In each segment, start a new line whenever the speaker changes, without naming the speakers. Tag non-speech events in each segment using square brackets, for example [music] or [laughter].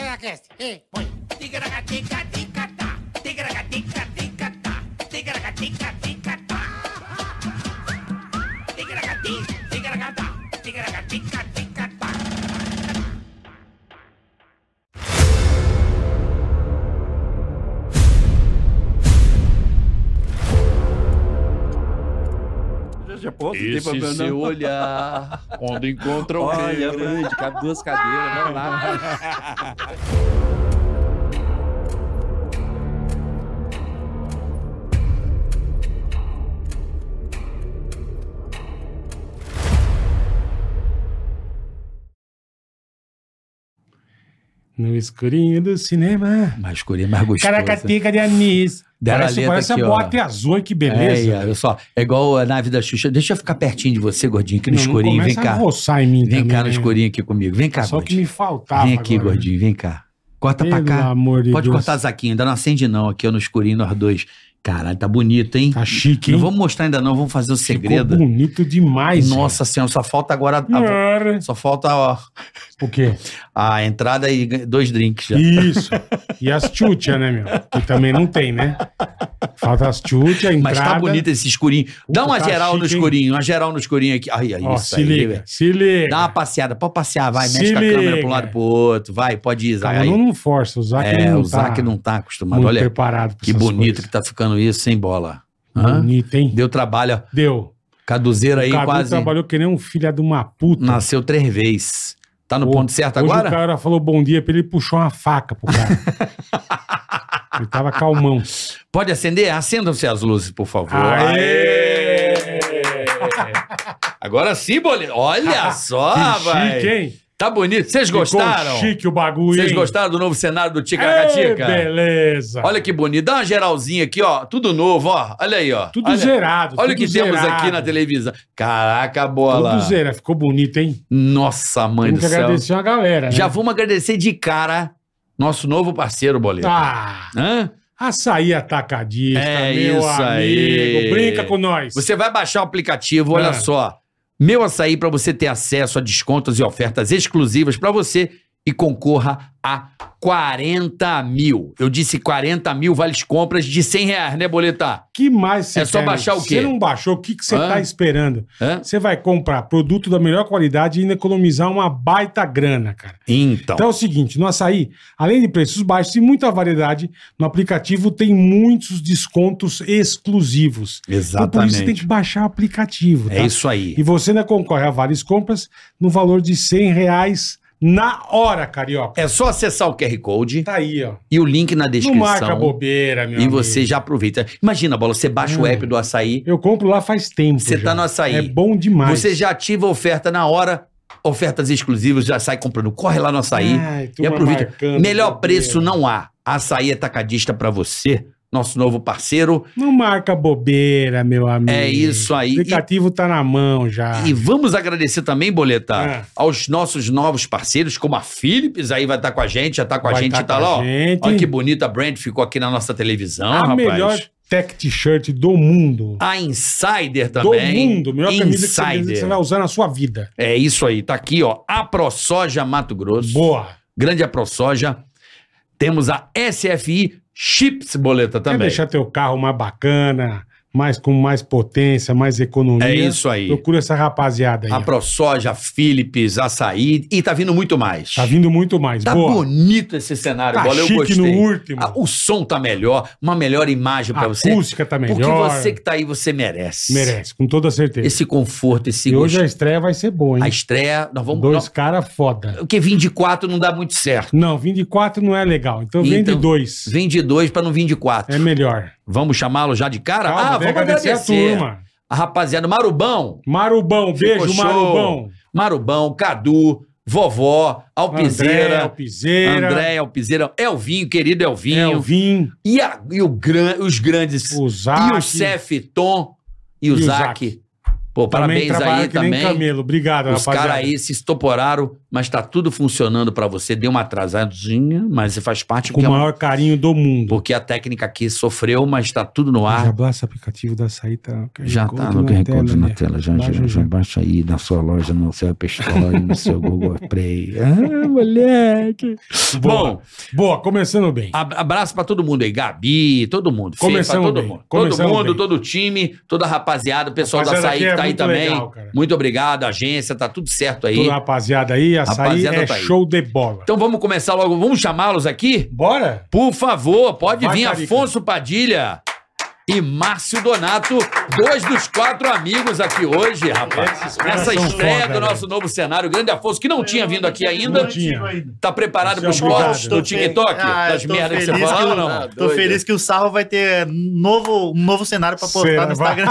Tigracast, e põe.
Tigragatica-ticatá, tigragatica-ticatá, tigragatica-ticatá. Tigragati, tigragatá, tigragatica-ticatá.
Já posso?
Esse
tem problema,
seu
não.
olhar, quando encontra o
Olha,
meu.
Brand, cabe duas cadeiras, vamos lá.
No escurinho é do cinema.
Mais escurinha, é mais né? gostosa.
Caracateca de anis.
Deram a
Parece,
letra
parece
aqui,
a
ó.
boate azul, hein? que
É, e
beleza.
olha só, é igual a nave da Xuxa. Deixa eu ficar pertinho de você, gordinho, aqui no
Não, não
escurinho. Vem
começa a
cá.
roçar em mim
Vem
também,
cá no
né?
escurinho aqui comigo. Vem cá,
Só o que
gordinho.
me faltava
Vem aqui,
agora.
gordinho, vem cá. Corta pra
Pelo
cá.
amor de
Pode
Deus.
cortar, assim. Zaquinho. Ainda não acende, não, aqui ó, no escurinho, nós dois. Caralho, tá bonito, hein?
Tá chique, hein?
Não vamos mostrar ainda, não. Vamos fazer um segredo.
Ficou bonito demais.
Nossa tá senhora, só falta agora. a- a-
Cara.
só falta ó,
O quê?
a entrada e g- dois drinks já.
Isso. E as tchutchas, né, meu? Que também não tem, né? Falta as tchutchas, a entrada.
Mas tá bonito esse escurinho. Dá uma
tá
geral no
chique, hein?
escurinho, uma geral no escurinho aqui. Ai, ai,
Ó,
isso
se
aí,
liga,
velho.
se liga.
Dá uma passeada, pode passear, vai,
Se
mexe com a câmera
liga.
pro lado e pro outro. Vai, pode ir, Zac.
Cara, não, não força, o Zac ele
É,
não
o
tá
Zac não tá acostumado.
muito
Olha
preparado pra
que
essas
bonito
coisas.
que tá ficando isso, sem bola. Hã?
Bonito, hein?
Deu trabalho. ó.
Deu.
Caduzeiro aí
o Cadu
quase
trabalhou que nem um filho de uma puta.
nasceu três vezes. Tá no
Pô,
ponto certo
Hoje
agora?
o cara falou bom dia pra ele e puxou uma faca pro
[laughs]
cara. ele tava calmão.
Pode acender? Acendam-se as luzes, por favor.
Aê!
Agora sim, bolinho.
[laughs]
Olha só,
que chique,
vai.
hein?
Tá bonito. Vocês gostaram?
Ficou chique o bagulho,
Vocês
hein? É,
gostaram do novo cenário do Tica
Ei,
Gatica?
beleza.
Olha que bonito. Dá uma geralzinha aqui, ó. Tudo novo, ó. Olha aí, ó.
Tudo
olha,
zerado.
Olha o
tudo
que temos
zerado.
aqui na televisão. Caraca, bola.
Tudo zerado. Ficou bonito, hein?
Nossa, mãe
Temos
do
que
céu.
agradecer a galera, né?
Já vamos agradecer de cara nosso novo parceiro, boleto.
Tá.
Hã?
Açaí atacadista,
É
meu
isso
amigo.
aí.
Brinca com nós.
Você vai baixar o aplicativo, olha
Ah.
só. Meu Açaí para você ter acesso a descontos e ofertas exclusivas para você e concorra a 40 mil. Eu disse 40 mil vales compras de 100 reais, né, Boletar?
que mais você
É só
quer, meu?
baixar o quê?
Você não baixou, o que, que você
Hã?
tá esperando?
Hã?
Você vai comprar produto da melhor qualidade e ainda economizar uma baita grana, cara.
Então.
Então é o seguinte, no Açaí, além de preços baixos e muita variedade, no aplicativo tem muitos descontos exclusivos. Então, por isso você tem que baixar o aplicativo, tá?
É isso aí.
E você ainda concorre a várias compras no valor de 100 reais na hora, carioca.
É só acessar o QR Code
Tá aí, ó.
e o link na
Não
descrição.
marca bobeira, meu
e
amigo.
você já aproveita. Imagina, Bola, você baixa o
Hum.
app do Açaí,
Eu compro lá faz tempo.
você
já.
tá no Açaí.
É bom demais.
Você já ativa a oferta na hora, ofertas exclusivas, já sai comprando. Corre lá no Açaí
Ai,
tá e
É, turma
aproveita.
marcando,
Melhor
bobeira.
preço não há. Açaí é tacadista pra você, nosso novo parceiro.
Não marca bobeira, meu amigo.
É isso
O
aí. E,
aplicativo tá na mão já.
e vamos agradecer também, Boleta,
É.
aos nossos novos parceiros, como a Philips, aí vai estar com a gente, já tá com a
Vai
gente, tá,
tá com
lá,
a
ó.
gente.
Olha que bonita a brand ficou aqui na nossa televisão,
a
rapaz.
melhor tech t-shirt do mundo.
A Insider também.
Do mundo. Melhor camisa que você- que
Insider.
você vai usar na sua vida.
É isso aí, tá aqui, ó. A ProSoja Mato Grosso.
Boa.
Grande AproSoja. Temos a SFI Chips Boleta
Quer
também.
deixar teu carro mais bacana, mais com mais potência, mais economia.
É isso aí.
Procura essa rapaziada aí.
A
ó.
ProSoja, Philips, Açaí e tá vindo muito mais.
Tá vindo muito mais.
Tá
Boa.
bonito esse cenário,
Tá
Bola. Eu
chique
gostei.
no último.
Ah, o som tá melhor, uma melhor imagem pra
A
você.
acústica tá melhor.
Porque você que tá aí, você merece.
Merece, com toda certeza.
Esse conforto, esse
e hoje
gosto.
a estreia vai ser boa, hein?
A estreia, nós vamos...
Dois
nós-
caras foda.
Porque 24 não dá muito certo.
Não, vim de quatro não é legal. Então vem
Então,
de dois.
Vem de dois pra não vir de quatro.
É melhor.
Vamos chamá-lo já de cara? ah,
vem
vamos agradecer, a
turma.
rapaziada, Marubão,
Marubão, beijo,
show.
Marubão.
Marubão, Cadu, Vovó,
André,
Alpizeira,
Alpizeira.
André, Alpizeira, Elvinho, querido Elvinho,
Elvin,
E, a- e o gran- os grandes,
o
e
Zac.
o Cef, Tom e o
E o
Zac.
Zac.
Pô, parabéns
Também trabalha
aí
que nem
também.
camelo. Obrigado,
Os
rapaziada.
caras aí se estoporaram mas tá tudo funcionando pra você. Deu uma atrasadinha, mas você faz parte
Com o
porque,
maior carinho do
a,
mundo.
porque a técnica aqui sofreu, mas tá tudo no
Já
ar.
baixa o aplicativo da açaí, tá?
Já
QR
tá
Code
no QR Code na
né?
tela, já, já,
Baixa
já,
já.
baixa aí na sua loja, no seu App Store, no seu
[laughs]
Google Play. Ah, moleque!
Boa.
Bom,
Boa, começando bem.
Ab- Abraço pra todo mundo aí, Gabi, todo mundo, Fefa,
Começamos
todo
bem,
mundo, todo
começamos
mundo,
bem.
todo o time, toda a rapaziada, o pessoal da
Rapaziada
Açaí
aqui
que
é
tá aí
muito
também.
legal, cara.
muito obrigado, agência, tá tudo certo aí.
Toda a rapaziada aí, açaí
Rapaziada
é
tá aí.
show de bola.
Então vamos começar logo, vamos chamá-los aqui?
Bora?
Por favor, pode
Vai,
vir
Carica.
Afonso Padilha e Márcio Donato, dois dos quatro amigos aqui hoje, rapaz.
Esses caras
Essa
são
estreia
foda,
do
velho.
nosso novo cenário, o grande Afonso, que não tinha vindo aqui ainda.
Não tinha.
Tá preparado
Seu
pros
obrigado.
cortes do
Tô
TikTok?
fe- Ah, eu
das
tô
merdas que você
feliz
falou
que
ou
o-
não?
Ah,
Tô
doido.
feliz que o Sarro vai ter novo, um novo cenário pra postar
Será?
no
[laughs]
Instagram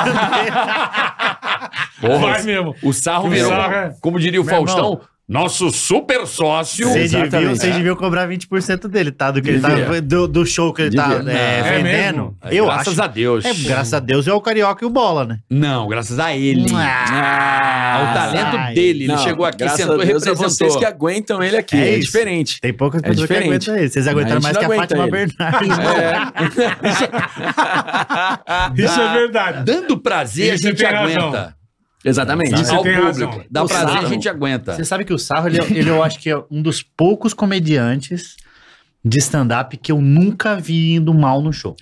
Porra,
Vai mesmo.
O Sarro
O
virou,
Sarro é-
como diria o
Meu
Faustão, nosso super sócio.
dele. Vocês deviam,
Exatamente.
vocês deviam cobrar 20% dele, tá? Do, que ele tá
Devia.
do, do show que ele tá
Devia.
é,
Não.
É
vendendo.
mesmo?
É,
eu
graças
acho.
a Deus.
É, graças a Deus é o Carioca e o Bola, né?
Não, graças a ele.
Ah,
Ao talento
ai.
dele. Ele
Não,
chegou aqui,
graças
sentou
a
e
Deus é
representou.
vocês que aguentam ele aqui.
É
É,
isso.
diferente.
Tem poucas
É
pessoas que
diferente.
aguentam ele. Vocês
A
aguentaram
gente
mais
não
que a
aguenta
Fátima
ele. É.
Bernardes. né?
É.
Isso é verdade.
Dando prazer,
Isso
a gente
tem razão.
aguenta.
[laughs] Exatamente.
Isso
Ao
tem
público.
razão.
Dá
O
prazer,
Sarro.
a gente aguenta.
Você sabe que o Sarro, ele, é- ele eu acho que é um dos poucos comediantes de stand-up que eu nunca vi indo mal no show.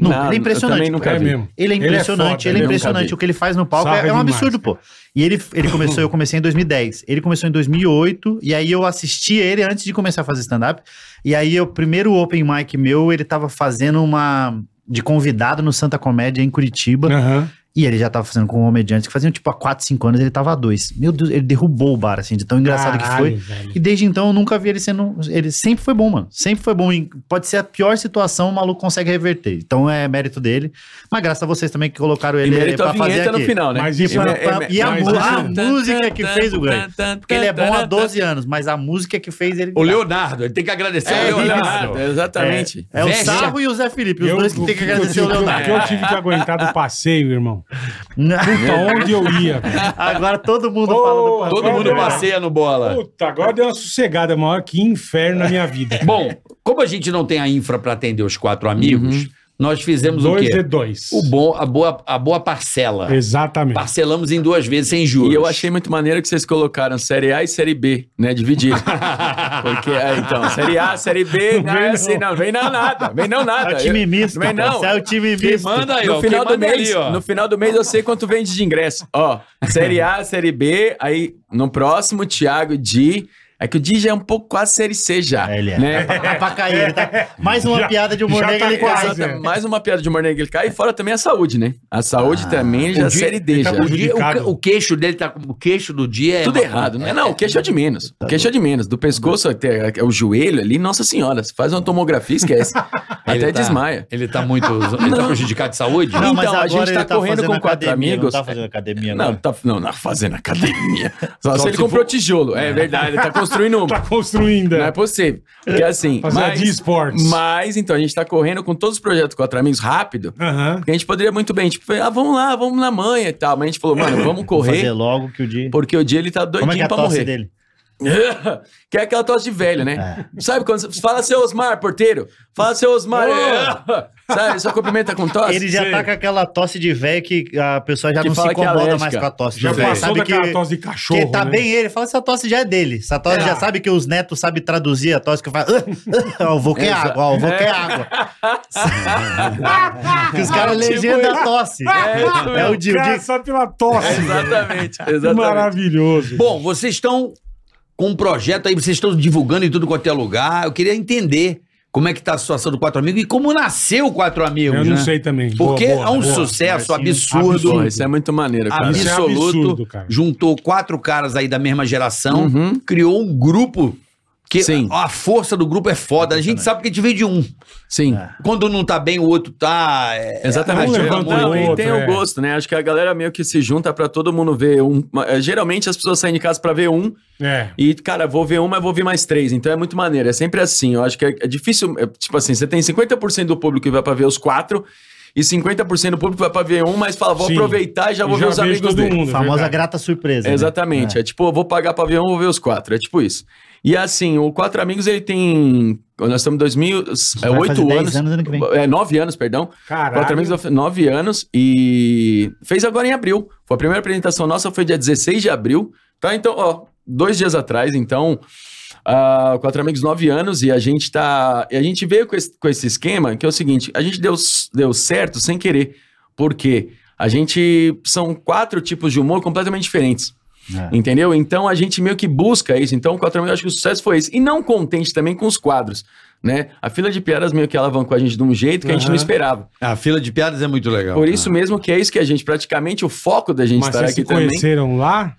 Nunca.
Não,
ele é impressionante.
eu também
pô.
nunca
É
vi.
mesmo.
Ele é
Ele é
impressionante,
foda,
ele é,
eu nunca vi.
impressionante. O que ele faz no palco
Sarro
é,
é
é um
demais,
absurdo, pô. E ele, ele começou, eu comecei em 2010. Ele começou em 2008, e aí eu assisti ele antes de começar a fazer stand-up. E aí, o primeiro open mic meu, ele tava fazendo uma... De convidado no Santa Comédia, em Curitiba.
Aham.
E ele já tava fazendo com comediantes que faziam, tipo, há 4, 5 anos, ele tava há 2. Meu Deus, ele derrubou o bar, assim, de tão engraçado que
Caralho,
foi.
velho.
E desde então eu nunca vi ele sendo. Ele sempre foi bom, mano. Sempre foi bom. E Pode ser a pior situação, o maluco consegue reverter. Então é mérito dele. Mas graças a vocês também que colocaram
E
ele é
mérito a
pra fazer
vinheta
aqui.
no final, né?
Mas isso
Pá,
é-
pá, E a,
mas
mu-
isso-
assim,
a música que fez o ganho. Porque ele é bom há 12 anos, mas a música que fez ele.
O Leonardo, ele tem que agradecer
É,
ao Leonardo.
Leonardo, Exatamente.
É o
Veste.
Sarro e o Zé Felipe, os
Eu-
dois que tem que agradecer
eu
o
tive-
Leonardo.
que Eu tive que aguentar do passeio, irmão. Puta, onde eu
[laughs]
ia, velho?
Agora todo mundo
Ô,
fala do
Todo
Agora
mundo
deu uma-
passeia no bola.
Puta, agora deu uma sossegada maior que inferno na minha
[laughs]
vida.
Bom, como a gente não tem a infra pra atender os quatro amigos, nós fizemos o
Uhum. dois
quê?
e dois.
O bom, a, boa, a boa parcela.
Exatamente.
Parcelamos em duas vezes sem
é
juros.
E eu achei muito maneiro que vocês colocaram Série A e Série B, né? Dividido. Porque, é, então, Série A, Série B,
Não
não
vem,
vem,
não.
assim, não, vem não nada, vem não
É
nada.
o time misto.
Não vem
cara.
não.
Esse É o time
Quem
misto.
manda aí, ó.
no final
Quem
do
manda
mês,
ali, ó.
no final do mês eu sei quanto vende de ingresso. Ó, série A, série B, aí no próximo Thiago Di. É que o Di já é um pouco quase série C já.
É, ele é.
Né?
[laughs]
Tá pra cair, ele tá- Mais uma
[laughs] Já-
piada de humor
já
negro,
tá
ele cai.
quase,
Exato, mais uma piada de Mornay que ele cai, e fora também a saúde, né? A saúde também já é
Di-
série D já.
tá
Ah, O, dia- o
Prejudicado.
que- o queixo dele tá. com- O queixo do dia é. tá
Tudo errado, né? Não, o queixo é de menos. O queixo é de menos. Do pescoço até é, o joelho ali, nossa senhora, se faz uma tomografia, esquece.
[laughs] Ele
até
tá-
desmaia.
Ele tá muito. Ele tá prejudicado de saúde?
Não, Ah, mas
Então, a
agora
gente
ele
tá correndo
fazendo
com quatro
academia,
amigos.
Não tá fazendo academia,
Não,
né?
não.
tá, não, não, fazendo [laughs] academia. Só,
Só
se ele
se
comprou
for-
tijolo. É verdade, ele tá construindo
[laughs]
uma.
Tá construindo.
Não é
é.
possível. Porque assim.
Fazer a de esportes.
mas, então, a gente tá correndo com todos os projetos quatro amigos rápido.
Aham.
Porque a gente poderia muito bem, tipo, ah, vamos lá, vamos na manhã e tal. Mas a gente falou, mano, vamos
Fazer
correr.
logo que o dia.
Porque o dia ele tá doidinho
Como é que é a
pra
tosse
morrer.
dele?
[laughs] que é aquela tosse de velho, né?
É.
Sabe quando. você- Fala seu Osmar, porteiro. Fala seu Osmar. é. [laughs] Sabe, só cumprimenta com tosse.
Ele já
Sim.
tá com aquela tosse de velho que a pessoa já
Que
não se
fala que é
incomoda
alérgica.
mais com a tosse.
Já
do velho.
passou
Sabe
daquela
que-
tosse de cachorro.
que tá
né?
bem ele, fala, essa tosse já é dele. Essa tosse
É.
Ah.
já sabe que os netos sabem traduzir a tosse que fala. ah, ó, o vô quer
Exa- É.
água, ó, o vô quer
[laughs]
água. que os caras
É, tipo
legendam a tosse.
É, isso mesmo.
É o É, dia. o dia-
Cara, só pela tosse.
[laughs] Exatamente,
Que
exatamente.
Maravilhoso.
Bom, vocês estão com um projeto aí, vocês estão divulgando em tudo quanto é lugar. Eu queria entender como é que tá a situação do Quatro Amigos e como nasceu o Quatro Amigos.
Eu não
né?
sei também.
Porque
Boa, boa,
é um
boa.
sucesso
Marcinho,
absurdo.
Porra, isso é muito maneiro, cara.
Isso é
absoluto.
absurdo, cara.
Juntou quatro caras aí da mesma geração,
Uhum.
criou um grupo que
Sim.
a força do grupo é foda. A gente sabe que a gente veio de um.
Sim.
É.
Quando um tá bem, o outro tá. é-
Exatamente.
Um
Não,
levanta o outro,
e tem
é.
o gosto, né? Acho que a galera meio que se junta pra todo mundo ver um. eh, Geralmente as pessoas saem de casa pra ver um
É.
e, cara, vou ver um, mas vou ver mais três. Então é muito maneiro. É sempre assim. Eu acho que é, é difícil. é, tipo assim, você tem 50% do público que vai pra ver os quatro. e 50% do público vai pra ver um, mas fala, vou
Sim.
aproveitar e já vou
Já
ver os
vejo
amigos
todo
dele.
mundo, é
Famosa
verdade.
grata surpresa. né?
Exatamente. É. tipo, eu vou pagar pra ver um, vou ver os quatro. É tipo isso. E assim, o Quatro Amigos, ele tem. Nós estamos em 2000. É
Vai fazer
8
10
anos.
anos ano que vem.
É, 9 anos, perdão. Quatro
Caralho.
Amigos, nove anos e fez agora em abril. Foi a primeira apresentação nossa, foi dia 16 de abril. Tá, então, ó, dois dias atrás, então, ah, Quatro Amigos, nove anos e a gente tá... E a gente veio com esse, com esse esquema que é o seguinte, a gente deu, s- deu certo sem querer, porque a gente... São quatro tipos de humor completamente diferentes.
É.
Entendeu? Então a gente meio que busca isso. Então, o 4 amigos, eu acho que o sucesso foi esse. E não contente também com os quadros, né? A fila de piadas meio que alavancou a gente de um jeito que a gente não
Aham.
esperava.
A fila de piadas é muito legal.
Por isso mesmo que é isso que a gente, praticamente o foco da gente
Mas
estar
vocês
aqui
se
também.
conheceram lá?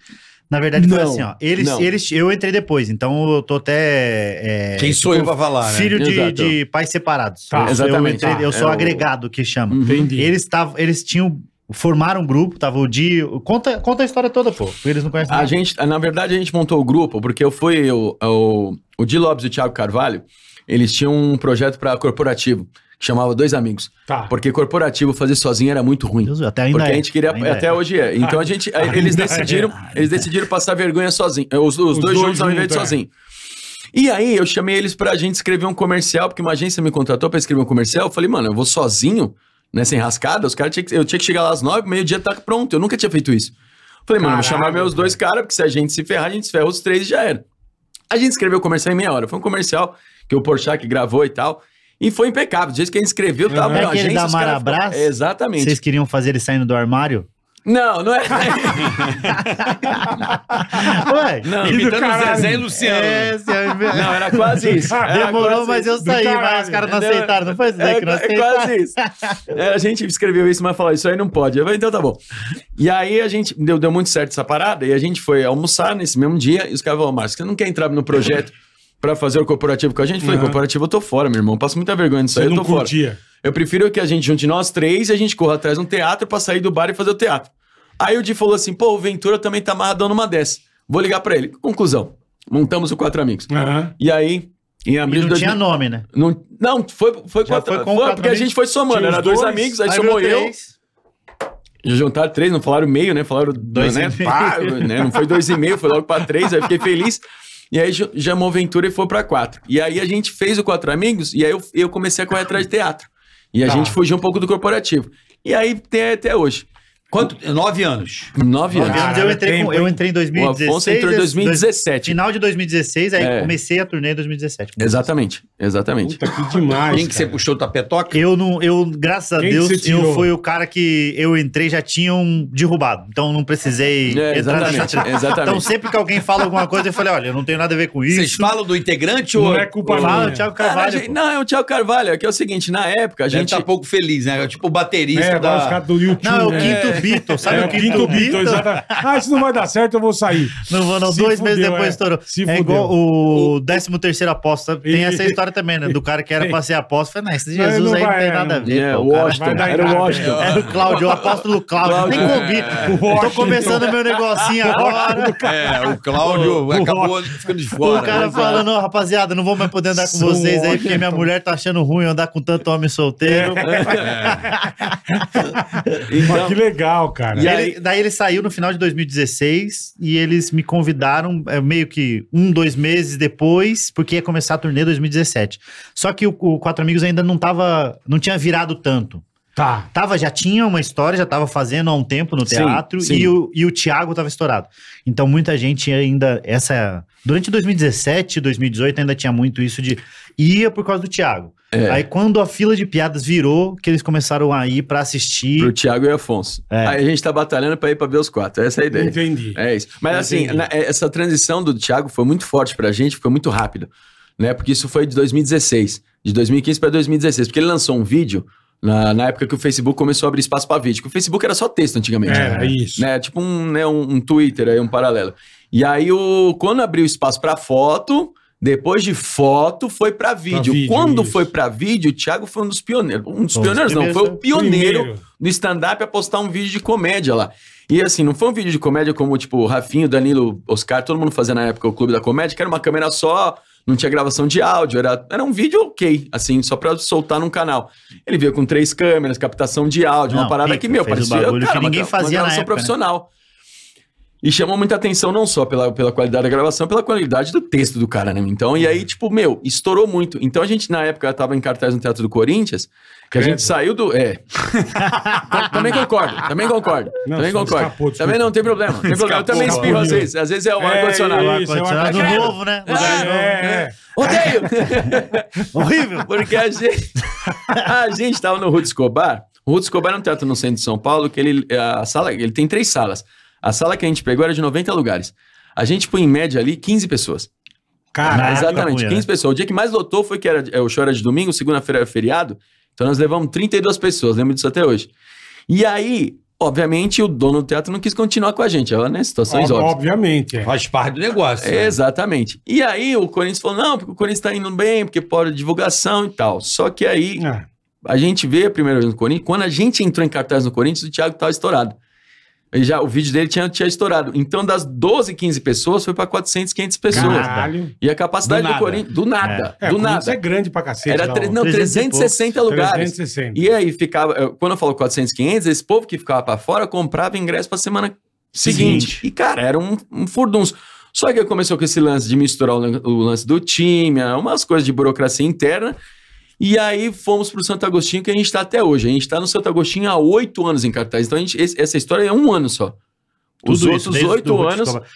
Na verdade, foi
Não,
assim, ó. Eles,
não.
eles, eu entrei depois, então eu tô até. é,
Quem sou eu pra falar, né?
filho de,
Exato.
de pais separados.
Tá, Hum,
eu, sou-
exatamente.
Eu, entrei- eu
Tá,
sou
é o-
agregado que chama.
Uhum.
Entendi.
Eles estavam, eles tinham formaram um grupo, tava o Di, conta, conta a história toda, pô. porque Eles não conhecem.
A
nada.
Ah, gente, na verdade, a gente montou o grupo porque eu fui o, o, o Di Lopes e o Thiago Carvalho, eles tinham um projeto para corporativo que chamava Dois Amigos,
Tá.
porque corporativo fazer sozinho era muito ruim.
Deus, até ainda
Porque
é.
a gente queria.
Ainda
até
é.
hoje é. Então a gente.
Ainda
eles
é.
decidiram. Eles decidiram passar vergonha sozinho. eh, Os, os dois,
Os dois
juntos ao invés de
juntos, é.
sozinho. E aí eu chamei eles pra gente escrever um comercial, porque uma agência me contratou pra escrever um comercial. Eu falei, mano, eu vou sozinho, nessa enrascada, os caras tinha que, eu tinha que chegar lá às nove, meio-dia tá pronto. Eu nunca tinha feito isso. Falei, mano, eu vou
Caralho,
chamar meus dois caras, porque se a gente se ferrar, a gente se ferra os três e já era. A gente escreveu o comercial em meia hora. Foi um comercial que o Porchat gravou e tal. E foi impecável. Do jeito que a gente escreveu, tava
Uhum.
na
É
aquele da
os caras ficaram-
Marabras?
Exatamente.
Vocês queriam fazer ele saindo do
[laughs]
armário?
Não, não é.
Ué,
Não,
Filho do
imitando
caralho.
Então, Zezé e Luciano.
é, senhor, [laughs]
Não, era quase isso. Era
demorou,
quase
mas eu
do
saí, mas
caralho.
os caras não
Não,
aceitaram. Não foi
isso. É,
dizer que não
é
aceitaram.
quase isso. É, a gente escreveu isso, mas falou, isso aí não pode. Eu falei, então tá bom. E aí a gente, deu, deu muito certo essa parada, e a gente foi almoçar nesse mesmo dia, e os caras falaram, Márcio, você não quer entrar no projeto pra fazer o corporativo com a gente? Eu falei,
Uhum.
corporativo eu tô fora, meu irmão, passo muita vergonha disso
Você
aí, eu
não
tô fora.
curtia.
Eu prefiro que a gente junte nós três e a gente corra atrás de um teatro pra sair do bar e fazer o teatro. Aí o Di falou assim, pô, o Ventura também tá amarradão numa dessa. Vou ligar pra ele. Conclusão, montamos o Quatro Amigos.
Aham.
E aí, em
E
abril de
não
2000...
tinha nome, né?
Não, não foi, foi,
Já
quatro,
foi
foi,
com quatro
porque a
amigos.
gente foi somando.
Tinha
Era
os
dois,
dois,
amigos, aí,
Aí
somou
virou
eu.
três.
Já juntaram três, não falaram meio, né? Falaram dois,
Dois
né?
e meio.
Pá, né? Não foi dois e meio, foi logo pra três, aí fiquei feliz. E aí ju- chamou o Ventura e foi pra quatro. E aí a gente fez o Quatro Amigos e aí eu, eu comecei a correr atrás de teatro. E a
Tá.
gente fugiu um pouco do corporativo. E aí tem até hoje.
Quanto? Nove anos.
Nove
Nove
anos.
anos,
Caralho,
eu, entrei
tempo,
com, eu entrei em
O Afonso
2016.
entrou em
esse-
2017.
Final de 2016, aí
É.
comecei a turnê em 2017.
Exatamente, exatamente.
Puta, que demais.
Quem que você
cara.
puxou o tapetoca?
Eu não, eu, graças a
Quem que
Deus,
você
eu
tirou?
fui o cara que eu entrei já tinham derrubado. Então não precisei
É,
entrar nessa
exatamente,
treta. [laughs]
exatamente.
Então sempre que alguém fala alguma coisa, eu falei, olha, eu não tenho nada a ver com isso.
Vocês falam do integrante ou
Não é culpa
Fala o
minha.
Thiago
Cara, a
Carvalho.
gente-
pô.
não, é o Thiago Carvalho, é que é o seguinte, na época a
a
gente...
gente tá pouco feliz, né? Tipo o baterista
É, agora os
da...
caras do YouTube.
Não, é o
né?
quinto Beatles, sabe
É
o quinto Beatles?
exatamente. Ah, isso não vai dar certo, eu vou sair.
Não vou, não.
Se
Dois meses
fudeu,
depois
é.
estourou.
Se
é
fudeu.
igual o 13 terceiro aposta. Tem essa história também, né? Do cara que era pra ser aposta. Falei, não, esse
Não,
Jesus
não
aí não
vai,
tem
é.
nada a ver.
É,
pô,
o
o cara-
Washington,
vai dar em
era o
nada.
Washington.
Era o Cláudio, o apóstolo Cláudio. Nem
Cláudio, É.
combina. Tô
Washington.
começando meu negocinho
[laughs]
agora.
É, [laughs] o Cláudio acabou ficando de fora. né?
O cara falando, ó, rapaziada, não vou mais poder andar com
Sou
vocês aí,
Washington.
porque minha mulher tá achando ruim andar com tanto homem solteiro.
É.
É.
Então,
Mas que legal, cara.
E
é.
aí ele- daí ele saiu no final de 2016 e eles me convidaram é, meio que um, dois meses depois, porque ia começar a turnê 2017. Só que o, o Quatro Amigos ainda não tava, não tinha virado tanto.
Tá.
Tava, já tinha uma história, já tava fazendo há um tempo no
Sim,
teatro
sim.
E, o, e o Thiago tava estourado. Então muita gente ainda, essa... Durante 2017, 2018 ainda tinha muito isso de ia por causa do Thiago.
É.
Aí quando a fila de piadas virou, que eles começaram a ir pra assistir.
Pro Thiago e Afonso.
É.
Aí a gente tá batalhando pra ir pra ver os quatro. Essa é a ideia.
Entendi.
É isso. Mas assim,
Entendi.
na- é- essa transição do Thiago foi muito forte pra gente, foi muito rápida. Né? Porque isso foi de 2016. De 2015 pra 2016. Porque ele lançou um vídeo na, na época que o Facebook começou a abrir espaço pra vídeo. Porque o Facebook era só texto antigamente.
Era isso.
Né? Tipo um, né, um, um Twitter aí, um paralelo. E aí, o, quando abriu espaço pra foto, depois de foto, foi pra vídeo.
vídeo,
quando
isso.
foi pra vídeo, o Thiago foi um dos pioneiros. Um dos
Um dos
pioneiros, não, foi o pioneiro
é Primeiro. né?
no stand-up a postar um vídeo de comédia lá. E assim, não foi um vídeo de comédia como, tipo, o Rafinho, Danilo, Oscar, todo mundo fazia na época o Clube da Comédia, que era uma câmera só, não tinha gravação de áudio, era, era um vídeo ok, assim, só pra soltar num canal. Ele veio com três câmeras, captação de áudio,
Não,
uma parada
pica,
que, meu,
fez o
parecia
bagulho que
uma
ninguém
gra-
fazia na
uma
época,
gravação
né?
profissional. E chamou muita atenção não só pela, pela qualidade da gravação, pela qualidade do texto do cara, né? Então, e
Uhum.
aí, tipo, meu, estourou muito. Então a gente, na época, tava em cartaz no Teatro do Corinthians, que a
Credo.
gente saiu do.
[laughs]
É. Tam- também concordo, também concordo.
Não,
também
só
concordo.
escapou, desculpa.
também não tem problema. Tem problema. Eu também
Escapou,
espirro às
escapou.
vezes. Às vezes é o
É,
ar-condicionado.
é,
Isso,
Isso, uma
ar-condicionado
cagada.
novo, né?
Ah,
É, é, é.
né? Odeio! [laughs]
Horrível.
Porque a gente, a gente tava no Ruth Escobar. O Ruth Escobar é um teatro no centro de São Paulo que ele, a sala, ele tem três salas. A sala que a gente pegou era de 90 lugares. A gente põe em média ali 15 pessoas.
Cara,
Caraca,
Exatamente,
Cunha,
15 pessoas. O dia que mais lotou foi que era, é, o show era de domingo, segunda-feira era feriado. Então nós levamos 32 pessoas, lembro disso até hoje. E aí, obviamente, o dono do teatro não quis continuar com a gente, ela, né? Situações
ob-
óbvias.
obviamente. É.
Faz parte do negócio. né?
Exatamente. E aí o Corinthians falou: não, porque o Corinthians tá indo bem, porque pode divulgação e tal. Só que aí
Ah,
a gente vê a primeira vez no Corinthians. Quando a gente entrou em cartaz no Corinthians, o Thiago tava estourado. Ele já, o vídeo dele tinha, tinha estourado. Então, das 12, 15 pessoas, foi para 400, 500 pessoas.
Caralho.
E a capacidade
Do
do,
nada.
Corinthians. Do nada.
É,
do
Corinthians
nada.
é grande pra cacete.
Era
lá,
tre-
ó.
não,
300 e
360 lugares.
360.
E aí ficava. eu- Quando eu falo 400, 500, esse povo que ficava pra fora comprava ingresso pra semana seguinte.
Seguinte.
E, cara, era um, um furdunço. Só que aí começou com esse lance de misturar o, lan- o lance do time, ah, umas coisas de burocracia interna. E aí fomos pro Santo Agostinho, que a gente tá até hoje. A gente tá no Santo Agostinho há oito anos em cartaz. Então a gente- esse- essa história é um ano só.
Tudo
Os
isso,
outros
desde o
oito
Ruth
anos.
Escobar.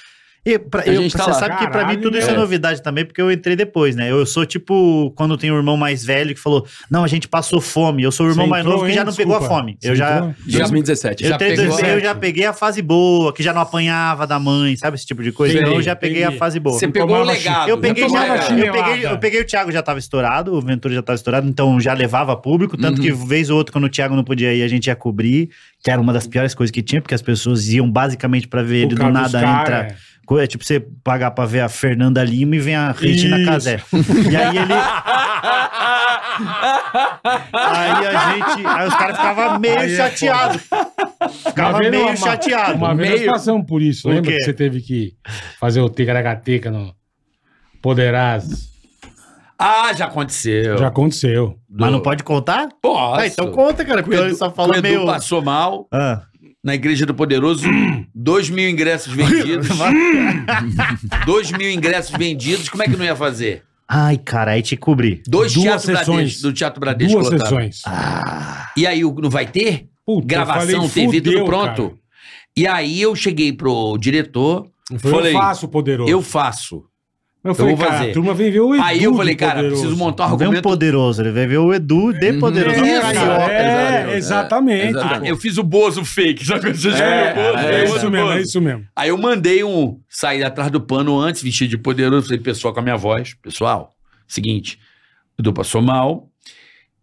E pra,
a
eu,
gente tá
você
lá.
sabe que pra mim
Caralho,
tudo isso é.
é.
novidade também, porque eu entrei depois, né? Eu sou tipo, quando tem um irmão mais velho que falou, não, a gente passou fome. Eu sou o irmão
Você
mais
entrou,
novo que
hein?
já não pegou a
Desculpa.
fome. Eu
Você
já,
entrou?
Já-
2017.
eu,
Já
tenho
pegou
dois-
a-
eu já peguei a fase boa, que já não apanhava da mãe, sabe? Esse tipo de coisa.
Entendi,
então eu já peguei
entendi.
a fase boa.
Você pegou o
tomava
legado.
Eu
né?
peguei,
Pegou
tomava
já,
o legado.
chinelo.
eu, peguei, eu peguei o Thiago já tava estourado, o Ventura já tava estourado, então já levava público, tanto que
Uhum.
vez ou outra, quando o Thiago não podia ir, a gente ia cobrir, que era uma das piores coisas que tinha, porque as pessoas iam basicamente pra ver ele,
Por
do
causa dos
nada
cara,
entra.
é.
Co- É tipo você pagar pra ver a Fernanda Lima e vem a Regina
Isso.
Casé. E aí ele. aí a gente. Aí os caras ficavam meio
Aí é
chateados. Ficava
Uma vez
meio
uma-
chateado.
Uma vez nós
Meio.
passamos por isso.
O
Lembra
quê?
que você teve que fazer o ticaracateca no Poderás?
[laughs] Ah, já aconteceu.
Já aconteceu.
Mas não pode contar?
Posso.
Ah, então conta, cara,
O
porque ele
Edu,
só fala
o Edu
meio.
passou mal
Ah.
na Igreja do Poderoso. [clears throat] Dois mil ingressos [laughs] vendidos. dois mil ingressos vendidos. Como é que não ia fazer?
Ai, cara, aí te cobri.
Dois
Duas
teatros
sessões.
Bradesco, do Teatro Bradesco
Duas
lotado.
sessões.
E aí, o- não vai ter?
Puta, eu
Gravação,
falei,
TV, tudo
fudeu,
pronto. E aí, eu cheguei pro diretor,
cara. Eu falei,
Falei,
eu faço o poderoso.
eu faço.
eu falei,
vou
cara,
fazer.
a turma vem ver o Edu
aí eu
do
falei, cara,
Poderoso.
preciso montar um
Não vem um
argumento.
poderoso, ele veio ver o Edu de poderoso.
É,
Não,
Isso,
cara,
carioca.
é,
É,
exatamente.
exatamente.
pô.
Eu fiz o Bozo fake, [laughs] sabe? quando Você escreve o Bozo,
é,
aí
É,
eu
isso
mando o
mesmo,
Bozo.
é isso mesmo.
Aí eu mandei um sair atrás do pano antes, vestido de poderoso, falei, pessoal, com a minha voz, pessoal, seguinte, o Edu passou mal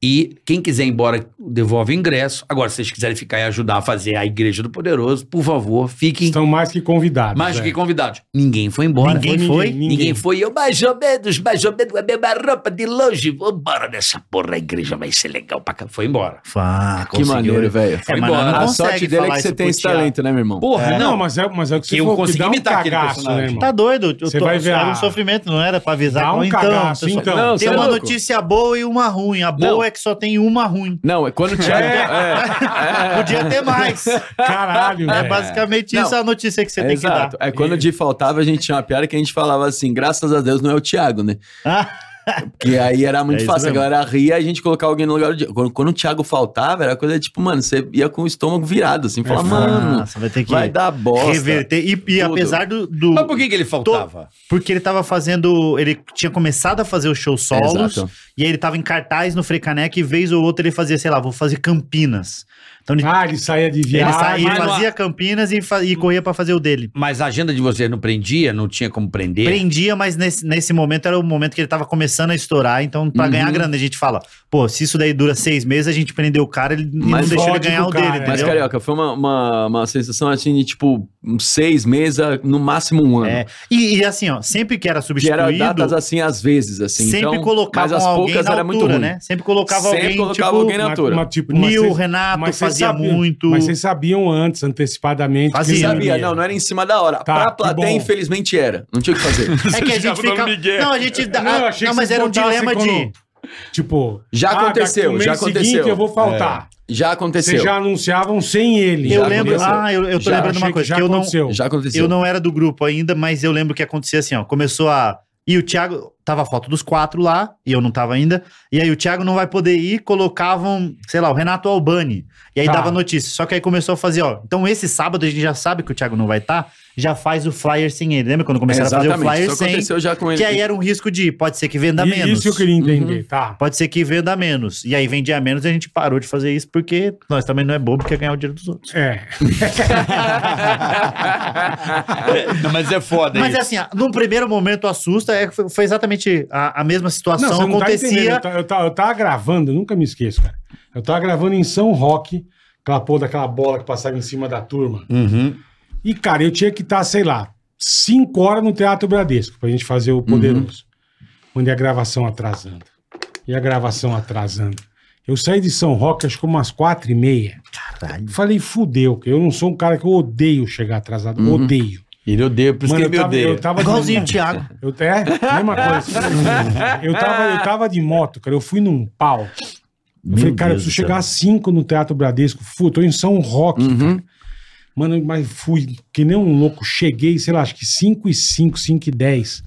e quem quiser ir embora devolve o ingresso. Agora, se vocês quiserem ficar e ajudar a fazer a Igreja do Poderoso, por favor, fiquem
Estão mais que convidados.
mais do
é.
que convidados. Ninguém foi embora.
Ninguém
Ninguém
foi?
ninguém.
Ninguém. foi. Eu, mais ou menos, mais ou menos, a mesma roupa de longe. Vambora nessa porra, a igreja vai ser legal pra cá. Foi embora.
Fá,
Que maneiro, velho.
É,
Foi
mas
embora.
não
A
consegue
sorte dele é
falar
que você
isso
tem
pro
esse
Thiago.
talento, né, meu irmão?
Porra,
É,
não.
Não, mas é, mas é o que você
Eu
falou, que
consegui
dá um
imitar aquele
cagaço, né,
personagem.
irmão?
Tá doido? Eu
Você
tô-
vai ver
Era
a-
um sofrimento, não era pra avisar.
Dá um
então,
cagaço,
pessoal,
então.
Não,
Tem
Você é
uma
louco?
notícia boa e uma ruim. A boa
Não.
é que só tem uma ruim.
Não, é quando o Thiago. é, é,
[laughs] Podia ter mais.
Caralho,
É
velho.
basicamente
Não.
isso a notícia que você tem que dar.
Exato. É quando o dia faltava, a gente tinha uma piada que a gente falava assim, graças a Deus não é o Thiago, né?
Ah,
Que aí era
É
muito
isso
fácil,
mesmo.
a galera ria e a gente colocava alguém no lugar do Thiago. Quando, quando o Thiago faltava, era coisa tipo, mano, você ia com o estômago virado, assim, falar, mano,
nossa, vai ter É, ah, que
vai dar bosta.
reverter. E, e
Tudo.
apesar do. do-
Mas por que, que ele faltava?
Porque ele tava fazendo. Ele tinha começado a fazer o show solos.
É, Exato.
E aí ele tava em cartaz no Frecanec e vez ou outra ele fazia, sei lá, vou fazer Campinas. Então ele,
Ah, ele saía de
ele
viagem.
saía,
mas não-
fazia Campinas e, fa- e corria pra fazer o dele.
É.
Mas a agenda de vocês não prendia? Não tinha como prender?
Prendia, mas nesse, nesse momento era o momento que ele tava começando a estourar, então pra
Uhum.
ganhar grana a gente fala, pô, se isso daí dura seis meses, a gente prendeu o cara ele, e não
Mas
deixou ele
fode
ganhar
com
o
o cara,
dele,
é.
entendeu?
Mas, Carioca, foi uma, uma, uma sensação assim de, tipo, uns seis meses, a- no máximo um ano.
É. E, e assim, ó, sempre que era
Que
substituído,
eram datas assim, às vezes, assim.
sempre
então,
colocavam
mas as
alguém
poucas
na
era
altura,
muito ruim.
né? Sempre colocava
Sempre
alguém,
colocava
tipo,
alguém na altura.
tipo, mas
Nil,
vocês-
Renato,
mas vocês
fazia
sabiam-
muito.
Mas vocês sabiam antes, antecipadamente.
Fazia.
que
Sim.
Sabia,
ia.
não, não era em cima da hora.
Tá,
pra
que
plateia,
bom.
infelizmente, era. Não tinha o
[laughs]
que fazer.
É
[laughs]
que a gente
ficava
fica.
dando Miguel.
Não, a gente. Não,
Não, eu achei
não
que
mas
vocês
era um
botassem
dilema de.
quando- Tipo,
Já
ah,
aconteceu,
daqui- o
já
mês seguinte
aconteceu.
eu vou faltar.
Já
Vocês
aconteceu.
já anunciavam sem ele.
Eu
Já
lembro.
aconteceu.
Ah, eu, eu tô
Já
lembrando
achei
uma
que
coisa.
já
Que eu, não,
aconteceu.
Já aconteceu.
eu não era do grupo ainda, mas eu lembro que acontecia assim, ó. Começou a. E o Thiago. Tava a foto dos quatro lá, e eu não tava ainda. E aí o Thiago não vai poder ir, colocavam, sei lá, o Renato Albani. E aí
Tá.
dava notícia. Só que aí começou a fazer, ó. Então esse sábado a gente já sabe que o Thiago não vai estar, já faz o flyer sem ele. Lembra quando começaram a fazer o flyer
Isso
sem?
aconteceu já com ele.
Que aí era um risco de, pode ser que venda
E-
menos.
Isso eu queria entender, tá?
Pode ser que venda menos. E aí vendia menos e a gente parou de fazer isso porque nós também não é bobo, quer ganhar o dinheiro dos outros.
É.
[laughs] Não, mas é foda
Mas
isso.
assim, ah, num primeiro momento assusta, é, que foi foi exatamente a, a mesma situação.
Não, você não tá entendendo.
acontecia.
Eu, ta- eu, ta- eu tava gravando, eu nunca me esqueço, cara. Eu tava gravando em São Roque, aquela porra daquela bola que passava em cima da turma.
Uhum.
E, cara, eu tinha que estar, sei lá, 5 horas no Teatro Bradesco pra gente fazer
Uhum.
o Poderoso. Onde a gravação atrasando. E a gravação atrasando. Eu saí de São Roque, acho que umas quatro e meia.
Caralho.
Falei, fudeu, que eu não sou um cara que eu odeio chegar atrasado. Odeio.
Ele
é
odeia, Uhum. por isso
é- Mano,
que ele me
eu tava,
odeia.
eu tava de-
Igualzinho o Thiago.
eu, é, mesma coisa. eu, tava, eu tava de moto, cara. Eu fui num pau. Eu falei, cara, eu preciso chegar às 5 no Teatro Bradesco. Fui, tô em São Roque, cara. Mano, mas fui que nem um louco. Cheguei, sei lá, acho que 5 e 5, 5 e 10.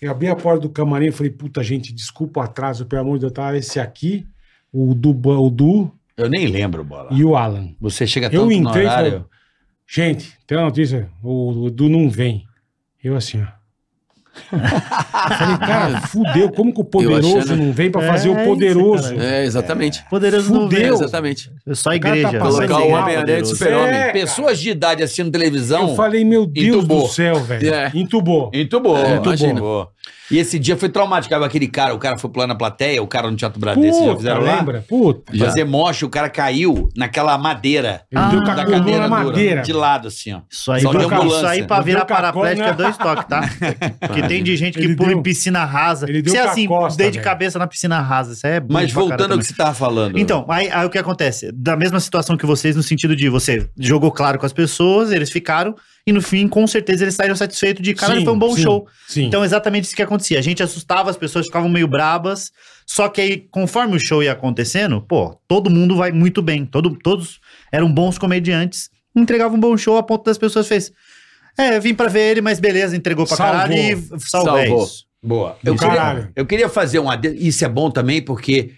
Eu abri a porta do camarim e falei, puta, gente, desculpa o atraso, pelo amor de Deus. Tava esse aqui, o do, o du
Eu nem lembro, bola.
e o Alan.
Você chega tanto
Eu entrei
no
e
horário.
falei, gente, tem uma notícia, o Edu não vem. Eu assim, ó. Eu
[laughs]
falei, cara, fudeu, como que o poderoso
Eu achando-
não vem pra
É,
fazer
é
o
isso,
poderoso?
cara.
É, exatamente.
Poderoso não
Fudeu.
É,
veio.
exatamente.
Só a
O cara tá
igreja.
passando
Só a
mal,
igreja,
Homem-Aranha
poderoso.
super- Super-Homem.
cara.
Pessoas de idade assistindo televisão.
É, Eu falei, meu Deus
Entubou.
do céu, velho.
É.
Entubou.
Entubou.
É, imagina.
Entubou. E esse dia foi traumático. Tava Aquele cara, o cara foi pular na plateia, o cara no Teatro Bradesco, vocês já
Puta,
fizeram lá?
lembra? Puta.
Já.
Fazer moche, o cara caiu naquela madeira.
Ele deu
Ah,
com a
da
coluna na
dura,
madeira.
De lado, assim, ó.
Isso aí,
Só
pra-
de ambulância.
isso aí pra
Ele
virar
deu cacó,
paraplética
né?
é dois toques,
[laughs]
tá? que tem de gente que
Ele
pula
deu-
em piscina rasa.
ele deu tá,
Você é assim,
cacosta,
dei de
velho.
cabeça na piscina rasa. Isso aí é bom
Mas
pra
voltando
caralho
ao que você tava falando.
Então, aí, aí o que acontece? Da mesma situação que vocês, no sentido de você jogou claro com as pessoas, eles ficaram, e no fim, com certeza, eles saíram satisfeitos de caralho,
Sim,
foi um bom
sim,
show.
Sim.
Então, exatamente isso que acontecia. A gente assustava, as pessoas ficavam meio brabas, só que aí, conforme o show ia acontecendo, pô, todo mundo vai muito bem. Todo, todos eram bons comediantes, entregavam um bom show a ponto das pessoas fez. É, vim pra ver ele, mas beleza, entregou pra
Salvou.
caralho e salvou. é
Salvou.
isso.
Boa.
Do
Eu queria,
caralho.
eu queria fazer um adendo. Isso é bom também, porque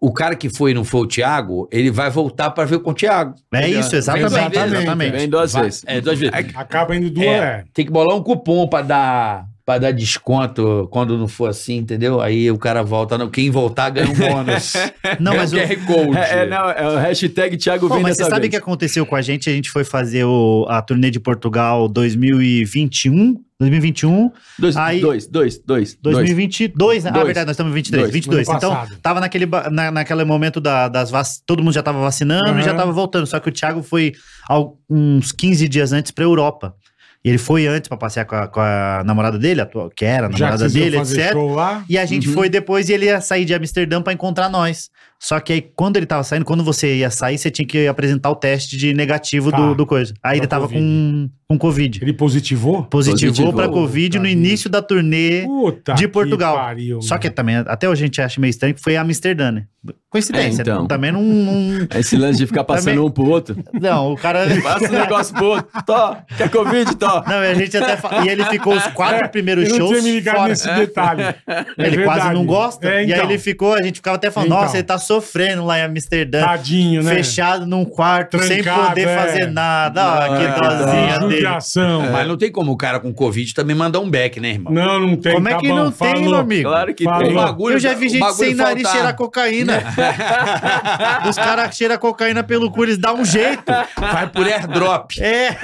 o cara que foi e não foi o Thiago, ele vai voltar pra ver com o Thiago.
É
Entendeu?
isso, exatamente.
Vem duas vezes,
exatamente.
Vem duas
Vai-
vezes.
É, duas vezes.
Acaba indo duas.
É,
É.
Tem que bolar um cupom pra dar, pra dar desconto quando não for assim, entendeu? Aí o cara volta. Não, quem voltar ganha um bônus.
Não,
É
mas
o
o-
QR Code.
É, é, não, é o hashtag Thiago
Pô,
vem
mas você
dessa
sabe o que
vez.
aconteceu com a gente? A gente foi fazer o- a turnê de Portugal 2021. 2021,
Dois,
é Aí-
dois, dois, dois, dois.
2022, né? Ah,
Dois.
verdade, nós estamos em 23,
Dois.
22.
Ano
Então,
passado.
tava naquele, ba- na, naquele momento da- das vacinas, todo mundo já tava vacinando
Aham.
e já tava voltando. Só que o Thiago foi ao- uns 15 dias antes pra Europa. E ele foi antes pra passear com a, com a namorada dele, a tua- que era a
Já que
namorada
vocês
dele,
iam fazer
etc.
show lá.
E a gente
Uhum.
foi depois e ele ia sair de Amsterdã pra encontrar nós. Só que aí, quando ele tava saindo, quando você ia sair, você tinha que apresentar o teste de negativo
Tá.
do, do coisa. Aí
Pra
ele tava
Covid.
com, com Covid.
Ele positivou?
Positivou,
Positivou.
pra Covid no
Puta
início da turnê.
Puta.
De
que
Portugal.
pariu,
Só que
mano.
também, até hoje a gente acha meio estranho que foi Amsterdã, né? Coincidência.
É, então.
Também não. Não,
Esse lance de ficar passando
Também-
um pro outro.
não, o cara.
[laughs] Passa
[laughs]
um negócio pro outro. Tó, quer Covid, Tó.
Não, a gente até fa- E ele ficou os
[laughs]
quatro primeiros
Eu não
shows
tinha me ligado
fora.
nesse
[laughs]
detalhe. É
ele quase
verdade.
não gosta.
É,
E aí
então.
ele ficou, a gente ficava até falando,
Então.
nossa, ele tá sofrendo lá em Amsterdã.
Tadinho, né?
Fechado num quarto, sem
Trancado,
poder
é.
fazer nada. ó, que
Ah,
dozinha dele.
Judiação.
É. Mas não tem como o cara com Covid também mandar um back, né,
[laughs]
irmão?
Não, não tem.
Como é
tá
que
bom,
não tem, meu
falou.
amigo?
Claro que
Falou.
tem.
bagulho- tá-
Eu já vi
o
gente
bagulho
sem nariz
faltar. [laughs]
cheirar cocaína. Os caras cheiram cocaína pelo cu, eles dão um jeito.
Vai por airdrop.
É,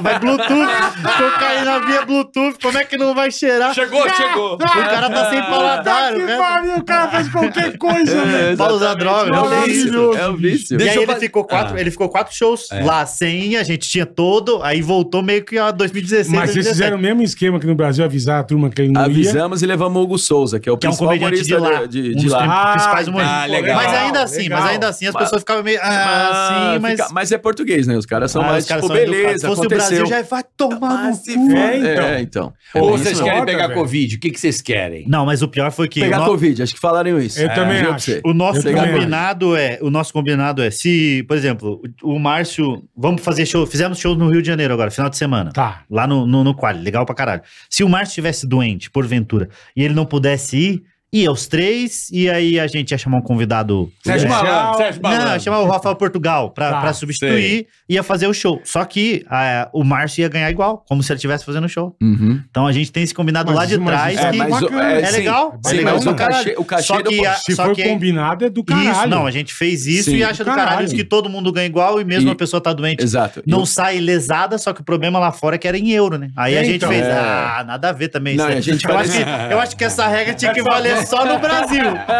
vai Bluetooth. Cocaína via Bluetooth, como é que não vai cheirar?
Chegou, chegou.
O cara tá sem paladar,
que
né?
pariu, o cara faz qualquer coisa, velho.
Pra usar droga.
É um vício.
Maravilhoso.
É um vício.
e
Deixa
aí
eu
ele
fa-
ficou, quatro,
Ah.
ele ficou quatro shows lá sem, a gente tinha todo, aí voltou meio que a 2016.
Mas vocês
2017.
fizeram o mesmo esquema aqui no Brasil, avisar a turma que ele não ia.
Avisamos e levamos o Hugo Souza, que é o
que é um
principal
comediante de
humorista
lá.
de-
um
de
dos
lá.
Ah,
principais humoristas.
tá, legal.
mas ainda assim,
Legal.
mas ainda assim as
Mas-
pessoas ficavam meio. Ah, sim, mas.
fica- mas é português, né? Os caras são
Ah,
mais
os caras
tipo,
são educados.
beleza,
Se fosse
aconteceu.
o Brasil, já vai tomar no
Mas se
cu.
for-
É, então.
É, então. É
Ou
isso
vocês
mesmo.
querem
Foda,
pegar
velho.
Covid? O que, que vocês querem?
Não, mas o pior foi que.
Pegar
o no-
Covid, acho que falaram isso.
Eu também
juro pra
acho.
você.
O nosso
Eu também
combinado é, o nosso combinado é, se, por exemplo, o o Márcio, vamos fazer show, fizemos show no Rio de Janeiro agora, final de semana.
Tá.
Lá no, no, no Quali, legal pra caralho. Se o Márcio estivesse doente, porventura, e ele não pudesse ir, ia os três, e aí a gente ia chamar um convidado.
Sérgio
É.
Malandro, Sérgio
Não, ia
Malandro.
chamar o Rafael Portugal pra,
Tá,
pra substituir, ia fazer o show. Só que ah, o Márcio ia ganhar igual, como se ele estivesse fazendo o show.
Uhum.
Então a gente tem esse combinado
Mas
lá de
isso- mas
trás
isso
que.
é mais- bacana.
é,
É
sim.
legal,
Sim,
é legal
mas
pra
o
caralho.
cachê, o cachê
Só
do
que a-
Se
só
for
que-
combinado, é do caralho.
Isso, não, a gente fez isso
Sim,
e acha do
caralho.
caralho. isso que todo mundo ganha igual e mesmo
E-
a pessoa tá doente.
Exato.
Não sai lesada, só que o problema lá fora é que era em euro, né? Aí a gente
Então,
fez,
é.
ah, nada a ver também.
Não,
isso aí.
a
[laughs]
gente
eu,
faz
acho que, eu acho que essa regra tinha que valer só no Brasil.
[laughs]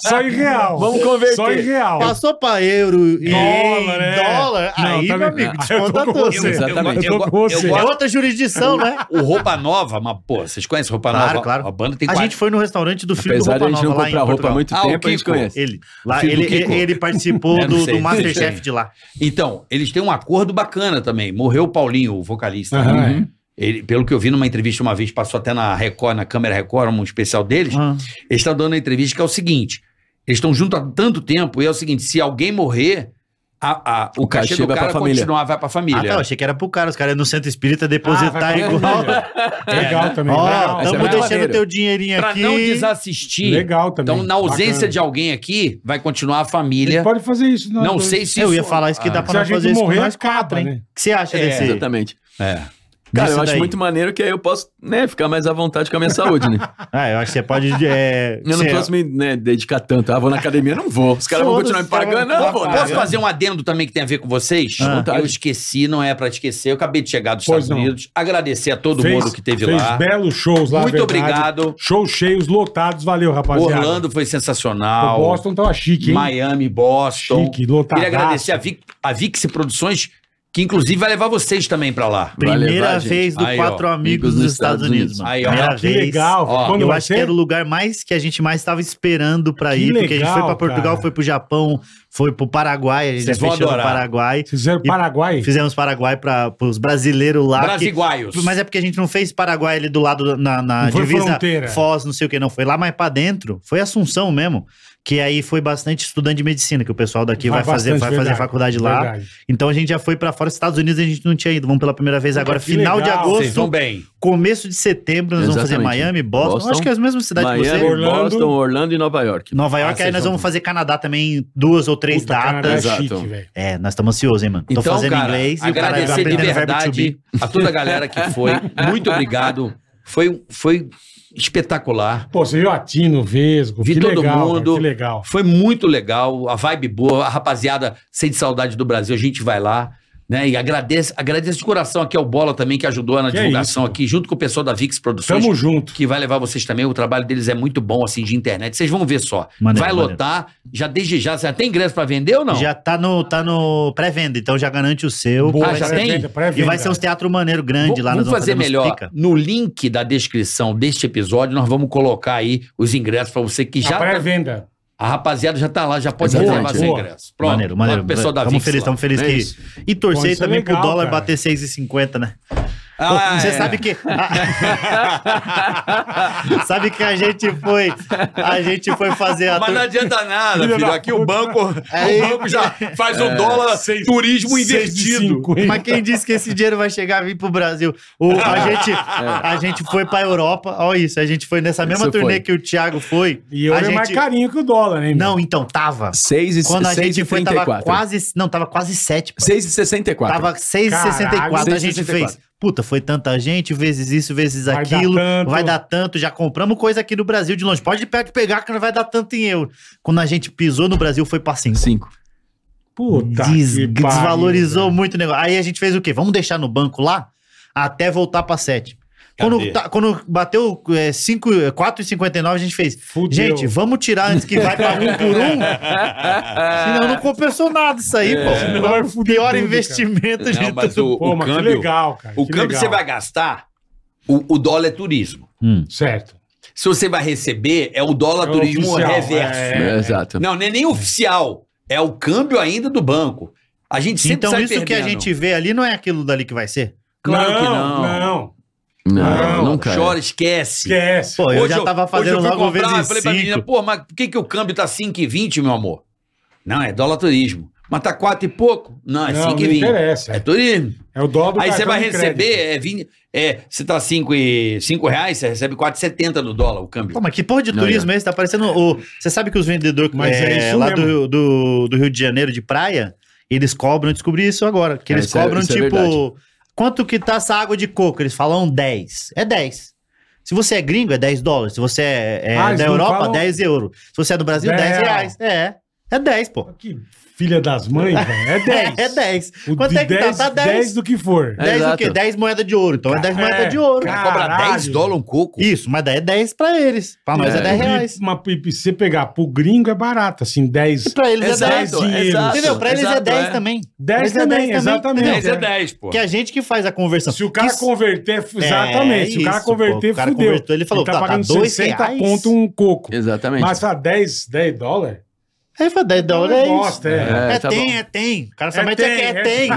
Só em real.
Vamos converter.
Só em real.
Passou pra euro e
Dólar, é.
dólar,
Não,
aí,
tá
meu
bem.
amigo,
Ah, [laughs] eu tô
desconta
com
tudo.
você.
Exatamente.
Eu tô
go-
com você.
É
gosto-
outra jurisdição, né?
O Roupa Nova, mas, pô, vocês conhecem Roupa
Claro,
Nova?
claro.
A banda tem
A
quatro-
gente foi no restaurante do filho
Apesar de
do
a
Roupa
gente
Nova
não
lá em
comprar roupa há
Portugal.
muito
Ah, o
tempo, a gente
Kiko.
conhece.
Ele, lá,
Filho do
ele,
Kiko.
ele, ele participou
[laughs]
É, não
do,
sei,
do
não sei.
Masterchef de lá.
Então, eles têm um acordo bacana também. Morreu o Paulinho, o vocalista.
Aham,
né?
é.
Ele, pelo que eu vi numa entrevista uma vez, passou até na Record, na Câmera Record, um especial deles.
Ah,
Eles estão dando a entrevista que é o seguinte: eles estão juntos há tanto tempo e é o seguinte: se alguém morrer, a- a- o, cachê, do
vai pra
cara
família.
continuar, vai pra
Ah, tá,
família.
eu achei que era pro cara. Os caras no centro espírita depositar
Ah, vai pra
igual.
É,
Legal
né?
também.
Ó,
legal.
Essa é
estamos
muito
deixando
maneiro.
teu dinheirinho
Pra
aqui.
não desassistir.
Legal também.
Então, na ausência
Bacana.
de alguém aqui, vai continuar a
A gente
família.
pode fazer isso. nós
Não
dois.
sei se.
Eu
isso-
ia falar isso que dá
Ah,
pra
Se a
nós fazer
gente
isso com
morrer,
nós quatro,
acaba,
hein?
né?
O que você acha
É,
desse?
Exatamente.
É.
Cara,
desse
eu acho
daí?
muito maneiro que aí eu posso né, ficar mais à vontade com a minha saúde, né?
Ah, eu acho que você pode. É,
Eu não
ser-
posso me né, dedicar tanto. Ah, vou na academia, não vou. Os caras vão
Foda-se,
continuar me
os caras vão-
pagando, não vou.
Posso
Né?
fazer um adendo também que tem a ver com vocês?
Ah.
Eu esqueci, não é pra esquecer. Eu acabei de chegar dos
Pois
Estados
não.
Unidos. Agradecer a todo
Fez-
mundo que esteve
fez
lá.
belos shows lá,
Muito
verdade.
obrigado.
Shows cheios, lotados. Valeu, rapaziada.
Orlando foi
O
sensacional.
Boston tava chique, hein?
Miami, Boston.
Chique, lotadaço.
Queria agradecer a, Vic, a Vixi Produções, que inclusive vai levar vocês também pra lá.
Vai levar,
Primeira
gente.
vez do
Aí, ó,
Quatro Amigos dos Estados Unidos. mano.
Aí, ó,
Primeira
Tá que
vez.
legal.
Ó,
Quando
eu
vai
acho que
ser?
era o lugar mais que a gente mais estava esperando pra
Que
ir, porque a gente
legal,
foi pra Portugal,
cara.
foi pro Japão, foi pro Paraguai, a gente
Vocês vão
fechou no
adorar.
Paraguai.
Fizeram
E-
Paraguai.
Fizemos Paraguai para os brasileiros lá. que-
Brasiguaios.
tá Mas é porque a gente não fez Paraguai ali do lado na, na
Não foi
divisa
fronteira.
Foz, não sei o que, não. Foi lá mais pra dentro. Foi Assunção mesmo. Que aí foi bastante estudante de medicina, que o pessoal daqui vai, fazer,
bastante,
vai fazer
verdade,
faculdade lá.
verdade.
Então a gente já foi pra fora, Estados Unidos a gente não tinha ido. Vamos pela primeira vez
Puta,
agora,
que
final de
legal.
Vocês vão
agosto,
bem.
começo de setembro, nós vamos fazer
Exatamente.
Miami, Boston,
Boston,
acho que é as mesmas cidades que
Miami,
você.
Orlando.
Boston, Orlando e Nova York.
Nova York, aí
Ah, vocês
nós
vão-
vamos fazer Canadá também, duas ou três
Puta, Canadá é
datas.
Exato.
chique, velho.
É, nós estamos ansiosos, hein, mano? Tô fazendo
Então, cara,
inglês e o cara tá
agradecer de
aprendendo verbo to be.
verdade a toda a galera que foi. Muito obrigado. Foi, um- foi espetacular.
Pô, você viu a Tino, Vesgo.
Vi
que
todo
legal, cara,
mundo.
que legal.
Foi muito legal. A vibe boa. A rapaziada sente saudade do Brasil. A gente vai lá. Né? E agradeço, agradeço de coração aqui ao Bola também, que ajudou na
Que é
divulgação
isso.
aqui, junto com o pessoal da Vix Produções.
Tamo junto.
que vai levar vocês também. O trabalho deles é muito bom, assim, de internet. Vocês vão ver só.
Maneiro,
vai
maneiro.
lotar. Já desde já. Você já tem ingresso pra vender ou não?
Já tá no, tá no pré-venda, então já garante o seu.
Boa,
Vai
já
ser-
tem?
pré-venda, pré-venda. Ah,
E vai ser um uns teatro maneiro grande
Vamos-
lá. nós
vamos fazer
uns
melhor.
pica.
No link da descrição deste episódio, nós vamos colocar aí os ingressos pra você que
A
já.
tá
tá-
pré-venda.
A rapaziada já tá lá, já pode
Exatamente.
reservar seu
Boa.
ingresso. Pronto.
maneiro, maneiro.
Lá pro pessoal da
Tamo
Vix
feliz,
lá.
tamo feliz
É
que...
isso.
E
Pô,
torcer
isso é
também pro
legal,
dólar
cara.
bater 6,50, né?
Ah,
Você
é.
sabe
[laughs]
que... sabe que a gente foi... A gente foi fazer a...
Mas não
tur-
adianta nada,
Filho
filho.
da
Aqui o banco,
Aí-
o banco já faz o dólar
É,
turismo invertido.
6,50.
Mas quem disse que esse dinheiro vai chegar a vir pro Brasil? O,
É.
a, gente, a gente foi pra Europa, olha isso, a gente foi nessa mesma
Isso
turnê
foi.
que o Thiago foi.
E eu
a
é mais carinho que o dólar, hein? meu?
Não, então, tava.
6 e
Quando a gente foi, tava
6,34.
quase. Não, tava quase 7.
6 e 64.
Tava 6,64.
Caralho,
A gente
6,64.
fez puta, foi tanta gente, vezes isso, vezes
Vai dar
aquilo,
tanto.
vai dar tanto, já compramos coisa aqui no Brasil de longe. Pode pe- pegar que não vai dar tanto em euro. Quando a gente pisou no Brasil, foi pra cinco. [laughs]
Cinco.
Puta.
Des-
que pariu,
desvalorizou
velho.
muito o negócio. Aí a gente fez o quê? Vamos deixar no banco lá até voltar pra 7. Quando,
Cadê?
tá- quando bateu é, cinco- é, 4,59, a gente fez.
Fudeu.
Gente, vamos tirar antes que vai pra um por um.
[laughs]
Senão não compensou nada isso aí, pô.
É. Senão
Foi
vai
o
fuder
pior
tudo,
investimento de
Não, tá mas
tudo.
o,
Pô,
o
mas que
câmbio.
legal, cara.
O
que
câmbio
legal.
você vai gastar. O, o dólar é turismo.
Certo.
Se você vai receber, é o dólar
É o
turismo
oficial,
reverso.
é.
É, exato.
Não, não é nem oficial. É o câmbio ainda do banco. A gente sempre
Então,
sai
isso que a
perdendo.
gente vê ali não é aquilo dali que vai ser.
Claro que não.
não. Não,
Não,
Não,
não, cara.
Chora, esquece.
esquece.
Pô, eu
Hoje
já tava fazendo
hoje eu fui
logo
comprar, eu
vezes
falei pra menina,
cinco.
pô, mas por que, que o câmbio tá 5,20, meu amor? Não, é dólar turismo. Mas tá 4 e pouco? Não, é
não, não
5,20.
interessa.
É turismo.
É o dó do
Aí você
cartão
vai
de
receber,
crédito.
é, 20, é, você tá 5, e, 5 reais, você recebe 4,70 no dólar o câmbio.
Pô, mas que porra de
Não,
turismo é esse? Tá parecendo o... Você sabe que os vendedores
Mas é
é,
isso
lá
mesmo.
do, do, do Rio de Janeiro, de praia, eles cobram, eu descobri isso agora, que
É,
eles
isso é-
cobram,
isso é verdade.
tipo, quanto que tá essa água de coco? Eles falam 10. É 10. Se você é gringo, é 10 dólares. Se você é, é
Ah, eles
da
não
Europa,
falam-
10 euros. Se você é do Brasil, 10,
10
reais. É, é 10, pô.
Que filha das mães, velho. É
[laughs]
10.
É 10.
O
Quanto
de
é que tá?
10,
Tá 10.
10 do que for.
10 o
Exato.
quê? 10 moedas de ouro. Então é 10 moedas de ouro.
cara.
Cobra 10
caralho.
dólares um coco.
Isso, mas daí é 10 pra eles. Pra nós é,
É.
10
E-
reais.
Mas se você pegar pro gringo é barato, assim, 10.
E pra eles
Exato,
é 10.
dinheiro.
exato,
Entendeu? Pra eles é
exato,
10 também.
10
Mas é
também,
10 também.
exatamente.
10 é 10, pô.
Porque a gente que faz a conversão.
Se o cara
Isso-
converter, f-
É,
exatamente. se o cara
isso, pô.
converter,
O cara
fudeu.
converteu, ele falou, tá, tá dois reais?
conto um coco.
Exatamente.
Mas ah, pra 10, 10 dólares?
Aí foi 10 dólares,
é
é isso.
bosta, é.
É,
É, tá
tem,
bom.
é tem. O cara
É
somente
tem,
é, é,
é
tem.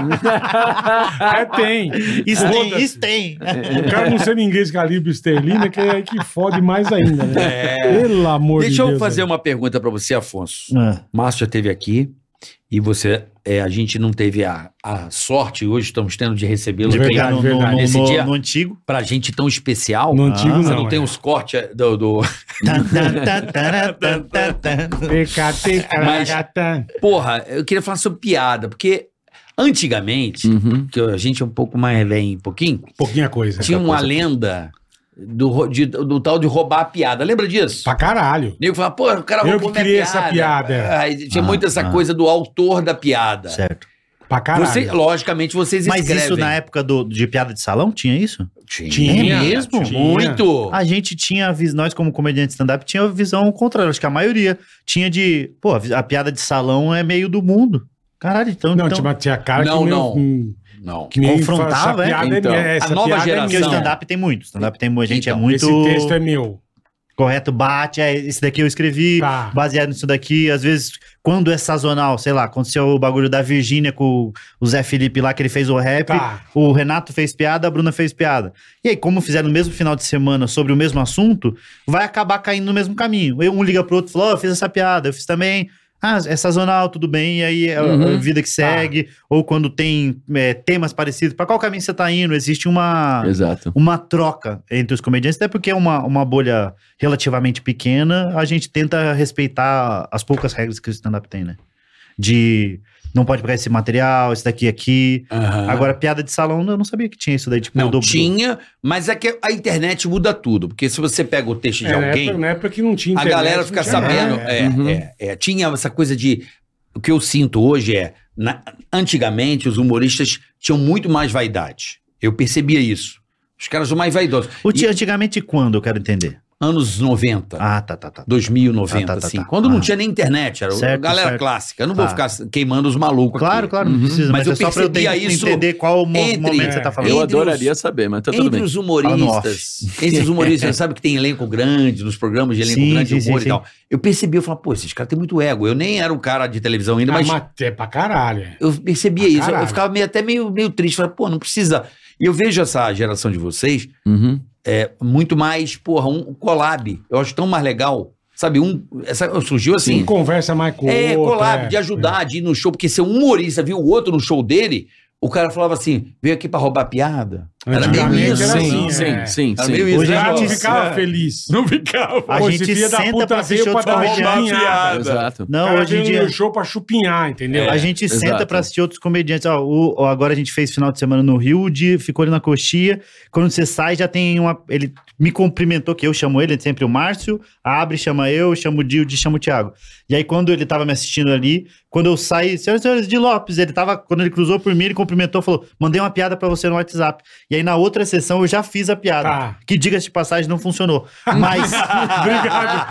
É, tem.
[laughs] Isso tem,
Foda-se.
isso tem. É.
O cara não sendo inglês calibre esterlina, que é aí que fode mais ainda, né?
É.
Pelo amor de
Deixa
Deus.
eu fazer
velho.
uma pergunta pra você, Afonso.
Ah,
Márcio já esteve aqui e você, é, a gente não teve a, a sorte, hoje estamos tendo de recebê-lo
De
aqui
pegar
verdade,
no, no,
verdade.
no-
Nesse
no-
dia-
no antigo. [laughs]
pra gente tão especial.
No
Ah,
antigo não.
um- você não, tem
é.
os cortes é, do, do- [laughs]
Tan, tan, tan, taran, tan, tan, tan.
PKT,
Mas-
caragata.
Porra, eu queria falar sobre piada, porque antigamente,
Uhum.
que a gente é um pouco mais velho um pouquinho,
Pouquinha coisa.
tinha uma lenda do, ro- de- do tal de roubar a piada. Lembra disso?
Pra caralho.
O nego fala, pô, o cara
Eu
roubou
que
minha
criei
piada.
essa piada.
Aí tinha
Ah,
muito essa
ah.
coisa do autor da [laughs] piada.
Certo.
Pra é caralho.
Você, logicamente, vocês
Mas
escrevem.
isso na época do, de piada de salão tinha isso?
Tinha,
Tinha,
mesmo?
tinha. Ah,
Muito.
A gente tinha, a vis- nós como comediante stand-up, tinha a visão contrária. Acho que a maioria tinha de, pô, a vi- a piada de salão é meio do mundo. Caralho, então...
Não,
então
tinha- tinha cara
Não,
que
não.
hum,
Não.
que me
Confrontava,
fala,
é?
essa piada é?
Então,
minha,
a
essa
nova
piada
geração-
Porque
É
o
minha.
stand-up tem muito. Stand-up tem muito. A gente
Então,
é muito
Esse texto é meu.
correto, bate. É, esse daqui eu escrevi,
Tá.
baseado nisso daqui. Às vezes, quando é sazonal, sei lá, aconteceu o bagulho da Virgínia com o Zé Felipe lá, que ele fez o rap.
Tá.
O Renato fez piada, a Bruna fez piada. E aí, como fizeram no mesmo final de semana sobre o mesmo assunto, vai acabar caindo no mesmo caminho. Eu- Um liga pro outro e fala: Ó, eu fiz essa piada, eu fiz também. Ah, é sazonal, tudo bem, e aí é a- a
Uhum.
vida que segue, ou quando tem é, temas parecidos, pra qual caminho você tá indo? Existe uma
Exato.
uma troca entre os comediantes, até porque é uma, uma bolha relativamente pequena, a gente tenta respeitar as poucas regras que o stand-up tem, né? De não pode pegar esse material, esse daqui aqui.
Aham.
Agora, piada de salão, eu não sabia que tinha isso daí, tipo,
Não,
dobrou.
tinha, mas é que a internet muda tudo. Porque se você pega o texto de
É, na
alguém,
época- Na época que não tinha
a
internet,
galera
não
né?
fica
tinha
sabendo.
nada.
É,
Uhum.
é, é. Tinha essa coisa de. O que eu sinto hoje é. na- antigamente, os humoristas tinham muito mais vaidade. Eu percebia isso. Os caras são mais vaidosos.
O tinha antigamente quando, eu quero entender.
Anos 90.
Ah, tá, tá, tá.
2090,
Tá, tá, tá,
assim.
tá.
Quando não
Ah.
tinha nem internet, era
Certo,
galera
certo.
clássica. Eu não vou
Tá.
ficar queimando os malucos
Claro,
aqui.
claro, não
Uhum.
precisa, mas,
Mas eu
é só pra eu
percebia
tentar
isso
entender qual mo-
entre-
momento você tá
é,
falando.
Eu
Entre
adoraria
os-
saber, mas tá tudo
Entre
bem.
os
Fala no
humoristas,
off.
entre os humoristas, sabe que tem elenco grande, nos programas de elenco
Sim,
grande,
sim,
humor
sim,
e tal. Eu percebi, eu falei, pô, esses caras têm muito ego. Eu nem era um cara de televisão ainda,
Ah,
mas
mas é pra caralho. é.
eu percebia
Ah,
isso. Eu
caralho.
ficava meio, até meio, meio triste. Falei, pô, não precisa. E eu vejo essa geração de vocês é
Uhum.
muito mais, porra, um collab. Eu acho tão mais legal. Sabe, um. Essa, surgiu assim.
Um conversa mais com o
É,
outro,
collab,
é.
de ajudar, de ir no show, porque se um humorista viu o outro no show dele, o cara falava assim: veio aqui pra roubar piada. Era meio
Antigamente
isso,
era assim,
Sim,
é.
sim, sim,
Era
sim.
meio
O
Hoje
cara não
gente- [laughs]
ficava feliz.
Não ficava.
A
Pô, esse
gente
filha da
senta
puta
pra assistir
veio
outros
pra dar uma
comediantes.
piada.
Exato.
Não,
cara
hoje em
veio
dia. É.
no show pra chupinhar, entendeu?
A gente
exato.
senta pra assistir outros comediantes. Ó, o, o- agora a gente fez final de semana no Rio, o dia ficou ali na coxia. Quando você sai, já tem uma. Ele me cumprimentou, que eu chamo ele, sempre o Márcio. A Abre chama eu, chamo o Di, o Di chama o Thiago. E aí, quando ele tava me assistindo ali, quando eu saí, senhoras e senhores, Di Lopes, ele tava. Quando ele cruzou por mim, ele cumprimentou, falou: mandei uma piada pra você no WhatsApp. E aí, na outra sessão, eu já fiz a piada.
Tá.
Que diga-se de passagem, não funcionou. Mas.
[laughs]
[laughs]
Obrigado.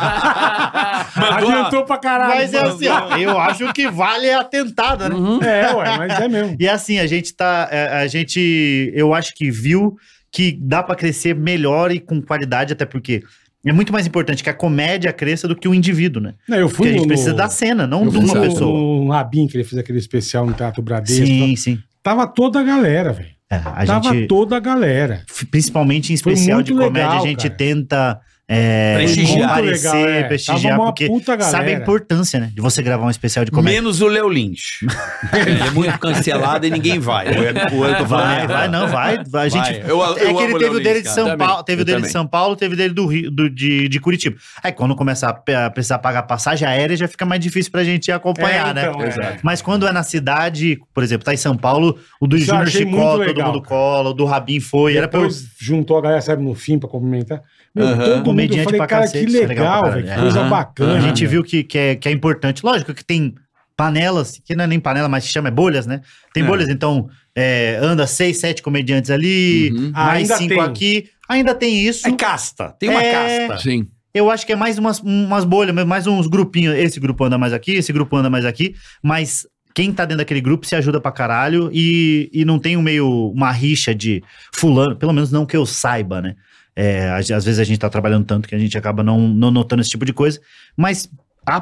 Adiantou pra caralho.
mas é assim, ó, eu acho que vale a tentada, né?
É, ué, mas é mesmo.
E assim, a gente tá. é, A gente. Eu acho que viu que dá pra crescer melhor e com qualidade, até porque. É muito mais importante que a comédia cresça do que o indivíduo, né?
Não, eu
Porque
fui
a gente
no-
precisa da cena, não
Eu
de
no,
uma
concordo.
pessoa.
no Rabin, que ele fez aquele especial no Teatro Bradesco.
Sim, sim.
Tava toda a galera, velho.
É, a
Tava
gente,
toda a galera.
f- principalmente em
Foi
especial
muito
de comédia,
legal,
a gente
cara.
tenta é,
Prestigiar.
comparecer,
é.
prestigiar,
Tava uma
porque
puta galera.
sabe a importância, né? De você gravar um especial de
é?
comédia.
Menos o Léo
[laughs]
Lynch. Ele é muito cancelado e ninguém vai. Eu, eu tô
"Né,
falando,
Vai, vai, não, vai. A gente,
Vai. Eu- eu
é
amo
que ele teve o
o Leonês,
dele de
cara.
São
Também,
Paulo, teve o
eu
dele de
também.
São Paulo, teve o dele do Rio, do- de, de Curitiba. Aí quando começa a pe- a precisar pagar passagem aérea, já fica mais difícil pra gente acompanhar,
É, então,
né?
é.
Exato. Mas quando é na cidade, por exemplo, tá em São Paulo, o do
Isso eu
Júnior
achei
Chicó,
muito
todo
legal,
mundo
cara.
cola, o do Rabin foi, era pra eu-
Depois juntou a galera, sabe, no fim pra cumprimentar. Meu,
Aham.
todo mundo, eu
Comediante
falei,
pra
cara,
cacete,
que
isso é legal
legal,
pra
velho. Que
caralho.
coisa
Aham.
bacana.
A gente
meu.
viu que, que, é, que é importante. Lógico que tem panelas, que não é nem panela, mas se chama é bolhas, né? Tem bolhas, então é, anda seis, sete comediantes ali,
Uhum.
mais
Ah, Ainda
cinco
tem.
aqui. Ainda tem isso.
É casta. Tem uma
É.
casta.
Sim.
Eu acho que é mais umas, umas bolhas, mesmo, mais uns grupinhos. Esse grupo anda mais aqui, esse grupo anda mais aqui, mas quem tá dentro daquele grupo se ajuda pra caralho e, e não tem um meio uma rixa de fulano, pelo menos não que eu saiba, né? É, às, às vezes a gente tá trabalhando tanto que a gente acaba não, não notando esse tipo de coisa, mas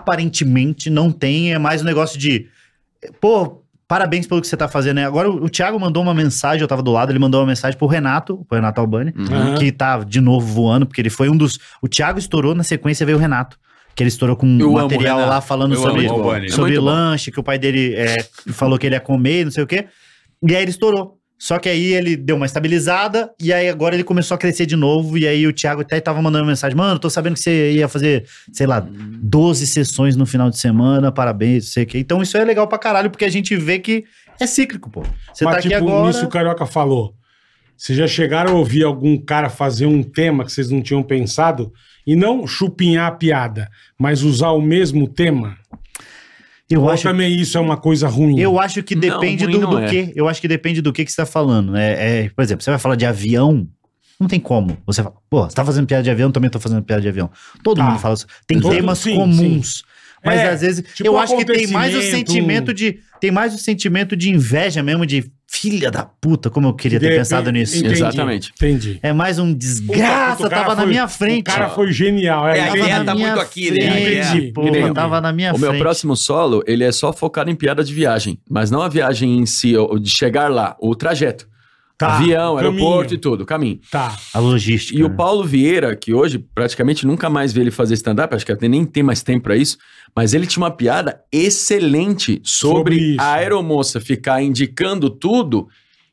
aparentemente não tem, é mais um negócio de pô, parabéns pelo que você tá fazendo. né? Agora o, o Thiago mandou uma mensagem, eu tava do lado, ele mandou uma mensagem pro Renato, pro Renato Albani,
Uhum.
que tá de novo voando, porque ele foi um dos. O Thiago estourou, na sequência veio o Renato. Que ele estourou com um
Eu amo o
material
Renato.
lá falando
Eu
sobre,
amo o Albani.
sobre
Muito bom.
lanche, que o pai dele é, falou que ele ia comer, não sei o quê. E aí ele estourou. Só que aí ele deu uma estabilizada, e aí agora ele começou a crescer de novo. E aí o Thiago até tava mandando mensagem: Mano, tô sabendo que você ia fazer, sei lá, 12 sessões no final de semana, parabéns, não sei o quê. Então isso é legal pra caralho, porque a gente vê que é cíclico, pô. Você
Mas,
tá aqui
tipo,
agora.
nisso o Carioca falou. Vocês já chegaram a ouvir algum cara fazer um tema que vocês não tinham pensado? E não chupinhar a piada, mas usar o mesmo tema?
eu
Ou
acho
também isso é uma coisa ruim?
Eu acho que
Tipo, Não,
depende
ruim
do,
não
do
é.
que. Eu acho que depende do que, que você tá falando. né? É, por exemplo, você vai falar de avião. Não tem como. Você fala, pô, você tá fazendo piada de avião, também tô fazendo piada de avião. Todo
Tá.
mundo fala isso. Tem
Todo-
temas
sim,
comuns. Mas
É,
às vezes.
tipo
eu
um
acho que tem mais o
acontecimento,
sentimento de. Tem mais o sentimento de inveja mesmo, de filha da puta, como eu queria
De
ter
repente-
pensado nisso.
entendi,
Exatamente.
Entendi.
É mais um
Puta,
desgraça,
o cara
tava na
foi-
minha frente.
O cara foi genial.
É,
entendi.
a guerra tá muito aqui, né? A
frente,
guerra.
porra,
Entendi.
tava na minha
O
frente.
meu próximo solo, ele é só focado em piada de viagem, mas não a viagem em si, ou de chegar lá, o trajeto.
Tá,
Avião,
caminho.
aeroporto e tudo, caminho.
Tá.
A logística.
E o
né?
Paulo Vieira, que hoje praticamente nunca mais vê ele fazer stand-up, acho que até nem tem mais tempo pra isso, mas ele tinha uma piada excelente
Sobre
sobre,
isso.
a aeromoça ficar indicando tudo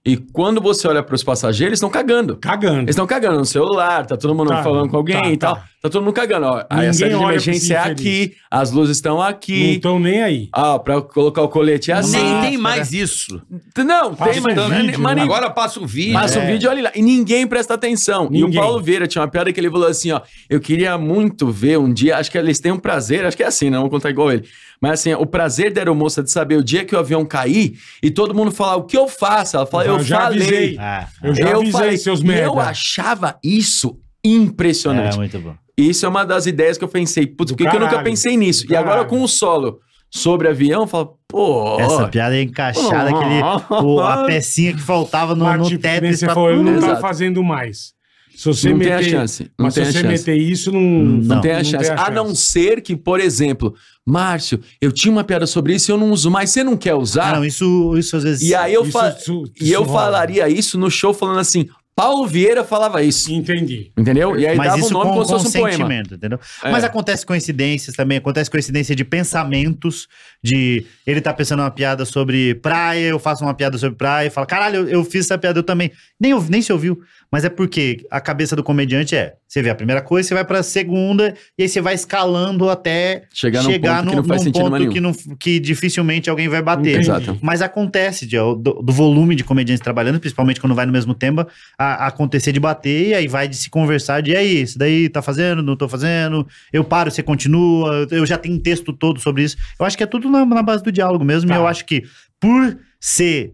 e quando você olha pros passageiros, eles estão cagando.
Cagando.
Eles estão cagando no celular, tá todo mundo
Tá,
falando com alguém
tá,
e tal.
tá.
Tá. todo mundo cagando. Ó,
Ninguém
a saída de
olha pra esse
emergência é
infeliz.
aqui, as luzes estão
Não
aqui.
estão nem aí.
Ah, pra colocar o colete é assim.
Nem tem
Máscara.
mais isso.
Não,
Passa
tem,
um
mas,
vídeo,
mas
né?
nem-
Agora passa o vídeo.
Passa um
É.
vídeo, olha lá. E ninguém presta atenção. E
Ninguém.
o Paulo Vieira tinha uma piada que ele falou assim, ó. Eu queria muito ver um dia, acho que eles têm um prazer, acho que é assim, né? Não vou contar igual ele. Mas assim, o prazer da aeromoça de saber o dia que o avião cair e todo mundo falar o que eu faço. Ela fala,
Eu
eu,
já
falei.
avisei.
Ah,
Eu já avisei
falei.
seus
E Eu
merda.
achava isso
é,
impressionante.
muito bom.
Isso é uma das ideias que eu pensei. Putz,
Do
por que que eu nunca
caralho.
pensei nisso?
Do
E agora
caralho.
com o solo sobre avião, eu falo, pô.
Essa piada é encaixada, aquele, o- a pecinha que faltava no,
Mas,
no
tipo, que nem
Tetris.
você
pra-
falou, ele não tá
Exato.
fazendo mais. Se você
Não tem
meter,
a chance, não
mas se
tem a
você
chance.
meter isso, não,
Não.
Não, tem a chance. a, não ser que, por exemplo, Márcio, eu tinha uma piada sobre isso e eu não uso mais, você não quer
Ah,
usar?
não, isso, isso às vezes.
e aí eu,
Isso-
fa-
isso-
e eu
isso rola.
falaria isso no show falando assim, Paulo Vieira falava isso.
Entendi.
Entendeu? E aí
Mas
dava o
isso
nome
com
como se fosse um poema.
consentimento, entendeu?
É.
Mas acontece coincidências também, acontece coincidência de pensamentos, de ele tá pensando uma piada sobre praia, eu faço uma piada sobre praia, e fala, caralho, eu, eu fiz essa piada, eu também. Nem, ouvi- nem se ouviu. Mas é porque a cabeça do comediante é, você vê a primeira coisa, você vai pra segunda, e aí você vai escalando até
Chegar num
chegar
ponto
num
que não faz
num
sentido mais
ponto
nenhum.
que, não, que dificilmente alguém vai bater.
Entendi.
Exato.
Mas acontece de- do, do volume de comediantes trabalhando, principalmente quando vai no mesmo tema, a- a acontecer de bater e aí vai de se conversar de e aí, isso daí tá fazendo, não tô fazendo, eu paro, você continua, eu já tenho texto todo sobre isso. Eu acho que é tudo na, na base do diálogo mesmo,
Tá.
e eu acho que por ser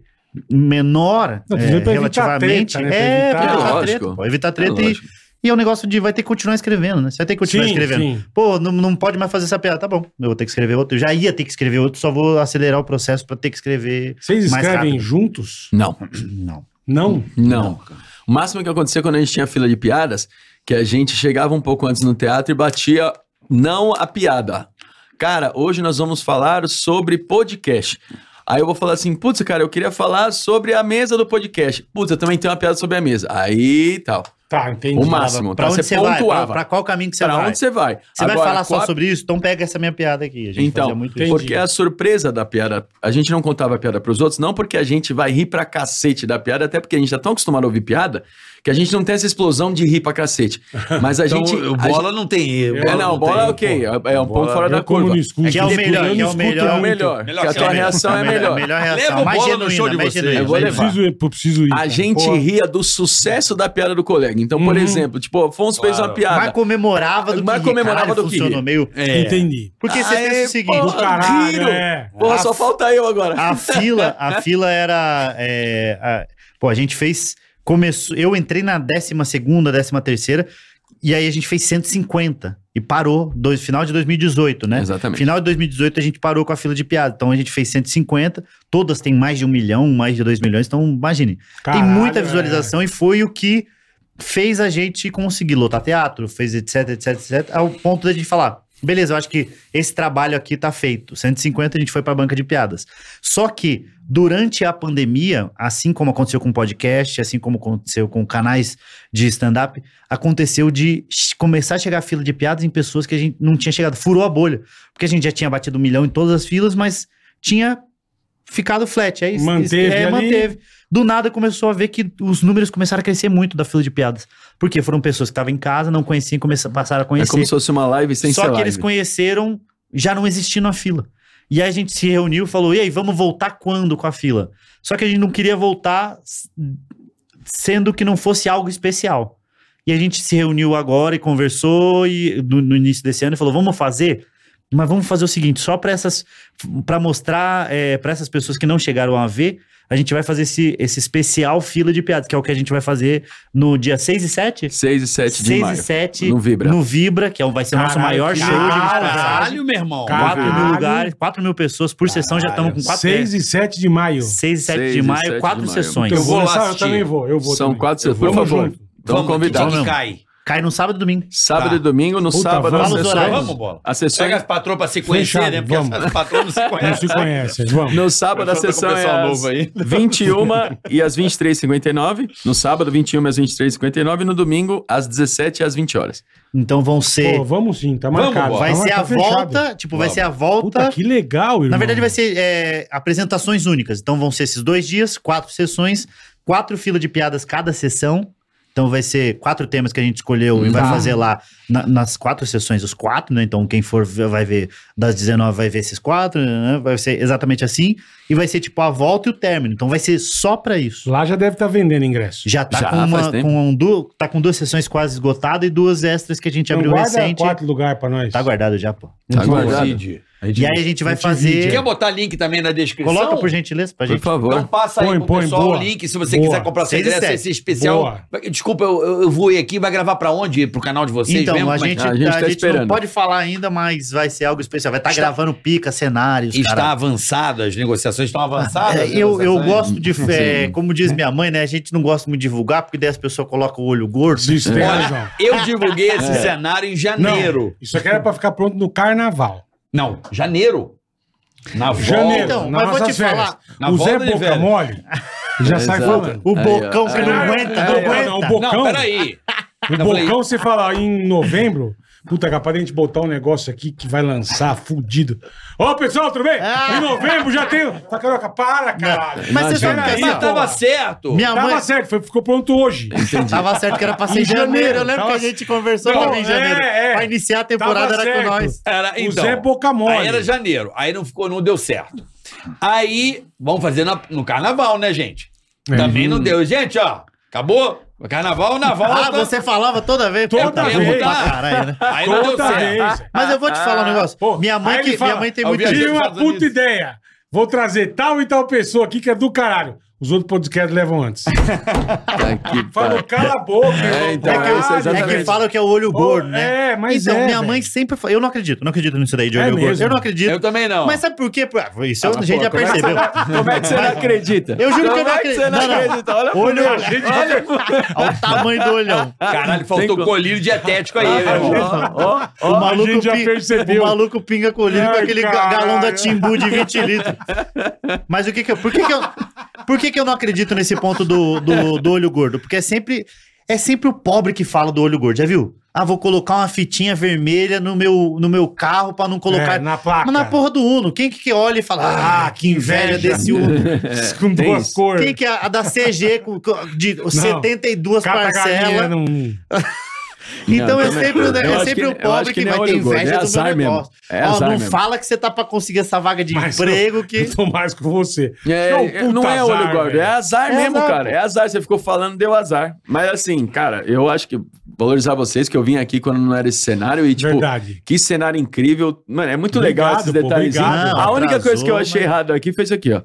menor
Não,
é,
tudo bem pra evitar
relativamente,
treta, né? Pra
é,
evitar-
pra evitar
Lógico.
treta, pô, evitar treta e,
lógico.
e é um negócio de vai ter que continuar escrevendo, né? Você vai ter que
tá
continuar escrevendo.
sim.
Pô, não, não pode mais fazer essa piada. Tá bom, eu vou ter que escrever outro. Eu já ia ter que escrever outro, só vou acelerar o processo pra ter que escrever.
Vocês
Mais
escrevem
rápido.
juntos?
Não,
Não.
Não.
não. O máximo que acontecia quando a gente tinha fila de piadas, que a gente chegava um pouco antes no teatro e batia não a piada. Cara, hoje nós vamos falar sobre podcast. Aí eu vou falar assim, putz, cara, eu queria falar sobre a mesa do podcast. Putz, eu também tenho uma piada sobre a mesa. Aí tal.
Tá, entendi.
O máximo.
pra
tá?
onde você
você
vai? Pra,
pontuava.
pra qual caminho que você
Pra
vai?
onde você vai?
Você vai
Agora,
falar só
qual a
sobre isso? Então pega essa minha piada aqui. A gente fazia
Então,
muito
tem-
isso.
porque a surpresa da piada, a gente não contava a piada pros outros, não porque a gente vai rir pra cacete da piada, até porque a gente tá tão acostumado a ouvir piada que a gente não tem essa explosão de rir pra cacete. Mas a
[laughs] Então,
gente.
o
a
bola não tem erro.
gente- é, não, bola é ok, é, é um ponto fora da
Eu, como
curva.
não escuto,
Que é o
eu
melhor,
não
que é o
escuto
melhor.
É o
muito.
melhor,
Melhor
que a
que
tua
a minha.
reação é melhor.
A melhor reação.
Leva o
mais
bola no
genuína,
show de
mais
vocês.
genuína.
Eu vou
mais
levar.
genuína.
Preciso ir, pô, preciso ir.
A
cara.
gente
Pô,
ria do sucesso da piada do colega. Então, por
Uhum.
exemplo, tipo, Afonso fez uma
Claro.
piada.
Mas comemorava do
Mas
que rir.
comemorava
Caralho,
do que
funcionou
rir.
meio.
Entendi.
Porque você
Aê,
pensa o seguinte.
é. pô.
Do caralho,
Riram.
é.
Porra,
A-
só falta eu agora.
A fila, a fila era. é, a- pô, a gente fez. Começou, eu entrei na 12 segunda, 13 terceira, e aí a gente fez 150. E parou, dois, final de 2018, né?
Exatamente.
Final de 2018 a gente parou com a fila de piada. Então a gente fez 150, todas têm mais de um milhão, mais de dois milhões. Então, imagine.
Caralho,
tem muita
é.
visualização e foi o que fez a gente conseguir lotar teatro, fez etc, etc, etc, ao ponto da gente falar. Beleza, eu acho que esse trabalho aqui tá feito. 150 a gente foi pra banca de piadas. Só que durante a pandemia, assim como aconteceu com o podcast, assim como aconteceu com canais de stand-up, aconteceu de ch- começar a chegar a fila de piadas em pessoas que a gente não tinha chegado. Furou a bolha. Porque a gente já tinha batido um milhão em todas as filas, mas tinha ficado flat. Aí,
Manteve
é,
ali.
manteve. Do nada começou a ver que os números começaram a crescer muito da fila de piadas. Porque foram pessoas que estavam em casa, não conheciam, começaram, passaram a
É
conhecer.
como se fosse uma live sem
Só
ser
que
live.
eles conheceram já não existindo a fila. E aí a gente se reuniu e falou: e aí, vamos voltar quando com a fila? Só que a gente não queria voltar s- sendo que não fosse algo especial. E a gente se reuniu agora e conversou e do- no início desse ano e falou: vamos fazer? Mas vamos fazer o seguinte, só para essas, para mostrar para essas pessoas que não chegaram a ver, a gente vai fazer esse, esse especial fila de piadas, que é o que a gente vai fazer no dia 6 e 7?
6 e 7 de
6 e
maio.
7
No Vibra.
no Vibra, que é o- vai ser o nosso
Caralho,
maior
que
show. de
caralho.
passagem.
Caralho, meu irmão.
Caralho.
Quatro mil lugares, 4 mil pessoas por sessão, já estamos com 4
é.
6 e 7 de maio.
6 e 7
Seis
de
e
maio,
sete de
4
maio.
sessões.
Eu vou
lá
lançar, eu
assistir.
também vou. Eu vou
São
também.
quatro
Eu
sessões.
vou
Por favor.
junto.
Estão convidados.
que
Vamos,
que
cai.
Cai no sábado e domingo.
Sábado
Tá.
e domingo, no
Puta,
sábado,
fala
as
os
sessões.
horários.
Vamos, bola.
As sessões-
Pega as patroas pra se conhecer,
Fechado,
né? Porque
vamos.
as patroas não se
Não
conhecem.
se conhecem, vamos.
No sábado a
Tô com o
sessão é
pessoal
às [laughs]
novo aí.
21 e às 23h59. No sábado, 21 às 23h59. E no domingo, às 17 às 20 horas.
Então vão ser.
Pô, vamos sim, tá
Vamos,
marcado.
bora.
vai
tá
ser a
marcado, fechado.
volta. Tipo, vai ser a
Puta,
volta.
que legal, irmão.
Na verdade, vai ser é, apresentações únicas. Então vão ser esses dois dias, quatro sessões, quatro filas de piadas cada sessão. Então vai ser quatro temas que a gente escolheu e vai
Tá.
fazer lá na- nas quatro sessões os quatro, né? Então quem for ver- vai ver das 19 vai ver esses quatro, né? vai ser exatamente assim e vai ser tipo a volta e o término. Então vai ser só pra isso.
Lá já deve estar vendendo ingresso.
Já tá
Já,
com
faz
uma
tempo.
com du- tá com duas sessões quase esgotadas e duas extras que a gente abriu
Então, guarda
recente.
quatro lugares pra nós.
Tá guardado já, pô.
Tá
Então,
guardado.
E aí a gente vai
Divide. Quer
fazer
Quer botar link também na descrição?
Coloca por gentileza pra
Por
gente.
Então
favor.
passa aí
Põe,
pro
põe,
pessoal
boa.
o link, se você
Boa.
quiser comprar seu
Seis e
ingresso,
sete.
esse especial.
Boa.
Desculpa, eu, eu- eu vou ir aqui, vai gravar pra onde? Pro canal de vocês
então,
mesmo?
a
Como é
gente,
que-
tá?
a
A gente tá
gente não
esperando.
pode falar ainda, mas vai ser algo especial. Vai estar
Está-
gravando pica, cenários,
Está
cara.
avançado, as negociações estão avançadas?
É,
as
eu, eu
negociações?
gosto de. é, como diz minha mãe, né? A gente não gosta muito de divulgar, porque daí as pessoas colocam o olho gordo. É.
Desespera, João.
Olha, eu divulguei esse cenário em janeiro.
Isso aqui era pra ficar pronto no carnaval.
Não, janeiro. Na volta.
Janeiro.
Então,
nas
mas vou te
nossas férias.
falar.
Na
o
volta
Zé
de
Boca
velho.
Mole Já sai
Exato.
falando.
O
Aí,
bocão
ó.
que não
É,
aguenta,
é,
não
é,
aguenta.
não, o bocão. Ah,
Não, peraí.
O Bocão, você fala em novembro, puta, capaz de a gente botar um negócio aqui que vai lançar, fudido. Ô, pessoal, tudo bem?
Ah.
Em novembro já tem. Tá, Caroca, para, caralho.
Mas você sabe
Imagina.
que assim, ó,
Mas tava
certo.
minha
Tava
mãe
certo, foi- ficou pronto hoje.
tava certo que era pra ser
Em
em janeiro.
janeiro,
Eu lembro
tava-
que a gente conversou
Não,
também em
é,
janeiro.
é.
Pra iniciar a temporada
Tava
era com
certo.
nós.
O
Era, então,
Zé Boca Mole.
Aí era janeiro. Aí não ficou, não deu certo. Aí, vamos fazer na- no carnaval, né, gente?
É.
Também não deu. Gente, ó, acabou. Carnaval na volta.
Ah, você falava toda vez.
Toda
Puta,
vez.
burro pra caralho, né?
Aí não deu
Toda
certo.
vez.
Mas eu vou te falar um negócio.
Pô,
minha,
aí
mãe
ele
que,
fala,
minha mãe tem
"Ó,
muito
viajante
Tive
isso.
uma
Estados
puta
Unidos.
ideia. Vou trazer tal e tal pessoa aqui que é do caralho. Os outros podcasts levam antes.
Tá aqui,
[laughs] Falou,
pá.
cala a boca, irmão.
então,
Caralho,
esse é
É
exatamente.
que fala que é o olho gordo, né?
Ah, é, mas
então,
é,
minha mãe
velho.
sempre fala. Eu não acredito, não acredito nisso daí de
É
olho gordo.
mesmo.
Eu não acredito.
Eu também não.
Mas sabe por quê? Ah, Isso
Ah,
a gente
pô,
já
como é que
percebeu.
Como é que você não acredita?
Eu juro que eu
Como
não
é que você
acredito.
não
Não, não.
acredita? Olha pra
Olho,
mim.
olha o tamanho do olhão.
Caralho, faltou
Tem-
colírio dietético aí,
Ah,
né, irmão?
Ó, ó,
o
ó.
maluco
gente já
pin-
percebeu.
O maluco pinga colírio com
Ai,
aquele ga-
caralho.
galão da Timbu de 20 litros. Mas o que que eu... Por que que eu, por que que eu não acredito nesse ponto do, do, do olho gordo? Porque é sempre... É sempre o pobre que fala do olho gordo, já viu? Ah, vou colocar uma fitinha vermelha no meu, no meu carro pra não colocar...
É, na placa.
Mas na porra do Uno, quem que, que olha e fala, ah, que inveja
inveja."
desse
[laughs]
Uno.
Com
Tem
duas
isso.
cores.
Quem que é a da CG com, com- de 72
Cata a galinha
parcelas?
num-
Então
Não,
é
também-
sempre, o-
eu
é
acho
sempre
que-
o
eu acho
pobre que,
que nem
vai
é
ter
olho gordo,
inveja
é
do meu
azar mesmo.
negócio.
É
Ó,
azar
não
mesmo.
fala que você tá pra conseguir essa vaga de
Mas
emprego que...
Eu tô mais com você.
É,
um
é,
puta
não é
azar,
olho gordo,
velho.
é azar
É
mesmo,
azar,
cara.
pô.
É azar, você ficou falando, deu azar. Mas assim, cara, eu acho que valorizar vocês, que eu vim aqui quando não era esse cenário e, tipo,
Verdade.
que cenário incrível. Mano, é muito legal
Obrigado,
esses
pô,
detalhezinhos.
obrigado.
A única
Atrasou,
coisa que eu achei
mas-
errado aqui foi isso aqui, ó.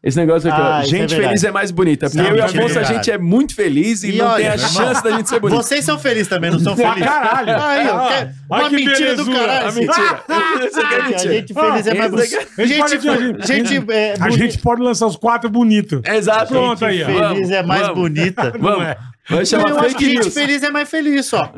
Esse negócio aqui,
Ah,
ó.
isso é
Gente
verdade.
feliz é mais bonita. Porque
Não,
eu e a
isso é
Afonso, a
verdade.
gente é muito feliz e,
E
não
olha,
tem a
irmão,
chance da gente ser [laughs] bonito.
Vocês são felizes também, não são
Pra
felizes?
caralho.
Aí, ó,
Ah,
quer-
olha
uma
que
mentira do
belezura.
caralho.
A
esse-
Ah,
[laughs]
Mentira. Isso aqui é
Ah,
mentira.
é assim. gente feliz é
Ah,
mais
esse aqui-
bonita.
Esse
Gente,
pode-
gente, é,
A
bonita-
gente pode lançar os quatro bonito.
Exato.
Pronto aí, ó.
feliz é mais
vamos,
bonita.
[laughs] Vamos.
é.
Vamos
Não, eu
chamar
acho que
fake
gente
news.
feliz é mais feliz,
[laughs]
só.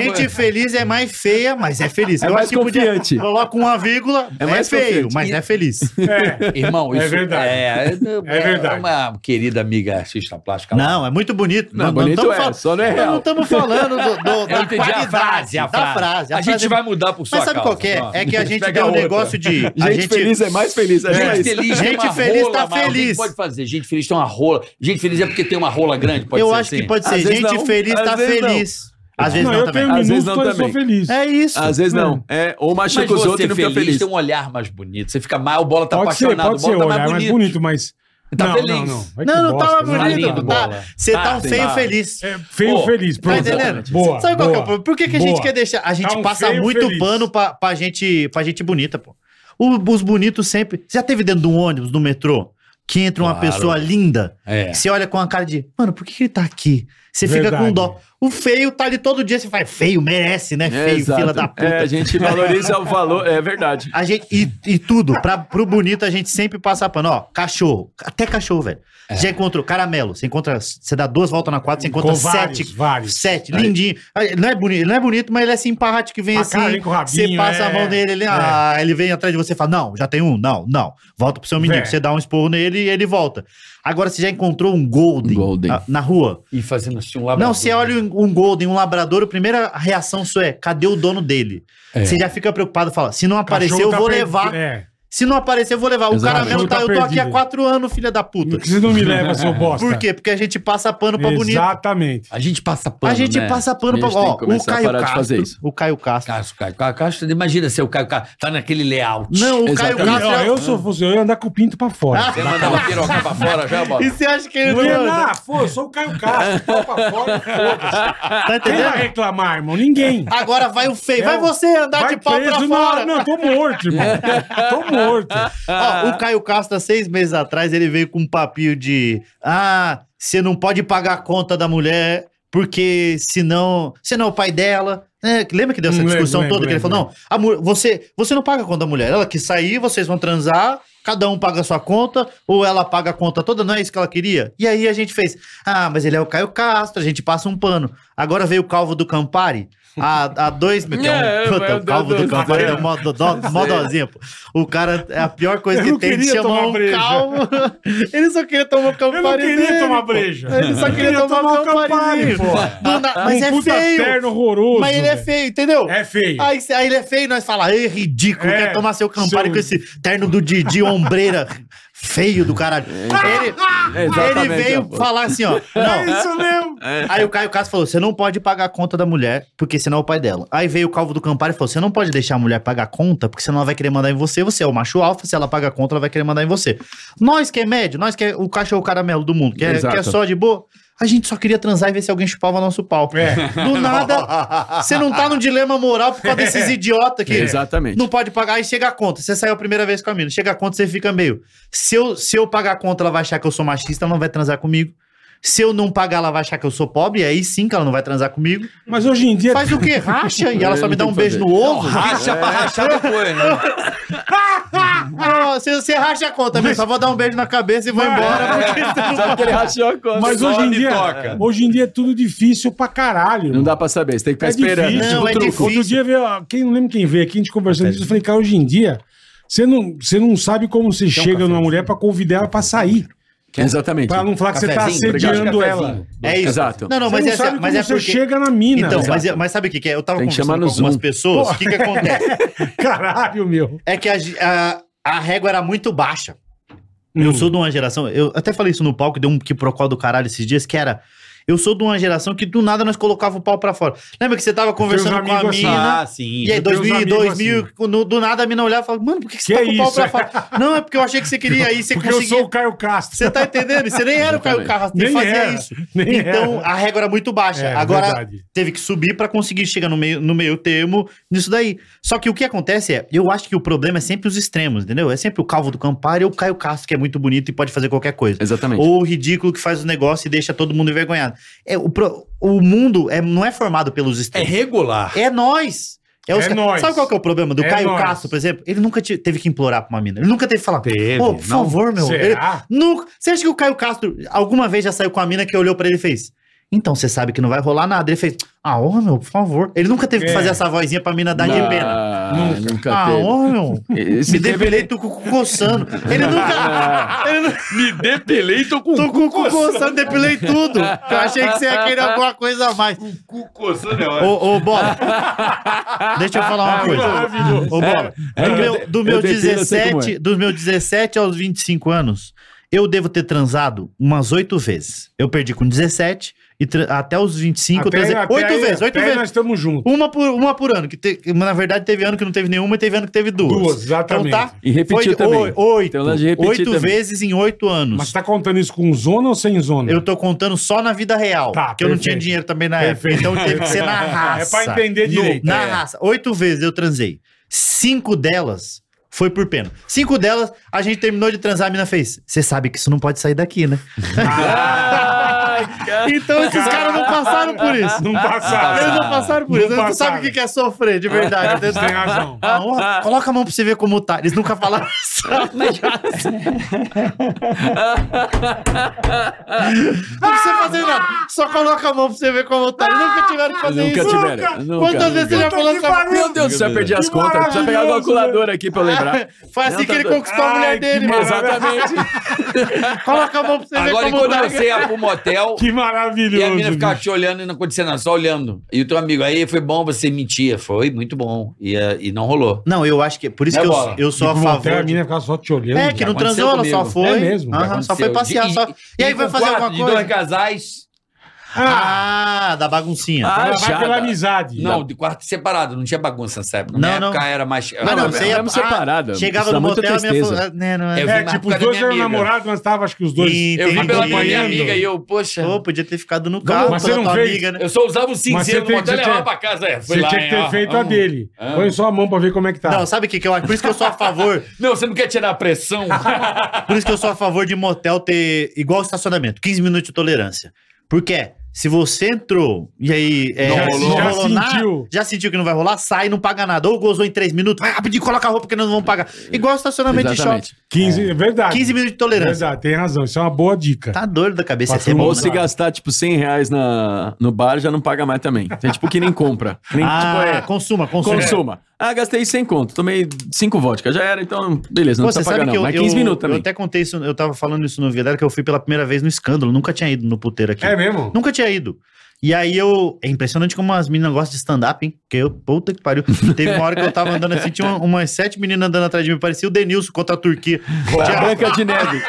gente feliz é mais feia, mas é feliz.
É
eu
mais
acho que podia-
confiante.
Coloca uma vírgula, é,
mais
feio,
confiante.
mas é feliz.
[laughs] É.
Irmão,
É
isso
verdade.
É,
É verdade.
Uma querida amiga artista plástica. lá.
Não, é muito bonito.
Não,
Não,
bonito
tamo
é,
fal-
só não é
Nós
real.
Não estamos falando do, do-
[laughs] Eu
da
entendi a
qualidade,
frase, a
da
frase.
frase,
A gente
frase-
vai mudar por sua
Mas sabe
causa,
qual que é?
ó.
É que a gente
Pega
deu um
outra.
negócio de... a
[laughs] Gente feliz é mais feliz. É
Gente
isso.
feliz, tem
Gente
uma
feliz
rola
tá
maior.
feliz.
Quem Pode fazer. Gente feliz tem uma rola. Gente feliz é porque tem uma rola grande. Pode
eu
ser
acho
assim.
que pode ser.
Às vezes
gente
não,
feliz
às
tá
vezes não.
feliz. Às vezes
Não,
não,
eu
também.
Às
tenho
vezes
minutos
não
quando eu sou
também.
feliz.
É isso.
Às vezes não. É, ou
Mas
machuca os outros
você
e não fica
feliz,
feliz.
tem um olhar mais bonito. Você fica mais... O bola tá
Pode ser,
apaixonado.
pode ser.
o bola
é
tá
Olhar mais bonito, mas...
Tá
não,
feliz.
não, não. Vai que
Não, não
bosta,
tava
né?
Tá
bonito.
lindo,
tá-
bola.
Você tá um
sim,
feio
tá.
feliz.
É feio
Pô,
feliz,
Tá
pronto.
entendendo?
Boa,
Sabe qual que é o
boa.
problema? Por que, que a gente
Boa.
quer deixar? A gente
Tá um
passa
feio
muito
feliz.
pano pra, pra, gente, pra gente bonita, pô. O- os bonitos sempre. Você já teve dentro de um ônibus, no metrô, que entra uma
Claro.
pessoa linda?
É.
Você olha com a cara de, mano, por que que ele tá aqui? Você fica
Verdade.
com dó. O feio tá ali todo dia, você faz feio, merece, né?
É,
Feio,
exato.
fila da puta.
É, a gente valoriza o valor, é verdade.
A gente, e, e tudo, pra, pro bonito a gente sempre passa pano. Ó, cachorro, até cachorro, velho. Já encontrou caramelo, você encontra, você dá duas voltas na quadra, você encontra
Com vários,
sete.
vários.
Sete, lindinho. Ah, Ele não, é bonito, ele não é bonito, mas ele é simpático que vem
Ah,
assim.
cara, vem com o rabinho,
você passa
é,
a mão nele, ele,
é.
ah, ele vem atrás de você e fala: Não, já tem um, não, não. Volta pro seu menino.
Vé.
Você dá um esporro nele e ele volta. Agora você já encontrou um Golden,
Um golden.
ah, na rua.
E fazendo assim
Tá
um labrador.
Não, você olha um um Golden, um Labrador, a primeira reação sua é: cadê o dono dele?
É.
Você já fica preocupado fala: se não aparecer,
Cachorro
eu
tá
vou
perdi-
levar.
É.
Se não aparecer, eu vou levar. O
Exato.
caramelo
Cachorro
tá,
tá
eu tô aqui
perdido.
há quatro anos, filha da puta.
Por que Você não me leva, seu bosta.
Por quê? [laughs] Porque a gente passa pano pra bonito.
Exatamente.
A gente passa pano,
A gente
né?
passa pano
A
pra.
gente tem
Ó,
que
o
começar a
Caio
parar de
Castro.
fazer É isso.
O Caio Castro.
Cássio, Cássio, Cássio, Cássio, imagina se o Caio Cássio tá naquele layout.
Não, o Caio
Exatamente.
E,
Castro.
ó,
é- Ah,
eu sou você, eu ia andar com o pinto pra fora.
Você mandar uma piroca pra fora já, bola?
E você acha que ele
Não
não
ia
anda?
andar, pô, eu sou o
[laughs]
Caio Castro, pau pra fora, foda-se.
Tá
Quem é? vai
entendendo?
reclamar, irmão? Ninguém.
Agora vai o feio. Vai
Eu-
você andar Tá de pau pra
preso,
fora.
Não, não, tô morto, irmão. Tô morto. Ah.
Ó, o Caio Castro, há seis meses atrás, ele veio com um papinho de: Ah, você não pode pagar a conta da mulher, porque senão. Você não é o pai dela. né? lembra que deu essa
Hum,
discussão
lembro,
toda? que ele
lembro,
falou: Não, a mu- você, você não paga a conta da mulher. Ela que sair, vocês vão transar. cada um paga a sua conta, ou ela paga a conta toda, não é isso que ela queria? E aí a gente fez, ah, mas ele é o Caio Castro, a gente passa um pano. Agora veio o Calvo do Campari, há, há
[laughs]
dois... que É,
É,
um, [laughs] puta,
é,
o Calvo
é,
do
é,
Campari é mó dodó- mó dózinha, pô. O cara, é a pior coisa
Eu
que
não
tem de
queria
chamar
tomar
um
breja.
calvo. [laughs] Ele só queria tomar o Campari
Eu não queria
dele,
tomar
pô.
breja.
Ele só
Eu
queria tomar, o Campari.
pô.
Do na- Mas
um
é
puta
feio.
terno horroroso.
Mas ele é
velho.
feio, entendeu?
É feio.
Aí, cê- aí ele é feio e nós falamos, é ridículo,
É,
quer tomar seu Campari
seu-
com esse terno do Didi, ombreira, [laughs] feio do caralho. Ele,
É,
ele
exatamente,
veio
é, pô.
falar assim, ó,
É
não.
isso mesmo.
Aí o Caio Castro falou, você não pode pagar a conta da mulher, porque senão é o pai dela. Aí veio o Calvo do Campari e falou, você não pode deixar a mulher pagar a conta, porque senão ela vai querer mandar em você, você é o macho alfa, se ela paga a conta, ela vai querer mandar em você. Nós que é médio, nós que é o cachorro caramelo do mundo, que é,
Exato.
que é só de boa, a gente só queria transar e ver se alguém chupava nosso pau. Do nada,
[laughs]
você não tá num dilema moral por causa desses idiotas que
É. Exatamente.
não pode pagar. Aí chega a conta. Você saiu a primeira vez com a mina. Chega a conta, você fica meio. Se eu, se eu pagar a conta, ela vai achar que eu sou machista, ela não vai transar comigo. Se eu não pagar, ela vai achar que eu sou pobre. E aí sim que ela não vai transar comigo.
Mas hoje em dia.
Faz o quê? Racha? E ela
É,
só me
não
dá
tem
um
o que
beijo
fazer.
no ovo.
Racha pra rachar depois, né?
Ah, [laughs] Você, você racha a conta mesmo. Só vou dar um beijo na cabeça e vou
Mas-
embora. Porque você não
[laughs] Sabe que ele rachou a conta.
Mas hoje em dia. Hoje em dia é tudo difícil pra caralho.
Não dá pra saber, você tem que ficar
É
Tá esperando.
difícil.
Não, é
Outro-
difícil.
Outro dia veio, ó, quem não lembro quem veio aqui, a gente conversando disso, eu falei, cara, hoje em dia, você não, você não sabe como você chega numa mulher pra convidar ela pra sair.
né?
Exatamente.
Pra não falar que você tá
Cafezinho,
assediando
obrigado,
ela.
cafezinho.
É isso.
assim. Exato.
Não, não,
Você
mas,
não
é,
sabe
mas
como
é
você
porque...
chega na mina.
Então,
velho.
mas, é- mas sabe o que, que é? Eu tava
Tem que chamar um.
conversando com
no
algumas
Zoom.
pessoas. O que,
[laughs]
que acontece?
Caralho, meu.
É que a, gi- a, a régua era muito baixa. Eu
Hum.
sou de uma geração. Eu até falei isso no palco, deu um que procol do caralho esses dias, que era. Eu sou de uma geração que do nada nós colocava o pau pra fora. Lembra que você tava conversando com a
amigos assim.
mina.
Ah, sim.
E aí,
eu tenho uns
2000,
amigos assim.
2000, no- do nada a mina olhava e falava, mano, por que você
Que
tá com o pau
isso,
pra
[laughs]
fora? Não, é porque eu achei que você queria aí, você
Porque eu
conseguia.
sou o Caio Castro.
Você tá entendendo? Você nem era o Caio Carras, você
Nem
fazia
era,
isso.
[laughs] nem
então,
era.
a régua era muito baixa.
É,
Agora,
verdade.
teve que subir pra conseguir chegar no meio, no meio termo nisso daí. Só que o que acontece é, eu acho que o problema é sempre os extremos, entendeu? É sempre o Calvo do Campari ou o Caio Castro, que é muito bonito e pode fazer qualquer coisa.
Exatamente.
Ou o ridículo que faz o negócio e deixa todo mundo envergonhado. É, o, pro- o mundo é, não é formado pelos
É
extremos.
regular.
É, nós. É, os
É
ca-
nós.
Sabe qual que é o problema do
É
Caio
nós.
Castro, por exemplo? Ele nunca te- teve que implorar pra uma mina. Ele nunca teve que falar,
Teve,
"Ô, por
não.
favor, meu. Ele-
Será?
Nunca. Você acha que o Caio Castro alguma vez já saiu com a mina que olhou pra ele e fez? Então você sabe que não vai rolar nada. Ele fez, ah, ô meu, por favor. Ele nunca teve
É.
que fazer essa vozinha pra mina dar de pena.
Não, Nunca
Ah,
teve.
ô meu.
Esse
Me
teve-
depilei, tô com o cu coçando. Ele nunca.
[laughs]
Ele nu-
Me depilei, tô com
Tô com o cu coçando, depilei tudo. Eu achei que você ia querer alguma coisa a mais.
Cu coçando é ótimo.
Ô, ô,
[laughs]
Bola. Deixa eu falar uma coisa. Ô, Bola.
É,
Do
eu
meu,
de-
do
eu
meu
defendo, eu sei como é.
17, dos meus 17 aos 25 anos, eu devo ter transado umas oito vezes. Eu perdi com 17 e tra- até os 25 eu transei. Oito
aí-
vezes, oito
até aí
vezes.
Nós estamos juntos.
Uma por, uma por ano. Que te- na verdade, teve ano que não teve nenhuma e teve ano que teve duas.
Duas, exatamente.
Então tá?
E repetiu
Foi
também.
o- Oito.
Tem o lance de repetir
oito
também.
vezes em oito anos.
Mas você tá contando isso com zona ou sem zona?
Eu tô contando só na vida real.
Hum. Tá,
porque eu não
perfeito.
tinha dinheiro também na
Perfeito.
época. Então teve que ser na
[laughs] É
raça.
pra entender direito.
Na
É.
raça. Oito vezes eu transei. Cinco delas foi por pena. Cinco delas, a gente terminou de transar, a mina fez. Você sabe que isso não pode sair daqui, né? [laughs] então esses caras não passaram por isso. [laughs]
Não passaram.
Eles não passaram por
Não
isso. Eles não
passaram.
sabem o que que é sofrer, de verdade.
[laughs] Você tem razão.
Ah,
[laughs]
ó, Coloca a mão pra você ver como tá. Eles nunca falaram [laughs] isso. Não precisa fazer nada. Só coloca a mão pra você ver como tá. Eles nunca tiveram que fazer
Nunca
isso.
tiveram. nunca,
Quantas vezes
nunca.
você já
Puta
falou
que
com a
pariu.
mão?
Meu Deus do céu, eu perdi as
Que
contas. Precisa pegar a
maravilhoso,
calculadora aqui pra eu lembrar.
Foi assim
Não,
que
tá
ele
doido.
conquistou a mulher
Ai, que
dele, mano.
Exatamente.
Coloca a mão pra você
Agora,
ver como
enquanto
tá.
você ia
[laughs]
pro motel
Que
e a
maravilhoso.
menina ficava
bicho.
te olhando e não acontecia nada, só olhando. E o teu amigo, aí foi bom você mentir. Foi muito bom. E, eh, e não rolou.
Não, eu acho que. Por isso
É
que
bola.
eu, eu sou
E
a
pro motel,
favor.
A menina ficava só te olhando.
É, que não
Aconteceu
transou, ela só
comigo.
foi.
É mesmo,
Aham, só foi
Aconteceu.
passear.
De-
só- E aí vai
com
fazer
quatro
alguma
De dois
coisa?
casais.
Ah,
Ah, da baguncinha.
Ah,
ela vai
já,
pela
cara.
amizade. É,
Não, de quarto separado. Não tinha bagunça nessa época.
Não,
Na
não.
época era mais.
Ah, não,
mas
você ia-
éramos separados.
Chegava no
Isso dá muita
motel, a minha
tristeza.
falou. "Né, não é-
Eu
É,
vi na
tipo,
época
os
da
dois
minha
eram
amiga.
namorados, mas tava, acho que os dois.
Entendi.
Eu vi pela minha
Acompanhando.
amiga e é- eu, poxa.
Pô, podia ter ficado no carro
mas
pela
você não
tua
fez.
amiga, né?
Eu só usava o
Mas você
cinzeiro no
tem-
motel e
você
levava
tinha-
pra casa. É, fui
Você
lá,
tinha que
hein,
ter
ó,
feito a
vamos.
dele.
Ah.
Põe só a mão pra ver como é que tá.
Não, sabe o que, que eu acho? Por isso que eu sou a favor.
Não, você não quer tirar a
[laughs]
pressão?
Por isso que eu sou a favor de motel ter igual estacionamento, 15 minutos de tolerância. Por quê? é, Se você entrou e aí é,
Não
se
rolou.
Já
nada,
sentiu.
já sentiu que não vai rolar, sai, não paga nada. Ou gozou em três minutos, vai rapidinho, coloca a roupa que nós não vamos pagar. Igual estacionamento de
15, é verdade.
shopping. 15 minutos de tolerância.
Verdade, tem razão. Isso é uma boa dica.
Tá doido da cabeça,
Mas
é
foi
bom,
Ou
né?
se gastar, tipo, 100 reais na, no bar, já não paga mais também. Tem tipo que nem compra. Que Nem,
Ah,
tipo, é,
consuma, consuma.
consuma. Ah, gastei 100 conto. Tomei 5 vodka. Já era, então, beleza. Não
Pô,
precisa pagar não. Mas 15 minutos
eu
também.
até contei isso, eu tava falando isso no Viadar, que eu fui pela primeira vez no escândalo, nunca tinha ido no puteiro aqui.
É mesmo?
Nunca tinha ido. E aí eu. É impressionante como as meninas gostam de stand-up, hein? Porque eu, puta que pariu. Teve uma hora que eu tava andando assim, tinha uma- umas sete meninas andando atrás de mim. Parecia o Denilson contra a Turquia.
A Branca de Neve.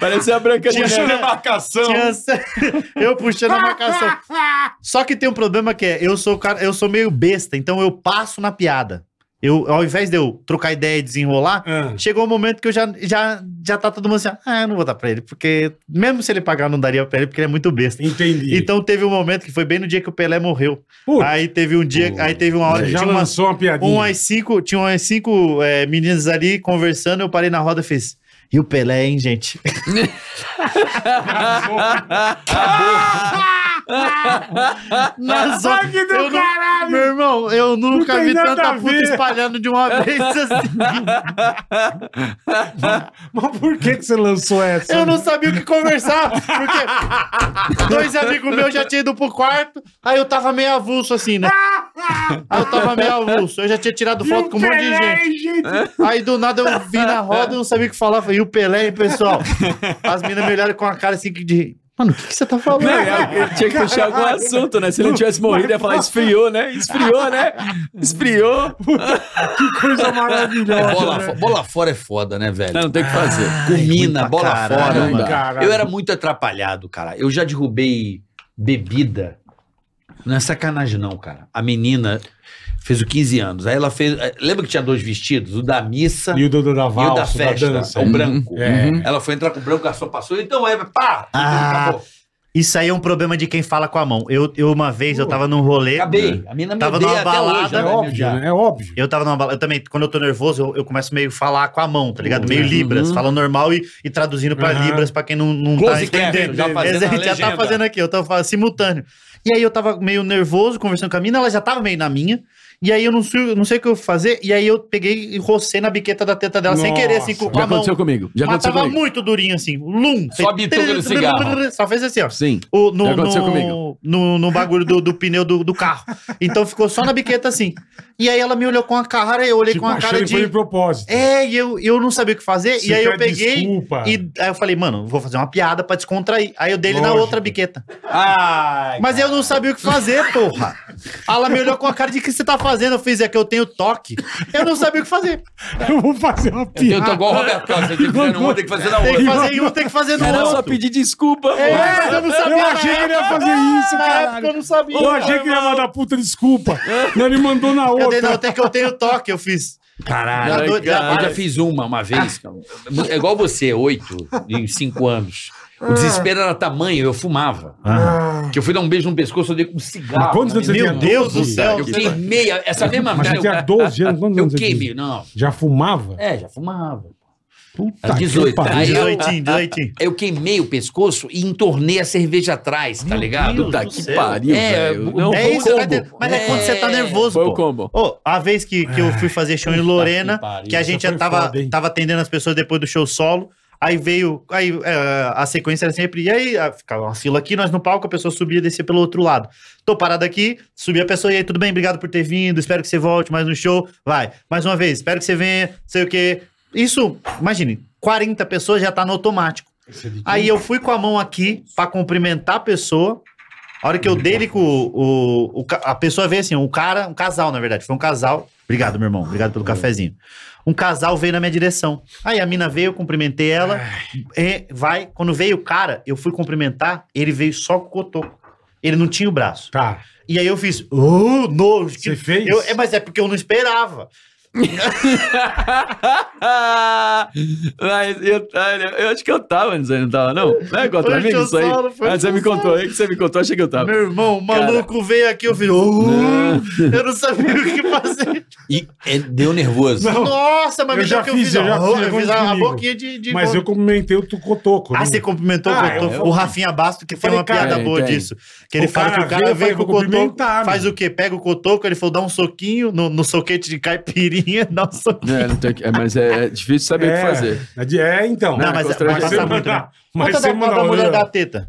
Parecia a Branca de
Puxando
Neve.
a marcação. [laughs] eu puxando a marcação. Só que tem um problema que é, eu sou o cara, eu sou meio besta, então eu passo na piada. Eu, ao invés de eu trocar ideia e desenrolar,
Ah.
chegou o um momento que eu já, já, já tá todo mundo assim, ah, eu não vou dar pra ele, porque mesmo se ele pagar, eu não daria pra ele, porque ele é muito besta.
Entendi.
Então teve um momento que foi bem no dia que o Pelé morreu.
Putz.
Aí teve um dia, aí teve uma hora que
já
tinha umas
lançou uma piadinha.
umas cinco, tinha umas cinco é, meninas ali conversando, eu parei na roda e fiz. E o Pelé, hein, gente? [laughs] Nas
Ai, que do
eu não-
caralho!
Meu irmão, eu nunca
tem
vi
nada a
tanta puta
ver.
espalhando de uma [laughs] vez assim.
Mas por que, que você lançou essa?
[laughs] Eu não sabia o que conversar, porque dois amigos meus já tinham ido pro quarto, aí eu tava meio avulso assim, né? Aí eu tava meio avulso, eu já tinha tirado foto com um monte de gente. Aí do nada eu vi na roda e não sabia o que falar. Falei, E o Pelé, hein, pessoal? As meninas me olharam com a cara assim que de. Mano, o que, que você tá falando?
Não, é, tinha que puxar algum assunto, né? Se ele não tivesse morrido, ia falar esfriou, né? Esfriou, né? Esfriou.
Coisa maravilhosa.
Bola,
né?
fo- bola fora é foda, né, velho?
Não, tem o que fazer.
Comina,
ruim pra
bola
caralho,
né,
fora.
Ai,
mano.
caralho.
Eu era muito atrapalhado, cara. Eu já derrubei bebida. Não é sacanagem, não, cara. A menina fez os 15 anos. Aí ela fez. eh, Lembra que tinha dois vestidos? O da missa
E o Dodô da
e o da
Valsa, da,
festa.
dança.
o branco. Uhum.
É.
Ela foi entrar com o branco, o garçom passou. Então é, pá!
Ah.
acabou.
Isso aí é um problema de quem fala com a mão. Eu, eu uma vez, eu tava num rolê.
Acabei. A menina me
Tava
odeia
numa
até
balada,
hoje.
É
ela vai me
óbvio,
odiar.
né? É óbvio.
Eu tava numa balada. Eu também, quando eu tô nervoso, eu, eu começo meio a falar com a mão, tá ligado? Meio Libras, falando normal e, e traduzindo pra
Aham.
Libras, pra quem não, não tá
Close
entendendo.
caption, já fazendo
Esse a
a
gente já tá
legenda.
fazendo aqui, eu tava falando simultâneo. E aí eu tava meio nervoso, conversando com a mina, ela já tava meio na minha. E aí eu não sei, não sei o que eu fazer. E aí eu peguei e rocei na biqueta da teta dela sem
Nossa.
querer, assim, com, com
Já
a mão.
aconteceu comigo. Já
Mas
aconteceu
tava
comigo.
muito durinho, assim. Lum!
Só a bituca do
[laughs]
cigarro.
Só fez assim, ó.
Sim.
O- no,
Já aconteceu
no-
comigo.
No, no bagulho do, do pneu do, do carro. Então ficou só na biqueta assim. E aí ela me olhou com a cara, eu olhei
Tipo,
com a
achando
cara
que foi de
de.
propósito.
É, e eu, eu não sabia o que fazer.
Você
e aí eu
quer
peguei.
desculpa.
E aí eu falei, mano, vou fazer uma piada pra descontrair. Aí eu dei ele na
Lógico.
outra biqueta.
Ai,
Mas eu não sabia o que fazer, porra. Ela me olhou com a cara de "O que você tá fazendo. Eu fiz, é que eu tenho toque. Eu não sabia o que fazer.
[laughs] Eu vou fazer uma
eu
piada.
tô igual o Roberto Carlos. Você tem que fazer na uma, tem que fazer na
Tem
outra.
que fazer em um, tem que fazer no
[laughs] Era
outro.
só pedir desculpa.
É,
pô.
mas eu não
Eu,
sabia. na
achei que ele ia
época.
fazer isso,
Na época eu
caralho.
não sabia.
Eu achei que ele ia mandar puta desculpa. Não, ele mandou na
Eu dei na
outra.
outra que eu tenho toque, eu fiz.
Caralho.
Já dou- já-
Eu já fiz uma uma vez. cara. É igual você, oito e cinco anos.
Ah.
O desespero era tamanho, eu fumava. Que eu fui dar um beijo no pescoço, eu dei com um cigarro.
Mas quantos
na
anos você
minha-
tinha?
Meu Deus do céu.
Eu queimei a- essa mesma
Mas você
eu-
tinha 12 anos, quantos
Eu
anos você
queimei,
tinha?
não.
Já fumava?
É, já fumava.
Puta
18. Aí eu-
18, 18.
Eu queimei o pescoço e entornei a cerveja atrás, tá ligado?
Puta
Deus do
que
céu.
pariu,
É,
velho.
o-
Não,
É
foi um
isso, vai
combo.
ter- mas é quando você tá nervoso,
Foi o
pô.
combo.
Ô, a vez que, que eu fui fazer show em Lorena, que,
pariu.
a gente já
Essa foi
tava,
foda, hein?
tava atendendo as pessoas depois do show solo, aí veio, aí é, a sequência era sempre, e aí ah, ficava uma fila aqui, nós no palco, a pessoa subia e descia pelo outro lado. Tô parado aqui, subi a pessoa, e aí, tudo bem, obrigado por ter vindo, espero que você volte mais no show, vai, mais uma vez, espero que você venha, sei o quê. Isso, imagine, 40 pessoas já tá no automático. Aí eu fui com a mão aqui pra cumprimentar a pessoa. A hora que eu dei ele com o, o- o ca- A pessoa veio assim, um cara, um casal, na verdade. Foi um casal. Obrigado, meu irmão. Obrigado pelo cafezinho. Um casal veio na minha direção. Aí a mina veio, eu cumprimentei ela. É, vai. Quando veio o cara, eu fui cumprimentar, ele veio só com o cotoco. Ele não tinha o braço.
Tá.
E aí eu fiz, oh, nojo.
Você fez?
Eu, é, mas é porque eu não esperava.
[laughs] Mas eu, olha, eu acho que eu tava, não sei, não tava, não. Não é quatro
Foi o
amigos isso aí?
Tiozolo, foi o
Ah, você me
Tiozolo.
contou aí que você me contou, achei que eu tava.
Meu irmão, o maluco veio aqui, eu fiz. "Oh", eu não sabia o que fazer.
E é, deu nervoso.
Não,
Nossa, mas
Eu
me
já
deu que eu
fiz,
fiz.
eu
ó,
já fiz,
eu
agora
fiz a, a
comigo.
boca de, de.
Mas eu comentei o cotoco.
Ah,
né?
você cumprimentou
Ah,
o Cotô.
eu-
O Rafinha Basto, que tem
Falei,
uma
cara, então,
piada
tem,
boa
tem.
disso. Que ele
O
fala
cara
que o cara
veio,
veio
eu
com o
vou
cotoco,
cumprimentar,
faz
mano.
o quê? Pega o cotoco, ele falou, dá um soquinho no, no soquete de caipirinha, [laughs] dá um soquinho.
É, não tem o que- é, mas é, é difícil saber o que fazer.
é de- É, então.
Não,
É,
mas-
constrangedor.
mas passa muito, né?
Mas
Conta
você
da,
manda
da mulher
olhar.
da teta.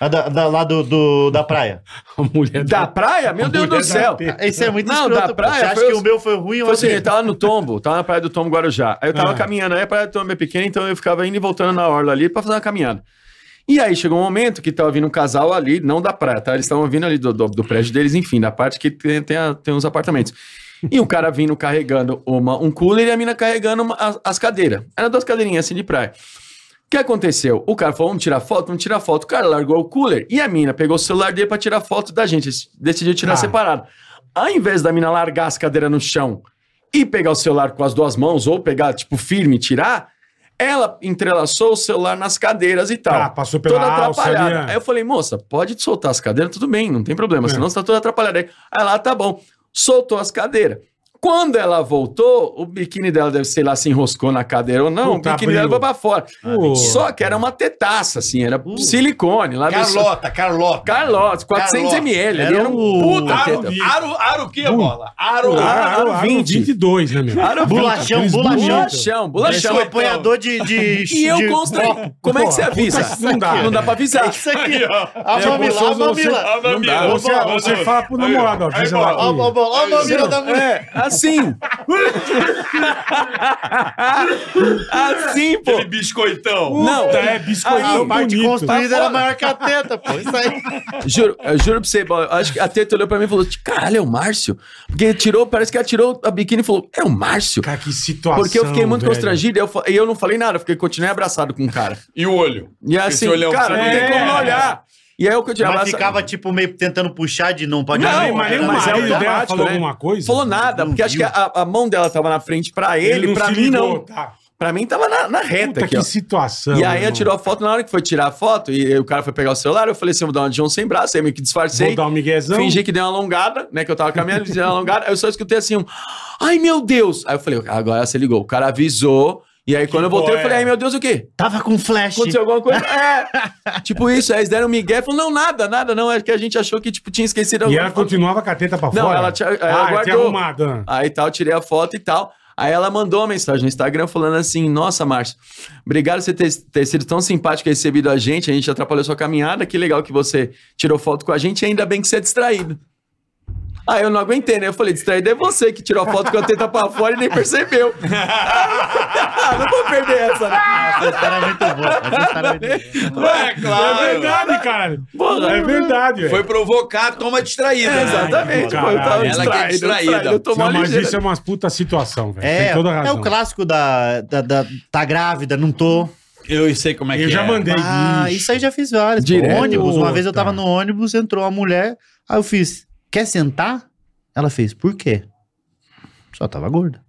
A da, da- lá do, do- da praia.
A mulher
Da praia? Meu Deus do
mulher
céu!
da-
Isso é muito
Não,
escroto,
da
pô.
praia
Você acha
foi
que
os-
o meu foi ruim ou
Foi assim,
assim,
eu tava no tombo, tava na praia do tombo Guarujá. Aí eu tava
Ah.
caminhando, aí a praia do tombo é pequena, então eu ficava indo e voltando na orla ali pra fazer uma caminhada. E aí chegou um momento que tava vindo um casal ali, não da praia, tá? Eles estavam vindo ali do, do, do prédio deles, enfim, da parte que tem, tem, a- tem uns apartamentos. E o cara vindo carregando uma, um cooler e a mina carregando uma- as, as cadeiras. Eram duas cadeirinhas assim de praia. O que aconteceu? O cara falou, vamos tirar foto, vamos tirar foto. O cara largou o cooler e a mina pegou o celular dele pra tirar foto da gente. Eles decidiram tirar
Ah.
separado. Ao invés da mina largar as cadeiras no chão e pegar o celular com as duas mãos, ou pegar, tipo, firme e tirar, ela entrelaçou o celular nas cadeiras e tal.
Ah, passou pela
toda
alça ali,
atrapalhada.
é.
Aí eu falei, moça, pode soltar as cadeiras, tudo bem, não tem problema,
É.
senão você tá toda atrapalhada. Aí ela, "Ah, tá bom. Soltou as cadeiras. Quando ela voltou, o biquíni dela deve, sei lá, se enroscou na cadeira ou não,
Puta,
o biquíni dela
abriu.
foi pra fora.
Pô.
Só que era uma tetaça, assim, era silicone. Lá do-
Carlota, Carlota.
Carlote, 400
Carlota.
ml.
Era
Era, era um
o-
puta
Aro
teta.
de-
Aro, aro o que, bola? Aro,
Aro, aro, aro
20.
22, né, meu?
Aro-
Bolachão,
Aqueles
bolachão.
bonitos.
Bolachão,
Esse
bolachão.
foi apanhador de, de.
[laughs] E eu
de- É
constrangido. Como é que você
Porra,
avisa?
puta, não dá.
Não dá pra avisar.
Isso aqui, ó. A mamila, a
É gostoso você-
mamila. A
Não dá.
Você, você fala pro namorado, ó, avisa lá. que-
mamila, a mamila da mulher.
É, assim. assim, pô.
biscoitão.
Não,
Puta, é biscoitão
A parte
bonito. Tá
construída era maior que a teta, pô. Isso aí.
juro, eu juro pra você, Bola, eu acho que a Teta olhou pra mim e falou: caralho, é o Márcio? Porque ele tirou, parece que ela tirou a biquíni e falou: é o Márcio?
Cara, que situação,
Porque eu fiquei muito
velho.
constrangido e eu, fa- e eu não falei nada, eu fiquei continuei abraçado com o cara.
E o olho?
E assim,
Esse olhão
cara,
que
não
você
tem
tem.
como não olhar. E aí é eu continuei
É. Mas
abraçado.
ficava, tipo, meio tentando puxar de não pode
Não,
abrir,
Mas nem o
Mas é
marido dela
automático,
falou
né?
alguma coisa?
Falou nada, porque acho que a, a mão dela tava na frente pra ele,
não
pra
se
mim
ligou,
não.
tá.
Pra mim tava na, na reta
Puta,
aqui,
que
ó.
situação.
E aí
meu
ela tirou a foto, na hora que foi tirar a foto, e o cara foi pegar o celular, eu falei assim, eu vou dar uma de João sem braço, aí eu meio que
irmão.
disfarcei.
Vou dar um miguezão.
Fingi que deu uma alongada, né? Que eu tava caminhando, fingi uma alongada. Aí eu só escutei assim um. Ai, meu Deus! Aí eu falei, agora você ligou. O cara avisou. E aí, quando eu voltei, eu
boa,
falei,
é.
ai, meu Deus, o quê?
Tava com flash.
Aconteceu alguma coisa? É! tipo isso. Aí eles deram um migué. Falou, não, nada, nada, não. É que a gente achou que, tipo, tinha esquecido
E
alguma
ela
coisa.
continuava com a teta pra
Não,
fora.
ela tinha- ela
ah,
guardou.
tinha arrumado. né?
Aí tal, tirei a foto e tal. Aí ela mandou uma mensagem no Instagram falando assim: Nossa, Márcio, obrigado por você ter, ter sido tão simpático e recebido a gente. A gente atrapalhou sua caminhada. Que legal que você tirou foto com a gente. Ainda bem que você é distraído. Aí eu não aguentei, né? Eu falei: Distraído é você que tirou a foto com a teta pra fora e nem percebeu. Ah, não vou perder essa, né?
Essa história é muito boa. Essa história é muito boa.
É claro.
É verdade, caralho.
Porra.
é verdade, velho.
Foi provocar, toma distraída.
É,
né?
exatamente. pô, eu
Ela
tava
que é
distraído.
distraída.
distraído, Eu tô mó
Não, mas
ligeiro.
isso é uma puta situação, velho.
É,
Tem toda a
é
razão.
o clássico da, da, da- Tá grávida, não tô.
Eu sei como é que
Eu já
é.
mandei.
Ah,
Ixi.
isso aí já fiz várias. pô.
Direto.
Ônibus, uma vez eu tava
Puta.
no ônibus, entrou uma mulher, aí eu fiz, quer sentar? Ela fez, por quê? Só tava gorda.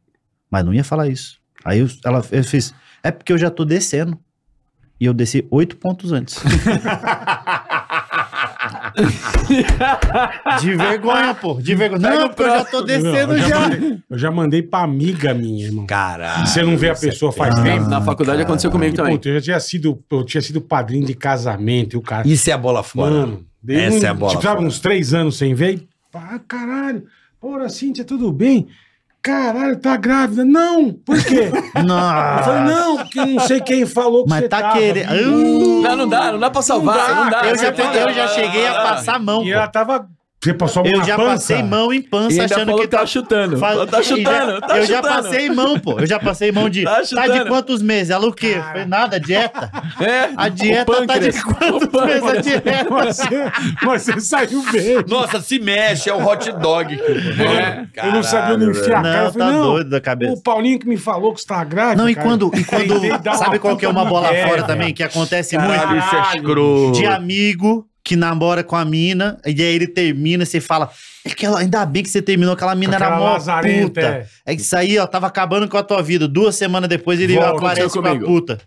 Mas não ia falar isso. Aí eu, ela, eu fiz, é porque eu já tô descendo. E eu desci oito pontos
[laughs]
antes. de vergonha, pô. De vergonha. Não, porque eu já tô descendo
eu, já
já.
Mandei, eu já mandei pra amiga minha, irmão.
Caralho.
Você é não vê a pessoa faz tempo.
Na faculdade aconteceu comigo
E,
também.
puta, eu já tinha sido, eu tinha sido padrinho de casamento e o cara.
Isso é a bola fora.
Mano, dei
Essa
um-
é a bola
Tipo, sabe,
fora.
uns três anos sem ver. e, Ah, caralho. Porra, Cíntia, tudo bem? Caralho, tá grávida. Não, por
[laughs]
quê? Eu
Ah.
falei,
Não.
não, porque não sei quem falou que
Mas
você
tá
tava.
querendo-
Hum.
Não, não dá, não dá pra salvar.
dá,
Não dá. Ah.
cara,
Eu já,
Você tem que-
eu já cheguei a passar a mão.
E
Ah, pô.
ela tava. Você passou a mão
Eu
na
já
pança?
passei mão em
E
pança
ainda
achando
falou
que
que tá chutando. Falou, Tá chutando,
Eu já-
tá
eu já
chutando.
passei mão, pô. Eu já passei mão de.
Tá
Tá, de
chutando.
quantos meses? Ela o quê?
Cara.
Foi nada, dieta.
É,
A
o
dieta tá de
pâncreas. O
[laughs] quantos meses
pâncreas.
a dieta?
[laughs] Mas você, mas você saiu bem.
Nossa, se mexe, é o hot dog.
É, eu não sabia onde enfiar a cara. Eu
Não,
falei,
tá
não,
doido da cabeça.
O Paulinho que me falou que você tá grávida.
Não, e
cara.
quando. E
Tentei
quando
dar
sabe qual que é
puta
uma bola
migué,
fora
velho. é
também, que acontece
Caralho,
muito?
isso é
De amigo que namora com a mina, e aí ele termina, você fala, é que ela, ainda bem que você terminou, aquela mina
Aquela
era mó
lazarenta,
puta.
é.
É. isso aí, ó, tava acabando com a tua vida. Duas semanas depois ele
Volta,
aparece
aconteceu
com a
comigo.
puta.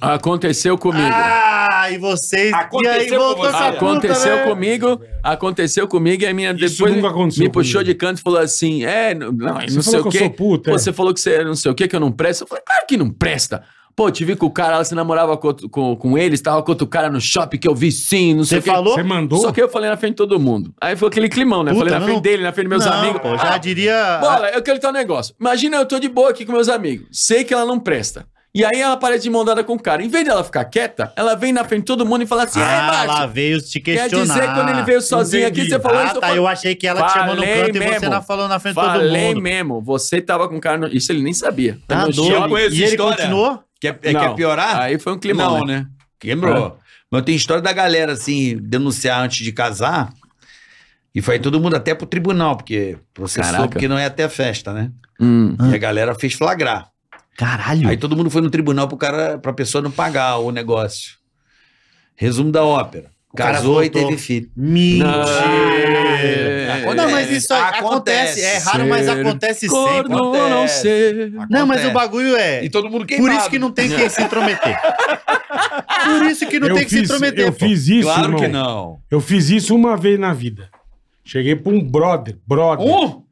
Aconteceu comigo.
Ah, e vocês...
Aconteceu
e aí
com
voltou
você.
essa puta,
Aconteceu
né?
comigo, aconteceu comigo, e a minha
Isso
depois
nunca aconteceu
me puxou
comigo.
de canto e falou assim: é, não, não,
Você
não sei
falou
o
que eu
quê.
sou puta, é.
Você falou que você é não sei o quê, que eu não presto. Eu falei, claro que não presta. Pô, te vi com o cara, ela se namorava com, outro- com, com ele, estava com outro cara no shopping que eu vi sim, não
Você
sei o quê.
falou?
Você mandou?
Só que eu falei na frente de todo mundo. Aí foi aquele climão, né?
Puta,
falei na
não.
frente dele, na frente dos meus
Não,
amigos.
pô, já
Ah,
diria...
Bola, eu quero ter um negócio. Imagina eu tô de boa aqui com meus amigos. Sei que ela não presta. E aí ela aparece de mão dada com o cara. Em vez dela ficar quieta, ela vem na frente de todo mundo e fala assim: "Ai,
Ah,
Márcio,
lá veio te
quer
questionar.
dizer que quando ele veio sozinho aqui,
Entendi.
você falou
ah,
isso? eu
tá,
falei,
eu achei que ela te chamou no
Falei
canto e você
mesmo.
não falou na frente de todo
Falei
mundo.
mesmo, você tava com o cara no... Isso ele nem sabia. Então,
Tá
no
doido.
shopping.
conheço
E ele
história.
continuou?
Quer, é,
Não.
quer piorar?
Aí foi um climão,
não,
né?
né?
É.
Quebrou. Mas tem história da galera, assim, denunciar antes de casar. E foi todo mundo até pro tribunal, porque processou,
Caraca.
porque não é até festa, né?
Hum.
E a galera fez flagrar.
Caralho.
Hum.
Aí todo mundo foi no tribunal pro cara, pra pessoa não pagar o negócio. Resumo da ópera.
cara
Casou e
voltou.
teve filho.
Mentira.
É,
Não, mas isso aí acontece. É raro, mas acontece sempre.
Corno ou não
acontece.
ser.
Não, mas
Acontece.
o bagulho é.
E todo mundo
Por
queimado.
isso que não tem que se
[laughs]
intrometer. Por isso que não
eu
tem que se
fiz,
intrometer.
Eu
pô.
fiz isso,
Claro
irmão.
que não.
Eu fiz isso uma vez na vida. Cheguei pra um brother, brother.
Hum?
Um?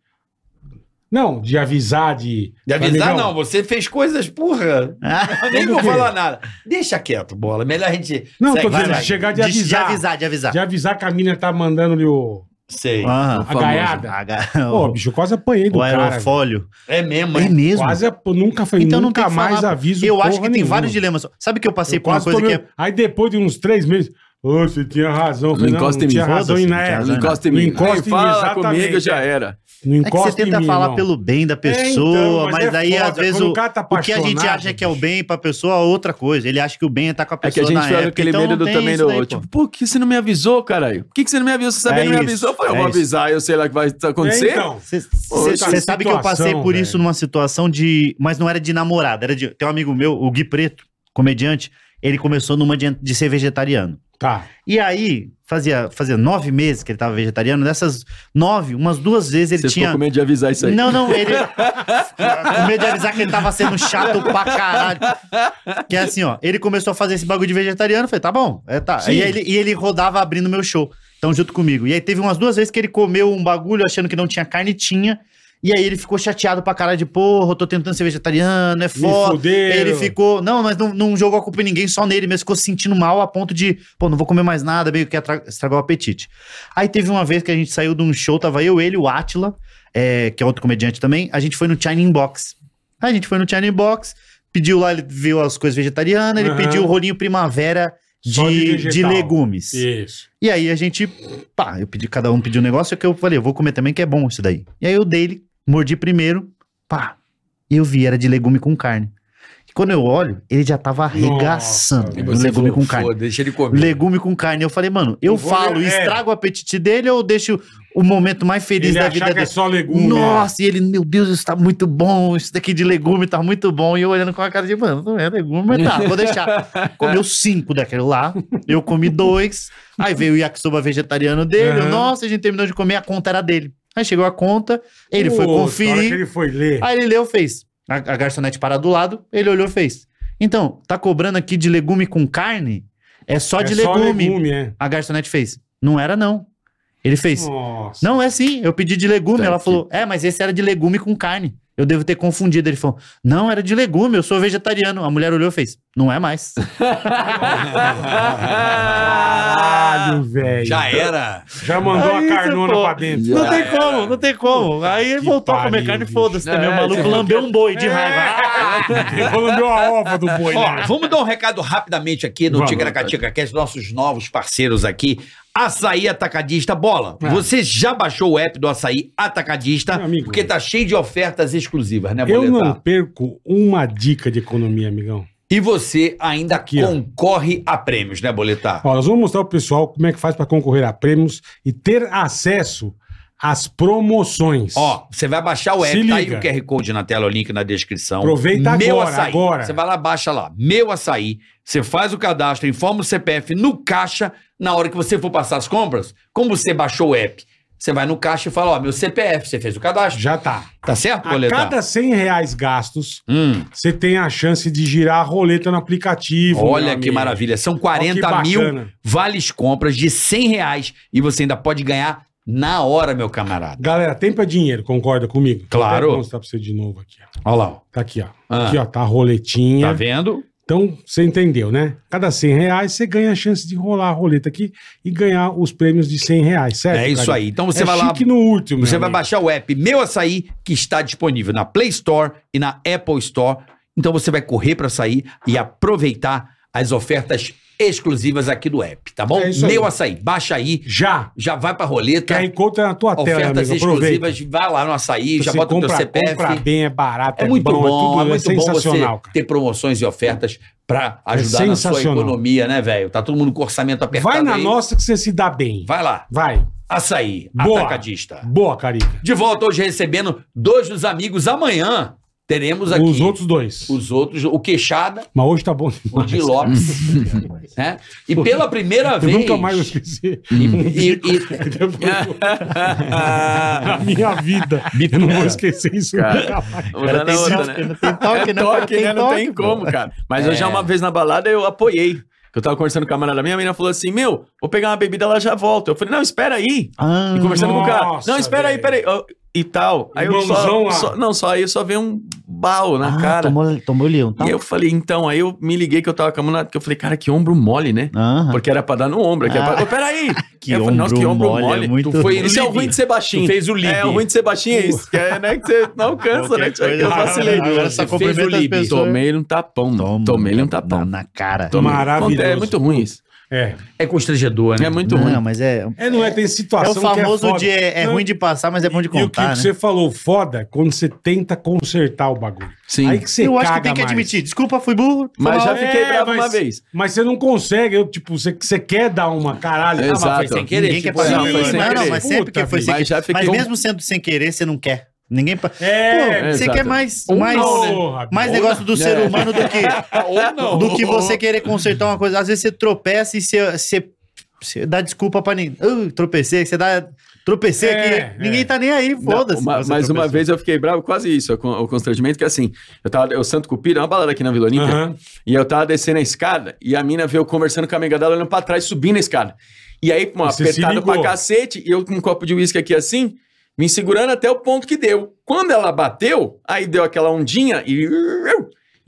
Não, de avisar, de...
De avisar,
Amigão,
ah, não. Você fez coisas,
[laughs]
porra.
Ah,
Eu nem
Tudo
vou
que-
falar nada. Deixa quieto, bola. Melhor a gente.
Não, tô
vai,
dizendo, assim,
vai.
chegar de
de, de
avisar. De avisar,
avisar, de avisar.
que a mina tá mandando-lhe o...
Sei.
Aham.
a
famoso.
gaiada.
Ah, gar-
Pô, bicho, eu quase apanhei do
O
cara. velho.
aerofólio.
É mesmo,
É
hein?
mesmo?
Quase, ap- nunca foi,
Então não
nunca
tem que
mais
falar.
aviso
Eu acho que
porra
tem
nenhuma.
vários dilemas. Sabe que eu passei
Eu
por uma
quase
coisa que
tomei- um,
é
Aí depois de uns três meses, ô, você tinha razão. Eu falei,
Não encosta em
não
mim,
tinha razão
foda-se,
e
não tinha
na
razão.
Não encosta em
Não
mim.
encosta
Nem
em mim,
fala
exatamente,
comigo, já
é.
era.
Não
É que
encosta
você tenta
em mim,
falar
não.
pelo bem da pessoa,
então, mas
mas,
é
aí
foda,
às vezes
quando
o,
o cara tá
o que a gente
apaixonado,
acha que é o bem pra pessoa é outra coisa. Ele acha que o bem é estar com a
É que a
pessoa
gente
na
fica com
época.
aquele
então
medo
não
do,
tem
também
isso
do.
daí, pô.
tipo, por que você não me avisou, caralho? Por que, que você não me avisou? Você sabia
É
que não me
isso,
avisou? Eu falei, eu
é
vou
isso.
avisar, eu sei lá o que vai acontecer.
É, então.
Pô,
Você
cara,
você sabe que eu passei
situação,
por isso
velho.
numa situação de. Mas não era de namorada, era de. Tem um amigo meu, o Gui Preto, comediante, ele começou numa de, de ser vegetariano.
Tá.
E aí, fazia, fazia nove meses que ele tava vegetariano, dessas nove, umas duas vezes ele
Você
tinha.
ficou com medo de avisar isso aí.
Não, não, ele. [laughs] com medo de avisar que ele tava sendo chato pra caralho. Que é assim, ó. Ele começou a fazer esse bagulho de vegetariano. eu Falei, tá bom, é, tá.
Sim.
E ele, e ele rodava abrindo meu show. Então, junto comigo. E aí teve umas duas vezes que ele comeu um bagulho achando que não tinha carne, tinha. E aí ele ficou chateado pra caralho de, porra, eu tô tentando ser vegetariano, é
Me
foda.
fuderam.
Ele ficou, não, mas não, não jogou a culpa em ninguém, só nele mesmo. Ficou se sentindo mal a ponto de, pô, não vou comer mais nada, meio que atra- estragou o apetite. Aí teve uma vez que a gente saiu de um show, tava eu, ele, o Atila, é, que é outro comediante também, a gente foi no China Box. Aí a gente foi no China Box, pediu lá, ele viu as coisas vegetarianas, ele
Aham.
pediu o rolinho primavera
Só de
de, de,
vegetal.
legumes. E...
Isso.
aí a gente, pá, eu pedi, cada um pediu um negócio, que eu falei, eu vou comer também, que é bom isso daí. E aí eu dei ele, mordi primeiro, pá, eu vi, era de legume com carne. E quando eu olho, ele já tava arregaçando
velho.
no legume com carne.
deixa ele comer.
Legume com carne. Eu falei, mano, eu
Eu vou-
falo,
é.
estrago o apetite dele ou deixo o momento mais feliz da
Ele achar
vida
que é
dele?
só legume.
Nossa, e ele, meu Deus, isso tá muito bom. Isso daqui de legume tá muito bom. E eu olhando com a cara de, mano, não é legume, mas tá, vou
[laughs]
deixar. Comeu cinco daquele lá, eu comi dois. Aí veio o yakisoba vegetariano dele.
Aham.
Nossa, a gente terminou de comer, a conta era dele. Aí chegou a conta,
é.
ele foi
Puta, a hora
conferir.
que Ele foi ler.
Aí ele leu, fez. A, a garçonete parada do lado, ele olhou, fez. Então, tá cobrando aqui de legume com carne? É só de
É só
legume.
legume, é.
A garçonete fez. Não era, não. Ele fez.
Nossa.
Não, é sim, eu pedi de legume.
Tá
Ela
aqui.
falou, é, mas esse era de legume com carne. Eu devo ter confundido. Ele falou, não, era de legume, eu sou vegetariano. A mulher olhou e fez, não é
[laughs]
mais.
Ah,
Caralho, velho.
é.
Já era.
Já mandou
Aí
a
você,
carnona
pô,
pra dentro.
Não
[laughs]
Já
tem
era.
como, não tem como. Aí ele
Que
voltou a comer
pariu,
carne,
bicho.
foda-se também.
É,
o maluco
você-
lambeu um boi de raiva.
[laughs]
É. Ele lambeu a ova do boi.
Ó,
né?
vamos dar um recado rapidamente aqui no
Vamos.
Ticaracatica Cast, nossos novos parceiros aqui. Açaí Atacadista Bola. Você já baixou o app do Açaí Atacadista?
É. Meu amigo.
porque tá cheio de ofertas exclusivas, né,
Eu
Boleta?
não perco uma dica de economia, amigão.
E você ainda
Aqui, ó.
concorre a prêmios, né, Boletar?
Ó, nós vamos mostrar pro pessoal como é que faz pra concorrer a prêmios e ter acesso as promoções.
Ó, você vai baixar o
Se
app, tá aí
liga.
o QR Code na tela, o link na descrição.
Aproveita
Meu
agora,
açaí.
agora.
Você vai lá, baixa lá. Meu açaí. Você faz o cadastro, informa o CPF no caixa. Na hora que você for passar as compras, como você baixou o app, você vai no caixa e fala: Ó, meu CPF, você fez o cadastro.
Já tá.
Tá certo,
A
boletar?
cada 100 reais gastos,
Hum,
você tem a chance de girar a roleta no aplicativo. meu
olha que
amigo.
maravilha. São
Ó, que
40 mil
bacana.
vales compras de 100 reais e você ainda pode ganhar na hora, meu camarada.
Galera, tempo é dinheiro, concorda comigo?
Claro.
Vou mostrar pra você de novo aqui. ó.
Olha lá, ó.
Tá aqui, ó.
Ah.
Aqui, ó, tá a roletinha.
tá vendo?
Então, você entendeu, né? Cada 100 reais, você ganha a chance de rolar a roleta aqui e ganhar os prêmios de 100 reais, certo?
É isso
Carlinhos?
aí. Então você
é
vai lá.
chique no último,
Você
meu
vai
amigo.
baixar o app Meu Açaí, que está disponível na Play Store e na Apple Store. Então você vai correr para sair e aproveitar as ofertas exclusivas aqui do app, tá bom?
É isso aí.
Meu Açaí, baixa aí,
Já.
já vai pra roleta,
QR Code tá na tua tela,
ofertas
amigo. Aproveita.
exclusivas, vai lá no Açaí, já
Você
bota o teu
compra-
CPF.
Compra bem, é barato,
É muito bom, é,
tudo,
muito bom você
sensacional, cara.
ter promoções e ofertas pra ajudar na sua
sensacional.
economia, né, velho? Tá todo mundo com orçamento apertado
Vai na
aí.
nossa que você se dá bem.
Vai lá,
Vai.
Açaí,
Boa.
atacadista.
Boa, Carica.
De volta hoje recebendo dois dos amigos. Amanhã teremos aqui
Os outros dois.
os outros, o Queixada,
Mas hoje tá bom
o
demais.
Di Lopes. né? E pela primeira
Eu
vez.
nunca mais vou [laughs] esquecer
E, e- e-
a minha vida. Eu não vou esquecer isso.
Cara.
nunca mais.
Uma dá na
tem
outra,
toque,
né?
não tem toque, né?
é [laughs] toque,
Tem
né? Não
toque,
tem
pô. É.
como, cara. Mas eu já uma vez na balada eu apoiei. Eu tava conversando com a camarada minha, a menina falou assim: Meu, vou pegar uma bebida, ela já volta. Eu falei: Não, espera aí.
Ah,
E conversando com o cara:
nossa,
Não, espera aí,
velho.
espera aí. ó, E tal. Aí eu
Irmãozão
só,
lá.
só- Não, só aí eu só vi um bal na
ah,
cara.
Tomou, tomou leão, tá?
E eu falei: Então, aí eu me liguei que eu tava com a camarada, que eu falei: Cara, que ombro mole, né?
Aham.
Porque era pra dar no ombro. Aqui,
Ah.
era pra... Ô, peraí!
[laughs] Que
Aí eu falei,
ombro mole, é muito
Tu foi-
[laughs] ruim.
Isso é o ruim de ser baixinho.
Tu fez o Libi.
É, o ruim de ser baixinho é isso. Que é, né,
[laughs]
que você não alcança, né? Tchau, que eu vacilei.
Uh. Agora só
Você fez o
cumprimenta as
Libi.
pessoas.
Tomei-lhe um tapão.
Toma.
Tomei-lhe um tapão.
Na cara.
Tomei.
Maravilhoso.
É muito ruim isso.
É.
é constrangedor, né?
É muito
não,
ruim. um
mas é...
É, não é? Tem
É o
situação
famoso
foda.
de... É, é
Não,
ruim de passar, mas é bom de
E o que
contar, né?
você falou, foda, é quando você tenta consertar o bagulho.
Sim.
Aí que você
eu
caga
acho que tem que
mais.
admitir. Desculpa, fui burro. Foi
Mas
mal.
já
É,
fiquei bravo
mas-
uma vez.
Mas você não consegue, eu, tipo, você, você quer dar uma caralho.
Exato.
Ah, mas
Foi sem querer.
Ninguém
tipo,
quer pagar. né?
não, foi
Não,
sem
não,
querer.
mas sempre
Puta
que foi sem
Mas já
querer.
fiquei
Mas
um-
mesmo sendo sem querer, você não quer. Ninguém... pa-
É,
Pô, você
exato. Um
quer mais...
Ou
mais...
não, né?
Mais
Ou
negócio do ser
É.
humano do
[laughs]
que,
Ou não.
do que você querer consertar uma coisa. Às vezes você tropeça e você, você- você dá desculpa pra ninguém. Ah, tropecei, você dá. Tropecei
É,
aqui.
é.
Ninguém tá nem aí,
Não,
foda-se.
ma-
você
mas uma
tropeçou.
vez eu fiquei bravo, quase isso, com o constrangimento, que assim, eu tava, eu Santo Cupira, uma balada aqui na Vila Olímpia,
Aham.
e eu tava descendo a escada, e a mina veio conversando com a amiga dela, olhando pra trás, subindo a escada. E aí, uma
E você se
apertada
ligou.
pra cacete, e eu com um copo de uísque aqui assim, me segurando até o ponto que deu. Quando ela bateu, aí deu aquela ondinha e...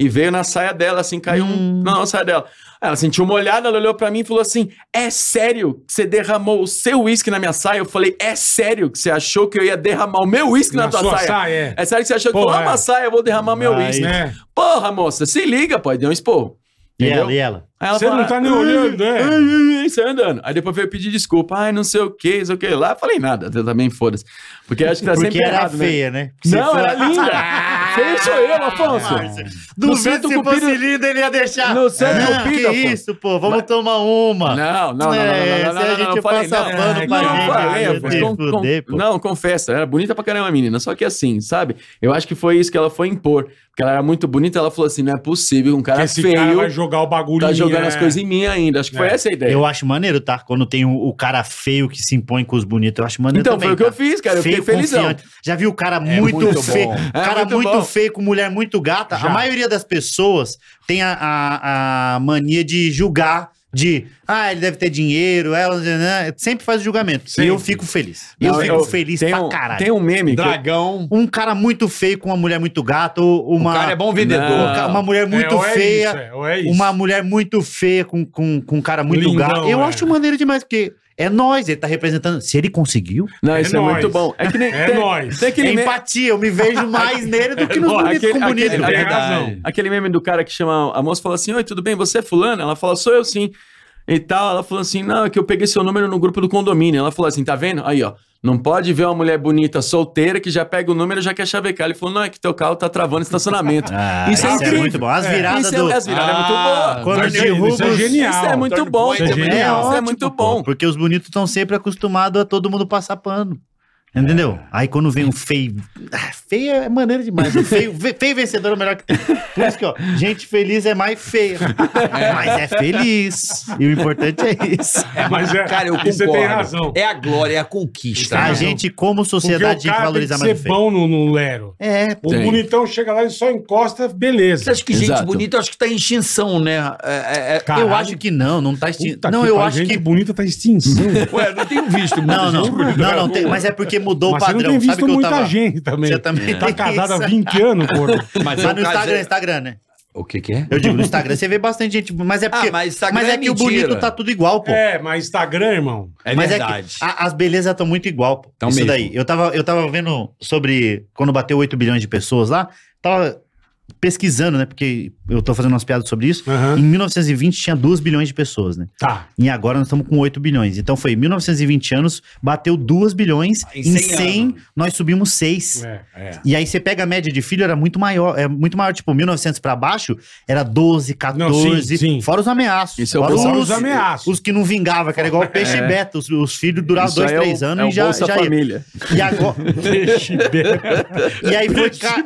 E veio na saia dela, assim, caiu
Hum.
um... na nossa saia dela. Ela sentiu uma olhada, ela olhou pra mim e falou assim: É sério que você derramou o seu uísque na minha saia? Eu falei: É sério que você achou que eu ia derramar o meu uísque na,
Na
tua
sua
saia?
saia, é.
sério que você achou que
Porra,
eu uma
é.
saia, eu vou derramar meu
Vai.
uísque?
Né?
Porra, moça, se liga, pô. Aí deu um esporro.
E
Entendeu?
ela, e ela?
Aí ela
Você
falou,
não tá nem
"Ah,
olhando, é."
ah, ah, ah", Saiu andando. Aí depois veio pedir desculpa. Ai, não sei o que, não sei o que lá. Falei nada, eu também foda-se. Porque acho que tá
Porque
sempre
era
errado, né?
feia, né? Porque
Não,
você
era
foi- [laughs]
linda. [laughs] Feio sou eu, Afonso.
Duvido
No Santo
se
Cupido-
fosse linda, ele ia deixar.
No Santo
Não,
Cupido,
que
pô.
isso, pô. Vamos tomar uma.
Não, não, não, não, não,
É,
não, não,
se a
não,
gente
não, eu falei,
passa
não,
pano pra
não,
gente,
eu falei,
vai
eu falei,
se
com- com-
fuder, pô.
Não, confessa, era bonita pra caramba a menina, só que assim, sabe? Eu acho que foi isso que ela foi impor, porque ela era muito bonita, ela falou assim, não é possível, um
Que
cara
esse
feio
cara vai jogar o bagulho
tá
em mim,
jogando
é.
as coisas em mim ainda, acho que foi
É.
essa a ideia.
Eu acho maneiro, tá? Quando tem o, o cara feio que se impõe com os bonitos, eu acho maneiro
então,
também.
foi o que
tá?
eu fiz, cara, eu fiquei felizão.
confiante. Já viu o cara muito,
muito
feio,
bom.
É
cara
muito
muito,
bom.
feio com mulher muito gata.
Já.
A maioria das pessoas tem a, a- a mania de julgar, de ah, ele deve ter dinheiro, ela né? sempre faz o julgamento. E eu fico feliz. Eu
Não,
fico feliz
tem
pra
um,
caralho.
Tem um meme que eu-
Dragão.
Um cara muito feio com uma mulher muito gata, ou
O
uma
cara é bom vendedor.
Não.
um ca- uma mulher muito
É, ou é
feia,
isso, é, ou é isso.
uma mulher muito feia com, com, com um cara muito
Lindão,
gato. Eu
é.
acho maneiro demais, porque é nós, ele tá representando. Se ele conseguiu,
Não,
É
isso é
nóis.
muito bom. É que nem
É
tem,
nóis.
tem aquele
é
meme-
empatia, eu me vejo mais nele do
[laughs]
que nos
nóis,
bonitos
aquele-
com bonito.
aquele-
Tem
É
razão.
Aquele meme do cara que chama a moça e fala assim: Oi, tudo bem? Você é fulano? Ela fala, sou eu sim. E tal. Ela falou assim: Não, é que eu peguei seu número no grupo do condomínio. Ela falou assim: tá vendo? Aí, ó. Não pode ver uma mulher bonita solteira que já pega o número e já quer chavecar. Ele falou: não, é que teu carro tá
[laughs]
travando estacionamento.
Ah, isso, é,
incrível.
muito bom. As
É,
viradas
Isso é,
do.
as viradas é
Ah,
muito boa.
quando
Mas
derruba
isso é
os-
genial.
Isso é muito
Turning
bom,
point,
isso é,
é
muito-
genial.
isso é
ótimo,
muito
pô,
bom.
porque os bonitos estão sempre acostumados a todo mundo passar pano. Entendeu? Aí quando vem um feio. Ah, feio é maneiro demais. O feio, [laughs] ve- feio vencedor é o melhor que tem. Por isso que, ó, gente feliz é mais
[laughs]
feia. Mas é feliz. E o importante é isso.
Mas é,
Cara, eu
e
concordo.
você tem razão.
É a glória, é a conquista.
A
né?
Tá, gente, como
Tá. Porque
sociedade,
o
tinha que
cara tem
valorizar
que
mais o
ser
feio.
bom no, no Lero.
É, pô.
O
Tem.
bonitão chega lá e só encosta,
Você
beleza.
acha que gente
Exato.
bonita, eu acho que tá em extinção, né? É, é, é-
Caralho.
Eu acho que não, não tá extinto.
Puta
Não,
que
eu
pariu,
acho
gente
que.
bonita tá
[laughs]
em extinção.
Ué, não tenho visto muita
Não, não.
gente
Não,
bonita.
não, tem- mas é porque mudou
Mas
o
você não
padrão.
tem
Sabe
visto
que eu
muita
tava...
gente também.
Você também
Tá
tem
casada há é
isso.
20 anos,
[laughs]
porra.
Mas
Mas Tá no
um
eu
Instagram,
casei-
Instagram, né?
O que que é?
Eu digo, no Instagram você vê bastante gente. Mas é porque.
Ah, mas Instagram
mas é,
é
que o
mentira.
bonito tá tudo igual, pô.
É, mas Instagram, irmão.
É
Mas
verdade.
é que a- as belezas estão muito igual, pô.
Tão
Isso
mesmo.
daí. Eu tava, eu tava vendo sobre quando bateu 8 bilhões de pessoas lá, tava pesquisando, né? Porque eu tô fazendo umas piadas sobre isso.
Aham.
Em 1920 tinha 2 bilhões de pessoas, né?
Tá.
E agora nós estamos com 8 bilhões. Então foi 1920 anos, bateu 2 bilhões,
Em
em
100
100,
anos.
nós subimos 6.
É, é.
E aí você pega a média de filho, era muito maior, é muito maior, tipo, 1900 pra baixo, era 12, 14,
Não, sim, sim.
fora os ameaços.
Isso é o
fora
Bolsa-
Fora os ameaços. É.
Os que não vingavam, que era igual o peixe beta, os, os filhos duravam
Isso
dois,
aí é o-
três anos
é o
e já,
Bolsa
já ia.
Família.
E
[laughs]
agora... e aí foi... Ca...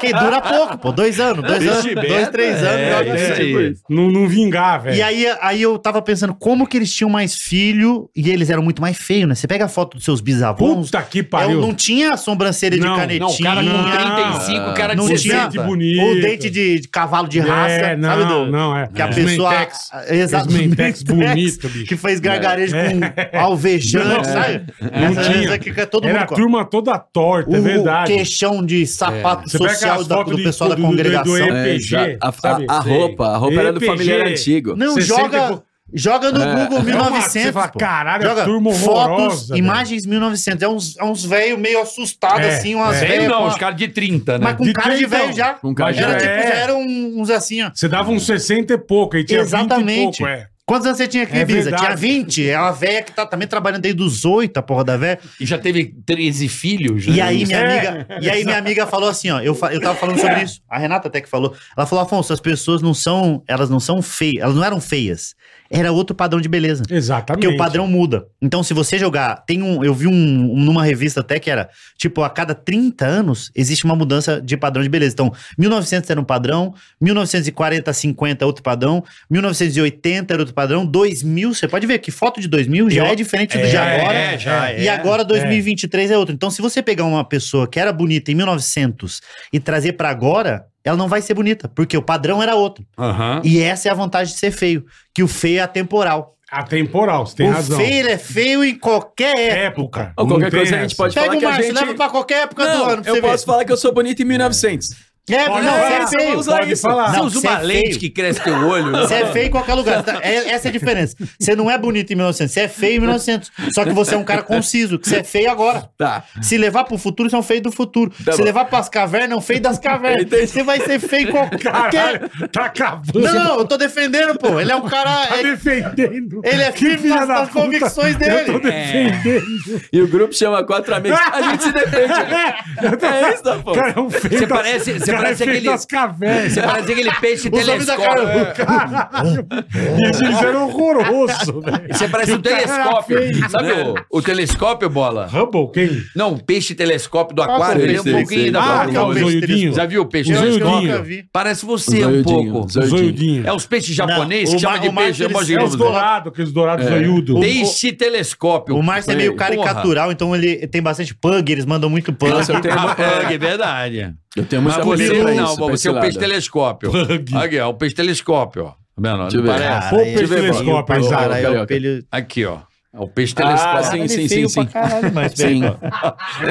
Que dura pouco, pô, dois anos, dois anos, dois, três anos. já
é isso
vinga.
tipo
aí.
Não, não vingar, velho.
E aí, aí eu tava pensando como que eles tinham mais filho e eles eram muito mais feios, né? Você pega a foto dos seus bisavôs,
Puta que
eu não
pariu.
tinha sobrancelha de
Não,
canetinha.
Não, o cara com
Não.
35, o cara de
Ah, Não tinha-
60.
Gente bonita.
Ou dente de, de cavalo de raça,
É, não,
sabe? Do,
não, é.
Que a
É.
pessoa.
Mentex.
Exato.
Os Mentex
Mentex,
bonito, bicho. É,
Que fez gargarejo com alvejante, sabe?
Não
Essa-
tinha.
essa que é todo
Era a
mundo. com-
turma toda torta, é
o
verdade. É.
queixão de sapato
Você pega
social
as
da-
fotos
do
de-
pessoal da
do- do- do- do-
congregação.
do-
É,
EPG,
exato. A-
sabe?
a, a roupa, a roupa era do
EPG.
familiar antigo.
Não,
60 e
joga.
pouco.
Joga no
É.
Google
É uma-
1900.
você fala,
pô.
caralho, é
Joga
turma horrorosa,
fotos,
velho.
imagens 1900. É uns, é uns velho meio assustado,
É,
assim, umas
é.
velhas.
Velho não,
com a-
os caras de 30, né?
Mas com
De
cara de
trinta,
velho já.
Com cara
de
Era
velho.
tipo,
É.
já eram uns assim, ó.
Você dava uns 60 e pouco, aí tinha
Exatamente.
20 e pouco, é.
Quantos anos você tinha,
É
Crivisa?
verdade.
tinha 20. É uma véia que tá também trabalhando desde os 8, a porra da véia.
E já teve 13 filhos, né?
E aí minha
É.
amiga, e aí minha amiga falou assim, ó, eu, fa- eu tava falando sobre isso. A Renata até que falou. Ela falou: "Afonso, as pessoas não são, elas não são feias, elas não eram feias. Era outro padrão de beleza".
Exatamente.
Porque o padrão muda. Então, se você jogar. Tem um. Eu vi um, um- numa revista até que era. Tipo, a cada 30 anos existe uma mudança de padrão de beleza. Então, 1900 era um padrão, 1940, 50 outro padrão, 1980 era outro padrão, 2000. Você pode ver que foto de 2000 já
Eu-
é diferente do
É,
de agora.
é, já
Ah, e agora 2023 é. outro. Então, se você pegar uma pessoa que era bonita em 1900 e trazer pra agora. Ela não vai ser bonita, porque o padrão era outro.
Aham.
E essa é a vantagem de ser feio, que o feio é atemporal
Atemporal, você tem
o é
razão. É
feio ele é feio em qualquer época.
Época.
Ou
Não
qualquer
tem
coisa a gente
essa.
pode falar
Pega o
que a
macho,
gente...
leva pra qualquer época do
Não,
ano pra
eu
você
posso falar que eu sou bonito em 1900.
ver. É,
Pode
não,
falar,
você é
vamos
feio.
usar
Pode
isso.
falar.
Você
Não,
usa
você
uma
é
lente
feio.
que cresce teu
né?
olho.
Você é feio em qualquer lugar. Tá? É- essa é a diferença. Você não é bonito em 1900, você é feio em 1900. Só que você é um cara conciso, que você é feio agora.
Tá.
Se levar pro futuro, você é um feio do futuro.
Tá
Se
bom.
levar pras cavernas, é um feio das cavernas.
Entendi.
Você vai ser feio em qualquer...
Caralho, tá acabando.
Não, não, eu tô defendendo, pô. Ele é um cara...
Tá
é-
defendendo.
ele é firme
filha
nas,
da
nas
puta.
convicções
Eu tô
dele.
defendendo.
E o grupo chama quatro amigos. A gente se defende. É isso, Afonso.
Cara, é um feio
Você
das-
parece- você
cara é
parece
feio
aquele-
das cavernas.
Você parece aquele peixe
É. Os homens da
telescópio.
cara-
Caralho. E eles
[laughs]
eram horrorosos, velho.
Você
É.
parece um
cara era
telescópio.
feio,
Sabe
né?
o, o telescópio, bola?
Hubble, quem?
Não, o peixe telescópio do
Qual
aquário.
que é o
Ele é um
peixe?
pouquinho
Ah,
da
que é o
o
bola.
peixe
zoiudinho.
Já viu o peixe
Eu acho que eu
zoiudinho.
nunca vi.
Parece você um pouco.
O
Zoiudinho.
zoiudinho.
É os peixes
Não,
japoneses que
o
chamam
mar-
de
o mar
peixe.
que eles-
é mó
É
Imagina,
os
giroso.
dourados, aqueles
É.
dourados zoiudos.
Peixe telescópio.
O Márcio é meio cara
Porra.
caricatural, então ele tem bastante pug, eles mandam muito pug.
Nossa, eu tenho
[laughs]
uma-
É, é verdade.
Eu tenho
Mas
muita
você
mulher pra
não,
isso, pra
você é o
cilada.
peixe telescópio.
Pug.
Aqui, ó, o peixe telescópio, ó. Tá vendo?
Deixa eu
Não
ver.
parece?
Cara,
Pô, peixe
é feio
telescópio,
pra
exato.
caralho, é o
Carioca.
peixe-
Aqui, ó. É o peixe
Ah, sim, sim,
telescópio.
sim,
é feio
sim.
pra caralho, mas
Sim.
feio, ó.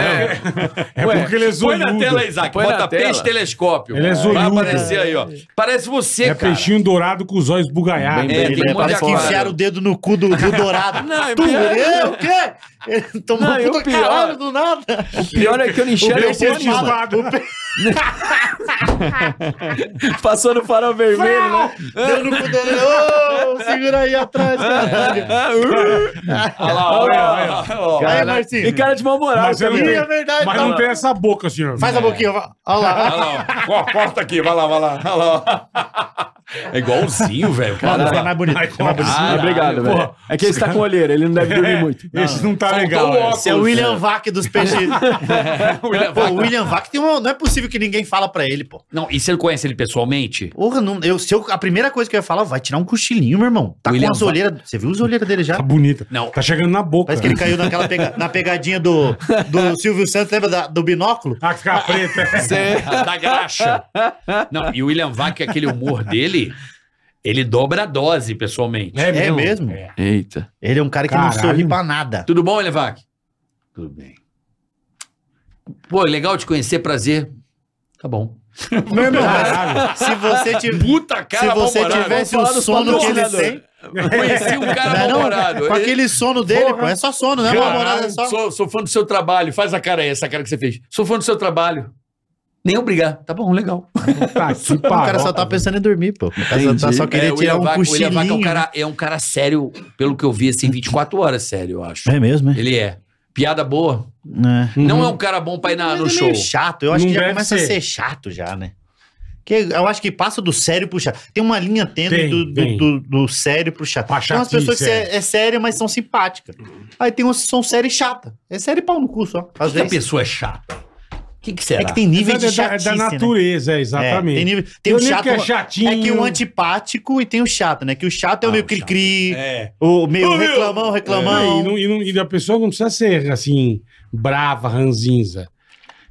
É porque ele é
Põe
zoiudo.
na tela, Isaac.
Põe na
Bota
tela.
peixe telescópio.
Ele é
Vai
zoiudo.
aparecer aí, ó. Parece você,
É
cara.
peixinho né? dourado com os olhos bugalhados.
Bem,
É,
bem,
tem
bem
um monte de
pra
Parece que
aquário.
fora.
enfiaram
[laughs]
o dedo no cu do, do dourado.
Não,
[laughs]
é
tu,
pior.
é, o quê? Ele Tomou
Não, e
cu
o
do
pior-
caralho do nada.
O pior é que eu não enxergo
peixe
porra nenhuma.
Zoado.
Passou no farol vermelho, né?
Deu no cu dele. Ô, segura aí atrás,
É,
caralho.
Olha lá, olha, olha, olha.
Aí,
E
Marcinho.
cara de mau moral
Mas eu
também.
Ih, é verdade.
Mas
tá-
não tem essa boca, senhor.
né?
Faz a boquinha. Olha lá.
Olha lá, ó. [laughs] Ó, corta aqui, vai lá, vai lá. Olha lá, ó. É igualzinho, velho.
Mano, é mais bonito. É mais bonito.
Ah, obrigado, velho. É que ele está com olheira, ele não deve dormir muito.
Esse não tá
Faltou
legal.
o
velho.
óculos.
Esse é o William Vac
[laughs]
dos peixes.
William
Pô,
Vaca.
o William Vac tem uma. Não é possível que ninguém fala pra ele, pô.
Não, e você conhece ele pessoalmente?
Porra, não, eu, se eu, a primeira coisa que eu ia falar, vai tirar um cochilinho, meu irmão. Tá
William
com as
Vac.
olheiras. Você viu as olheiras dele já?
Tá bonita.
Não.
Tá chegando na boca.
Parece que ele caiu naquela pega- na pegadinha do, do Silvio Santos, lembra da- do binóculo?
Ah, que fica preta.
da graxa. Não, e o William Vac, aquele humor dele, ele dobra a dose pessoalmente.
É mesmo?
É.
Eita.
Ele é um cara que não
Caralho.
sorri pra nada.
Tudo bom, William Vac? Tudo bem. Pô, legal te conhecer, prazer. Tá bom.
Meu
é
irmão,
Caralho.
mas se você tiver.
[laughs] Puta
Se você
mal-humorado.
tivesse o
Vamos falar
sono
dos
que ele
patrocinadores.
tem.
um Conheci um cara
Não, não,
mal-humorado.
com aquele sono dele, pô. É só sono, né? Uma morada é
Caralho,
só.
sou, sou fã do seu trabalho. Faz a cara aí, essa cara que você fez. Sou fã do seu trabalho. Nem obrigado. Tá bom, legal.
Tá, que
O cara só tá
paroca.
pensando em dormir, pô. O cara só,
Entendi.
só queria
É, o
tirar
William
um
Vaca- o William Vaca é um
cochilinho.
cara, é um cara sério, pelo que eu vi, assim, 24 horas sério, eu acho.
É mesmo, né?
Ele é. Piada boa.
É.
Não é um cara bom pra ir na-
Mas
no
é
show.
meio chato. Eu acho
Não
que já
deve
começa a
ser.
ser chato já, né? Que eu acho que passa do sério pro chato. Tem uma linha tênue
Tem,
do, do-
tem.
do- do sério pro chato.
Pra
Tem umas
chatice,
pessoas que
é.
é, é séria, mas são simpáticas. Aí tem uns que são sérias e chata. É sério e pau no cu só. Às
Por que a
vezes.
pessoa é chata? O que, que será?
É que tem níveis
é
de
da, é
chatice,
da
né?
natureza, é,
É, tem
exatamente.
nível, tem
Eu
o
lembro
chato,
que é chatinho.
é que o antipático e tem o chato, né? Que o chato é o
Ah,
meio
o chato.
cri-cri,
É.
o meio
Ô, meu!
reclamão, reclamão.
Não, e, não- e não- e a pessoa não precisa ser assim, brava, ranzinza.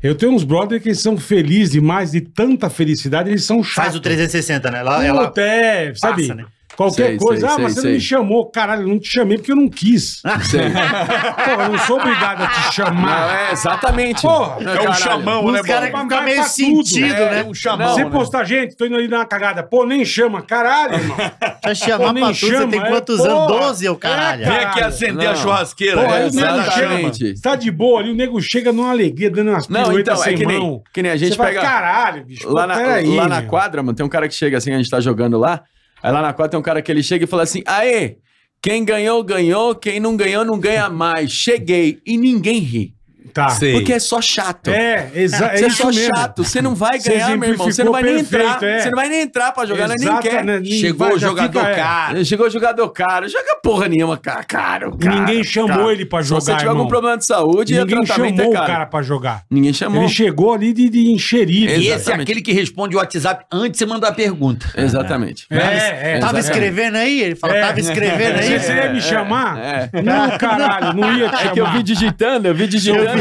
Eu tenho uns brothers que são felizes demais, de tanta felicidade, eles são chatos.
Faz o 360, né? Ela, ela
Puta, é, sabe?
passa, né?
Qualquer
Sei,
coisa,
sei,
ah, mas
sei,
você não me
sei.
chamou. Caralho, eu não te chamei porque eu
[laughs]
não quis.
Sei.
Porra, eu não sou obrigado a te chamar.
[laughs] Não, é, exatamente.
Porra,
é um chamão.
Os
né, bom?
caras que ficam
Vai
meio
pra tudo,
sentido,
né?
É
né? Um
Você
né?
postar, gente, tô indo ali dar uma cagada. Pô, nem chama, caralho, irmão.
É,
Pra chamar
Pô, nem
pra tudo, você
chama,
tem
é,
quantos
porra.
anos? 12, ô caralho.
É,
Vem aqui
Caralho.
acender a
Não.
churrasqueira.
Porra,
né?
aí o
é
nego chama,
exatamente.
você tá de boa ali, o nego chega numa alegria, dando umas
Não,
piruetas
então, é que nem- que nem a gente
assim, Você fala,
pega-
caralho, bicho, pô,
Lá, na,
peraí,
lá na
meu.
quadra, mano, tem um cara que chega assim, a gente tá jogando lá. Aí lá na quadra tem um cara que ele chega e fala assim: Aê, quem ganhou, ganhou, quem não ganhou, não ganha mais. Cheguei. E ninguém ri.
Tá.
Sei.
Porque é só chato.
É, exa...
Você
é
é
isso
só
mesmo.
chato, você não vai
Você
ganhar, meu irmão. Você não vai nem
exemplificou
entrar.
perfeito, é.
Você não vai nem entrar pra jogar, né? nem
Exato,
quer.
né? Nem
Chegou
vai,
o
já
jogador
fica, é.
caro.
Chegou jogador caro, joga porra nenhuma, ca- caro.
E
cara.
Ninguém chamou
cara.
ele pra
Se
jogar,
você tiver
irmão.
algum problema de saúde, o
Ninguém
tratamento
chamou
é
o
caro.
cara pra jogar.
Ninguém chamou.
Ele chegou ali de, de enxerido.
E esse é
Exatamente.
aquele que responde o WhatsApp antes de você mandar a pergunta.
Exatamente.
É, é.
Tava
Exatamente.
escrevendo aí? Ele fala,
É.
tava escrevendo aí?
Você você ia me chamar?
é.
Não, caralho, não ia te
É
chamar.
que eu vi digitando, eu vi digitando.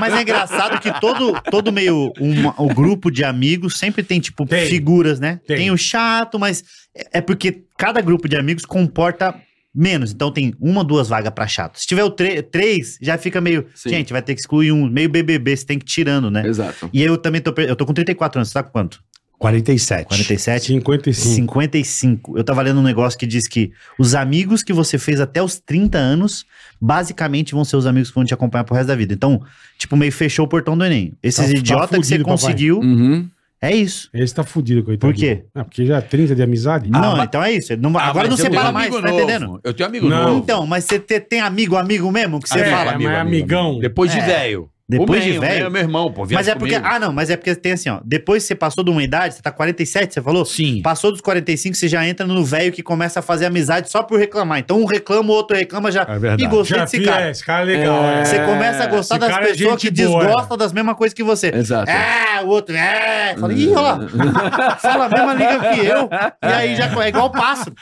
Mas é engraçado que todo, todo meio, uma- o grupo de amigos sempre tem, tipo,
Tem.
figuras, né?
Tem.
Tem. o chato, mas é- é porque cada grupo de amigos comporta menos. Então tem uma, duas vagas pra chato. Se tiver o tre- três, já fica meio,
Sim.
gente, vai ter que excluir um, meio BBB, você tem que ir tirando, né?
Exato.
E eu também tô, per- eu tô com 34 anos, você tá com quanto?
47.
47?
55.
55. Eu tava lendo um negócio que diz que os amigos que você fez até os 30 anos, basicamente vão ser os amigos que vão te acompanhar pro resto da vida. Então, tipo, meio fechou o portão do Enem. Esses
Tá- tá
idiotas que você
fudido, papai.
conseguiu,
Uhum.
é isso.
Esse tá fudido, coitado.
Por quê?
Ah, porque já é 30 de amizade?
não, então é isso. Ele não-
Ah,
agora
mas
não
eu tenho
separa
um
mais,
amigo
tá
novo.
entendendo?
Eu tenho um amigo
Não.
novo.
Então, mas você te- tem amigo, amigo mesmo que você
É,
fala?
mas é amigão.
Depois de
É.
velho.
Depois
O
de
meu,
velho.
Meu, meu irmão, pô.
Mas
viaja
é porque.
comigo.
Ah, não, mas é porque tem assim, ó. Depois que você passou de uma idade, você tá 47, você falou?
Sim.
Passou dos 45, você já entra no velho que começa a fazer amizade só por reclamar. Então um reclama, o outro reclama já.
É verdade.
E gostei
Já
desse
vi, é,
cara.
esse cara é legal. é.
Você começa a gostar
esse
das
cara é
pessoas
gente
que
boa,
desgostam das mesmas coisas que você.
Exato.
É, o outro, é. Fala, ih, ó lá. Fala a mesma língua que eu. E aí já é igual o pássaro.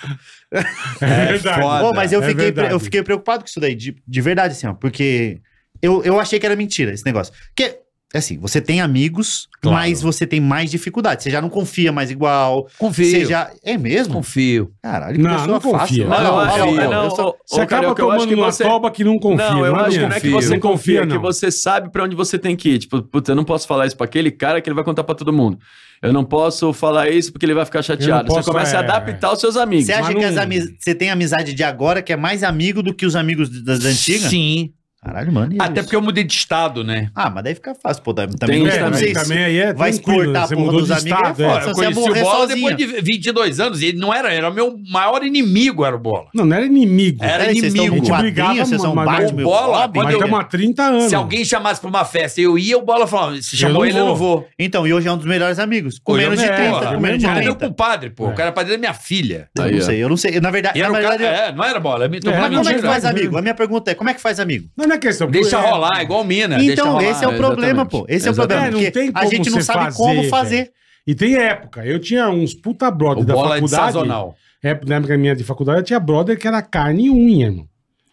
É verdade.
foda.
Pô, mas eu,
É
fiquei,
verdade.
eu fiquei preocupado com isso daí, de, de verdade, assim, ó. Porque eu, eu achei que era mentira esse negócio. Porque, assim, você tem amigos,
Claro.
mas você tem mais dificuldade. Você já não confia mais igual.
Confio.
Você já. É mesmo?
Confio.
Caralho, que
Não, não confia.
fácil.
Não,
Olha lá,
acho
olha lá,
que-
olha lá.
não,
Eu só-
ô,
Você
ô,
acaba
Carioca, eu acho
tomando uma um
você-
toba que não confia.
Não, eu acho que não é que
adianta.
você
Não
confia, é que
não.
você sabe pra onde você tem que ir. Tipo, puta, eu não posso falar isso pra aquele cara que ele vai contar pra todo mundo. Eu não posso falar isso porque ele vai ficar chateado.
posso,
você começa
é,
a adaptar os seus amigos.
Você acha
mas
que as
não-
é ami- você tem amizade de agora que é mais amigo do que os amigos das antigas?
Sim.
Caralho, mano. e
Até
isso?
porque eu mudei de estado, né?
Ah, mas daí fica fácil, pô. Também não
isso
é,
também.
também,
Também aí é
vai
tranquilo,
exportar a
você
porra
mudou
dos
de
amigos.
estado, é.
é foda,
Pô,
Eu
se você
conheci o
morrer
Bola
sozinho.
depois de 22 anos. E ele não era, era o meu maior inimigo, era o Bola.
Não, não era inimigo.
Era
Peraí, vocês
inimigo.
estão
A gente brigava,
quadrinhos, vocês são
mas-
Batman,
mas- Bola,
Robin?
Mas
eu-
estamos há 30 anos.
Se alguém chamasse pra uma festa e eu ia, o Bola falava: se chamou
não
ele, eu não
vou.
vou.
Então, e hoje é um dos melhores amigos. Com
Hoje
menos de
eu-
30,
é,
com menos
O
de
cara é meu
30.
compadre, pô.
É.
O cara é padre da minha filha.
Eu
Aí,
não
ó.
sei, eu não sei. Na verdade,
E
na
era o
verdade...
cara, é, não era bola. Eu me tô
É,
falando
Mas como é que
mentira.
faz amigo? A minha pergunta é, como é que faz amigo?
Não, não é questão.
Deixa
porque-
rolar, igual mina. deixa
Então,
rolar.
esse é o
É,
problema,
exatamente.
pô. Esse é o
Exatamente.
problema,
É, não
porque
tem
a
como
gente não
você
sabe
fazer,
como
velho.
fazer.
E tem época. Eu tinha uns puta brother
O
da
bola é de
faculdade.
sazonal.
É, na época minha de faculdade, eu tinha brother que era carne e unha, mano.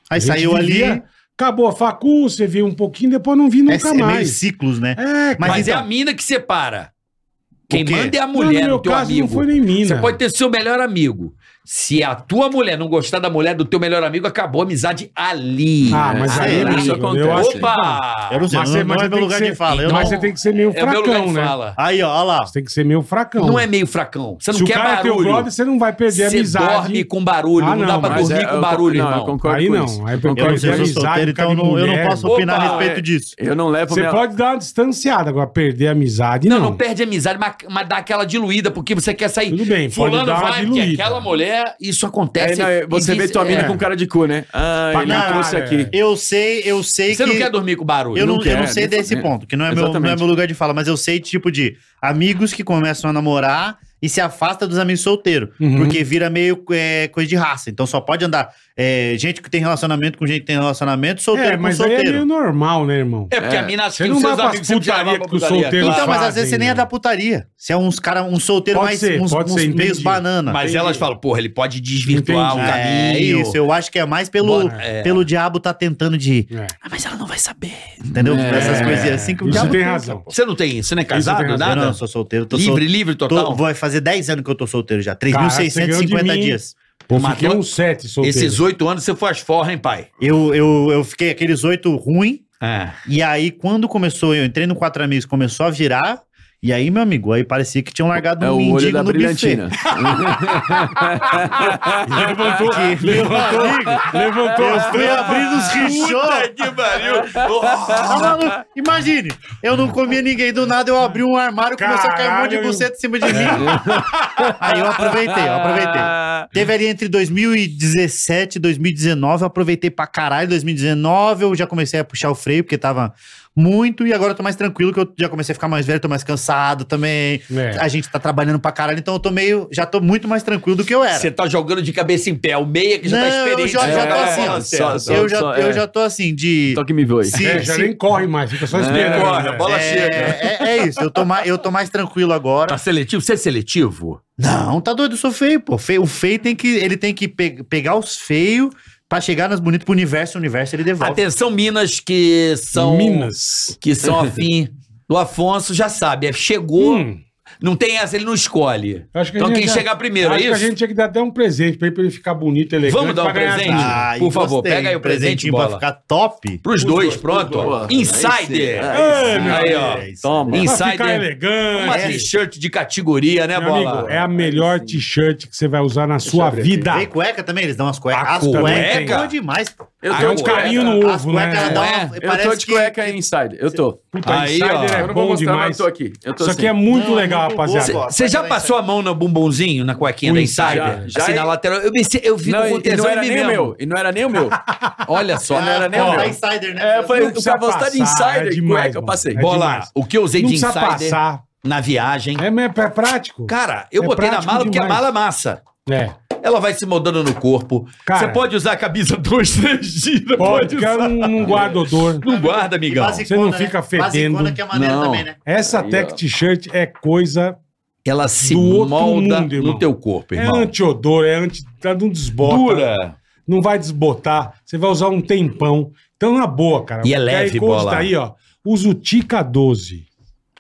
A
Aí
gente
saiu ali...
vivia, Acabou a facu, você viu um pouquinho, depois não vi nunca
É, é meio
mais.
ciclos, né?
É,
Mas,
Mas
é
então-
a mina que separa. Quem
quê?
manda é a
não,
mulher, o teu amigo.
não foi nem mina.
Você pode ter seu melhor amigo. Se a tua mulher não gostar da mulher do teu melhor amigo, acabou a amizade ali.
Ah, mas
Ah,
aí
é,
amigo,
isso acontece.
eu acho que-
Opa!
Eu não sei,
Mas
não,
você-
não
mas
é meu
você tem
lugar
que
de
ser-
fala. Eu
Mas
não-
você tem que ser meio
É o meu lugar
fracão,
de
né?
fala.
Aí, ó, olha lá.
Você tem que ser meio fracão.
Não é meio fracão. Você não
Se o
quer
cara é teu
barulho.
brother, você não vai perder a
Você
amizade.
dorme com barulho.
Ah,
não, dá
não,
pra
mas
dormir
é-
com
eu-
barulho,
não, eu
irmão.
concordo
Aí
com
não,
isso.
aí por
Eu
causa
não sei,
de
eu sou
amizade,
solteiro, então
cara
eu
de
não, eu não
mulher,
posso
mano.
opinar
Opa,
a respeito disso.
Eu não levo
Você
minha...
pode dar uma distanciada, agora perder a amizade,
Não,
não.
não, perde a amizade, mas, mas dá aquela diluída, porque você quer sair.
Tudo bem, pode
Fulano
dar uma
vai, porque é
diluída.
aquela mulher, isso
É,
acontece.
não, é, você
E
vê
diz-
tua mina
é.
com cara de cu, né? Ah,
Pra
ele me
caralho,
trouxe aqui.
é.
Eu sei, eu sei
Você
que...
não quer dormir com barulho.
Eu não,
Não quer,
eu não sei
nem
desse
fudendo.
ponto, que não é, meu, não é
Exatamente.
meu lugar de fala, mas eu sei, tipo, de amigos que começam a namorar e se afasta dos amigos solteiros.
Uhum.
Porque vira meio é, coisa de raça. Então só pode andar é, gente que tem relacionamento com gente que tem relacionamento, solteiro
É,
com
mas aí é
solteiro.
meio normal, né, irmão?
É porque
É.
a mina acha
Você
que
não
os seus
vai pras
amigos sempre já
putaria
vão pra
que os
putaria,
solteiros
claro.
Então, mas às vezes você
fazem,
nem é
né?
da putaria. Você é uns cara, um solteiro
Pode
mais
ser,
uns,
pode
uns
ser,
meios
entendi.
banana.
Mas
Então, Entendi.
elas falam, porra, ele pode desvirtuar
Entendi.
o
é
caminho.
isso, eu acho que é mais pelo,
Bora, é.
pelo diabo tá tentando de.
É.
Ah, mas ela não vai saber.
Entendeu? Essas coisinhas assim que o
Isso
diabo.
tem razão.
Você não tem isso, você não é
tem
casado,
razão.
Eu
nada?
não, eu sou solteiro, tô
livre,
solteiro.
livre
Tô,
total.
vai fazer 10 anos que eu tô solteiro já.
Cara, você
3.650
ganhou de mim.
dias.
Eu
Mas
fiquei
não-
uns sete solteiros.
Esses oito anos você foi às forras, hein, pai?
Eu, eu, eu fiquei aqueles oito ruim.
É.
E aí, quando começou, eu entrei no Quatro Amigos, começou a virar. E aí, meu amigo, aí parecia que tinham largado
É
um
o olho
mendigo
da
no buffet.
brilhantina.
levantou, levantou, levantou.
Eu fui abrindo os rixos.
que pariu!
Tá maluco? Imagine, eu não comia ninguém do nada, eu abri um armário, começou a cair um monte de
Caralho,
buceta em cima de
[laughs]
mim. Aí eu aproveitei, eu aproveitei. Teve ali entre 2017 e 2019, eu aproveitei pra caralho. 2019 eu já comecei a puxar o freio, porque tava muito, e agora eu tô mais tranquilo, que eu já comecei a ficar mais velho, tô mais cansado também.
É.
A gente tá trabalhando pra caralho, então eu tô meio, já tô muito mais tranquilo do que eu era.
Você tá jogando de cabeça em pé, o meia que já tá
Não, [laughs] eu
experiente.
já- já
tá
tô
na
assim, ó.
bola
Só-
certa.
só-
eu, já, eu
é.
já tô assim, de...
Só que me voe.
Se-
É, já
se-
nem corre mais, fica só
assim- É,
esperando.
corre, a bola chega.
é, é, é isso, eu tô, mais, eu tô mais tranquilo agora.
Tá seletivo? Você é seletivo?
Não, tá doido, eu sou feio, pô. Feio- o feio tem que. Ele tem que pe- pegar os feios pra chegar nas bonitas pro universo, o universo ele devolve.
Atenção, Minas, que são.
Minas.
Que são afim. O Afonso já sabe, é, chegou.
Hum,
Não tem essa, ele não escolhe.
acho que a
então
gente
quem
já-
chegar primeiro, é
acho
isso?
que a gente tinha que dar até um presente pra ele, pra ele ficar bonito, elegante.
Vamos dar um
pra ganhar
presente?
dinheiro.
Ah,
Por
e
favor, pega aí o presente,
presentinho pra
bola.
ficar top.
Pros dois, pronto. ó.
Boa.
Insider.
Aí
sim.
Ah, Aí, ó.
É isso.
Toma.
Isso.
É, Pra
Insider.
ficar elegante.
Uma t-shirt de categoria, né,
É, Meu
Bola?
amigo, é a melhor t-shirt que você vai usar na sua
ver
vida.
Tem cueca também, eles dão umas cuecas.
A
As cuecas
cueca?
é boa demais, pô.
Eu
Tem
tô
um
de
cueca.
carinho no
As
ovo,
cuecas, ela
né?
dá
É.
uma.
Eu tô de cueca inside. Eu
é
tô.
Puta,
Aí,
Insider
ó.
é
Eu não vou
bom
mostrar, mas
demais.
eu tô aqui. Eu tô
Isso
assim.
aqui é muito
Não,
legal,
muito boa.
rapaziada.
Você já passou a mão no bumbumzinho, na cuequinha da Insider?
já.
assim,
Já
na
é-
lateral. Eu, me, eu vi
Não,
com
e não
tesão
era
em mim
nem o
mesmo.
meu. E não era nem o meu.
Ah,
Olha só.
Não era nem o
um
Ó.
Não,
meu.
é insider, né?
É, eu falei,
Não
o
precisa
Cavalo tá de
passar,
insider,
é demais,
cueca, eu
mano.
passei.
É
Bola,
demais.
o que eu usei
Não
de
precisa
Insider
passar.
na viagem.
É, mas é prático.
Cara, eu
É
botei na
prático
mala porque a
demais.
mala amassa.
[laughs]
É.
Ela vai se moldando no corpo.
Cara.
Você pode usar a camisa [laughs] dois, três dias.
Pode,
Pode,
porque
usar.
ela não, não guarda odor.
Não
E
guarda, amigão.
Você
basicona,
não fica
né? Basicona
fedendo.
que é maneira
Não.
também, né?
Essa
Aí,
tech
ó.
t-shirt é coisa.
Ela se
Do outro
molda
mundo, irmão.
no teu corpo,
É
irmão.
anti-odor, é anti. ela Não desbota.
Dura.
Não vai desbotar. Você vai usar um tempão. Então, na boa, cara.
E é
Porque
leve,
aí, consta
bola.
aí, ó. Usa o Tica 12.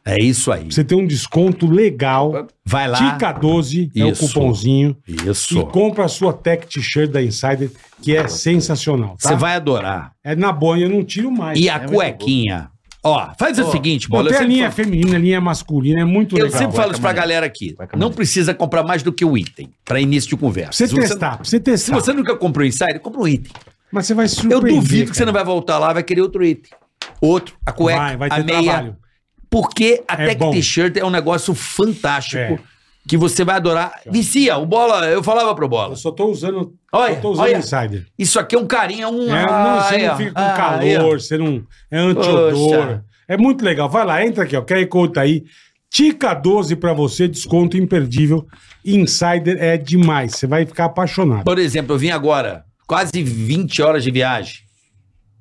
É isso aí.
Pra Você tem um desconto legal.
Vai lá.
Tica 12 é o
Isso.
cupomzinho.
Isso.
E compra a sua tech t-shirt da Insider, que é sensacional, tá?
Você vai adorar.
É na boa, eu não tiro mais.
E
É
a
muito bom.
cuequinha. Ó, faz o seguinte,
Não,
bola. eu
tem a
sempre
linha feminina, a linha masculina, é muito
Eu
legal.
sempre falo isso pra galera aqui. Não precisa comprar mais do que o item, pra início de conversa.
Pra você
Se você-
testar, pra você testar.
Se você nunca comprou insider, compra um item.
Mas você vai
Eu
surpreender.
duvido que você
cara.
não vai voltar lá, vai querer outro item. Outro, a cueca,
Vai, vai ter
a meia.
trabalho.
Porque a
É
Tech
bom.
T-shirt é um negócio fantástico
É.
que você vai adorar. Vicia, o Bola, eu falava pro Bola.
Eu só tô usando.
Olha,
só tô usando
olha.
insider.
Isso aqui é um carinho, é um.
É, não, você
é,
não fica com
ah,
calor, você não. É antiodor.
Poxa.
É muito legal. Vai lá, entra aqui, ó. QR Code tá aí. Tica 12 pra você, desconto imperdível. Insider é demais. Você vai ficar
é.
apaixonado.
Por exemplo, eu vim agora, quase 20 horas de viagem.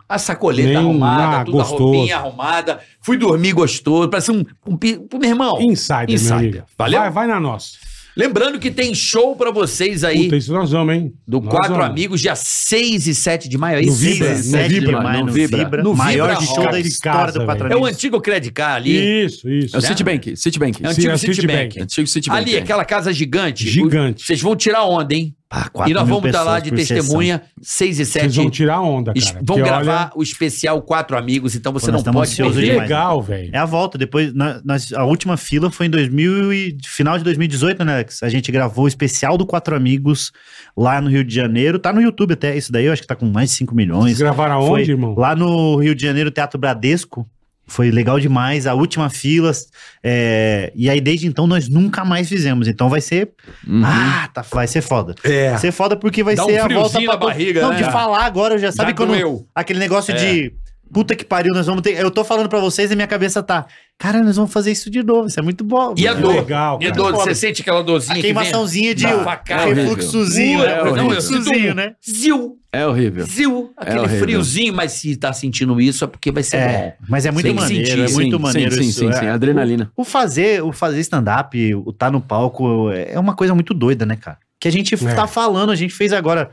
A sacoleta
Nem-
arrumada,
ah,
tudo
gostoso.
a roupinha arrumada. Fui dormir gostoso. Parece um. um, pi- meu irmão.
Insider,
Insider.
meu amigo.
Valeu?
Vai, vai na nossa.
Lembrando que tem show pra vocês aí.
Puta, isso nós vamos, hein?
Do
Nós
Quatro
vamos.
Amigos, dia 6 e 7 de maio. Aí,
No
sim,
Vibra,
né?
17
no Vibra,
de maio,
no
no
Vibra.
Vibra.
No
maior
Vibra
de show
Rock.
da história do
Casa,
É o
Patramigo.
antigo Credicar ali.
Isso, isso.
É o Citibank, Citibank.
É o
Sim,
antigo
é o
Citibank.
Citibank.
Antigo Citibank.
Ali,
é.
aquela casa gigante.
Gigante.
O- Vocês vão tirar onda, hein?
Ah, quatro
e nós
mil
vamos estar lá
pessoas
de
por sessão.
testemunha, 6 e
Vocês
7.
vão tirar onda,
Es-
cara.
Vão
porque
gravar
olha,
o especial Quatro Amigos, então você
Pô, nós
não
estamos
pode
ansiosos
Que
perder.
demais.
legal, velho.
É a volta. Depois, na- nós- a última fila foi em 2000 e, final de 2018, né, Alex? A gente gravou o especial do Quatro Amigos lá no Rio de Janeiro. Tá no YouTube até isso daí, eu acho que tá com mais de 5
Vocês
milhões.
gravaram
Foi
aonde, irmão?
Lá no Rio de Janeiro, Teatro Bradesco. Foi legal demais, a última fila. é, e aí, desde então, nós nunca mais fizemos. Então vai ser.
Uhum.
Ah, tá, vai ser foda. Vai ser foda porque vai
Dá um
ser a
friozinho
volta pra.
na barriga,
Não,
né?
de falar agora, eu já sabe
Já
quando.
doeu. É.
Aquele negócio de. Puta que pariu, nós vamos ter. Eu tô falando pra vocês e minha cabeça tá. Cara, nós vamos fazer isso de novo. Isso é muito bom.
E a
mano."
dor?
Legal,
E
É
cara.
dor, você sente aquela dorzinha
A
que vem?
queimaçãozinha de.
Dá
um
facada.
refluxozinho.
É
né?
Horrível.
É horrível.
Refluxozinho, né?
Ziu,
É horrível.
ziu. Aquele
horrível.
friozinho, mas se tá sentindo isso é porque vai ser bom.
É, mas é muito
Tem que
maneiro,
sentir,
é muito
sim,
maneiro
sim,
isso.
Sim, sim,
é.
sim. Adrenalina.
O fazer, o fazer stand-up, o estar tá no palco, é uma coisa muito doida, né, cara? Que a gente
É.
tá falando, a gente fez agora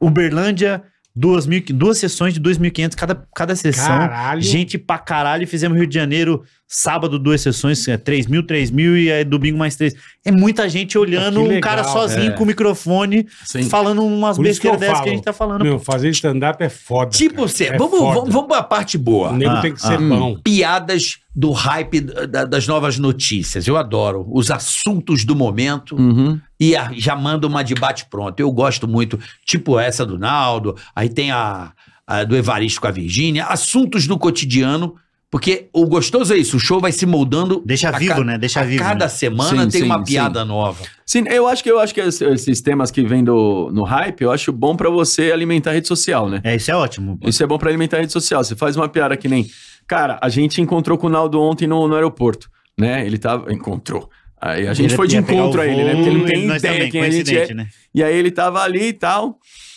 Uberlândia, duas, mil, duas sessões de 2.500 cada, cada sessão.
Caralho.
Gente pra caralho, fizemos Rio de Janeiro, sábado duas sessões, é, 3 mil, 3 mil e aí domingo mais três. É muita gente olhando,
Ah,
Que
um cara
legal,
sozinho
é.
com o microfone,
Sim.
falando umas
Por isso que eu
besteiras dessas que
falo.
a gente tá falando.
Meu, fazer stand-up é foda.
Tipo,
cara.
você,
É
vamos,
foda.
vamos, vamos pra parte boa.
O nego
Ah,
tem que
ah,
ser
hum.
bom.
piadas do hype da- das novas notícias. Eu adoro os assuntos do momento
Uhum.
e a- já manda uma de bate-pronto. Eu gosto muito, tipo essa do Naldo, aí tem a, a do Evaristo com a Virgínia, assuntos do cotidiano, porque o gostoso é isso, o show vai se moldando.
Deixa
a
vivo,
ca-
né? Deixa
a
vivo.
Cada
né?
semana
Sim,
tem
sim,
uma piada nova.
Sim, eu acho que eu acho que es- esses temas que vêm do no hype, eu acho bom pra você alimentar a rede social, né?
É, isso é ótimo.
Isso é bom pra alimentar a rede social. Você faz uma piada que nem. Cara, a gente encontrou com o Naldo ontem no, no aeroporto, né? Ele tava. Encontrou. Aí a gente
Ele
foi de
ia pegar
encontro
o
a ele,
voo,
né? Porque ele não tem
e nós
ideia
também,
quem a gente
coincidente,
é.
né?
E aí ele tava ali e tal.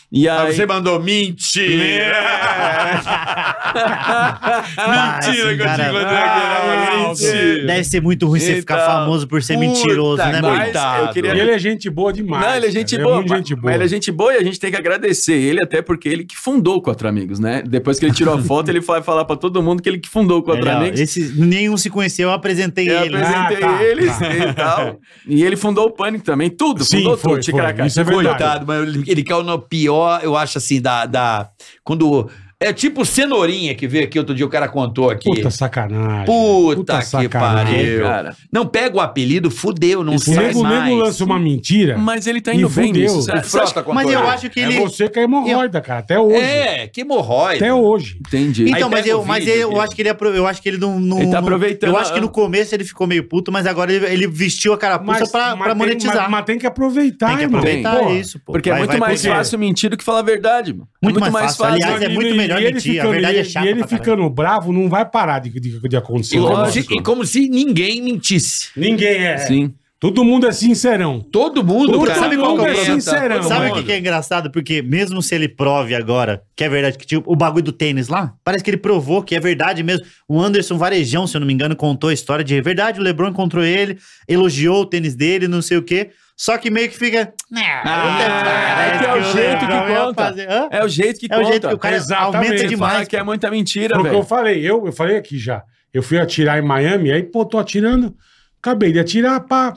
E aí.
Ah, mandou É, mentira!
[laughs]
Ah,
Mas,
Mentira que eu
Assim, cara,
te encontrei aqui, não,
ah,
é mentira.
Deve ser muito ruim você ficar
Então,
famoso por ser
puta,
mentiroso, né, meu?
[laughs] mas eu
E
queria
ele é gente boa demais.
Não, ele é
cara.
gente boa.
muito
mas-
gente
mas
boa.
ele é gente boa e a gente tem que agradecer ele, até porque ele que fundou o Quatro Amigos, né? Depois que ele tirou a foto, ele vai falar pra todo mundo que ele que fundou o Quatro
Ele, É, ó,
Amigos.
né? esse- nenhum se conheceu, eu apresentei
Eu
ele. né?
apresentei
Ah, tá,
eles
tá.
e tal. E ele fundou o Pânico também, tudo.
Sim,
fundou
foi,
tudo, Ticaracá.
foi. Isso é verdade.
Coitado, mas ele, ele caiu no pior, eu acho assim, da. da quando. É tipo cenourinha que veio aqui outro dia, o cara contou aqui.
Puta
Puta,
sacanagem.
que
é
pariu.
cara.
Não pega o apelido, fudeu, não
O
sai
nego, o nego
mais.
lança uma mentira.
Mas ele tá
E
indo bem
fudeu.
nisso.
Ele
Você
Frota
acha-
contou,
Mas
né?
eu acho que
É
ele.
você que é hemorroida, cara. Até hoje.
É, que hemorroida.
Até hoje.
Entendi.
Então,
Aí
mas
pega
eu,
o
mas
vídeo,
eu
filho.
acho que ele apro- eu acho que ele não, não-
Ele tá
não-
aproveitando
Eu acho
a-
que no começo ele ficou meio puto, mas agora ele, ele vestiu a carapuça pra, pra
tem-
monetizar.
mas- mas tem que aproveitar,
tem que
irmão.
aproveitar
Porra.
isso, pô.
Porque é
Vai-
muito
vai
mais
poder.
fácil mentir do que falar a verdade, mano. É
Muito mais fácil. Aliás, é muito melhor
E- e ele
mentir, a
ficando-
verdade é
e-
chata
E ele
pra caralho.
ficando bravo não vai parar de, de, de acontecer.
E como,
Lógico.
se, e como se ninguém mentisse.
Ninguém é.
Sim.
Todo mundo é sincerão.
Todo mundo,
Todo
cara.
mundo
qual que
é
o problema?
sincerão,
Todo
Sabe o
mundo.
que, que é engraçado? Porque mesmo se ele prove agora que é verdade, que tipo, o bagulho do tênis lá, parece que ele provou que é verdade mesmo. O Anderson Varejão, se eu não me engano, contou a história de "É verdade, o Lebron encontrou ele, elogiou o tênis dele, não sei o quê. Só que meio que fica.
Ah, é que é o
Parece
jeito
Lebron
que
ia
conta.
fazer- Hã?
É o jeito que
É o jeito que o
conta.
cara
Exatamente.
aumenta
Ele
Fala
demais.
que é muita mentira,
Porque eu
velho.
falei, eu, eu falei aqui já. Eu fui atirar em Miami, aí, pô, tô atirando. Acabei de atirar, pá.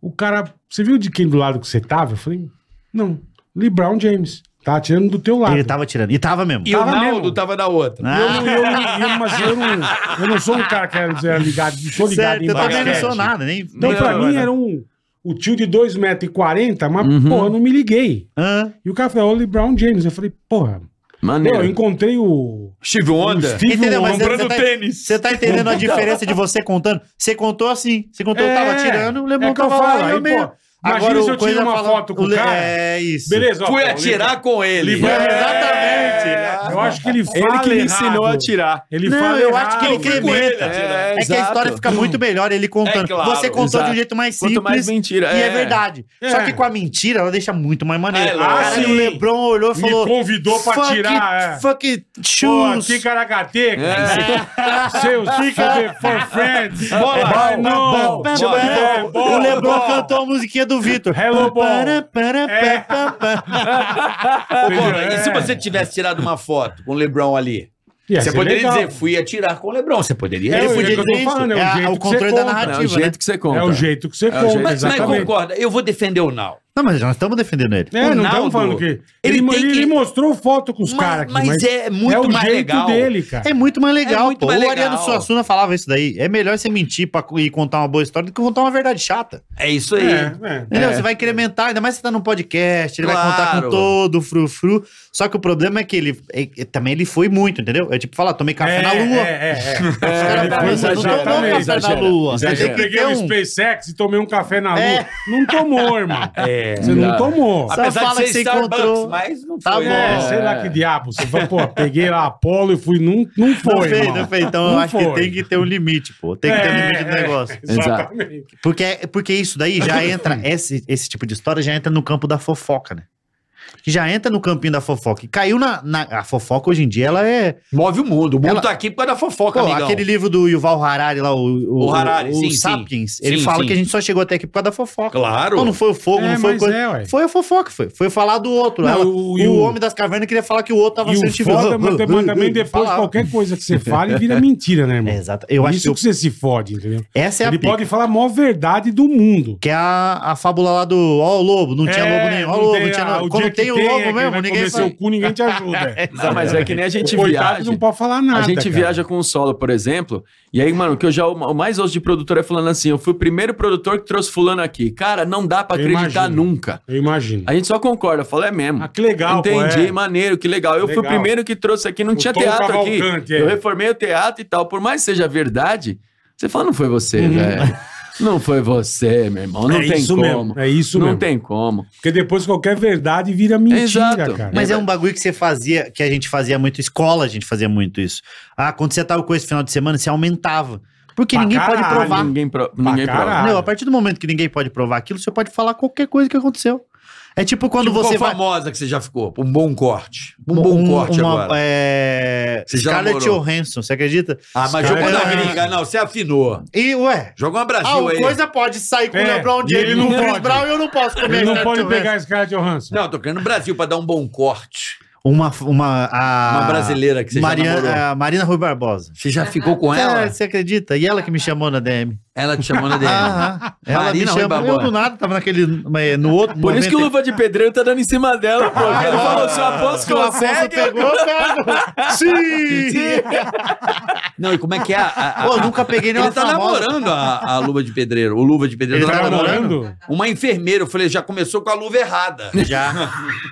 O cara. Você viu de quem do lado que você tava? Eu falei, não. LeBron James. Tá atirando do teu lado.
Ele tava tirando. E tava mesmo.
E o
Tava
Naldo
mesmo.
tava na outra.
Eu
Ah,
não, eu não- eu- mas eu não, eu não sou um cara que era ligado, sou ligado
certo,
em
eu também não
basquete.
sou nada, nem.
Então,
nem
pra
tô
mim,
agora.
era um, o tio de 2,40m, mas,
Uhum.
porra, eu não me liguei.
Hã?
E o cara falou, Ollie Brown James. Eu falei, porra, pô, eu
Maneiro.
encontrei o.
Steve
o
Wonder.
Steve
Entendeu? Mas
Wonder.
você tá-
tênis.
Você tá entendendo a diferença de você contando? Você contou assim. Você contou, eu tava
É,
tirando, o Leblon
é que eu
tava
falo,
lá e
aí,
eu meio...
pô, imagina
Agora
se
o
eu tiro
Coisa
uma
fala-
foto com o
Le-
cara.
É isso.
Beleza, ó,
Fui
pô,
atirar com ele.
Livre-
É, exatamente.
Livre- Eu acho que ele fala.
Ele que me ensinou a
errado.
tirar.
Ele
Não,
fala.
eu
errado.
acho que ele
Eu
queimou. É que a
exato.
história fica muito melhor ele contando.
É claro,
você contou de
exato.
um jeito mais
Quanto
simples
mais mentira.
e é, verdade. Só
É.
que com a mentira, ela deixa muito mais maneiro.
É,
ah,
lógico.
o Lebron olhou e
Me
falou...
convidou pra
"Fuck
tirar,
it,
é."
Fuck it,
Pô,
choose.
ticaracateca. Seus fica for friends.
Bola.
Vai,
Pá,
não.
pá,
Bola.
pá.
É,
o
bola,
Lebron
bola.
cantou a musiquinha do Vitor.
Hello, ball.
Pá, pá, pá,
É.
pá, pá.
Ô, Bola,
Entendeu?
E se
É.
você tivesse tirado uma foto com o Lebron ali?
Ia
você
ser
poderia
é legal.
dizer, fui atirar com o Lebron. Você poderia.
É,
Ele
o
podia
jeito que eu tô
dizer isso.
falando, é o
É,
jeito
o
que
controle
você
da
conta.
narrativa,
É o
né?
jeito que você conta.
É o jeito que você
o
conta,
jeito-
Mas, mas
exatamente.
concorda, eu vou defender o Nau.
Não, mas nós estamos defendendo ele.
É, não
Ronaldo,
estamos falando que.
ele
Ele,
tem
ele
que-
mostrou foto com os
Mas-
caras aqui.
mas é muito
o
mais
jeito
legal.
dele, cara.
É muito mais legal,
É muito
pô.
mais
o Ariano
legal.
Suassuna falava isso daí. É melhor você mentir pra, e contar uma boa história do que contar uma verdade chata.
É isso aí.
é.
Entendeu? Você vai incrementar, ainda mais você tá num podcast, ele vai contar
Claro.
com todo o frufru. Só que o problema é que ele é- é- também ele foi muito, entendeu? É tipo falar, tomei café
É,
na lua.
É, é, é.
Os caras
ele
falam,
foi
"Você não tomou
exatamente,
café
exagera,
na lua. Você
exagera.
tem
Eu
que
é
peguei
ter
um
um...
SpaceX e tomei um café na lua.
É.
Não tomou, irmão.
[laughs] É.
Você não tomou.
Só fala que você encontrou.
mas não
Tá
foi.
bom.
É,
né?
sei lá que diabo. Você falou, pô, peguei lá Apolo e fui. Não, não foi,
Não fez,
irmão.
não fez. Então eu
Não
acho que
foi.
tem que ter um limite, pô. Tem que ter um
É,
limite do
é.
negócio.
Exatamente.
Porque, porque isso daí
[laughs]
já entra, esse, esse tipo de história já entra no campo da fofoca, né? Que já entra no campinho da fofoca. E caiu na, na. A fofoca hoje em dia, ela é.
Move o mundo. O mundo
Ela-
tá aqui por causa da fofoca,
Pô,
amigão.
aquele livro do Yuval Harari lá, o, o,
O Harari,
o
sim, sim.
Sapiens, ele
Sim,
fala
sim.
que a gente só chegou até aqui por causa da fofoca.
Claro.
Então não foi o fogo,
É,
não foi
mas
coisa.
é, ué.
foi a fofoca, foi. Foi falar do outro.
Não,
Ela-
o-
o,
e o-
homem das cavernas queria falar que o outro tava
E
sendo
o foda, mas mas
[laughs]
também depois qualquer coisa que você fale vira mentira, né, irmão?
É, exato. Eu acho
Isso que
que
você se fode, entendeu?
eu- essa é a
Ele
pica.
pode falar a maior verdade do mundo.
Que é a, a fábula lá do ó o lobo, não tinha
É,
lobo nenhum, ó o
não
lobo,
tem
não tinha
a-
lobo.
o
Quando
dia que
tem o
tem, é
lobo
que
mesmo,
vai
ninguém
comer
sabe.
seu cu, ninguém
[laughs]
te ajuda. é.
Não, mas é que nem a gente
O coitado
viaja.
não pode falar nada.
a gente
cara.
viaja com o solo, por exemplo. E aí, mano, o que eu já o mais ouço de produtor é falando assim: eu fui o primeiro produtor que trouxe fulano aqui. Cara, não dá pra
Eu
acreditar
imagino.
nunca.
Eu imagino.
A gente só concorda, fala, é mesmo.
Ah, que legal, pô,
Entendi,
é.
maneiro, que legal. Eu fui o
Legal.
primeiro que trouxe aqui, não
O
tinha
Tom
teatro aqui.
Cavalcante, é.
Eu reformei o teatro e tal. Por mais que seja verdade, você fala, não foi você, velho. [laughs] Não foi você, meu irmão. Não
Uhum. É
tem
isso
como.
mesmo, é isso
não
mesmo.
tem como.
Porque depois qualquer verdade vira mentira,
Exato.
cara.
Mas é um bagulho que você fazia, que a gente fazia muito, escola a gente fazia muito isso. Ah, acontecia tal coisa esse final de semana, você aumentava. Porque
Pra
ninguém pode
caralho.
provar.
Ninguém, pro, ninguém
caralho.
prova.
Meu, a partir do momento que ninguém pode provar aquilo, você pode falar qualquer coisa que aconteceu. É tipo quando
Tipo,
você
qual
vai.
famosa que você já ficou? Um bom corte. Um bom
um-
corte
uma,
agora.
É...
Você já
Scarlett
namorou.
Johansson, você acredita?
Ah, mas
Cara,
jogou na
é.
gringa. Não, você afinou.
E, ué,
Jogou uma
Ah,
Brasil
o
aí. né?
coisa pode sair com
É,
o LeBron James
e ele não
e o Chris
pode.
Brown e eu não posso comer
Ele não
Scarlett
pode
Johansson.
pegar esse cara de Johansson.
Não, eu tô querendo no Brasil pra dar um bom corte.
Uma, uma, a-
Uma brasileira que você já namorou.
Ah, Mariana, é, a Marina Rui Barbosa.
Você já ficou com
Cara,
ela?
você acredita? E ela que me chamou na DM.
Ela te chamou na DM.
Aham. Ela
Marina Rui
me chamou. Eu
Barbosa.
do nada tava naquele. eh, No outro.
Por isso que o
90
Luva de Pedreiro tá dando em cima dela, pô.
Ah,
Porque ele falou, assim, se eu aposto que
o Afonso
consegue...
pegou, cara.
[laughs]
Sim!
Não, e como é que é? a- a- a-
Pô, eu nunca peguei nenhuma
Ele tá
famosa.
namorando a, a luva de pedreiro. O luva de pedreiro
Ele
tá
tá
namorando.
namorando?
Uma enfermeira. Eu falei, já começou com a luva errada.
assim Já.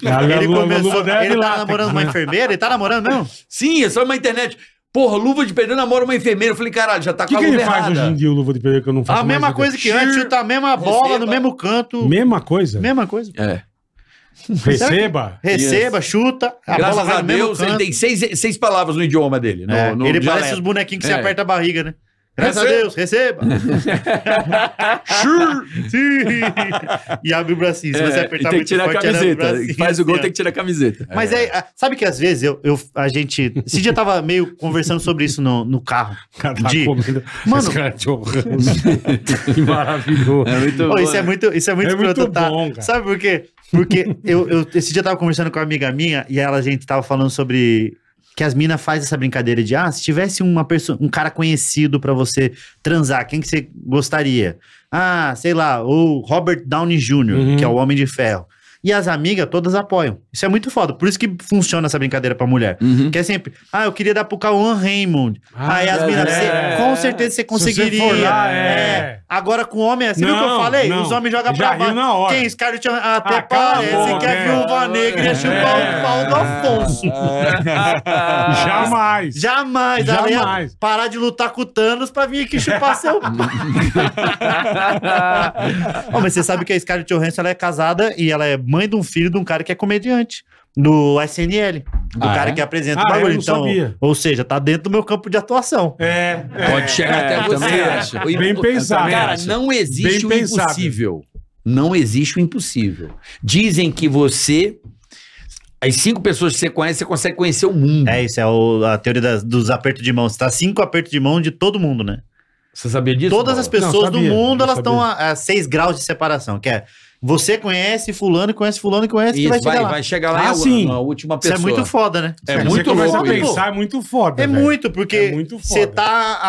A
Ele
lua- a
começou.
lua dela é
Ele tá
látex,
namorando uma
né?
enfermeira? Ele tá namorando mesmo?
Sim, é só uma internet. Porra, luva de pedreiro namora uma enfermeira. Eu falei, caralho, já tá
O
com
que,
a
que
luva
ele faz
errada.
hoje em dia, o Luva de Pedreiro, que eu não faço
A mesma
mais
coisa que antes, chuta a mesma bola
Receba.
no mesmo canto.
Mesma coisa?
Mesma coisa.
É.
Receba.
Receba, chuta, a bola
Graças
vai
a
no mesmo
Deus, ele
canto.
tem seis, seis palavras no idioma dele. No,
É,
no
ele
dialeto.
parece os bonequinhos que
É.
você aperta a barriga, né? Graças
Receba.
a Deus, receba!
[laughs]
Sure! Sim! E abre o bracinho. Se você
É, e
apertar
tem que
muito
tirar a
forte, ela abre o
camiseta.
bracinho,
Faz o gol,
assim, ó.
tem que tirar a camiseta.
Mas é, a- sabe que às vezes eu, eu- a gente. Esse dia eu tava meio conversando sobre isso no, no carro.
Cara, tá
De-
comendo.
[laughs] Mano-
Esse cara é de Johansson. [laughs] que maravilhoso.
É muito
Pô,
bom,
isso é
né?
muito, isso é muito,
É muito
escroto, tá?
bom, cara.
Sabe por quê? Porque eu, eu- esse dia eu tava conversando com uma amiga minha e ela, a gente tava falando sobre que as minas fazem essa brincadeira de, ah, se tivesse uma pessoa, um cara conhecido pra você transar, quem que você gostaria? Ah, sei lá, o Robert Downey Jr.,
Uhum.
que é o Homem de Ferro. E as amigas todas apoiam. Isso é muito foda. Por isso que funciona essa brincadeira pra mulher.
Uhum.
Que é sempre, ah, eu queria dar pro Cauã Raymond.
Ah,
Aí as
é,
minas, "Cê-
é.
com certeza você conseguiria.
for lá, é.
Agora com homem, é- você viu o que eu
Não,
falei?
não.
Os homens jogam
Já
pra
riu
baixo.
na hora.
Quem? Os caras te- até
Ah, cala a
parece que
boca,
é
é.
viúva negra ia chupar o pau do Afonso. Ah,
É.
Jamais.
Jamais, ela ia
Jamais.
parar de lutar com o Thanos pra vir aqui
[laughs]
chupar seu pau. Ó, mas você sabe que a Scarlett Johansson ela é casada e ela é mãe de um filho de um cara que é comediante. No SNL. Do
Ah,
cara
é?
que apresenta o
Ah,
bagulho.
eu não
então,
sabia.
ou seja, tá dentro do meu campo de atuação.
É,
Pode chegar
É,
até
eu
você.
também acho.
O impo-
Bem pensado.
Cara,
Também
não existe
Bem
o
pensado.
impossível. Não existe o impossível. Dizem que você. As cinco pessoas que você conhece, você consegue conhecer o mundo.
É isso, é o- a teoria das- dos apertos de mão. Você tá cinco apertos de mão de todo mundo, né?
Você sabia disso?
Todas
Paulo?
as pessoas
sabia,
do mundo,
não
elas
sabia.
estão a, a seis graus de separação. Que é, você conhece fulano, conhece fulano, conhece que
Isso,
vai
vai,
chegar lá.
vai chegar lá
Ah,
é a-
sim.
a última
Isso
pessoa.
é muito foda, né?
É
Cara,
muito
você começa
louco
a
isso.
pensar, é muito foda.
É
velho.
muito, porque
É muito foda.
você tá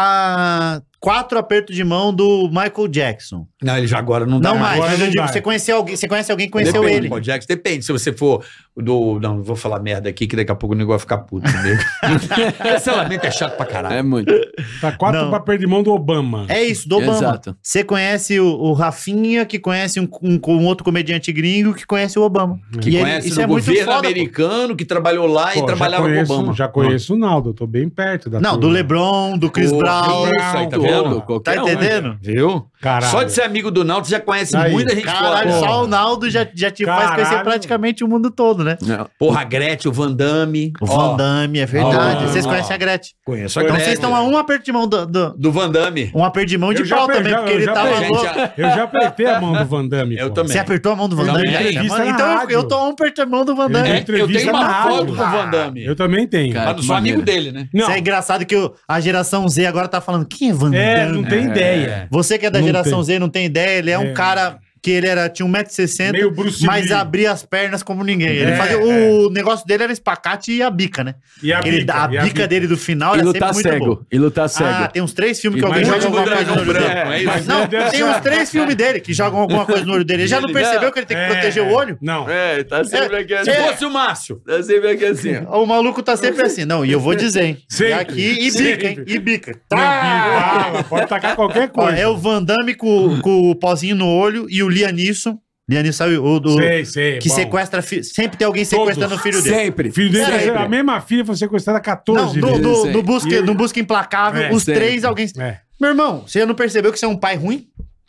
a quatro apertos de mão do Michael Jackson.
Não, ele já agora não dá
Não mais,
agora
mas eu
não
digo,
dá.
você conhece alguém, você conhece alguém que conheceu
depende,
ele.
Paul Jackson, depende. Se você for do. Não, não vou falar merda aqui, que daqui a pouco o negócio vai ficar puto [laughs] comigo. Cancelamento é chato pra caralho.
É muito.
Tá quatro
Não.
pra perder de mão do Obama.
É isso, do Obama.
Exato.
Você conhece o, o Rafinha, que conhece um, um- um outro comediante gringo que conhece o Obama.
Que
E ele-
conhece
isso
no
é muito
governo
foda, pô.
americano, que trabalhou lá
Pô,
e trabalhava
já conheço,
com Obama.
Já conheço o Naldo, eu tô bem perto da
Não, do
turma.
LeBron, do Chris
Pô,
Brown.
Isso aí, tá
Brown,
vendo?
Todo,
Tá
qualquer um,
entendendo?
Viu?
Caralho.
Só de ser amigo do Naldo, você já conhece
um Aí.
muita gente
Caralho,
foda.
só o Naldo já, já te faz
Caralho.
conhecer praticamente o mundo todo, né?
né?
Porra, a Gretchen, o Van Damme.
O
Ó,
Van Damme, é verdade.
Ó.
Vocês conhecem a Gretchen.
Conheço a
Então
Gretchen.
vocês estão a um aperto de mão do, do-
Do Van Damme.
um aperto de mão de
Eu já
pau
pe-
também,
já-
porque
eu
ele
já
tava
pe-
louco.
Gente, a-
Eu já apertei a mão do Van
[laughs]
Damme.
eu
pô.
também.
Você apertou a mão do Van Damme?
Não,
Cara,
entrevista
mano,
na
então
rádio.
eu, eu tô a um aperto a mão do Van Damme.
É,
Isso
entrevista
eu tenho
na
uma
rádio.
foto com o Van Damme.
Eu também tenho.
Cara,
Mas não
que
sou amigo
maneira.
dele, né?
Não,
é engraçado que o- a geração Z agora tá falando, quem é Van Damme?
é, não tem ideia.
Você que é da
Não
geração
tem.
Z não tem ideia, ele é, um
É.
cara que ele era, tinha 1,60m,
Meio Bruce
É. mas
Lee.
abria as pernas como ninguém. Ele
É,
fazia, o negócio dele era espacate e a bica, né?
E a
Ele-
bica,
a
e a
bica
bica.
dele do final
E
era
lutar
sempre muito
tá cego.
boa.
E lutar cego.
Ah, tem uns três filmes que
E
alguém
mais
joga
um
alguma coisa
dragão
no olho
branco,
dele.
é isso?
Mas Não,
Deve
tem
ser-
uns três filmes dele que jogam alguma coisa no olho dele. Ele já não percebeu que ele tem que
É.
proteger o olho?
Não.
É, tá sempre aqui assim.
Se
um- É.
fosse o Márcio.
Tá sempre aqui assim. ó.
O maluco tá sempre assim. Não, e eu vou dizer, hein?
Sempre,
E aqui e bica,
sempre.
hein? E bica.
Não,
Tá!
bica, ala, pode tacar qualquer
Ó,
coisa.
é o Van Damme com, com o pozinho no olho e o Lianisson. Lianisson sabe o do.
Sei, sei.
que
bom.
sequestra filho. Sempre tem alguém sequestrando o filho dele.
Sempre.
Filho dele, é
Sempre.
a mesma filha foi sequestrada há
Não,
14
no,
vezes.
no,
Sei.
no busca,
E-
no busca Implacável,
É,
os
sempre.
três, alguém.
É.
Meu irmão, você não percebeu que você é um pai ruim?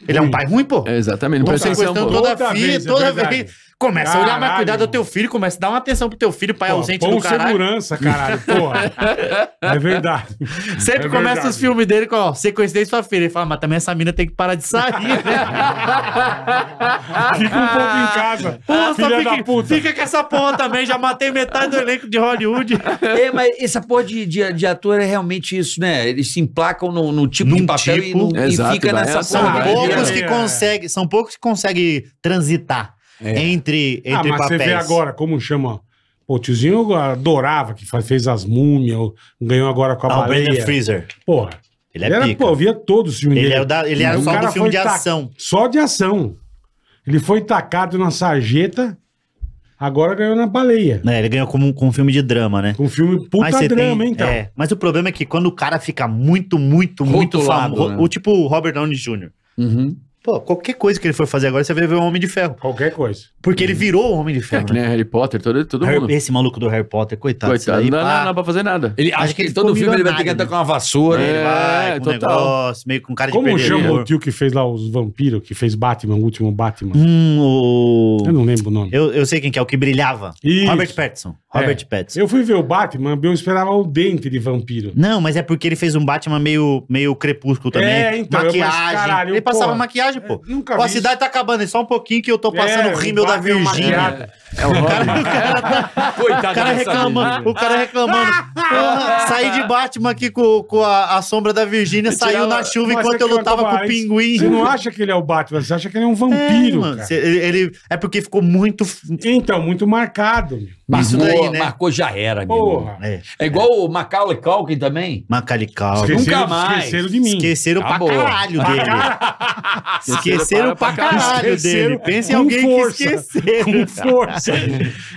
Ele é
Ruim.
um pai ruim, pô?
É, exatamente. Não
Estão
um
presta
sequestrando
atenção, pô.
toda,
Toda
filha,
vez, é
toda
verdade.
vez. Começa a olhar mais
Caralho,
cuidado ao teu
irmão.
filho, começa a dar uma atenção pro teu filho, pai
Pô, um
ausente
põe
do caralho.
segurança, caralho, porra. É verdade.
Sempre
É
começa
verdade.
os filmes dele com, ó, sequestrei sua filha. Ele fala, mas também essa mina tem que parar de sair, né?
[laughs] Fica um pouco em casa.
Porra, só
filha
fica,
da puta.
fica com essa porra também, já matei metade do elenco de Hollywood.
É, mas essa porra de, de, de ator é realmente isso, né? Eles se emplacam no, no tipo
Num
de papel e,
tipo.
não- e
Exato,
fica
vai.
nessa
Essa
São
Ah,
porra. né?
poucos
é.
que conseguem, são poucos que conseguem transitar entre, entre
Ah, mas
papéis.
você vê agora como chama. Pô, o tiozinho eu adorava, que fa- fez as múmias, ganhou agora com a
Ah, o Brendan
baleia.
Freezer.
Porra.
Ele é
é. era,
pica.
pô, eu via todos os filmes
ele,
dele.
é o da- ele era
O
só
cara
do filme
foi
de
tac-
ação.
Só de ação. Ele foi tacado na sarjeta, agora ganhou na baleia.
Né, ele ganhou como um- com um filme de drama, né?
Um filme puta
você
drama, hein, então.
é, mas o problema é que quando o cara fica muito, muito, muito
Rotulado,
famoso.
né?
O tipo o Robert Downey Jr.
Uhum.
Pô, qualquer coisa que ele for fazer agora, você vai ver o Homem de Ferro.
Qualquer coisa.
Porque ele virou o Homem de
É
Ferro.
que nem Harry Potter, todo, todo
né?
mundo.
Esse maluco do Harry Potter, coitado. esse
Coitado.
daí,
Não, não,
tá pá,
não dá pra fazer nada.
Ele acha
Acho que
que,
ele
todo
ficou
filme ele vai ter que
milionário,
andar
né?
com uma vassoura.
Ele vai
É,
com um
total.
negócio, meio com cara de né?
Como chama
perdedor.
o tio que fez lá os vampiros, que fez Batman, o último Batman?
Hum, o...
Eu não lembro o nome.
Eu, eu sei quem que é, o que brilhava.
Isso.
Robert Pattinson. Robert
É.
Pattinson.
Eu fui ver o Batman, eu esperava o dente de vampiro.
Não, mas é porque ele fez um Batman meio, meio crepúsculo também.
É, então, eu- mas
maquiagem.
caralho,
ele
eu,
passava
porra,
maquiagem, pô.
é, nunca
Pô, a
vi
cidade tá acabando, é só um pouquinho que eu tô passando
É,
o rímel da
Batman
Virgínia.
maquiado.
É o Robin.
Coitado
O cara
dessa
reclamando,
menina.
o cara
[laughs]
reclamando. Porra, saí de Batman aqui com, com a, a sombra da Virgínia, saiu na chuva
Mas
enquanto
é
eu
que o
lutava com o
Batman-
pinguim.
Você não acha que ele é o Batman, você acha que ele é um
É,
vampiro,
mano,
cara.
cê- ele, ele- é porque ficou muito. f-
Então, muito marcado. meu.
Isso
Marcou-
daí, né?
Marcou, já era, amigo.
Porra.
É,
É igual o Macaulay Culkin também.
Macalical.
Esqueceram,
nunca mais.
esqueceram de mim.
Esqueceram pra
Acabou.
caralho dele. Tá Esqueceram pra caralho dele.
Esqueceram
Pensa em
com
alguém
força.
que esqueceram.
Com força.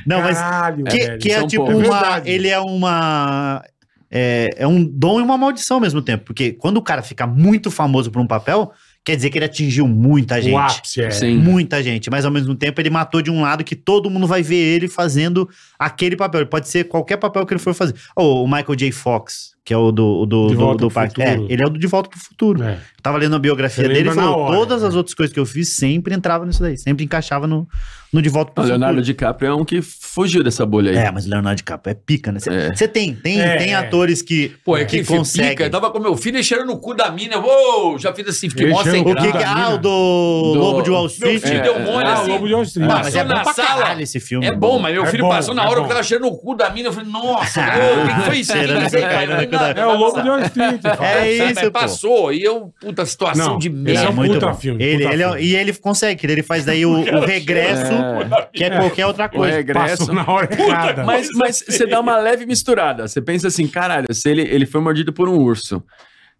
Não, mas
Caralho,
que,
velho.
que é
são
tipo
poucos.
É
uma.
verdade.
ele é uma. É, é um dom e uma maldição ao mesmo tempo. Porque quando o cara fica muito famoso por um papel, quer dizer que ele atingiu muita gente.
O ápice, é.
Sim.
Muita gente. Mas ao mesmo tempo ele matou de um lado que todo mundo vai ver ele fazendo aquele papel. Ele pode ser qualquer papel que ele for fazer. Ou o Michael J. Fox, que é o do, o do,
De
do,
Volta
do
pro
Parque. É,
Futuro.
ele é o do De Volta pro Futuro.
É.
Eu tava lendo a biografia
Você
dele e
lembra na
falou:
hora,
todas
né?
as outras coisas que eu fiz sempre entrava nisso daí, sempre encaixava no, no De Volta
O
pro
Ah,
Leonardo
Futuro.
DiCaprio é um que fugiu dessa bolha aí.
É, mas o Leonardo DiCaprio é pica, né?
É.
Você tem, tem,
É,
tem
é.
atores que,
Pô, é
que,
que,
conseguem.
fica. Eu tava com meu filho e cheirando no cu da mina. Uou, já fiz assim, fiquei mó
Ele
sem
O
cheirou
que,
graça.
que
Tá,
ah,
mina.
o do,
Do-
Lobo de Wall
Meu
Street?
filho
É,
deu
é.
mole
Ah, o
assim.
Lobo de Wall Street.
Ah, mas é
Passou
bom
na
pra
sala.
caralho esse filme.
É bom, mas meu
É
filho
bom,
passou na
é
hora
bom.
que ela cheirou no cu da mina. Eu falei, nossa,
Ah,
pô, o que que foi isso?
cheirando
Não sei,
essa
cara,
cara no cu da-
É o Lobo de Wall
É
Street. cara.
Mas
isso, pô.
Passou. E eu, puta, situação
Não,
de
esse
Ele
é
merda.
um
muito
puta
bom.
filme,
Ele,
puta
ele é-
filme.
E ele consegue, ele faz daí o, o regresso,
É.
que é qualquer outra
O
coisa.
regresso.
Passou na hora errada.
Mas, mas você dá uma leve misturada. Você pensa assim, caralho, se ele, ele foi mordido por um urso.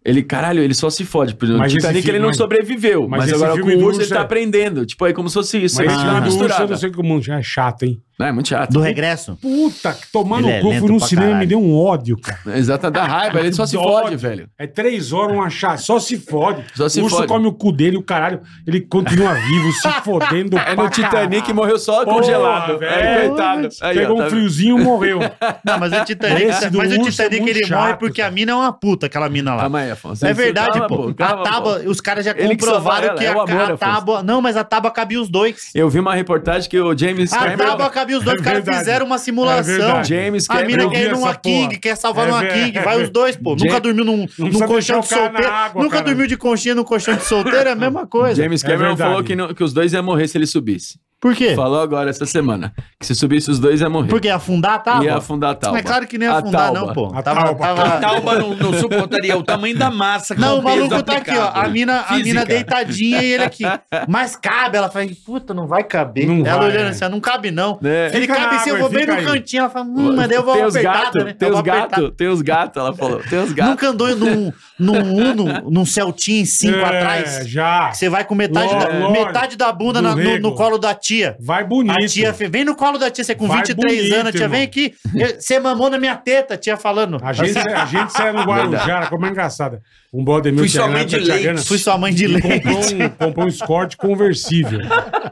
Ele, caralho, ele só se fode. Por exemplo,
Mas esse
Titanic
filme-
ele não
mas-
sobreviveu.
mas
Mas,
esse
agora com
filme
o
do
urso ele
urso
tá
é-
aprendendo. Tipo, é como se fosse isso.
Mas
aí
esse
dá
filme
uma
do urso, eu
misturada.
não sei como é chato, hein?
Não, é muito chato.
Do regresso?
Puta, que tomar
Ele é
no cu,
lento
fui no
pra
cinema e
caralho.
me deu um ódio, cara.
Exato, dá raiva. Ele só se
Dó.
fode, velho.
É três horas, um achar, só se fode.
Só se
o urso
fode.
come o cu dele, o caralho, ele continua
[laughs]
vivo, se fodendo
É
pra
no Titanic
caralho.
morreu só
Porra,
congelado.
velho.
É, coitado. Aí, ó,
Pegou
tá
um
vendo?
friozinho
[laughs]
e morreu.
Não, mas o Titanic,
Esse do
mas o
urso é
Titanic
muito
ele
chato,
morre porque a
cara.
mina é uma puta, aquela mina lá.
Calma aí, Afonso.
É
Isso,
verdade,
calma,
pô.
calma,
a tábua, os caras já
Ele que
comprovaram
salvou
que,
ela, é o
a,
amor,
a tábua. Não, mas a tábua cabia os dois.
Eu vi uma reportagem que o James
Ah,
A tábua
Cameron...
cabia os dois,
É
os caras
verdade.
fizeram uma simulação.
verdade.
James
a mina
Cameron...
eu vi
quer ir numa
essa
King,
porra.
quer salvar
É
numa
ver-
King, vai os dois, pô.
Gente,
Nunca dormiu num, num
precisa
colchão
deixar
de
o cara na
solteiro.
água,
Nunca
cara.
dormiu de conchinha num colchão de solteiro, é a mesma coisa.
James
É
Cameron
verdade.
falou que, não- que os dois iam morrer se ele subisse.
Por quê?
Falou agora essa semana. Que se subisse os dois ia morrer.
É. Porque afundar a tábua?
Ia afundar a tábua.
Mas claro que nem
A
afundar,
tábua.
não, pô.
A
Tava-
tábua. é
tava-
A Tauba não, não suportaria o tamanho da massa. que
Ah. Não, o
peso
maluco tá aqui,
aplicado. né?
ó.
né?
A mina, a
Física.
mina deitadinha e ele
[laughs]
aqui. Mas cabe, ela fala, puta, não vai caber.
Não
ela
vai,
olhando
é.
assim, ó, não cabe não.
É.
Ele
Fica
cabe
na
assim, eu
água,
vou bem
fica
no
aí.
cantinho. Ela fala, hum, mas daí eu vou
Tem os
apertada,
gatos,
né?
tem
Eu
os
vou apertar.
gatos, tem os gatos, ela falou. Tem os gatos.
Nunca andou num, num Uno, num Celtin 5
É,
atrás?
Já.
Você vai com metade,
Lógico,
da,
lógico.
metade da bunda
Do
na- no, no
rego.
colo da tia.
Vai bonito.
A tia, fe- vem no colo da tia, você com
Vai
23
bonito,
anos, tia, vem
irmão.
aqui. Eu- Você mamou na minha teta, tia falando.
A gente, a gente saiu no Guarujá, era como é engraçada. Um brother meu
Fui sua mãe de leite,
Tiagana
Fui sua mãe de leite.
comprou um, comprou um Escort conversível.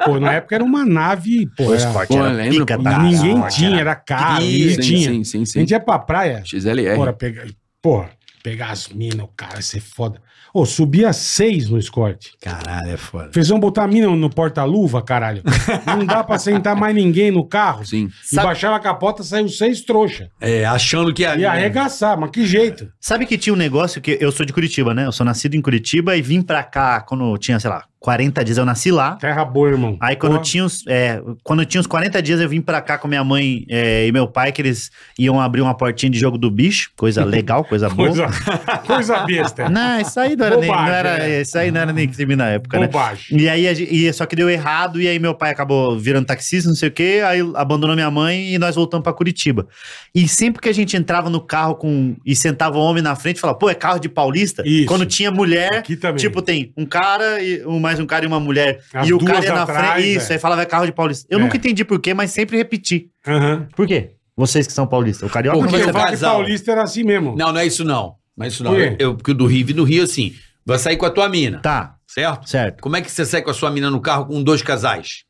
Pô, na época era uma nave, pô, era-
Pô, eu lembro, pô.
tá?
ninguém
Escort
tinha,
era-
era
Ah,
caro,
Sim,
ninguém
sim,
tinha.
sim, É.
A
sim.
gente ia pra praia,
XLR.
Bora pegar. Porra, pegar as minas, o cara, isso é foda. Ô, subia seis no escorte.
Caralho, é foda.
Vocês vão botar a mina no porta-luva, caralho. Não dá pra sentar mais ninguém no carro.
Sim.
E baixava a capota, saiu seis trouxa.
É, achando que a.
Ia arregaçar, mas que jeito.
Sabe que tinha um negócio que eu sou de Curitiba, né? Eu sou nascido em Curitiba e vim pra cá quando eu tinha, sei lá, 40 dias eu nasci lá.
Terra boa, irmão.
Aí quando eu
Porra.
tinha uns, é, quando eu tinha uns 40 dias eu vim pra cá com minha mãe é, e meu pai que eles iam abrir uma portinha de jogo do bicho,
[laughs]
coisa legal, coisa boa. Ah,
Coisa, [laughs] coisa besta.
Não, isso aí não era nem, não
Bobagem,
era,
é.
isso aí não era nem crime na época, né?
Bobagem.
E aí, a gen- e só que deu errado, e aí meu pai acabou virando taxista, não sei o quê, aí abandonou minha mãe e nós voltamos pra Curitiba. E sempre que a gente entrava no carro com e sentava o homem na frente, falava, pô, é carro de paulista?
Isso.
Quando tinha mulher,
Aqui também.
tipo, tem um cara, e, um, mais um cara e uma mulher,
As
e o
duas
cara ia na
atrás,
frente, isso,
é.
aí falava, é carro de paulista. Eu
É.
nunca entendi por quê, mas sempre repeti.
Aham.
Por quê? Vocês que são paulistas, o carioca
Porque
Porque
não
eu
o
vai-
Vale
casal.
Paulista era assim mesmo.
Não, não é isso não. Não é isso não.
Por quê?
Eu, porque do Rio, e do Rio assim, vai sair com a tua mina,
Tá,
certo?
certo.
Como é que você sai com a sua mina no carro com dois casais?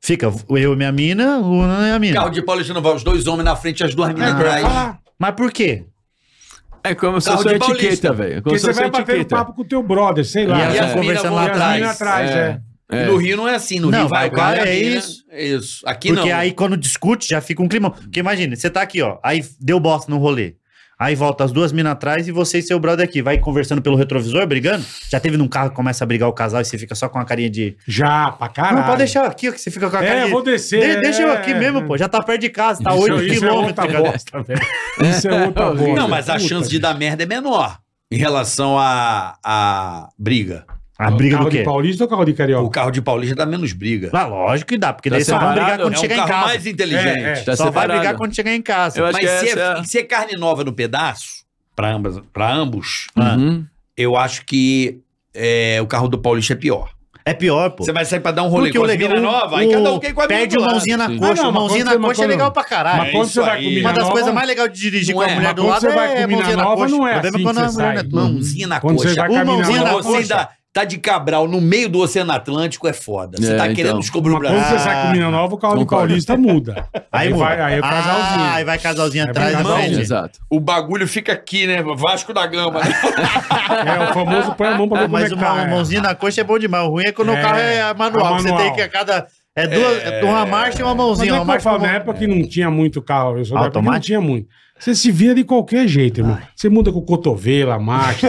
Fica eu e minha mina, o Ana e a mina.
Carro de Paulista não vai, os dois homens na frente e as duas minas
Ah,
atrás.
Ah,
Mas por quê?
É como se
Carro
fosse uma
de paulista.
etiqueta, velho. Como
porque
se
você
fosse
vai
uma
bater um
etiqueta.
papo com o teu brother, sei lá.
e
as
elas
minas
conversando
vão
lá
E as
atrás.
minas atrás,
É.
é.
É.
No Rio não é assim, no
Não,
Rio
vai
vai, o cara,
cara,
e a
é
mina.
isso.
Isso. Aqui
Porque
não.
aí quando discute já fica um climão. Porque imagina, você tá aqui, ó, aí deu bosta no rolê. Aí volta as duas minas atrás e você e seu brother aqui. Vai conversando pelo retrovisor, brigando. Já teve num carro que começa a brigar o casal e você fica só com a carinha de.
Já, pra caralho.
Não, pode deixar aqui, ó, que você fica com a
É,
carinha.
vou descer,
De- deixa eu
é,
aqui mesmo,
é.
pô. Já tá perto de casa, tá
Isso-
8
isso é
quilômetros.
outra
cadê?
bosta, velho. Isso
[laughs]
é outra bosta.
Não, mas a
Puta,
chance de dar merda é menor em relação à a, briga.
a briga do
Carro de
quê?
paulista ou carro de
O
carioca?
carro de Paulista dá menos briga.
Ah, lógico que dá, porque
Tá
daí só vai
separado,
brigar quando
é um
chegar
carro
em casa.
mais inteligente.
É, é.
Tá
só vai
separado.
brigar quando chegar em casa.
Eu acho
Mas
que
se
essa
é,
é-
assim,
se é carne nova no pedaço, pra, ambas, pra ambos,
Ah.
Uhum.
eu acho que é, o carro do Paulista é pior.
É pior, pô.
Você vai sair pra dar um rolê
Porque
com
o
as
legal-
mina nova, aí
o-
cada um quer ir com a mina
Pede
do
uma
lado.
mãozinha na
Sim.
coxa,
Ah, não, mas
mãozinha
quando
na
você-
coxa é legal pra caralho.
Ah,
Mas quando você vai
aí.
com
é
mina
Uma das
nova,
coisas mais legais de dirigir
Não
com a
é,
mas
mulher do
quando
lado
você vai
é
com mina
mãozinha na
nova,
coxa.
não é
O problema
assim
quando
que
a
você
mulher
sai.
não-
Mãozinha na
Quando
coxa.
você vai
Uma
caminhar
mãozinha
na
na
Quando
coxa.
você ainda tá de Cabral no meio do Oceano Atlântico, é foda. Você
É,
tá
então.
querendo descobrir o
Mas quando
Brasil.
você sai com mina nova, o carro do
Concordo.
paulista muda.
Aí, muda.
vai, aí o casalzinho.
Ah, aí vai casalzinho
Aí
atrás
vai
da
casalzinho.
frente.
Exato.
O bagulho fica aqui, né? Vasco da Gama. né?
É, o famoso põe a mão pra ver
Ah,
como é
mas
que
uma
tá. é.
mãozinha na coxa é bom demais. O ruim é quando
É,
o carro é manual.
é
que Você
manual.
tem que a cada. É duas, uma marcha e uma
Mas
mãozinha.
é
Uma
que eu
marcha e
falo,
uma
na
mão...
época que não tinha muito carro, eu sou da época que não
Automático?
tinha muito. Você se vira de qualquer jeito, irmão. Você muda com o cotovelo, a marcha,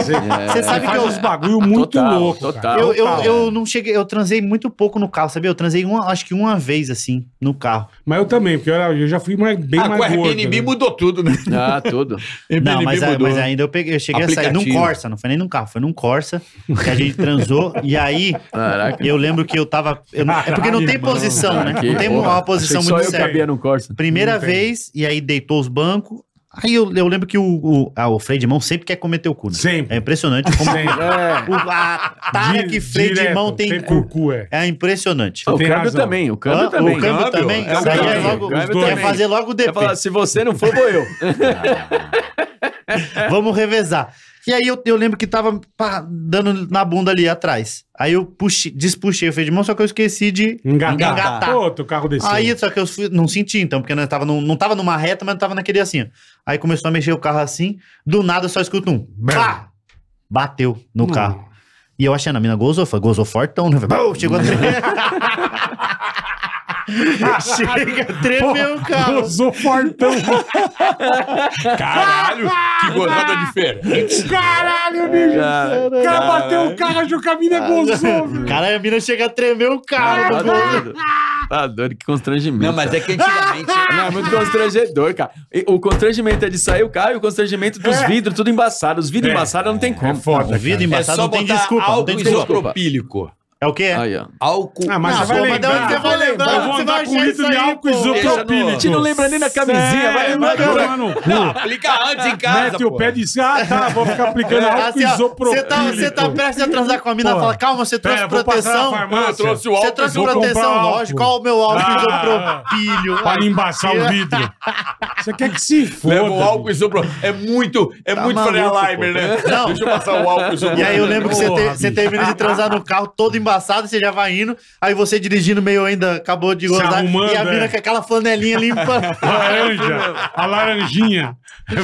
[laughs]
você,
Você sabe que
faz
eu,
uns bagulho muito
Total,
louco,
total.
cara.
eu, eu,
Total.
eu não cheguei. Eu transei muito pouco no carro, sabia? Eu transei uma, acho que uma vez assim, no carro.
Mas eu também, porque eu, era- eu já fui mais, bem
Ah,
mais
com o
gordo.
Airbnb
né?
mudou tudo, né?
Ah, tudo.
Não, mas, a-
mudou.
mas ainda eu, peguei, eu cheguei a sair num
Aplicativo.
Corsa, não foi nem num carro, foi num Corsa que a gente transou. e aí
Caraca.
eu lembro que eu tava. eu não- é porque não tem
Caralho, mano.
posição, né?
Que
Não tem
porra.
uma posição
Achei que
muito
Só eu
certa.
cabia no Corsa.
Primeira
Não tem.
vez, e aí deitou os bancos. Aí eu, eu lembro que o, o, ah, o freio de mão sempre quer comer teu cu, né?
Sempre.
É impressionante como
Sempre.
o, a tara
Di-
que freio de
direto,
mão tem
sempre o
cu.
cu, é.
É impressionante.
Ah, o
Tem
câmbio
razão.
também, o
Hã?
câmbio também.
O câmbio também.
É o
Isso aí é
câmbio.
logo,
O câmbio
quer
também.
fazer logo o
Vai
DP.
falar, assim, se você não for, [laughs] vou eu.
Vamos revezar. E aí eu, eu lembro que tava pá, dando na bunda ali atrás. Aí eu puxei, despuxei o freio de mão, só que eu esqueci de
Engatar.
Engatar.
Outro carro desceu.
Aí, só que eu fui- não senti, então, porque nós tava num- não tava numa reta, mas tava naquele assim. ó. Aí começou a mexer o carro assim, do nada eu só escuto um. Pá! Bateu no carro. E eu achei, a mina gozou, foi, gozou fortão, né? Bum, chegou a
[laughs]
tremer. Chega, tremeu o carro.
Gozou fortão.
[laughs]
Caralho, que gozada diferente.
Caralho, bicho.
É,
Já-
O cara bateu o é carro, achou que a
Ah,
mina
[laughs]
gozou, velho.
Caralho, a mina chega a tremer o
Tá
carro.
doido. Tá doido, que constrangimento.
Não, mas é que
[laughs]
antigamente.
Ah,
Não, é muito constrangedor, cara. E o constrangimento é de sair o carro e o constrangimento dos vidros, tudo embaçado. Os vidros
É.
embaçados não tem
É
como.
foda,
Vida
cara.
É
embaçada,
só
tá, não tem
botar
desculpa. Não
álcool
tem desculpa.
isopropílico.
É o quê?
Aí, ó.
Álcool.
Ah, mas
Não,
você vai
pô, mas da
lembrar.
onde você vai lembrar?
Eu vou
Você
andar
vai
com
achar
um
isso
litro de
aí,
álcool
pô.
isopropílico.
A gente não lembra nem da camisinha, vai, vai,
tomar no cu.
Não, aplica Tá antes em casa.
Mete o
pô.
pé e diz, ah, tá, vou ficar aplicando álcool
Assim, ó, Você
isopropílico.
tá, você tá prestes a transar com a mina
Pô.
e fala, calma, você trouxe
Pera, vou passar na
proteção.
farmácia. Eu trouxe
o
Você
álcool,
trouxe
vou comprar
proteção,
álcool.
lógico. Qual o meu álcool
Ah.
isopropílio?
Pra embaçar o vidro. Você quer que se foda.
Leva o álcool isopropílico. É muito, é
Tá
muito
maluco,
Faria Limer,
pô.
né?
Não.
Deixa eu passar o álcool
E
isopropílico.
aí eu lembro que você,
Porra,
te- você
bicho.
termina de transar no carro todo embaçado, você já vai indo, aí você dirigindo meio ainda, acabou de
Se
gozar,
arrumando,
e a mina
é.
com aquela flanelinha
[laughs]
limpa.
Laranja. A laranjinha.
e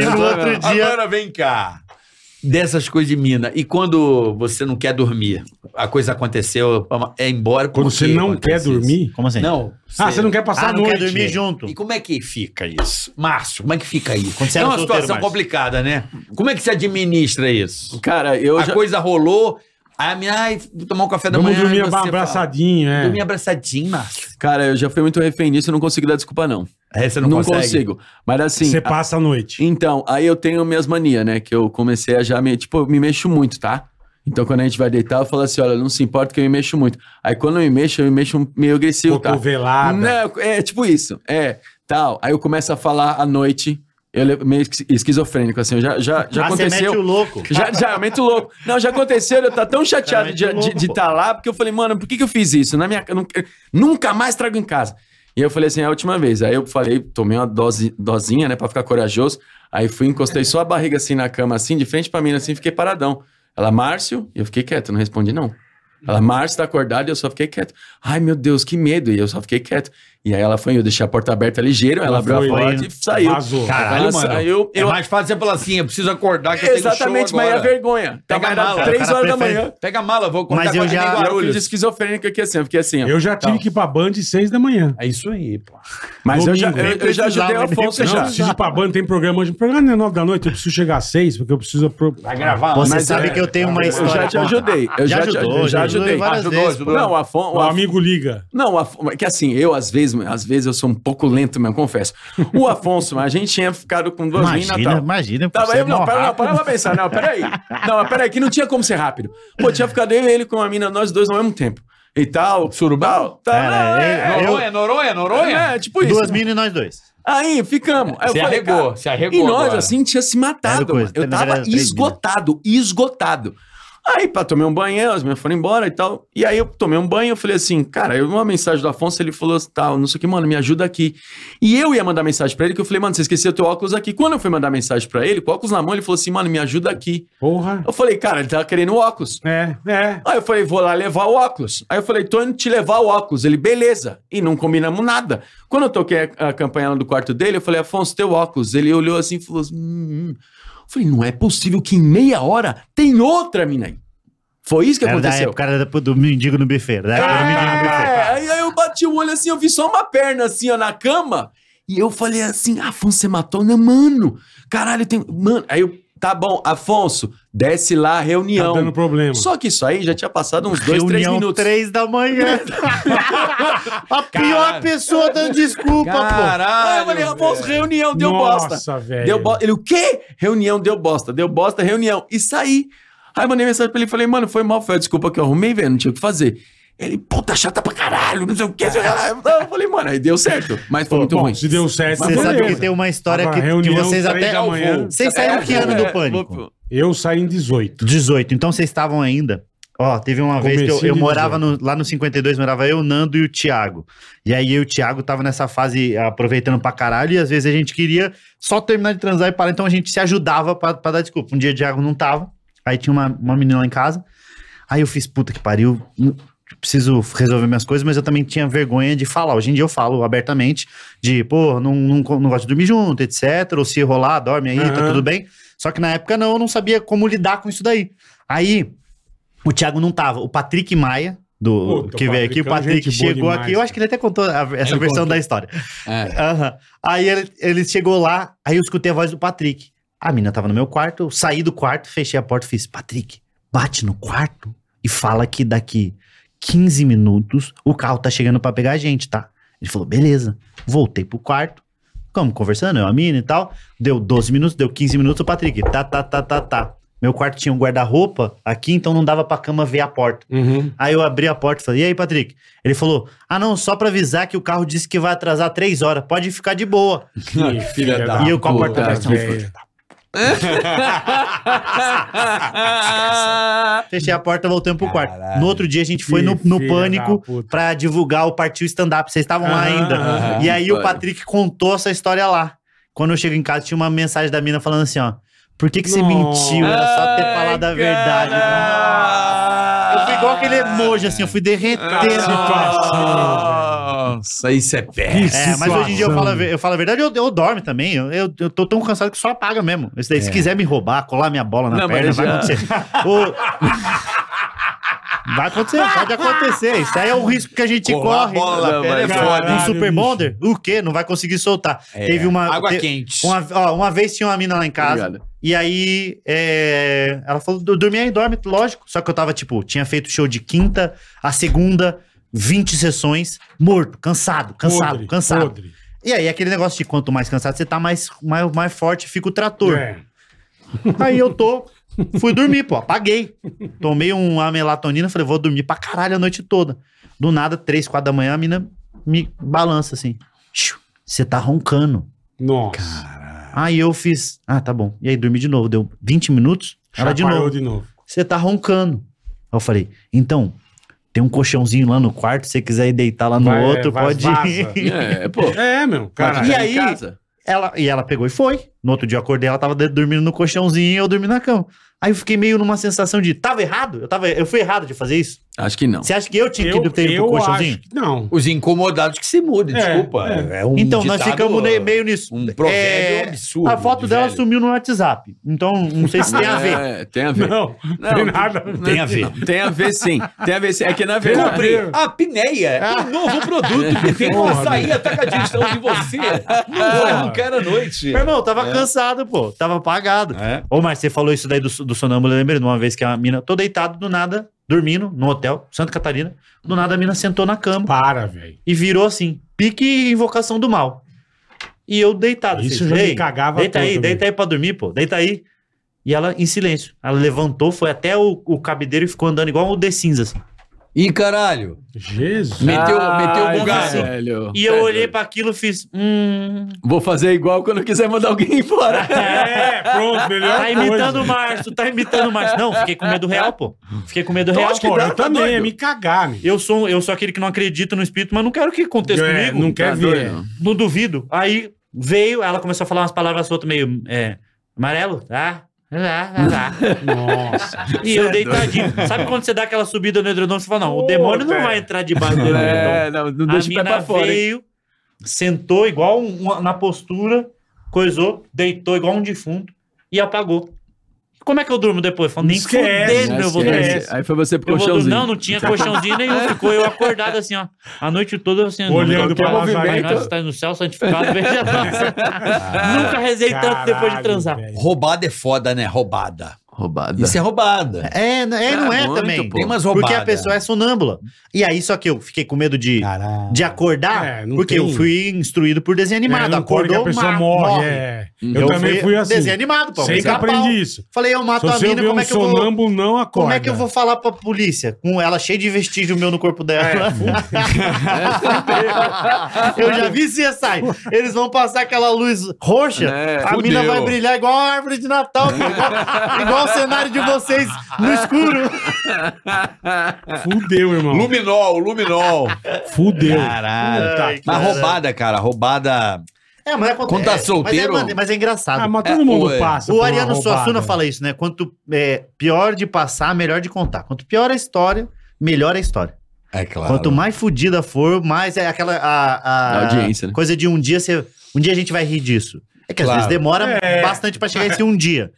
no outro dia...
Agora vem cá. Dessas coisas de mina. E quando você não quer dormir? A coisa aconteceu, é embora. por
Quando
quê
você não
acontece
quer
isso?
dormir...
Como assim?
Não.
Ah, você não quer
Ah,
passar a
não
noite.
quer dormir junto.
E como é que fica isso? Márcio, como é que fica aí?
Quando você
é
era
uma
solteiro,
situação
Márcio.
complicada, né? Como é que se administra isso?
Cara, eu
a
já...
coisa rolou, aí a minha, ai, vou tomar um café da
Vamos
manhã.
dormir
aí você
abraçadinho,
fala,
é.
Dormir abraçadinho, Márcio.
Cara, eu já fui muito refém nisso, eu não consigo dar desculpa, não.
É, você
Não,
não, consegue.
consigo. Mas assim...
Você
a-
passa a noite.
Então, aí eu tenho minhas manias, né? Que eu comecei a já me. Tipo, eu me mexo muito, tá? Então, quando a gente vai deitar, eu falo assim: olha, não se importa que eu me mexo muito. Aí, quando eu me mexo, eu me mexo meio agressivo, tá?
Cotovelada.
Não, é tipo isso. É, tal. Aí eu começo a falar à noite, eu le- meio esqui- esquizofrênico, assim. Já, já, já
Ah, você mete
aconteceu.
o louco.
Já, já, é muito louco. Não, já aconteceu, eu tá tão chateado
Cara,
de
muito louco,
estar
pô.
lá, porque eu falei, mano, por que, que eu fiz isso? Na minha, eu não- eu nunca mais trago em casa. E eu falei assim, é a última vez. Aí eu falei, tomei uma dose, dosinha, né, pra ficar corajoso. Aí fui, encostei só a barriga assim na cama, assim, de frente pra mim, assim, fiquei paradão. Ela, Márcio, e eu fiquei quieto, não respondi não. Ela, Márcio, tá acordado, e eu só fiquei quieto. Ai, meu Deus, que medo, e eu só fiquei quieto. E aí ela foi, eu deixei a porta aberta ligeiro, ela,
Ela
abriu
foi,
a porta
né?
e saiu.
Vazou.
Caralho,
Caralho,
ela
mano.
saiu,
É
eu
mais fácil você falar assim, eu preciso acordar que eu
Exatamente,
tenho
mas é
show agora.
vergonha. Tá
Pega a
era
mala,
o
3
cara
horas da
prefere-
manhã.
Pega a mala, vou contar
Mas
com
eu
a
já-
Avenida
E eu
Guarulhos.
fiz esquizofrênico aqui assim, eu fiquei assim, ó.
Eu já tive
Então,
que ir pra Band às seis da manhã.
É isso aí, pô.
Mas eu já, eu,
domingo.
eu já ajudei o
Nem
Afonso
Não, eu
já.
preciso ir pra Band, tem programa hoje. O programa não é nove da noite, eu preciso chegar às seis, porque eu preciso... apro-
Vai gravar?
Você
mas
sabe
é-
que eu tenho uma
Eu
história.
já te
contra.
ajudei. Eu já, te- eu já ajudei. Ah,
várias
Ajudou,
vezes,
ajudou.
pô.
Não, o Afonso.
O amigo liga.
Não, o Afonso, que assim, eu às vezes, às vezes eu sou um pouco lento mesmo, confesso. O Afonso, a gente tinha ficado com duas minas e
Imagina,
tal.
imagina. pô,
Tá, mas
você é
eu, não,
mó
para, não,
rápido.
para pra pensar, não, peraí. Não, mas peraí, que não tinha como ser rápido. Pô, tinha ficado eu e ele com a mina, nós dois ao mesmo tempo. E tal. Surubal? Tá,
Cara,
não,
eu- eu-
Noronha, Noronha, Noronha?
É, tipo isso.
Duas minas e nós dois.
Aí ficamos. Aí
Se arregou, se arregou
E nós,
agora.
assim, tinha se
Era
matado.
coisa,
mano. eu
mas era
tava
três
esgotado, esgotado. Aí, pá, tomei um banho, elas me foram embora e tal. E aí eu tomei um banho, eu falei assim, cara, eu vi uma mensagem do Afonso, ele falou assim, tal, não sei o que, mano, me ajuda aqui. E eu ia mandar mensagem pra ele, que eu falei, mano, você esqueceu teu óculos aqui. Quando eu fui mandar mensagem pra ele, com o óculos na mão, ele falou assim, mano, me ajuda aqui.
Porra.
Eu falei, cara, ele tava querendo o óculos.
É, é.
Aí eu falei, vou lá levar o óculos. Aí eu falei, tô indo te levar o óculos. Ele, beleza. E não combinamos nada. Quando eu toquei a, a campanha lá do quarto dele, eu falei, Afonso, teu óculos. Ele olhou assim e falou assim, hum, hum. Eu falei, não é possível que em meia hora tem outra mina aí. Foi isso que
Era da
aconteceu.
época era da- do mendigo no buffet. Da época do mendigo
Ah,
no buffet.
É, aí aí eu bati o olho assim, eu vi só uma perna assim, ó, na cama. E eu falei assim, Afonso, você matou? Não, mano. Caralho, tem... Mano, aí eu... Tá bom, Afonso, desce lá,
Tá
reunião.
dando problema.
Só que isso aí já tinha passado uns dois, três
Reunião
minutos.
três da manhã.
[laughs]
a pior
Caralho.
pessoa dando desculpa, pô.
Aí eu falei, Afonso, reunião, deu bosta.
Nossa, velho.
Deu bosta. Ele, o quê? Reunião, deu bosta. Deu bosta, reunião. E saí. Aí eu mandei mensagem pra ele e falei, mano, foi mal, foi a desculpa que eu arrumei, velho, não tinha o que fazer. Ele, puta chata pra caralho, não sei o que. Eu falei, mano, aí deu certo. Mas foi muito
Bom,
ruim.
se deu certo,
Você
beleza.
sabe que tem um uma história
Agora,
que, que
reunião
vocês
três
até.
da manhã.
É,
Vocês saíram que ano é do pânico?
[laughs]
Eu saí em 18.
18. Então vocês estavam ainda. Ó, teve uma vez que eu- eu,
Comecinho de
morava no- lá no 52, morava eu, Nando e o Thiago. E aí eu e o Thiago tava nessa fase eh, aproveitando pra caralho, e às vezes a gente queria só terminar de transar e parar. Então a gente se ajudava pra, pra dar desculpa. Um dia o Thiago não tava, aí tinha uma, uma menina lá em casa. Aí eu fiz, puta que pariu, hum, preciso resolver minhas coisas, mas eu também tinha vergonha de falar. Hoje em dia eu falo abertamente de, pô, não, não, co- não gosto de dormir junto, etc. Ou se rolar, dorme aí, tá
Aham.
tudo bem. Só que na época não, eu não sabia como lidar com isso daí. Aí, o Thiago não tava. O Patrick Maia, do,
Puta,
que
o
veio aqui, o
Patrickão é
Patrick
gente boa
chegou
demais,
aqui. Eu acho que ele até contou a- essa versão da história.
É.
[laughs] Aham. Aí ele, ele chegou lá, aí eu escutei a voz do Patrick. A menina tava no meu quarto, eu saí do quarto, fechei a porta e fiz: Patrick, bate no quarto e fala que daqui 15 minutos o carro tá chegando pra pegar a gente, tá? Ele falou: beleza. Voltei pro quarto, ficamos conversando, eu, a mina e tal. Deu 12 minutos, deu 15 minutos, o Patrick, tá, tá, tá, tá, tá. Meu quarto tinha um guarda-roupa aqui, então não dava pra cama ver a porta.
Uhum.
Aí eu abri a porta e falei, e aí, Patrick? Ele falou, ah não, só pra avisar que o carro disse que vai atrasar três horas, pode ficar de boa.
Que filha da
E eu com a porta
puta,
aberta.
velho.
Ah, Fechei a porta, voltamos pro quarto. No outro dia a gente foi
Que
no, no
filha da
Pânico
puta.
pra divulgar o Partiu Stand-Up, vocês estavam lá
Aham,
ainda.
aham.
E aí o
Olha.
Patrick contou essa história lá. Quando eu chego em casa, tinha uma mensagem da mina falando assim, ó, por que que você
Nossa.
mentiu? Era só ter falado a verdade. Eu fui igual aquele
Ah,
emoji, assim, eu fui
Ah,
derretendo.
Nossa, isso é péssimo.
É, mas hoje em dia eu falo, a ver- eu falo a verdade, eu, eu dorme também. Eu, eu, eu tô tão cansado que só apaga mesmo. Isso daí,
É.
Se quiser me roubar, colar minha bola na
Não, mas
perna, vai
já-
acontecer. O- [laughs] Vai acontecer, pode acontecer. Isso aí é o risco que a gente corre.
Não,
pera,
mas-
Um
Caralho,
super
bicho.
bonder? O quê? Não vai conseguir soltar. Teve uma.
Água
te-
quente.
Uma, ó, uma vez tinha uma mina lá em casa.
Obrigado.
E aí, é, ela falou, "Du- dormi aí, dorme, lógico. Só que eu tava, tipo, tinha feito show de quinta, a segunda, 20 sessões, morto, cansado, cansado,
Podre,
cansado.
podre.
E aí, aquele negócio de quanto mais cansado você tá, mais, mais, mais forte fica o trator.
É.
[laughs] Aí eu tô, fui dormir, pô, apaguei. Tomei uma melatonina, falei, vou dormir pra caralho a noite toda. Do nada, três, quatro da manhã, a mina me balança assim. "Xiu, Você tá roncando.
Nossa.
Aí eu fiz, ah, tá bom. E aí dormi de novo, deu 20 minutos, ela
Já
de
parou
novo,
de novo.
você tá roncando. Aí eu falei, então, tem um colchãozinho lá no quarto, se você quiser ir deitar lá no
Vai, é,
outro,
vai,
pode
vaza.
ir. [laughs]
É, pô.
É, meu. Cara,
E
E
aí-
aí?
Ela, e ela pegou e foi. No outro dia eu acordei, ela tava de- dormindo no colchãozinho e eu dormi na cama. Aí eu fiquei meio numa sensação de, tava errado? Eu, tava, eu fui errado de fazer isso?
Acho que não.
Você acha que eu tinha
eu,
que ter ido pro
eu
colchãozinho?
acho que não. [laughs]
Os incomodados que se mudem,
É,
desculpa.
é.
É um
então, nós
ditado,
ficamos ne- meio nisso.
Um provérbio
É,
absurdo.
a foto
de
dela
velho.
sumiu no WhatsApp. Então, não sei se tem a
[laughs]
ver.
É, tem a ver.
Não, não tem nada. a ver.
Tem a ver.
Tem a ver sim. Tem a ver sim. É que na verdade.
Compre a Pineia,
Ah.
um novo
É.
produto que
[laughs]
tem uma
Porra,
saída atacadista de você. Não vai arrancar à noite.
É.
Meu irmão, tava cansado, pô. Tava apagado.
É.
Ô, mas você falou isso daí do, do sonâmbulo, eu lembrei de uma vez que a mina, tô deitado do nada, dormindo, no hotel, Santa Catarina. Do nada a mina sentou na cama.
Para, velho.
e virou assim, pique invocação do mal. E eu deitado.
Isso
assim,
já me
"Ei,
cagava
Deita
todo,
aí,
meu."
deita aí pra dormir, pô. Deita aí. E ela em silêncio. Ela levantou, foi até o, o cabideiro e ficou andando igual o The um Cinzas.
Ih, caralho.
Jesus.
Meteu,
[laughs]
Ai,
Ah,
meteu o assim. bugado.
velho. velho.
E eu olhei pra aquilo e fiz. Hum.
Vou fazer igual quando quiser mandar alguém [laughs] embora.
Ah,
É, pronto, melhor
Tá imitando o Márcio, tá imitando o Márcio. Não, fiquei com medo real, pô. Fiquei com medo real.
acho que
pô.
Pô,
dá,
eu
tá
também,
doido.
é me cagar, meu.
Eu sou, um, eu sou aquele que não acredita no espírito, mas não quero que aconteça
É,
comigo.
não quer
Tá
ver.
doido.
Não duvido. Aí veio, ela começou a falar umas palavras soltas meio é, amarelo, tá? Lá, lá, lá.
Nossa.
E
é
eu deitadinho. Sabe quando você dá aquela subida no edredom, você fala, não, o demônio não
Puta.
vai entrar debaixo do edredom.
[laughs] É, não, não
a
deixa o pé pra
mina
fora. hein?
veio, sentou igual um- uma- na postura, coisou, deitou igual um defunto e apagou. Como é que eu durmo depois? Falando, nem
Esquece,
fudendo, eu vou dormir.
né? Esquece. Aí foi você pro
Eu vou dormir.
colchãozinho.
Não, não tinha colchãozinho [laughs] nenhum. Ficou eu acordado assim, ó. A noite toda assim.
Olhando pra
lá.
Lazarento.
Nós estamos tá no céu, santificado, [laughs] veja nós. Nunca rezei tanto Então, depois de
Caralho,
transar.
velho.
Roubada é foda, né? Roubada.
Roubada.
Isso é roubada.
É, n- é, não
Ah,
é
muito,
também.
pô.
Tem umas roubadas.
Porque a pessoa é sonâmbula. E aí, só que eu fiquei com medo de,
Caralho.
de acordar,
É, não
porque
tem.
eu fui instruído por desenho
É,
animado.
não pode
Acordou,
que a pessoa
ma- Uhum.
morre. é. Eu, também fui assim.
Desenho animado, pô.
Sei que
Pica-pau.
aprendi isso.
Falei, eu
Se
mato a
você
mina,
vê
como
um
é que eu vou...
sonâmbulo, não acorda.
Como é que eu vou falar pra polícia? Com ela cheia de vestígio meu no corpo dela.
É.
[laughs] É. eu já vi CSI. Eles vão passar aquela luz roxa,
É,
a
fudeu.
mina vai brilhar igual a árvore de Natal, pô, igual, igual o cenário de vocês no escuro. É.
Fudeu, irmão.
Luminol, luminol.
Fudeu.
É.
Caralho.
Puta
Ai,
que-
Mas roubada, cara, roubada.
É, mas acontece.
Quando tá solteiro-
Mas é, mas é engraçado.
Ah, mas todo mundo
É,
passa.
O
por uma
Ariano
roubada.
Suassuna fala isso, né? Quanto é, pior de passar, melhor de contar. Quanto pior a história, melhor a história.
É claro.
Quanto mais fodida for, mais é aquela a, a-
A audiência, né?
coisa de um dia você, um dia a gente vai rir disso. É que às
Claro.
vezes demora
É.
bastante pra chegar esse um
[laughs]
dia.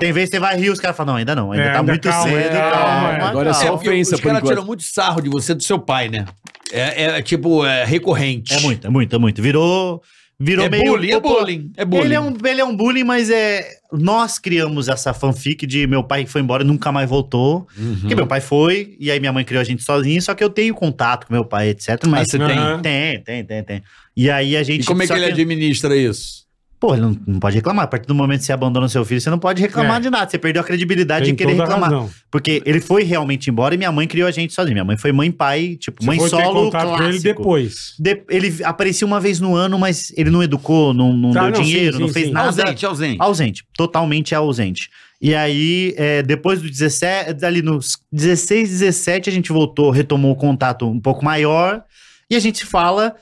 Tem vezes que você vai rir, os caras falam, não, ainda não, ainda
É,
tá
ainda
muito
calma,
cedo,
é,
calma,
calma, é.
Agora é
calma.
só
porque
ofensa,
Os
por
caras
enquanto.
tiram muito sarro de você e do seu pai, né? É, é, tipo, é recorrente.
É muito, é muito, é muito. Virou, virou
É
meio...
bullying, é bullying. É bullying.
Ele é, um, ele é um bullying, mas é. Nós criamos essa fanfic de meu pai que foi embora e nunca mais voltou.
Uhum.
Que meu pai foi, e aí minha mãe criou a gente sozinha, só que eu tenho contato com meu pai, etc.
Ah,
Mas
você tem.
Aham.
tem, tem, tem, tem. E aí a gente.
E como é que
só
ele administra isso?
Pô, ele não, não pode reclamar. A partir do momento que você abandona seu filho, você não pode reclamar
É.
de nada. Você perdeu a credibilidade
Tem
de querer
toda a
reclamar.
razão.
Porque ele foi realmente embora e minha mãe criou a gente sozinha. Minha mãe foi mãe e pai, tipo, mãe
Foi ter
solo.
contato com
Clássico.
ele depois.
De- ele aparecia uma vez no ano, mas ele não educou, não, não
Tá,
deu
não, sim,
dinheiro,
sim,
não fez
sim. Ah,
nada.
Ausente, ausente.
Ausente, totalmente ausente. E aí, é, depois do 17, ali nos 16, 17, a gente voltou, retomou o contato um pouco maior. E a gente se fala.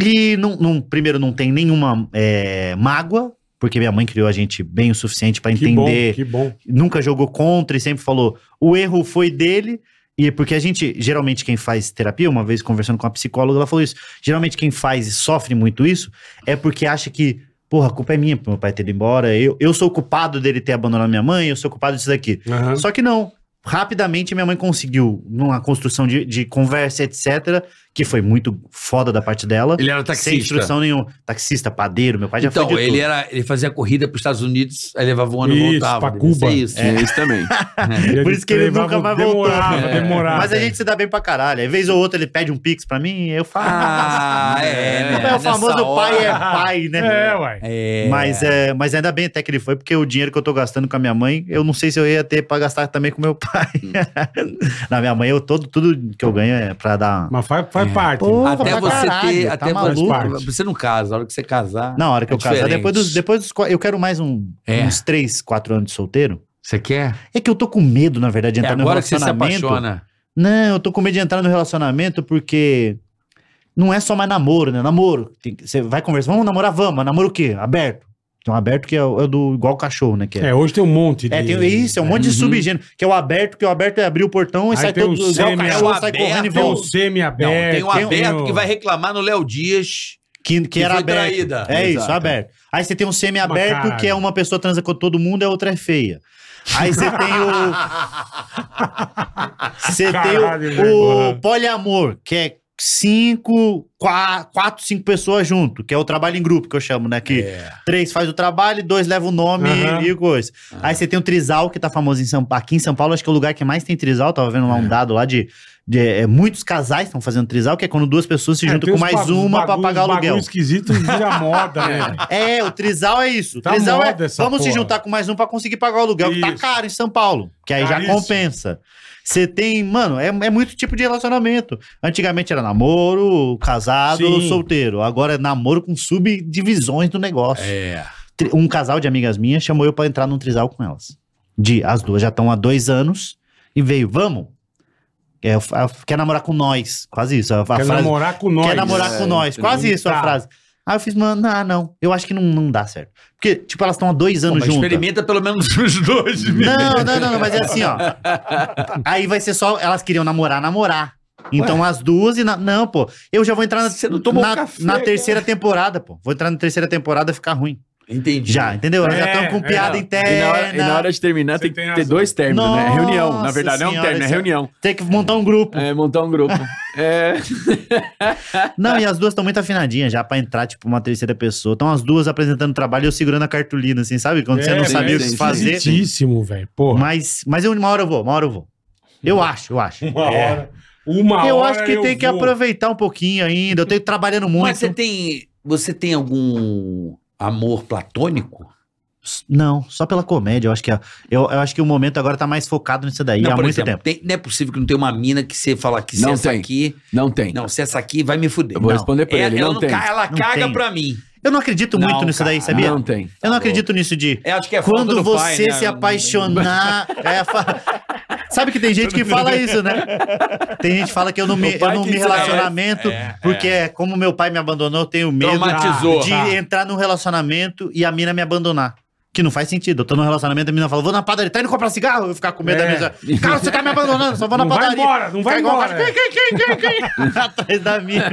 E, não, não- primeiro, não tem nenhuma é, mágoa, porque minha mãe criou a gente bem o suficiente pra
Que bom,
entender
que bom.
nunca jogou contra e sempre falou o erro foi dele. E porque a gente, geralmente quem faz terapia, uma vez conversando com a psicóloga, ela falou isso. Geralmente quem faz e sofre muito isso é porque acha que, porra, a culpa é minha pro meu pai ter ido embora, eu, eu sou o culpado dele ter abandonado minha mãe, eu sou o culpado disso daqui.
Aham.
Só que não. Rapidamente minha mãe conseguiu, numa construção de, de conversa, etc., que foi muito foda da parte dela.
Ele era
Sem
taxista.
instrução nenhuma. Tá Taxista, padeiro, meu pai já
Então,
foi de
ele,
tudo.
era, ele fazia corrida pros Estados Unidos, aí levava um ano e
Isso,
voltava.
pra
deve ser
Cuba.
Isso.
É, isso também.
Por isso que ele nunca mais voltou.
Demorava,
É.
demorava.
Mas a gente se dá bem pra caralho. Às vez ou outra ele pede um pix pra mim, eu faço. [laughs]
Ah, é, né?
Mas é o famoso
Nessa
pai é
hora-
pai, né?
É, ué.
É.
Mas, é, mas ainda bem até que ele foi, porque o dinheiro que eu tô gastando com a minha mãe, eu não sei se eu ia ter pra gastar também com meu pai. [laughs] Na minha mãe, eu todo, tudo que eu ganho é pra dar.
Mas faz, faz parte.
Pô,
né?
Até
pra
você
caralho,
ter.
tá
até
maluco?
você, você não casa, a hora que você casar.
Na hora que
É
eu casar,
diferente.
depois dos, depois dos. qua- Eu quero mais um-
É.
uns 3, 4 anos de solteiro.
Você quer?
É que eu tô com medo, na verdade, de
É
entrar tá no
agora que você se
relacionamento.
apaixona.
Não, eu tô com medo de entrar no relacionamento porque não é só mais namoro, né? Namoro. tem que- Você vai conversar, vamos namorar, vamos, mas namoro o quê? Aberto. Tem um aberto que é, o é o do igual cachorro, né? Que é.
É, hoje tem um monte de.
É, tem isso, é um monte de subgênero. Que é o aberto, que é o aberto é abrir o portão e
Uhum. Aí
sai
tem
todo
o
igual
semi-
cachorro, sai
É aberto,
é correndo
Tem
e
um
volta.
Não,
semi-aberto.
tem um aberto
o-
que vai reclamar no Léo Dias.
Que, que,
que
era
foi
aberto.
traída.
É isso,
Exato.
aberto. Aí você tem um
Mas,
semi-aberto,
caralho.
que é uma pessoa transa com todo mundo, a outra é feia. Aí você tem
[laughs]
o. Você tem
Caralho,
o-
velho.
o,
Uhum.
poliamor, que é cinco, qua- quatro, cinco pessoas junto, que é o trabalho em grupo que eu chamo, né? Que
É.
três faz o trabalho, dois leva o nome
Uhum.
e, e coisa. Aí você tem o trisal, que tá famoso em São, aqui em São Paulo, acho que é o lugar que mais tem trisal, tava vendo lá
É.
um dado lá de... de, é, muitos casais estão fazendo trisal, que é quando duas pessoas se
É,
juntam
tem
com
uns
mais
bagulho-
uma pra
bagulho-
pagar o aluguel.
bagulho esquisito vira moda, né?
É, o trisal é isso.
Tá
trisal é,
moda essa
vamos se
porra.
juntar com mais um pra conseguir pagar o aluguel, que tá
Isso.
caro em São Paulo. Que aí já
Caríssimo.
compensa. Você tem, mano, é, é muito tipo de relacionamento. Antigamente era namoro, casado,
Sim.
solteiro. Agora é namoro com subdivisões do negócio.
É.
Tri- Um casal de amigas minhas chamou eu pra entrar num trisal com elas. De, as duas já estão há dois anos e veio, vamos? É, eu fa- quer namorar com nós? Quase isso. A, a
Quer
frase,
namorar com nós.
quer namorar com
É,
nós. Quase isso a
Tá.
frase. Aí eu fiz, mano, ah, não. Eu acho que não, não dá certo. Porque, tipo, elas estão há dois anos
Mas
juntas.
experimenta pelo menos os dois.
Não, não, não, não, mas é assim, ó. Aí vai ser só. Elas queriam namorar, namorar. Então as duas e. na- não, pô. Eu já vou entrar na,
Você não tomou
na,
café,
na
cara.
terceira temporada, pô. Vou entrar na terceira temporada e ficar ruim.
Entendi.
Já, entendeu? Elas já
É,
estão
é.
com [laughs] piada
E
interna.
E na, hora, e na hora de terminar
Você
tem
tem
que ter
razão.
dois términos, né?
Nossa
Reunião. Na verdade, não é um
senhora,
término, é
isso é-
reunião.
Tem que montar um grupo.
É, montar um
[laughs]
grupo. é.
Não, e as duas estão muito afinadinhas já pra entrar, tipo, uma terceira pessoa. Estão as duas apresentando trabalho e eu segurando a cartolina, assim, sabe? Quando você
É,
não sabia
sim,
o
sim,
que fazer.
Certíssimo, velho. Porra.
Mas, mas eu, uma hora eu vou, uma hora eu vou. Eu acho, eu acho.
Uma hora. Uma
eu
hora
acho que tem que
vou.
aproveitar um pouquinho ainda. Eu tenho trabalhando muito.
Mas é- você tem, você tem algum amor platônico?
Não, só pela comédia. Eu acho que, a- eu, eu acho que o momento agora tá mais focado nisso daí
não,
há
por
muito
exemplo,
tempo.
tem- não é possível que não tenha uma mina que você fala que se
Não
essa
tem.
aqui...
Não tem.
Não, se essa aqui vai me fuder.
Eu vou
Não.
responder pra
É-
ele,
ela
não tem.
ca- Ela
Não
caga
tem.
pra mim.
Eu não acredito
Não,
muito nisso
cara,
daí, sabia?
Não tem.
Eu não acredito nisso de.
É, acho que é falta
Quando
do pai,
você
né?
se apaixonar. é a fa- [laughs] Sabe que tem gente que fala isso, né? Tem gente que fala que eu não me,
O pai
eu não
que
me
ensina,
relacionamento, porque é como meu pai me abandonou, eu tenho medo
É, Traumatizou.
de
Tá.
entrar num relacionamento e a mina me abandonar. Que não faz sentido. Eu tô num relacionamento, a mina fala, vou na padaria, tá indo comprar cigarro? Eu vou ficar com medo
É.
da mina. Cara, você tá me abandonando, só vou na
Não vai
padaria.
embora, não vai
Pega uma
embora.
vaca, quem, quem, quem, quem, [laughs] quem? Atrás da mina.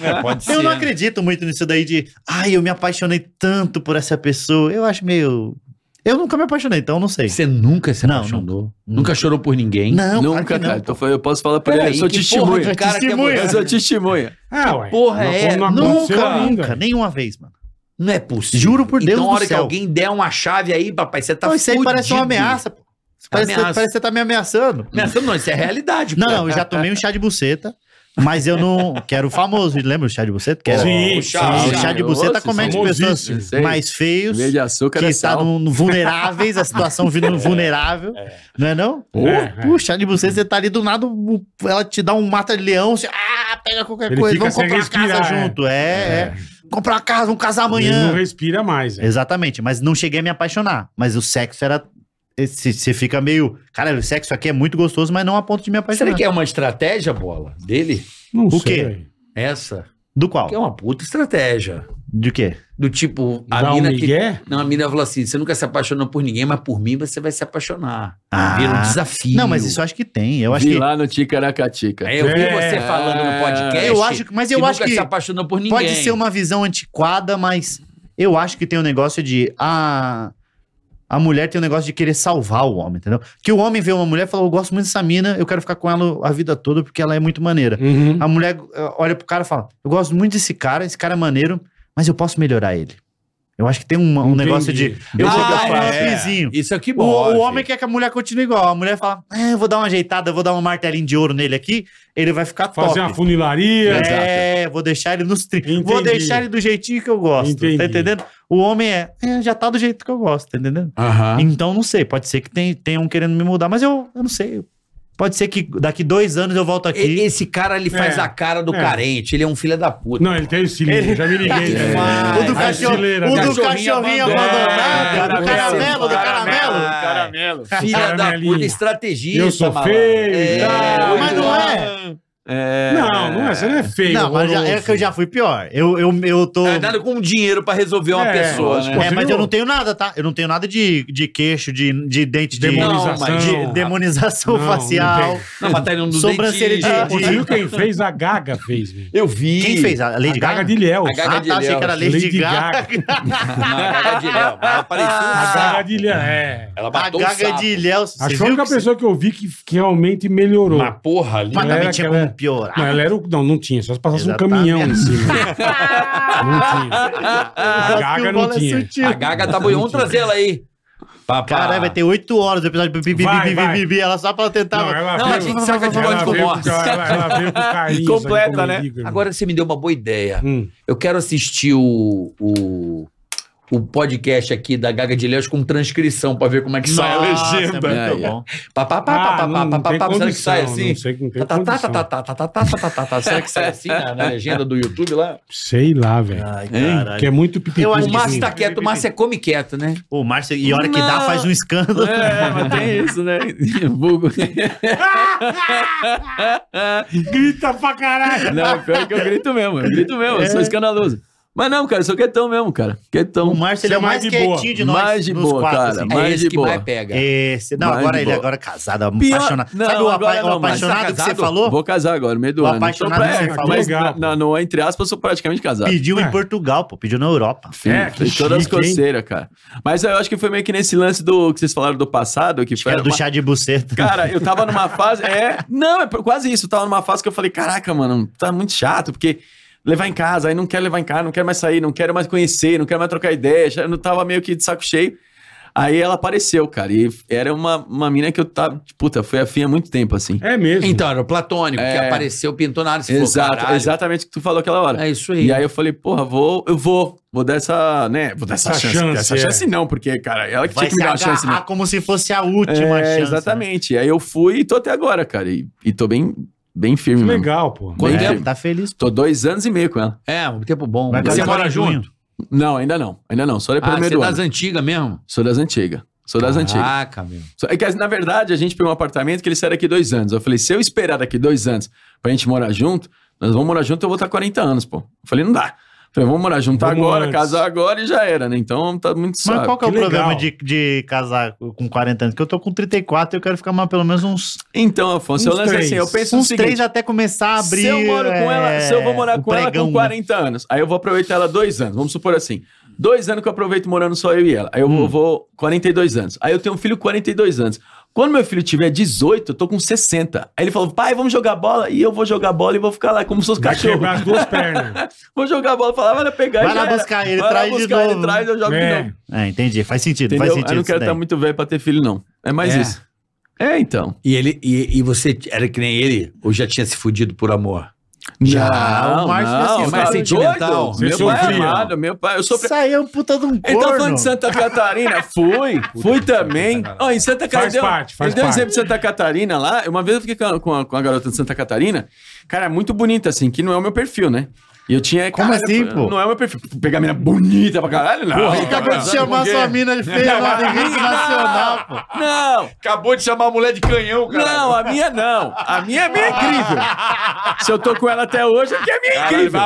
É,
Pode
Eu não acredito muito nisso daí de, ai, eu me apaixonei tanto por essa pessoa. Eu acho meio. Eu nunca me apaixonei, então eu não sei.
Você nunca se
Não,
apaixonou? Nunca chorou por ninguém?
Não, claro
Nunca,
que não.
cara. Tô falando- eu posso falar pra ele.
Peraí,
Eu sou
que
testemunha.
porra de cara que é
Testemunha.
Eu
você?
sou testemunha.
Ah, ué.
Porra, é.
Não, não aconteceu
Nunca,
ainda.
nunca, nenhuma vez, mano.
Não é possível.
Juro por Deus
Então,
do
a hora que
céu.
alguém der uma chave aí, papai, você tá
Então, isso aí parece uma
fudido.
ameaça, pô. Isso Parece,
Ameaça.
parece que você tá me ameaçando.
Ameaça não, isso é realidade.
Não,
pô.
não, eu já tomei um chá de buceta, mas eu
[laughs]
não. Que era o famoso, lembra o chá de buceta? Que era-
Sim,
o chá-
Ah,
sim.
o chá de
Nossa, isso
buceta
é
comete
famosíssimo,
pessoas
isso aí.
mais feios,
Verde açúcar
que tá
é
está
sal.
num- num vulneráveis, a
[laughs]
situação vindo vulnerável, não é não? Pô,
É, é.
o chá de buceta, você tá ali do nada, o- ela te dá um mata-leão, você, ah, pega qualquer
Ele
coisa,
fica
vamos
sem
comprar uma
respirar,
casa
é.
junto, é, é. Comprar uma casa, vamos casar
Ele não
amanhã.
respira mais. É.
Exatamente, mas não cheguei a me apaixonar, mas o sexo era... esse- Você fica meio. Cara, o sexo aqui é muito gostoso, mas não a ponto de me apaixonar.
Será que é uma estratégia, bola, dele?
Não
O
sei.
quê?
velho.
Essa?
Do qual?
Que é uma puta estratégia.
De quê?
Do tipo, a
Dá um
mina que.
migué?
Não, a mina fala assim: você nunca se apaixonou por ninguém, mas por mim você vai se apaixonar.
Ah.
Vira um desafio.
Não, mas isso eu acho que tem. Eu acho
Vi
que.
lá no Ticaracatica.
É, eu vi
É.
você falando no podcast.
É, Eu acho que. Mas eu
que
acho
nunca
que.
se apaixonou por ninguém.
Pode ser uma visão antiquada, mas eu acho que tem um negócio de. A, a mulher tem um negócio de querer salvar o homem, entendeu? Que o homem vê uma mulher e fala: Eu gosto muito dessa mina, eu quero ficar com ela a vida toda porque ela é muito maneira.
Uhum.
A mulher eh, olha pro cara e fala: Eu gosto muito desse cara, esse cara é maneiro, mas eu posso melhorar ele. Eu acho que tem um,
Uhum.
um
Entendi. Ah, é.
negócio de. Eu vou dar um upzinho.
Isso é aqui
O, o homem quer que a mulher continue igual. A mulher fala: "Ah, eu vou dar uma ajeitada, eu vou dar um martelinho de ouro nele aqui, ele vai ficar top.
é. Fazer uma
[laughs]
funilaria.
É, vou deixar ele nos trinta.
Entendi.
Vou deixar ele do jeitinho que eu gosto.
Entendi.
Tá entendendo? O homem é, é, já tá do jeito que eu gosto, tá entendendo?
Aham.
Então não sei, pode ser que tem- tenha um querendo me mudar, mas eu, eu não sei. Pode ser que daqui dois anos eu volto
E-
aqui.
Esse cara, ele faz
É.
a cara do
É.
carente. Ele é um filho da puta.
Não, ele tem o cilindro, já né? me liguei.
É.
já.
O do
A
cachorro-
estileira,
o
cara.
do cachorrinho abandonado, do
É,
caramelo, do caramelo.
Ah,
Caramelo.
Filha da
Caramelinha.
puta, estrategista.
Eu sou
malandro.
feio e
É,
tal.
Mas não é.
É.
Não, não é, você não é feio.
Não, mas já- é
horroroso.
que eu já fui pior. Eu, eu, eu tô.
É nada com dinheiro pra resolver uma
É,
pessoa,
lógico.
né?
É, mas eu não tenho nada, tá? Eu não tenho nada de, de queixo, de, de dente, de
Demonização.
Não, de demonização
Não, não
facial.
tem.
Não, mas tá indo no
Sobrancelha de-
dentista.
Você viu quem fez? A Gaga fez. velho.
Eu vi.
Quem fez? A Lady
a
Gaga?
Gaga de Léo.
A Gaga
ah,
de
tá, achei
Léo.
que era Lady,
Lady
Gaga.
Não, a Gaga de Léo. Ela apareceu. um
A
sapo.
Gaga de Léo, é.
É, Ela
A
matou
Gaga
um sapo.
de Léo.
Acho que a única pessoa que eu vi que, que realmente melhorou.
Uma porra ali.
Mas
Não
também
era
tinha
aquela-
como piorar.
Não, ela era o... Não, não tinha. Só se passasse um
Exatamente.
caminhão em cima. não tinha. A Gaga não tinha.
A Gaga tá boiando. Vamos trazer ela aí. Papá.
Caralho, vai ter oito horas do episódio. Bi, bi, bi,
Vai,
bi, bi,
vai. é-
bi, bi, ela só pra tentar.
Tá Não, a gente saca de
ela
longe com
veio
morte.
com- ela- ela veio com
[laughs]
carinho.
Completa, né?
Agora você me deu uma boa ideia.
Hum.
Eu quero assistir o. o o podcast aqui da Gaga de Leos com transcrição pra ver como é que sai a
Nossa,
legenda.
É muito
É, é.
bom.
Pá, pá, pá, pá,
Ah,
pá,
não,
pá,
não
pá,
tem
pá, Será que sai
condição,
assim?
Não sei, não tem
Tá, tá, tá,
condição.
tá, tá, tá, tá, tá, tá, tá, tá. Será que sai assim na na legenda do YouTube lá?
Sei lá, velho.
Ai,
Que
caralho.
é muito pipi.
Eu acho
O
que
Márcio
sim.
tá quieto, o Márcio é come quieto, né?
O Márcio, e a hora que dá,
Não.
faz um escândalo.
É, mas tem isso, né? [laughs] Vulgo.
Grita pra caralho.
Não, pior é que eu grito mesmo, eu grito mesmo, eu sou escandaloso. Mas não, cara, eu sou quietão mesmo, cara.
O
Quietão.
Márcio, ele é o
Você é
mais
mais de boa.
quietinho de nós.
Mais de
nos
boa,
quatro,
cara.
assim.
Mas
É esse
de
que
boa.
mais pega.
Esse, não,
Mais
agora
de
ele
boa.
agora é casado,
Pior-
apaixonado.
Não,
Sabe o, apa-
agora
o
não, mas
apaixonado
tá
que você
casado?
falou?
Vou casar agora, no meio do
O
ano.
apaixonado
Então,
que você falou.
mas
Legal,
na- na- no, entre aspas, eu sou praticamente casado.
Pediu em
É.
Portugal, pô. Pediu na Europa.
Sim,
É, que
fez todas as
chique, hein?
coceiras, cara. Mas eu acho que foi meio que nesse lance do que vocês falaram do passado, que
Que
foi.
era do
uma-
chá de buceta.
Cara, eu tava numa fase. É. Não, é por- quase isso. Eu tava numa fase que eu falei, caraca, mano, tá muito chato, porque levar em casa, aí não quero levar em casa, não quero mais sair, não quero mais conhecer, não quero mais trocar ideia. Já não tava meio que de saco cheio. Aí ela apareceu, cara. E era uma, uma mina que eu tava. Puta, foi afim há muito tempo, assim.
É mesmo.
Então, era o platônico, que
É.
apareceu, pintou na área. você falou,
Exato,
"Caralho".
exatamente o que tu falou aquela hora.
É isso aí.
E aí eu falei, porra, vou, eu vou, vou dar essa, né, vou dar essa,
Essa
chance.
chance,
essa
é.
chance não, porque, cara, ela que
Vai
tinha que
se
me dar uma
agarrar
chance, né?
como se fosse a última
É,
chance. né?
exatamente. Aí eu fui e tô até agora, cara, e, e tô bem, bem firme
Que
mesmo.
é legal, pô.
Quanto
Bem
Né? É,
tempo?
firme.
tá feliz.
Tô dois anos e meio com ela.
É, um tempo bom.
Vai
Você
casar
mora
em junho.
junto?
Não, ainda não, ainda não, só depois
Ah,
do meio
você Ah. é
do
das
ano.
antigas mesmo?
Sou das antigas. Sou das antigas.
Caraca, meu.
Só- É que, na verdade, a gente pegou um apartamento que ele saiu daqui dois anos. Eu falei, se eu esperar daqui dois anos pra gente morar junto, nós vamos morar junto, eu vou estar 40 anos, pô. Eu falei, não dá. Eu falei, vamos morar junto
Vamos
agora,
antes.
casar agora e já era, né? Então tá muito
Mas
suave.
qual que é o
que legal.
problema de, de casar com 40 anos? Que eu tô com 34 e eu quero ficar mais pelo menos uns,
Então, Afonso, eu
Uns
lance
três.
assim, eu penso
uns
o seguinte.
3 até começar a abrir.
se eu moro com ela,
é,
se eu vou morar
o
com ela
pregão,
com
né?
40 anos, aí eu vou aproveitar ela dois anos, vamos supor assim. Dois anos que eu aproveito morando só eu e ela. Aí eu vou, vou 42 anos. Aí eu tenho um filho com 42 anos. Quando meu filho tiver 18, eu tô com 60. Aí ele falou, pai, vamos jogar bola? E eu vou jogar bola e vou ficar lá como se fosse
Vai
cachorro.
quebrar as duas
[laughs]
pernas.
Vou jogar bola, falar, vai lá pegar
Vai
e
lá
já era.
buscar ele,
Vai lá
traz de
buscar ele,
novo.
traz, eu jogo de
É.
novo.
É, entendi. Faz sentido,
Entendeu?
faz sentido.
eu não quero tá
isso
estar
daí.
muito velho pra ter filho, não. É mais
É.
isso. É, então.
E ele, e, e você era que nem ele? Ou já tinha se fudido por amor?
Já, o Márcio já se
não,
foi
tá
sentimental.
doido?
Você
Meu pai é
sofria.
amado, meu pai, eu sofri.
Isso aí é um puta de um corno.
Ele tá falando de Santa
[laughs]
Catarina? Fui, fui também.
né,
Ó, em Santa
Faz
Catarina.
parte, faz
eu dei um
parte.
exemplo de Santa Catarina lá. Uma vez eu fiquei com a, com a- com a garota de Santa Catarina. Cara, muito bonita, assim, que não é o meu perfil, né? E eu tinha.
Como
cara,
assim,
eu-
pô?
Não é o meu perfil. Pegar mina bonita pra caralho, não.
Porra, acabou de chamar
é.
sua mina de feia lá
[laughs]
de rede nacional, pô.
Não,
Acabou de chamar a mulher de canhão,
não, a minha não. A minha, a minha é incrível. Se eu tô com ela até hoje, é porque a minha é incrível.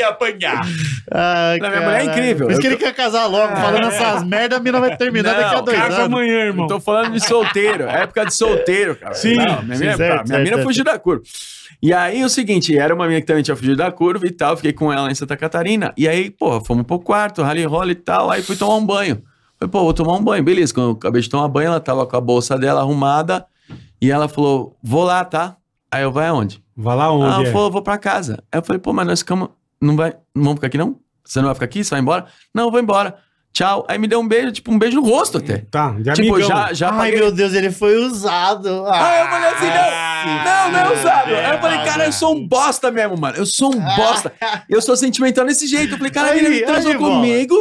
apanhar.
Ai,
Não, minha mulher é
caralho.
incrível.
Por isso que
Eu
ele quer casar logo. Falando essas merda, a mina vai terminar
Não,
daqui a dois
Casa
anos.
amanhã, irmão.
Eu
Então-
tô falando de solteiro, é época de solteiro, cara.
Sim,
Não, minha
sim,
mina, tá, minha
certo, certo,
mina
certo.
fugiu da curva. E aí, o seguinte, era uma mina que também tinha fugido da curva e tal, fiquei com ela em Santa Catarina. E aí, porra, fomos pro quarto, rally rola e tal, aí fui tomar um banho. Falei, pô, vou tomar um banho, beleza. Quando eu acabei de tomar banho, ela tava com a bolsa dela arrumada e ela falou, vou lá, tá? Aí eu, vai aonde?
Vai lá
Ah,
onde
ela
é?
falou, vou pra casa. Aí eu falei, pô, mas nós ficamos, não vai, não vamos ficar aqui não? Você não vai ficar aqui? Você vai embora? Não, eu vou embora. Tchau. Aí me deu um beijo, tipo, um beijo no rosto até.
Tá, de
Tipo,
amigão.
já, já
Ai,
paguei
meu Deus, ele foi usado.
Aí eu falei assim, não, não, não é usado. Aí eu falei,
Ah,
cara, eu sou um bosta mesmo, mano. Eu sou um bosta. Eu sou sentimental desse jeito. Eu falei, cara, a
Aí,
menina me
aí,
transou
bola.
comigo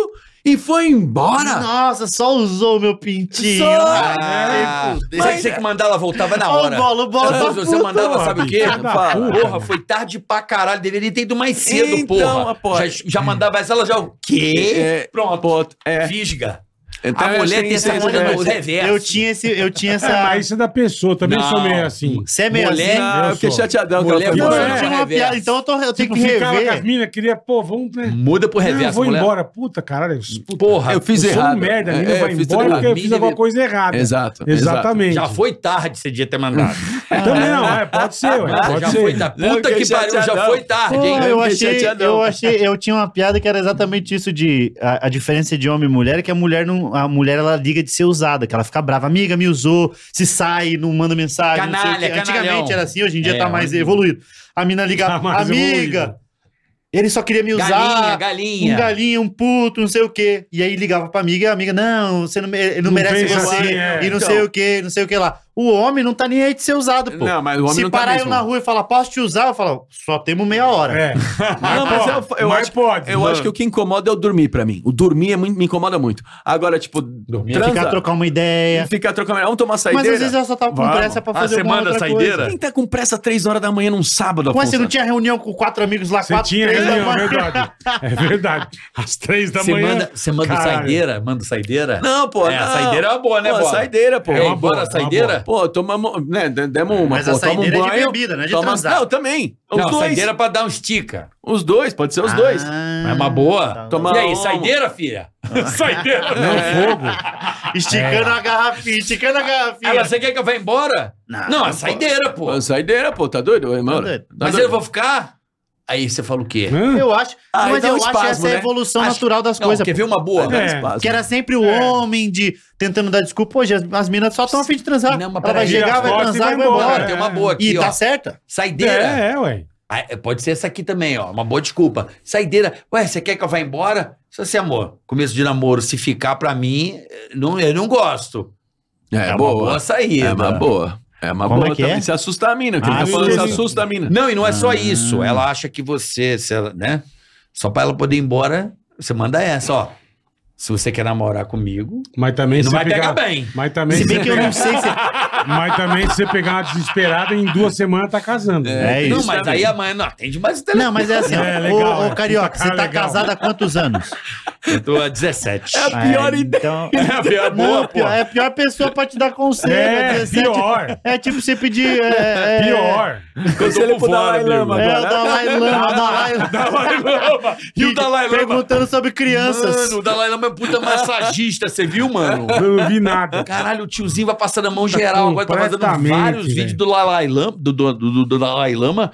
e foi embora.
Nossa, só usou o meu pintinho.
Só-
Ah,
Você Mas... tinha que mandar ela voltar, vai na
Ó,
hora.
o bolo, o bolo tá
Antes, você
puto,
mandava,
mano.
sabe o quê?
Filha da
Fala.
puta.
Porra, foi tarde pra caralho. Deveria ter ido mais cedo,
Então,
porra.
apoia.
Já, já mandava essa, ela já. O quê?
É, pronto. É.
Fisga.
Então,
a
eu
mulher
achei
tem essa
isso,
coisa
é.
do reverso.
Eu tinha, esse, eu tinha essa.
É, mas isso é da pessoa, também
Não.
sou meio assim.
Você é meio
Mulher-
assim?
Ah, eu fiquei
sou.
chateadão. que
Mulher
ela
Não,
falou,
é
eu
"É,
tinha uma
reverso.
piada, então eu, tô, eu tenho
Tipo,
que
ficava com as
rever.
minas, queria, pô, vamos, né?
Muda pro
Não, eu
reverso,
vou
mulher.
embora, puta, caralho. os- Puta,
Porra,
Eu fiz
eu sou
errado.
um merda, a menina
É,
vai
eu fiz
embora
tudo
porque
errado.
eu fiz alguma coisa errada.
Exato,
Exatamente.
já foi tarde, você devia ter mandado.
Também não, é, pode ser, ué,
Ah,
pode
já
ser.
foi tarde.
Não,
Puta
fiquei
que pariu, já
chateadão.
foi tarde,
Pô,
hein?
eu
Ah, eu
fiquei
achei,
chateadão.
eu achei, eu tinha uma piada que era exatamente isso de a, a diferença de homem e mulher é que a mulher não, a mulher ela liga de ser usada, que ela fica brava, amiga me usou, se sai, não manda mensagem, não sei o
Canalha,
quê. Antigamente
canalhão.
era assim, hoje em dia
É,
tá mais
hoje-
evoluído. A mina liga,
Tá mais
amiga,
evoluído.
ele só queria me usar.
Galinha,
Um
galinha.
galinha, um puto, não sei o quê. E aí ligava pra amiga e a amiga, não, você não, me- ele
Não
não, merece
pensa
você.
assim, é.
E não
Então.
sei o quê, não sei o que lá. O homem não tá nem aí de ser usado, pô.
Não, mas o homem
Se
não tá
parar eu
mesmo.
na rua e falar, posso te usar? Eu falo, só temos meia hora.
É.
Não, mas eu, eu
mas
acho,
pode.
eu acho que o que incomoda é o dormir pra mim. O dormir é muito- me incomoda muito. Agora, tipo,
E Ficar trocar uma ideia.
ficar trocando. Vamos tomar
É. Mas
saideira?
às vezes ela só tava com
Vamos.
pressa pra
Ah,
fazer
você
alguma
manda
outra
saideira?
coisa.
Quem tá com pressa três horas da manhã num sábado,
Como assim?
Afonso?
Não tinha reunião com quatro amigos lá,
Você
quatro,
tinha
três da
reunião, é
manhã?
verdade. É verdade. Às três da
Você
manhã.
manda, você manda
Caralho.
saideira? Manda saideira?
Não, pô.
É, a
não.
saideira é uma boa, né,
Pô,
Bola?
saideira, pô.
É,
É uma
embora
boa,
a
uma
saideira?
Pô, tomamos, né, de- demos uma,
Mas
pô,
a
toma
saideira
um
é de
banho,
bebida, não é de
toma-
transar.
Não, também. Os
não,
dois.
saideira é pra dar um estica.
Os dois, pode ser os dois.
Ah,
É uma boa.
tá.
Tomar
e aí,
um- É,
saideira, filha? saideira.
[laughs]
Não, fogo.
Esticando a garrafinha, esticando a garrafinha.
Ela, Ah, você quer que eu vá embora?
Não,
Não, é
não
saideira, pô.
Pô, saideira, pô, tá doido? Mano,
doido.
Tá
Mas
doido.
eu vou ficar? Aí você fala o quê?
Hã?
Eu acho.
Ah,
mas
então
eu
é um
acho
espasmo,
essa é a
né?
evolução
Acho-
natural das
Não,
coisas.
quer ver uma boa?
[laughs]
É.
pô. Que era sempre o
É.
homem de tentando dar desculpa. Hoje as, as minas só estão afim de transar.
Não, mas
Ela vai
peraí,
chegar,
a
vai
foto e
transar
vai
e vai
embora.
Olha,
embora.
tem uma boa aqui,
E
ó.
tá certa?
Saideira.
É, é, ué.
Ah, pode ser essa aqui também, ó. Uma boa desculpa. Saideira. Ué, você quer que eu vá embora? Se você, amor, começo de namoro, se ficar pra mim, eh, não, eu não gosto.
É,
uma
boa.
boa saída.
É uma boa. É uma
Como
boa
é que
também.
é?
Se assustar a mina, que
Ah,
ele tá falando,
sim,
se
sim.
assusta a mina.
Não, e não é só isso. Ela acha que você, se ela- né? Só pra ela poder ir embora, você manda essa, ó. Se você quer namorar comigo,
Mas também
não
se
vai
pegar-
pegar bem.
Mas também
Se
se
bem que eu não sei se.
Mas também se você pegar uma desesperada, em duas semanas tá casando.
É
não,
isso.
mas aí amanhã não atende mais o telefone.
Não, mas é assim, ó.
É, legal,
ô, ô,
é.
Carioca, você
Cara,
tá
legal.
casado há quantos anos?
Eu tô a 17.
É a pior
É,
ideia. [laughs]
Então...
a pior
Não, pior, é a pior pessoa pra te dar conselho.
É,
17.
pior.
É tipo você pedir. É, é,
Pior.
Conselho pro Dalai Lama
É, o
agora.
Dalai Lama. o Dalai Lama.
[laughs] E o Dalai Lama?
Perguntando sobre crianças.
Mano, o Dalai Lama é um puta massagista, você viu, mano?
Eu não vi nada.
Caralho, o tiozinho vai passando a mão geral. Agora tá fazendo
Completamente,
vários
velho.
vídeos do Dalai Lama. Do, do, do- do Dalai Lama.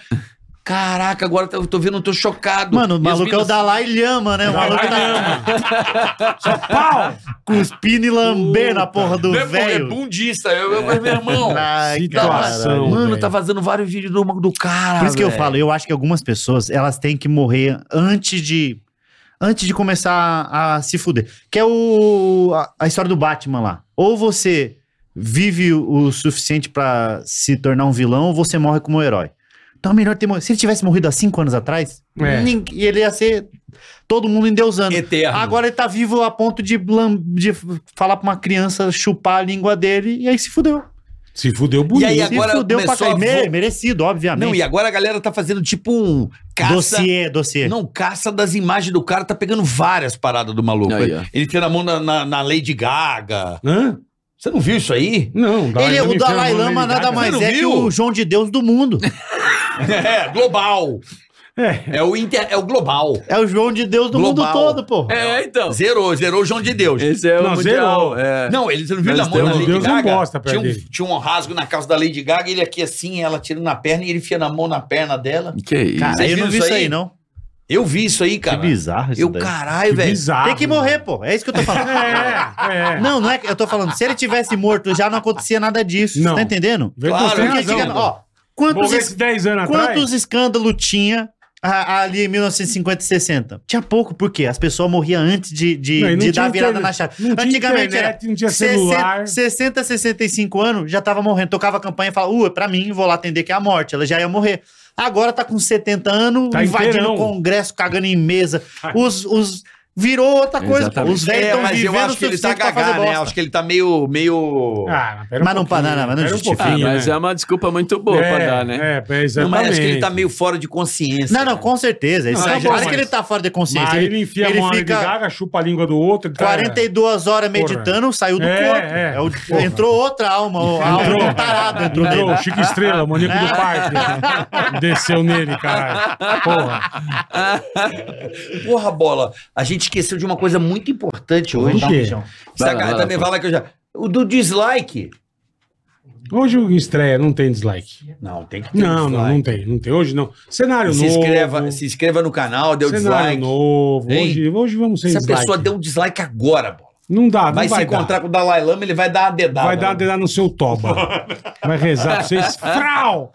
Caraca, agora eu tô vendo, eu tô chocado.
Mano, o
E
maluco
as
é o
minas-
Dalai Lama, né? O maluco
Dalai
tá
Pau!
cuspindo e lambendo a porra do
Não é, pô, é
velho.
bundista. Eu, eu- meu irmão.
Ai,
Situação,
caralho,
mano,
velho.
tá fazendo vários vídeos do, do cara.
Por isso que eu
Ah, velho.
falo, eu acho que algumas pessoas, elas têm que morrer antes de antes de começar a se fuder. Que é o a, a história do Batman lá. Ou você vive o o suficiente pra se tornar um vilão, ou você morre como um herói. Então é melhor ter morrido. Se ele tivesse morrido há cinco anos atrás,
É.
ninguém- ele ia ser todo mundo endeusando.
Eterno.
Agora ele tá vivo a ponto de, lam- de f- falar pra uma criança chupar a língua dele e aí se fudeu.
Se fudeu bonito.
E aí,
se
agora
fudeu pra
começou
cair.
a
Mere-
vo-
Merecido, obviamente.
Não, e agora a galera tá fazendo tipo um caça.
Dossiê, dossiê.
Não, caça das imagens do cara, tá pegando várias paradas do maluco.
Aí, ó.
ele, ele tira a mão na, na, na Lady Gaga.
Hã?
Você não viu isso aí?
Não, Dalai
Ele,
Lama
o
enfiou a
Dalai
mão na
Lama
Lady
nada
Gaga.
Você
mais
não
é que
viu?
o João de Deus do mundo.
É, global.
É.
É o, inter, é o global.
É o João de Deus do
Global.
mundo todo, pô.
É, então.
Zerou, zerou o João de Deus.
Esse é o
Não,
mundial.
zerou.
É.
Não, ele você não viu
Mas
na mão da
Deus-
Lady
Deus não
Gaga?
gosta pra
tinha, um,
ele.
tinha um rasgo na calça da Lady Gaga, ele aqui assim, ela tirando na perna e ele enfia na mão na perna dela.
Que isso.
Cara,
Vocês
eu não
viram
vi
isso
isso aí,
aí?
não.
Eu vi isso aí, cara.
bizarro
Eu, caralho,
Que
velho.
bizarro.
Tem que morrer, pô. É isso que eu tô
[laughs]
falando.
É, é.
Não, não é que eu tô falando. Se ele tivesse morto, já não acontecia nada disso.
Não.
Tá entendendo?
Verdade,
Claro,
tem
Porque
razão.
antigamente, ó, quantos,
Morresse
es-
10 anos atrás.
quantos escândalos tinha a- ali em 1950 e 60? Tinha pouco, por quê? As pessoas morriam antes de, de,
Não, e não
de
tinha
dar virada
internet-
na chave.
não tinha
Antigamente
internet,
era
não tinha
60,
celular.
60, 65 anos, já tava morrendo. Tocava a campanha e falava, uh, é pra mim, vou lá atender que é a morte. Ela já ia morrer. Agora tá com 70 anos,
Tá
invadindo
inteirão. Tá.
o congresso, cagando em mesa. Os... os virou outra coisa, pô.
Exatamente.
Os velhos
É,
estão
mas eu
vivendo o
acho que ele tá
suficiente pra fazer
gagá, né?
bosta.
Acho que ele tá meio. meio...
Ah, pera
Mas não
pouquinho,
para, não, mas não
pera um
justifica.
Ah,
pouquinho,
mas
né?
é uma desculpa muito boa pra dar, né?
É, é
Não,
exatamente.
mas acho que ele tá meio fora de consciência.
Não, não,
cara.
com certeza. Isso
Não, tá
aí,
bom,
claro que
mas-
ele tá fora de consciência.
Mas ele enfia a mão na Lady Gaga, chupa a língua do outro. ele tá-
42 horas meditando, saiu do
É,
corpo.
é.
É o-
Porra.
entrou outra alma, o- a alma tá
Entrou.
do tarado entrou Ah.
Entrou o
nele.
Chico Estrela, o maníaco do
[laughs]
parque. Desceu nele, caralho. Porra.
Porra, bola. A gente esqueceu de uma coisa muito importante hoje.
O quê?
Essa
Vai lá,
cara
vai lá,
também fala que eu já. O do dislike.
Hoje o estreia, não tem dislike.
Não, tem que ter
Não, não, não
dislike.
tem. Não tem. Hoje não. Cenário
Se
novo.
inscreva, se inscreva no canal, deu
Cenário
dislike.
novo.
Hein?
Hoje, hoje vamos sem
Se a
dislike.
pessoa deu um dislike agora, bola.
Não dá, não
vai,
vai,
se
dar.
encontrar com o Dalai Lama, ele vai dar uma dedada. né? [laughs]
Vai dar dedar no seu toba. Vai rezar pra vocês. Frau!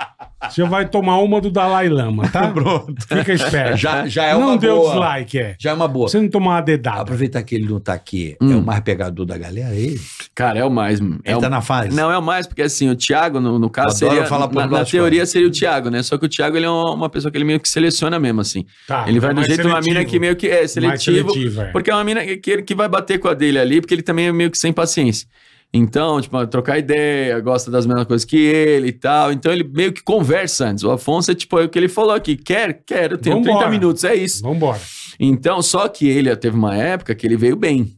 Você vai tomar uma do Dalai Lama, tá?
[laughs]
Pronto. Fica esperto.
Já, já é
não
uma
deu
boa.
dislike, é.
Já é uma boa.
Você não tomar uma dedada.
Aproveitar que ele não tá aqui, é o mais pegador da galera, ele.
Cara, é o mais. mano. Hum. É
ele
o...
tá na fase.
Não, é o mais, porque assim, o Thiago, no, no caso,
Adoro
seria.
falar
na,
popular
na
das coisas.
teoria seria o Thiago, né? Só que o Thiago, ele é uma pessoa que ele meio que seleciona mesmo, assim.
Tá,
ele vai
é
do
mais
jeito de uma mina
seletivo.
que meio que é
Mais
seletivo.
seletivo, é.
Porque é uma mina que, ele- que vai bater com a dele ali, porque ele também é meio que sem paciência. Então, tipo, trocar ideia, gosta das mesmas coisas que ele e tal. Então, ele meio que conversa antes. O Afonso é tipo, é o que ele falou aqui: quer, quer, eu tenho
Vambora.
30 minutos, é isso.
Vambora.
Então, só que ele teve uma época que ele veio bem.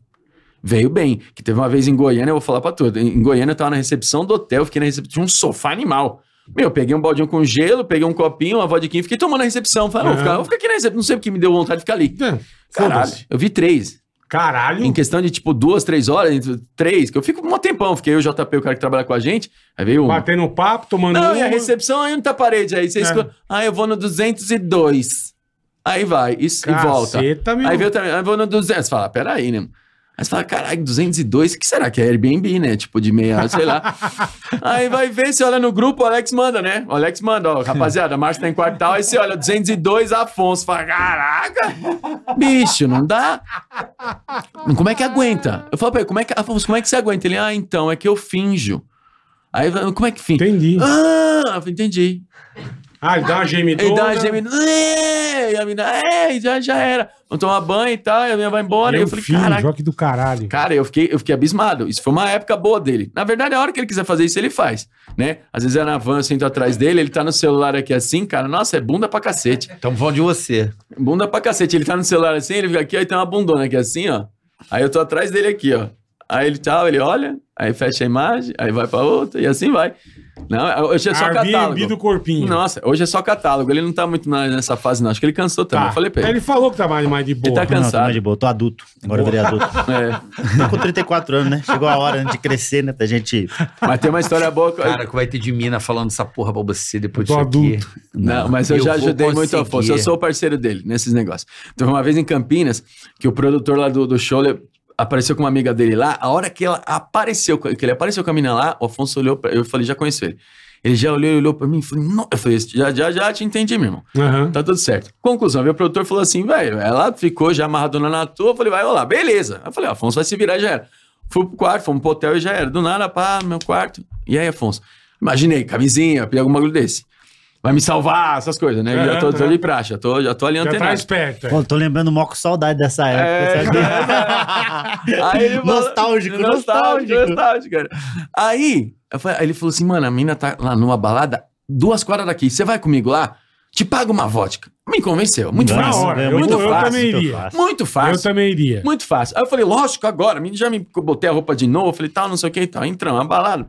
Veio bem. Que teve uma vez em Goiânia, eu vou falar pra tudo. Em Goiânia eu tava na recepção do hotel, fiquei na recepção, tinha um sofá animal. Meu, eu peguei um baldinho com gelo, peguei um copinho, uma vodka, fiquei tomando na recepção. Falei, não, vou ficar, vou ficar aqui na recepção. Não sei porque me deu vontade de ficar ali.
É,
Caralho.
Foda-se. Hum.
Eu vi três.
Caralho.
Em questão de tipo duas, três horas, entre- três, que eu fico um tempão. Fiquei eu, o JP, o cara que trabalha com a gente. Aí veio um.
Batendo papo, tomando
Não,
uma.
e a recepção aí não tá parede. Aí você
É.
escuta, ah, eu vou no 202. Aí vai, isso, e volta.
Caceta, meu.
Aí veio também, aí vou no 200. Você fala, peraí, né? Aí você fala, caralho, 202, o que será que é Airbnb, né? Tipo, de meia hora, sei lá. aí vai ver, você olha no grupo, o Alex manda, né? O Alex manda, ó, rapaziada, a Márcia tá em quartal, aí você olha, 202, Afonso. Fala, caraca, bicho, não dá. Como é que aguenta? Eu falo pra ele, como é que, Afonso, como é que você aguenta? Ele, ah, então, é que eu finjo. Aí, eu falo, como é que finge?
Entendi.
Ah, eu falo, entendi.
Ah, ele dá uma gemidona.
Ele dá uma gemida. "É", E a mina, é, já, já era. Vamos tomar banho e tal. E a minha vai embora. E eu falei,
filho,
caraca.
joque do caralho.
Cara, eu fiquei, eu fiquei abismado. Isso foi uma época boa dele. Na verdade, a hora que ele quiser fazer isso, ele faz, né? Às vezes é na van, eu sento atrás dele, ele tá no celular aqui assim, cara. Nossa, é bunda pra cacete.
Estamos falando de você.
Bunda pra cacete. Ele tá no celular assim, ele fica aqui, ó, e tem uma bundona aqui assim, ó. Aí eu tô atrás dele aqui, ó. Aí ele tal, ele olha, aí fecha a imagem, aí vai pra outra, e assim vai. Não, hoje é só
Airbnb
catálogo.
do corpinho.
Nossa, hoje é só catálogo. Ele não tá muito na- nessa fase, não. Acho que ele cansou também.
Tá.
Eu falei pra ele.
Ele falou que tava mais de boa.
Ele tá
Não, tô
cansado.
mais de boa, eu tô adulto. Agora eu virei adulto.
É.
Tô com 34 anos, né? Chegou a hora né, de crescer, né? Pra gente.
Mas tem uma história boa. que-
Cara, que vai ter de mina falando essa porra pra você depois
Eu
disso
tô
aqui.
Não, mas eu, já
vou
ajudei muito o Afonso. Eu
conseguir.
sou o parceiro dele nesses negócios. Teve uma vez em Campinas que o produtor lá do, do show ele apareceu com uma amiga dele lá. A hora que ela apareceu, com- que ele apareceu com a mina lá, o Afonso olhou pra Eu falei, já conheço ele. Ele já olhou, olhou pra mim e falou, não. Eu falei, já, já, já te entendi, meu irmão.
Aham.
Tá tudo certo. Conclusão, meu produtor falou assim, velho, ela ficou já amarradona na tua, eu falei, vai rolar, beleza. Aí eu falei, Afonso vai se virar, e já era. Fui pro quarto, fomos pro hotel e já era. Do nada, pá, no meu quarto. E aí, Afonso? Imaginei, camisinha, peguei algum bagulho desse. Vai me salvar, essas coisas, né?
É,
já tô, tô
é.
de praxe, já tô, já tô ali
Já tá
antenado.
esperto. é.
Pô, tô lembrando mó com saudade dessa época,
É,
sabe?
[laughs] Aí ele falou-
Nostálgico,
nostálgico,
nostálgico.
nostálgico, cara. Aí, eu falei- aí ele falou assim, mano, a mina tá lá numa balada, duas quadras daqui, você vai comigo lá? Te pago uma vodka. Me convenceu, muito
Nossa,
fácil.
Na hora,
é
eu-
muito
eu
fácil,
também
muito
iria.
fácil.
Muito fácil.
Eu também iria.
Muito fácil. Aí eu falei, lógico, agora. menino Já me botei a roupa de novo, falei, tal, não sei o que e tal. Entramos, uma balada.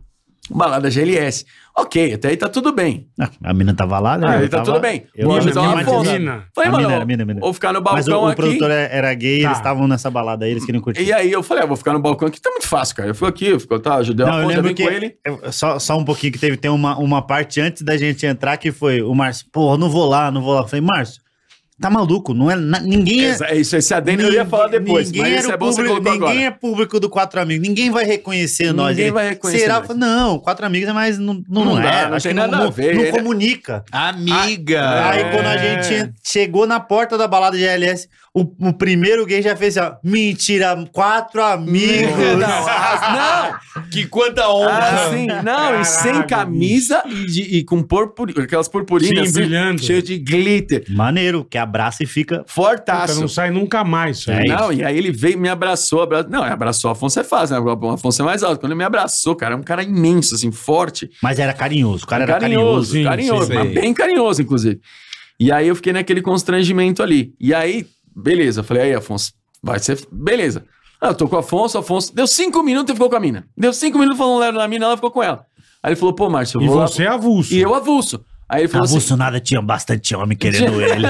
Balada GLS. Ok, até aí tá tudo bem.
Ah, A mina tava lá, né?
Ah,
Eu
ele tá
tava-
tudo bem.
Eu
Bom,
eu
mas
me
é uma
imaginava-
foto.
mina.
Falei,
A
mano,
mina era, a mina, a mina.
vou ficar no
Mas o,
balcão
o
aqui.
produtor é era gay,
Tá.
eles estavam nessa balada aí, eles queriam curtir.
E aí eu falei, ah, vou ficar no balcão aqui, tá muito fácil, cara. Eu fui aqui, eu fico, tá, ajudei
Não,
a
eu
ponta,
lembro
vim
que.
com ele.
eu- Só, só um pouquinho que teve. Tem uma, uma parte antes da gente entrar que foi o Márcio, porra, não vou lá, não vou lá. Eu falei, Márcio, tá maluco? Não é. na- ninguém é.
Exa- É isso, esse adendo eu ia falar depois,
ninguém
mas
era
isso é
o
bom você
público,
colocou
Ninguém
agora.
é público do Quatro Amigos. Ninguém vai reconhecer nós.
Ninguém
Ele,
vai reconhecer
Será?
nós.
Não, Quatro Amigos é mais. Não, não,
Não
é.
dá, não
acho
tem
que
nada a
não,
ver,
não
ele-
comunica.
Amiga!
Aí quando a gente en- chegou na porta da balada de GLS, o, o primeiro gay já fez assim, ó, mentira, quatro amigos.
ah,
Não,
Que quanta honra!
assim, não, e sem
Caralho,
camisa e, de- e com purpurina, aquelas purpurinas
Sim, brilhando.
cheio de glitter.
Maneiro, que abraça e fica...
Puta,
Fortaço.
não sai nunca mais. isso aí.
não, e aí ele veio, me abraçou, abraçou. Não, abraçou. Afonso é fácil, né? O Afonso é mais alto. Quando ele me abraçou, cara, é um cara imenso, assim, forte.
Mas era carinhoso, o cara era carinhoso.
carinhoso,
sim,
carinhoso,
sim,
mas
sim.
bem carinhoso, inclusive. E aí eu fiquei naquele constrangimento ali. E aí, beleza, eu falei, aí, Afonso, vai ser. Beleza. Ah, eu tô com o Afonso, Afonso. Deu cinco minutos e ficou com a mina. Deu cinco minutos falando na mina, ela ficou com ela. Aí ele falou, pô, Márcio, eu
E
vou. lá-
você é avulso.
E eu avulso. Aí ele falou
Avulso
assim.
nada, tinha bastante homem querendo [laughs] ele.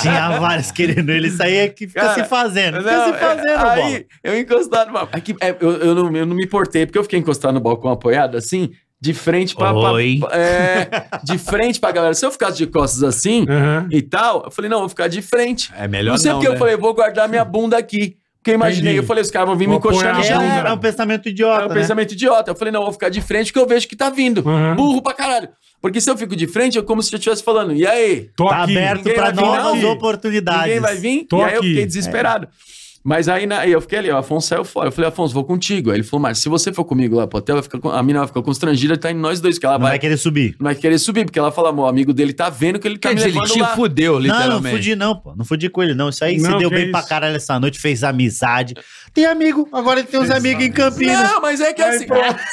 tinha vários querendo ele. Isso aí é que fica
Cara,
se fazendo. Fica
Não,
se fazendo,
é,
bola.
Aí, eu encostado no balcão. É que, é, eu, eu não, eu não me importei, porque eu fiquei encostado no balcão apoiado, assim, de frente pra... pra-
Oi.
é, de frente pra galera. Se eu ficasse de costas assim
Aham.
e tal, eu falei, não, eu vou ficar de frente.
É melhor
não sei
não,
porque eu
né?
falei, vou guardar minha bunda aqui. Porque eu imaginei,
Entendi.
eu falei, os caras vão vir me
Vou
encoxar no
apoiar
É,
Não,
chão.
um-
é,
cara.
um pensamento
É
idiota,
um
né?
pensamento idiota. Eu falei, não, eu vou ficar de frente porque eu vejo que tá vindo.
Uhum.
Burro pra caralho. Porque se eu fico de frente, é como se eu estivesse falando, e aí?
Tô
Tá
aqui.
aberto
Ninguém
pra
vai vir,
novas
não.
oportunidades.
Ninguém vai vir?
Tô
e aí eu
aqui.
fiquei desesperado. Mas aí, na- aí eu fiquei ali, ó, Afonso saiu fora. Eu falei, Afonso, vou contigo. Aí ele falou, mas se você for comigo lá pro hotel, vai ficar com- a mina vai ficar constrangida, tá indo nós dois, que ela
Não
vai,
é
vai querer subir.
não vai querer subir, porque ela fala, meu amigo dele tá vendo que ele tá
Quer
me
dizer, ele
levando
te
lá.
fudeu,
Não, não
literalmente.
fudi não, pô. Não fudi com ele, não. Isso aí se
Não,
deu
que é
bem
isso.
pra caralho essa noite, fez amizade. Tem amigo, agora ele tem uns amigos em Campinas.
Não, mas é que assim.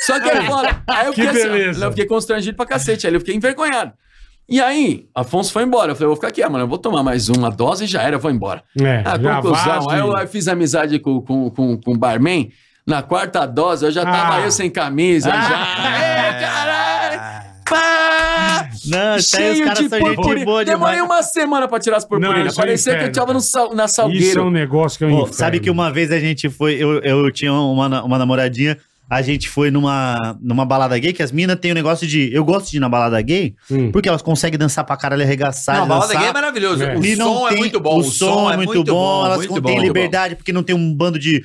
Só que é foda. Aí eu
Que
fiquei, assim,
beleza.
ó, eu fiquei constrangido pra cacete. Aí eu fiquei envergonhado. E aí, Afonso foi embora. Eu falei, eu vou ficar aqui, ah, mano. Eu vou tomar mais uma dose e já era, eu vou embora.
É,
Ah,
já
conclusão.
vaza.
Aí eu, aí fiz amizade com, com, com, com o barman. Na quarta dose, eu já tava
Ah.
eu sem camisa. já. É, caralho! Pá!
Não, isso aí os
Cheio
caras
de
são gente boa
purpurina. Demorei um
demais.
uma semana pra tirar as
Não,
purpurinas.
isso é um
Parecia que eu
inferno,
tava no sal- na
Isso é um
Salgueiro.
negócio que é um
Pô,
inferno.
sabe que uma vez a gente foi, eu, eu tinha uma, na- uma namoradinha, a gente foi numa, numa balada gay, que as minas têm um negócio de. Eu gosto de ir na balada gay,
Hum.
porque elas conseguem dançar pra caralho arregaçar.
Não, a balada
dançar,
gay é maravilhoso.
É.
O
E não
som
tem-
é muito bom.
O som é muito bom, elas
muito
não
bom.
têm liberdade porque não tem um bando de.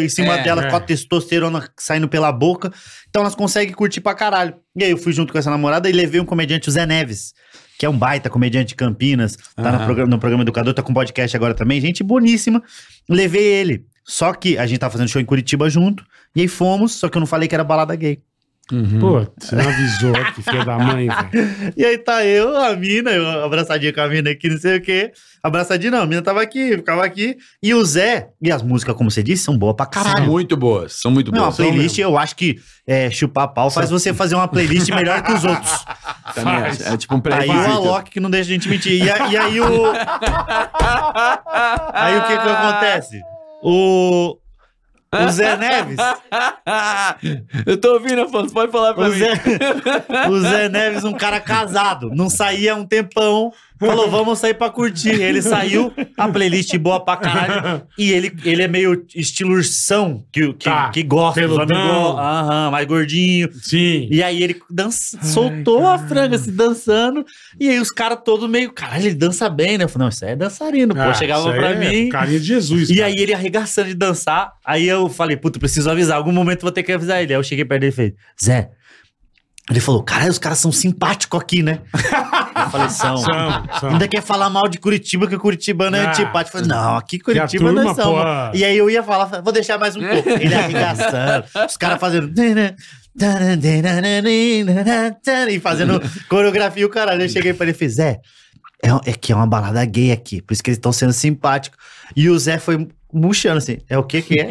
em cima
É,
dela
é.
com a testosterona saindo pela boca. Então elas conseguem curtir pra caralho. E aí eu fui junto com essa namorada e levei um comediante, o Zé Neves. Que é um baita comediante de Campinas, tá no, programa, no programa Educador, tá com podcast agora também, gente boníssima. Levei ele. Só que a gente tava fazendo show em Curitiba junto, e aí fomos, só que eu não falei que era balada gay.
Uhum.
Putz, não avisou que filha da mãe, velho.
E aí tá eu, a mina, eu abraçadinha com a mina aqui, não sei o quê. Abraçadinha não, a mina tava aqui, ficava aqui. E o Zé, e as músicas, como você disse, são boas pra
São
caralho.
muito boas, são muito
Não, a
boas.
playlist, eu acho que é, chupar pau faz você fazer uma playlist
[laughs]
melhor que os outros.
Também acho. É tipo um
Aí o Alok que não deixa a gente mentir. E, a- e aí
[laughs]
o. Aí o que que acontece? O. O Zé Neves.
[laughs] eu tô ouvindo, Afonso. Pode falar pra
O
mim.
Zé, o Zé Neves, um cara casado, não saía há um tempão. Falou, vamos sair pra curtir. Ele saiu, a playlist boa pra caralho. E ele, ele é meio estilo ursão, que, que,
Tá,
que gosta dos
peludão.
amigos. Aham, mais gordinho.
Sim.
E aí ele dança, soltou a franga se dançando. E aí os caras todos meio, caralho, ele dança bem, né? Eu falei, não, isso aí é dançarino, pô.
Ah,
Chegava
isso aí
pra
é
mim.
Carinha de Jesus.
E
cara.
aí ele arregaçando de dançar. Aí eu falei, puta, preciso avisar. Algum momento vou ter que avisar ele. Aí eu cheguei perto dele e falei, Zé. Ele falou, caralho, os caras são simpáticos aqui, né? Eu falei, são.
[laughs] São, são.
Ainda quer falar mal de Curitiba, que Curitibano é
Ah.
antipático. Eu falei, não, aqui Curitiba
turma,
nós somos.
pô.
E aí eu ia falar, falei, vou deixar mais um
É.
pouco. Ele arregaçando, os caras fazendo... E fazendo coreografia, e o caralho. Eu cheguei pra ele e falei, Zé, é, é que é uma balada gay aqui, por isso que eles estão sendo simpáticos. E o Zé foi murchando assim, é o que que
[laughs]
é?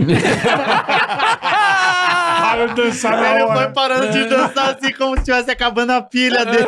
Para de dançar
Aí
na
ele foi
hora.
parando de dançar assim, como se estivesse acabando a pilha
[laughs]
dele.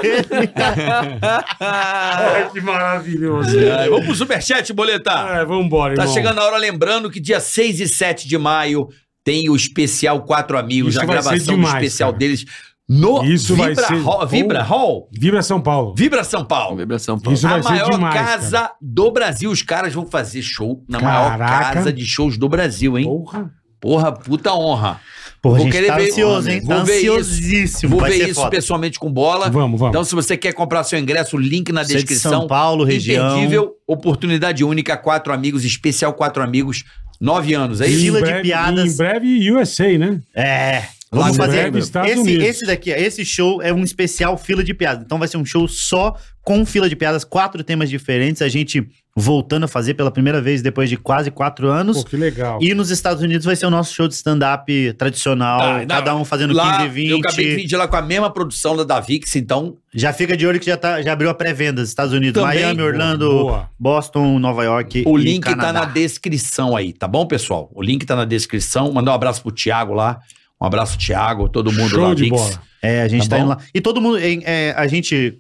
Ai, que maravilhoso.
Ai, vamos pro superchat, boletar.
É, vambora,
Tá
irmão.
chegando a hora, lembrando que dia 6 e 7 de maio tem o especial Quatro Amigos,
Isso
a
vai ser
gravação
demais,
do especial
cara.
deles no
Isso vai
Vibra,
ser-
Hall, Vibra Hall?
Vibra São Paulo.
Vibra São Paulo.
Vibração, Paulo.
Isso vai
a
ser
maior
demais,
casa do Brasil. Os caras vão fazer show na maior
Caraca.
casa de shows do Brasil, hein?
Porra.
Porra, puta honra.
Pô, a
Vou
gente
querer
tá
ver-
ansioso, hein? Tá
Vou ver isso.
ansiosíssimo,
Vou
vai
ver
ser
isso
foda.
pessoalmente com bola.
Vamos, vamos.
Então, se você quer comprar seu ingresso, link na
Você de
descrição.
São Paulo, região.
Imperdível, oportunidade única, quatro amigos, especial quatro amigos, nove anos, é
Em
isso?
fila de
breve-
piadas.
Em breve, USA, né?
É. Vamos
Lá no
fazer.
Breve, Estados
esse,
Unidos.
esse daqui, esse show é um especial fila de piadas. Então vai ser um show só com fila de piadas, quatro temas diferentes. A gente voltando a fazer pela primeira vez depois de quase quatro anos.
Pô, que legal.
E nos Estados Unidos vai ser o nosso show de stand-up tradicional,
Ah, não,
cada um fazendo
Lá,
15, 20.
eu acabei de vir de lá com a mesma produção da Davix, então
Já fica de olho que já, tá, já abriu a pré-venda dos Estados Unidos,
Também.
Miami, Orlando,
Boa.
Boston, Nova York.
o
e
link tá
Canadá.
na descrição aí, tá bom, pessoal? O link tá na descrição. Mandar um abraço pro Thiago lá. Um abraço, Thiago, todo mundo
Show
lá,
de
Vix.
bola.
É, a gente
Tá
tá,
bom?
indo lá. E todo mundo. em- é, a gente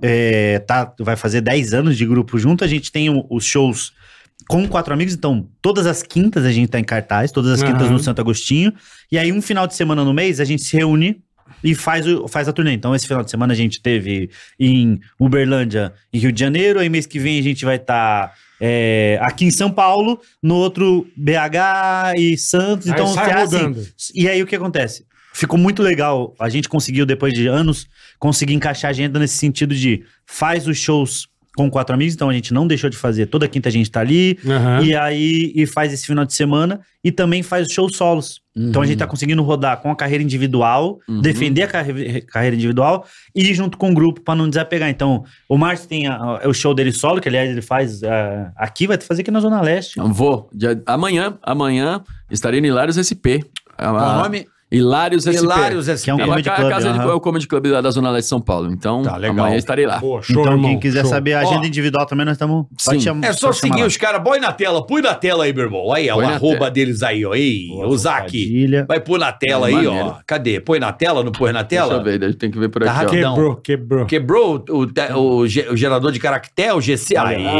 é, tá, vai fazer 10 anos de grupo junto. A gente tem o- os shows com quatro amigos. Então, todas as quintas a gente tá em cartaz, todas as quintas
Aham.
no Santo Agostinho. E aí, um final de semana no mês, a gente se reúne. E faz, o- faz a turnê. Então, esse final de semana a gente teve em Uberlândia e Rio de Janeiro. Aí, mês que vem, a gente vai estar aqui em São Paulo. No outro, BH e Santos.
Aí
Então,
sai
é assim,
rodando.
e aí o que acontece? Ficou muito legal. A gente conseguiu, depois de anos, conseguir encaixar a agenda nesse sentido de faz os shows
com quatro amigos, então a gente não deixou de fazer. Toda quinta a gente tá ali.
Aham.
E aí e faz esse final de semana e também faz shows solos. Então a gente tá conseguindo rodar com a carreira individual,
Uhum.
defender a carre- carreira individual e ir junto com o grupo pra não desapegar. Então, o Márcio tem a- a- o show dele solo, que aliás ele faz ah, aqui, vai fazer aqui na Zona Leste.
Não vou. Dia- amanhã, amanhã, estarei no Hilários SP. Ah,
Qual o nome?
Hilários SP.
Hilários SP.
Que é um
É uma
comedy
ca-
club.
casa de,
aham.
é o Comedy Club lá da Zona Leste de São Paulo. Então,
Tá, legal.
amanhã estarei lá.
Boa, show,
Então,
irmão.
quem quiser
show.
saber a
Ó.
agenda individual também, nós estamos.
Sim.
É só seguir os caras, põe na tela, põe na tela aí, meu irmão. Aí, ó,
Põe
o
na
arroba
tela.
deles aí, ó. Ei, o Zac.
Ilha.
Vai pôr na tela aí, ó.
Maneiro.
Cadê? Põe na tela, não põe na
Deixa
tela?
eu ver, tem que ver por
Tá
aqui, ó.
rapidão.
Quebrou, quebrou.
Quebrou o, o te- o ge- o gerador de caractere, é o GC.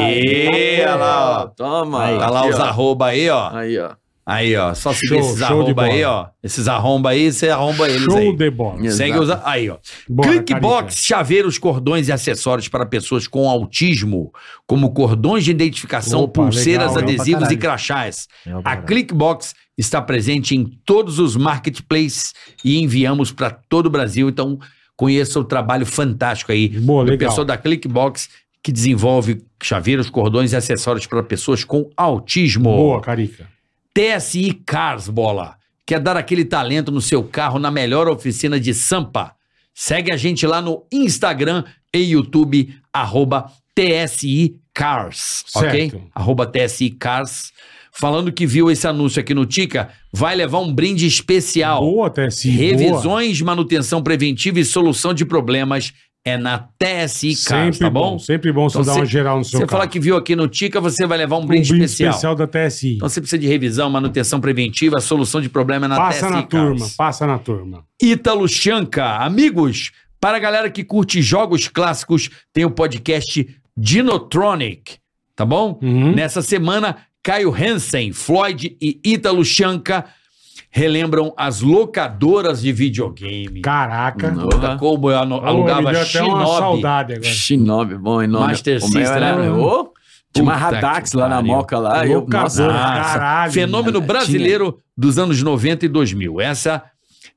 Aí, olha lá, ó.
Toma.
Olha lá
aqui,
os
ó.
arroba aí, ó.
Aí, ó.
Aí, ó. Só seguir
Show,
esses
show de
arroba
bola.
aí, ó. Esses arromba aí, você arromba eles
Show
aí.
de bola.
Exato.
Segue os. a- Aí, ó. Clickbox, chaveiros, cordões e acessórios para pessoas com autismo, como cordões de identificação,
Opa,
pulseiras,
legal, legal pra
adesivos e
caralho.
crachás.
Legal pra
A
caralho.
Clickbox está presente em todos os marketplaces e enviamos para todo o Brasil. Então, conheça o trabalho fantástico aí
Boa,
do
legal.
pessoal da Clickbox que desenvolve chaveiros, cordões e acessórios para pessoas com autismo.
Boa, Carica.
TSI Cars Bola. Quer dar aquele talento no seu carro na melhor oficina de Sampa? Segue a gente lá no Instagram e YouTube, arroba TSI Cars, ok?
Certo.
Arroba TSI Cars. Falando que viu esse anúncio aqui no Tica, vai levar um brinde especial.
Boa, TSI. Boa.
Revisões, manutenção preventiva e solução de problemas é na TSI Cars,
Sempre
tá bom?
Sempre bom você
Então
dar
cê-
uma geral no seu
Você fala
carro.
que viu aqui no Tica, você vai levar um
Um
brinde, especial.
da TSI.
Então você precisa de revisão, manutenção preventiva, solução de problema na
passa
TSI
na
Cars.
turma, passa na turma.
Ítalo Chanca, amigos, para a galera que curte jogos clássicos, tem o podcast Dinotronic, tá bom?
Uhum.
Nessa semana, Caio Hansen, Floyd e Ítalo Chanca relembram as locadoras de videogame.
Caraca.
Porra.
Como eu ano- alugava
Pô, me deu até uma
Shinobi.
saudade agora.
Shinobi, bom, enorme.
Master
o meu
System,
era-
né?
Ô, tinha uma
Puta que
Radax lá na
pariu.
Moca lá. Eu,
Loucadora,
nossa,
nossa.
caralho.
Fenômeno
Tinha.
brasileiro dos anos 90 e 2000. Essa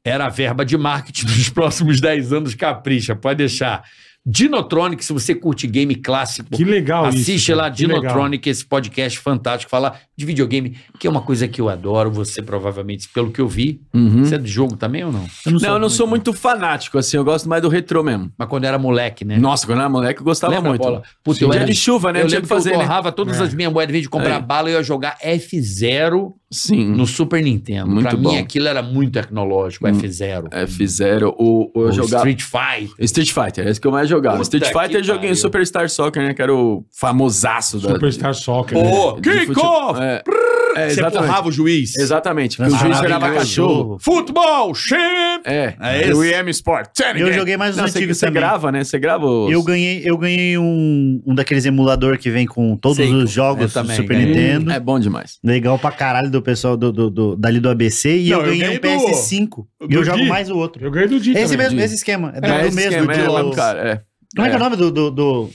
era a verba de marketing [laughs] dos próximos 10 anos, capricha, pode deixar. Dinotronic, se você curte game clássico,
Que legal isso.
assiste
cara,
lá
que legal.
Dinotronic, esse podcast fantástico, falar de videogame, que é uma coisa que eu adoro, você provavelmente, pelo que eu vi,
Hum?
Uhum.
você é do jogo também ou não?
Eu não
Não, eu não sou muito fanático, assim. Eu gosto mais do retrô mesmo.
Mas quando era moleque, né?
Nossa, quando eu era moleque, eu gostava
Lembra,
muito.
Bola? Puta,
Sim.
eu
Dia
era...
de chuva, né?
eu
não tinha o que
lembro que eu
fazer, né?
torrava todas
É.
as minhas moedas, em vez de comprar
Aí.
bala, eu ia jogar F0
Sim.
no Super Nintendo.
Muito
pra mim,
bom.
aquilo era muito tecnológico,
Hum.
F0.
F0, o, o eu
Ou
jogava...
Street Fighter.
Street Fighter, é esse que eu mais jogava.
Puta
Street
que
Fighter e joguei
pariu.
Superstar Soccer, né? Que era o famosaço da...
Superstar Soccer. né?
Ô,
de futebol.
Kiko!
É, é,
Você
exatamente.
porrava o juiz.
Exatamente, porque o juiz virava
Maravilhoso.
cachorro.
Futebol, champ!
É,
É
e o
esse.
EM Sport.
Eu joguei mais os
É, Não, você,
antigos
você
também.
grava, né? Você grava os...
Eu ganhei, eu ganhei um, um daqueles emulador que vem com todos
Sei,
os
eu
jogos do
também
Super
ganhei.
Nintendo.
É bom demais.
Legal pra caralho do pessoal do, do, do- dali do ABC. E
Não,
eu
eu
ganhei um
ganhei do-
PS5.
do
E eu jogo
Gui.
mais o outro.
Eu ganhei do Dito.
Esse mesmo,
Gui.
esse esquema. É do,
é,
do
esse
mesmo.
esquema,
de
é, o
los-
mesmo cara, é.
Como é, que é o nome do. do, do...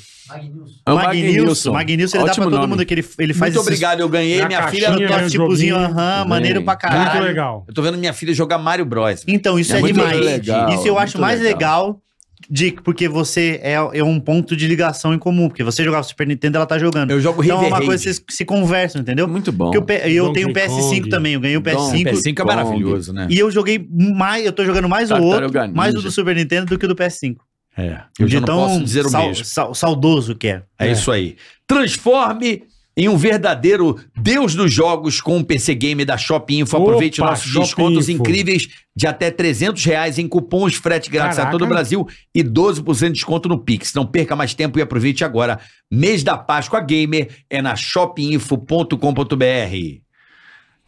É o
Magnilson.
Magnilson.
Magnilson, ele dá pra
Ótimo
todo
nome.
mundo que ele, ele faz
Muito obrigado, eu ganhei.
Na
Minha
caixinha.
filha.
Ele ganha um
protótipozinho,
joguinho.
aham,
Bem.
maneiro pra caralho.
Muito legal.
Eu tô vendo minha filha jogar Mario Bros.
Então, isso
É
é,
muito
demais.
legal,
isso eu
muito
acho mais
legal.
legal, Dick, porque você é, é um ponto de ligação em comum. Porque você jogava Super Nintendo, ela tá jogando.
Eu jogo
então é
River
uma
Raid.
coisa que vocês se conversam, entendeu?
Muito bom.
Porque eu, pe- eu
Donkey
tenho o PS5
Kong.
também, eu ganhei o PS5.
PS5 é maravilhoso, né?
E eu joguei mais, eu tô jogando mais o
Tartaruga
outro, mais um o
Ninja.
do Super Nintendo do que o do PS5.
É. Eu
De
já não
tão
posso dizer o
Então, sal-
mesmo.
sal- saudoso que é.
É isso aí. Transforme em um verdadeiro Deus dos Jogos com o PC Game da Shop Info.
Opa,
Aproveite nossos
Shop
descontos
Info.
incríveis de até 300 reais em cupons frete grátis a
Caraca.
todo o Brasil e 12% de desconto no Pix. Não perca mais tempo e aproveite agora. Mês da Páscoa Gamer é na shopinfo.com.br.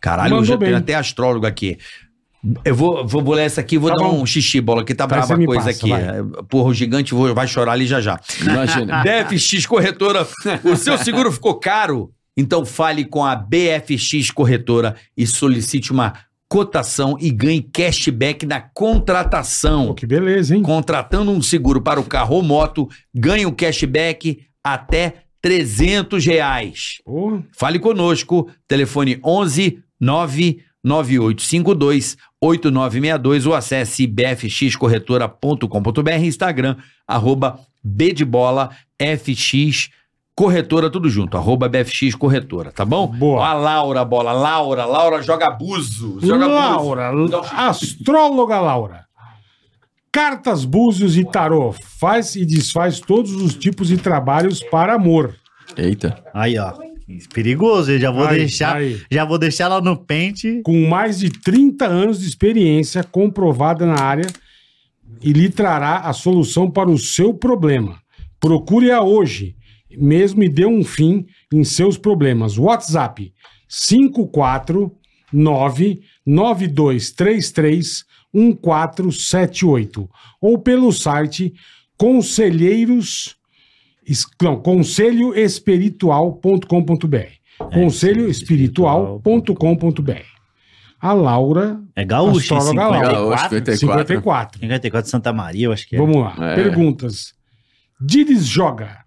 Caralho,
Mandou
eu já
bem.
tenho até astrólogo aqui. Eu vou, vou bolar essa aqui e vou
Tá
dar
bom.
um xixi, bola, que tá
Tá,
brava
você
a
me
coisa
passa,
aqui. Porra, o gigante vou- vai chorar ali já já.
[laughs]
Imagina.
BFX Corretora, o seu seguro ficou caro? Então fale com a BFX Corretora e solicite uma cotação e ganhe cashback na
Pô,
contratação.
que beleza, hein?
Contratando um seguro para o carro ou moto, ganhe um cashback até 300 reais.
Pô,
Fale conosco, telefone 11 99852 8962 ou acesse bfxcorretora.com.br, Instagram, arroba bdbolafx Corretora, tudo junto, arroba BFX Corretora, tá bom?
Boa.
Ó a Laura, bola. Laura, Laura joga abuso. Joga abuso.
Laura, astróloga Laura. Cartas, búzios e tarô. Faz e desfaz todos os tipos de trabalhos para amor.
Eita.
Aí, ó. Perigoso, eu já vou
Aí,
deixar.
aí.
Já vou deixar lá no pente.
Com mais de 30 anos de experiência comprovada na área e lhe trará a solução para o seu problema. Procure-a hoje, mesmo e dê um fim em seus problemas. WhatsApp 549 9233 1478 ou pelo site conselheiros es- não, conselhoespiritual.com.br
É,
conselhoespiritual.com.br A Laura
É gaúcho,
Astróloga Laura.
54.
54.
54
54 de Santa Maria, eu acho que é.
Vamos lá.
É.
Perguntas. Dires joga.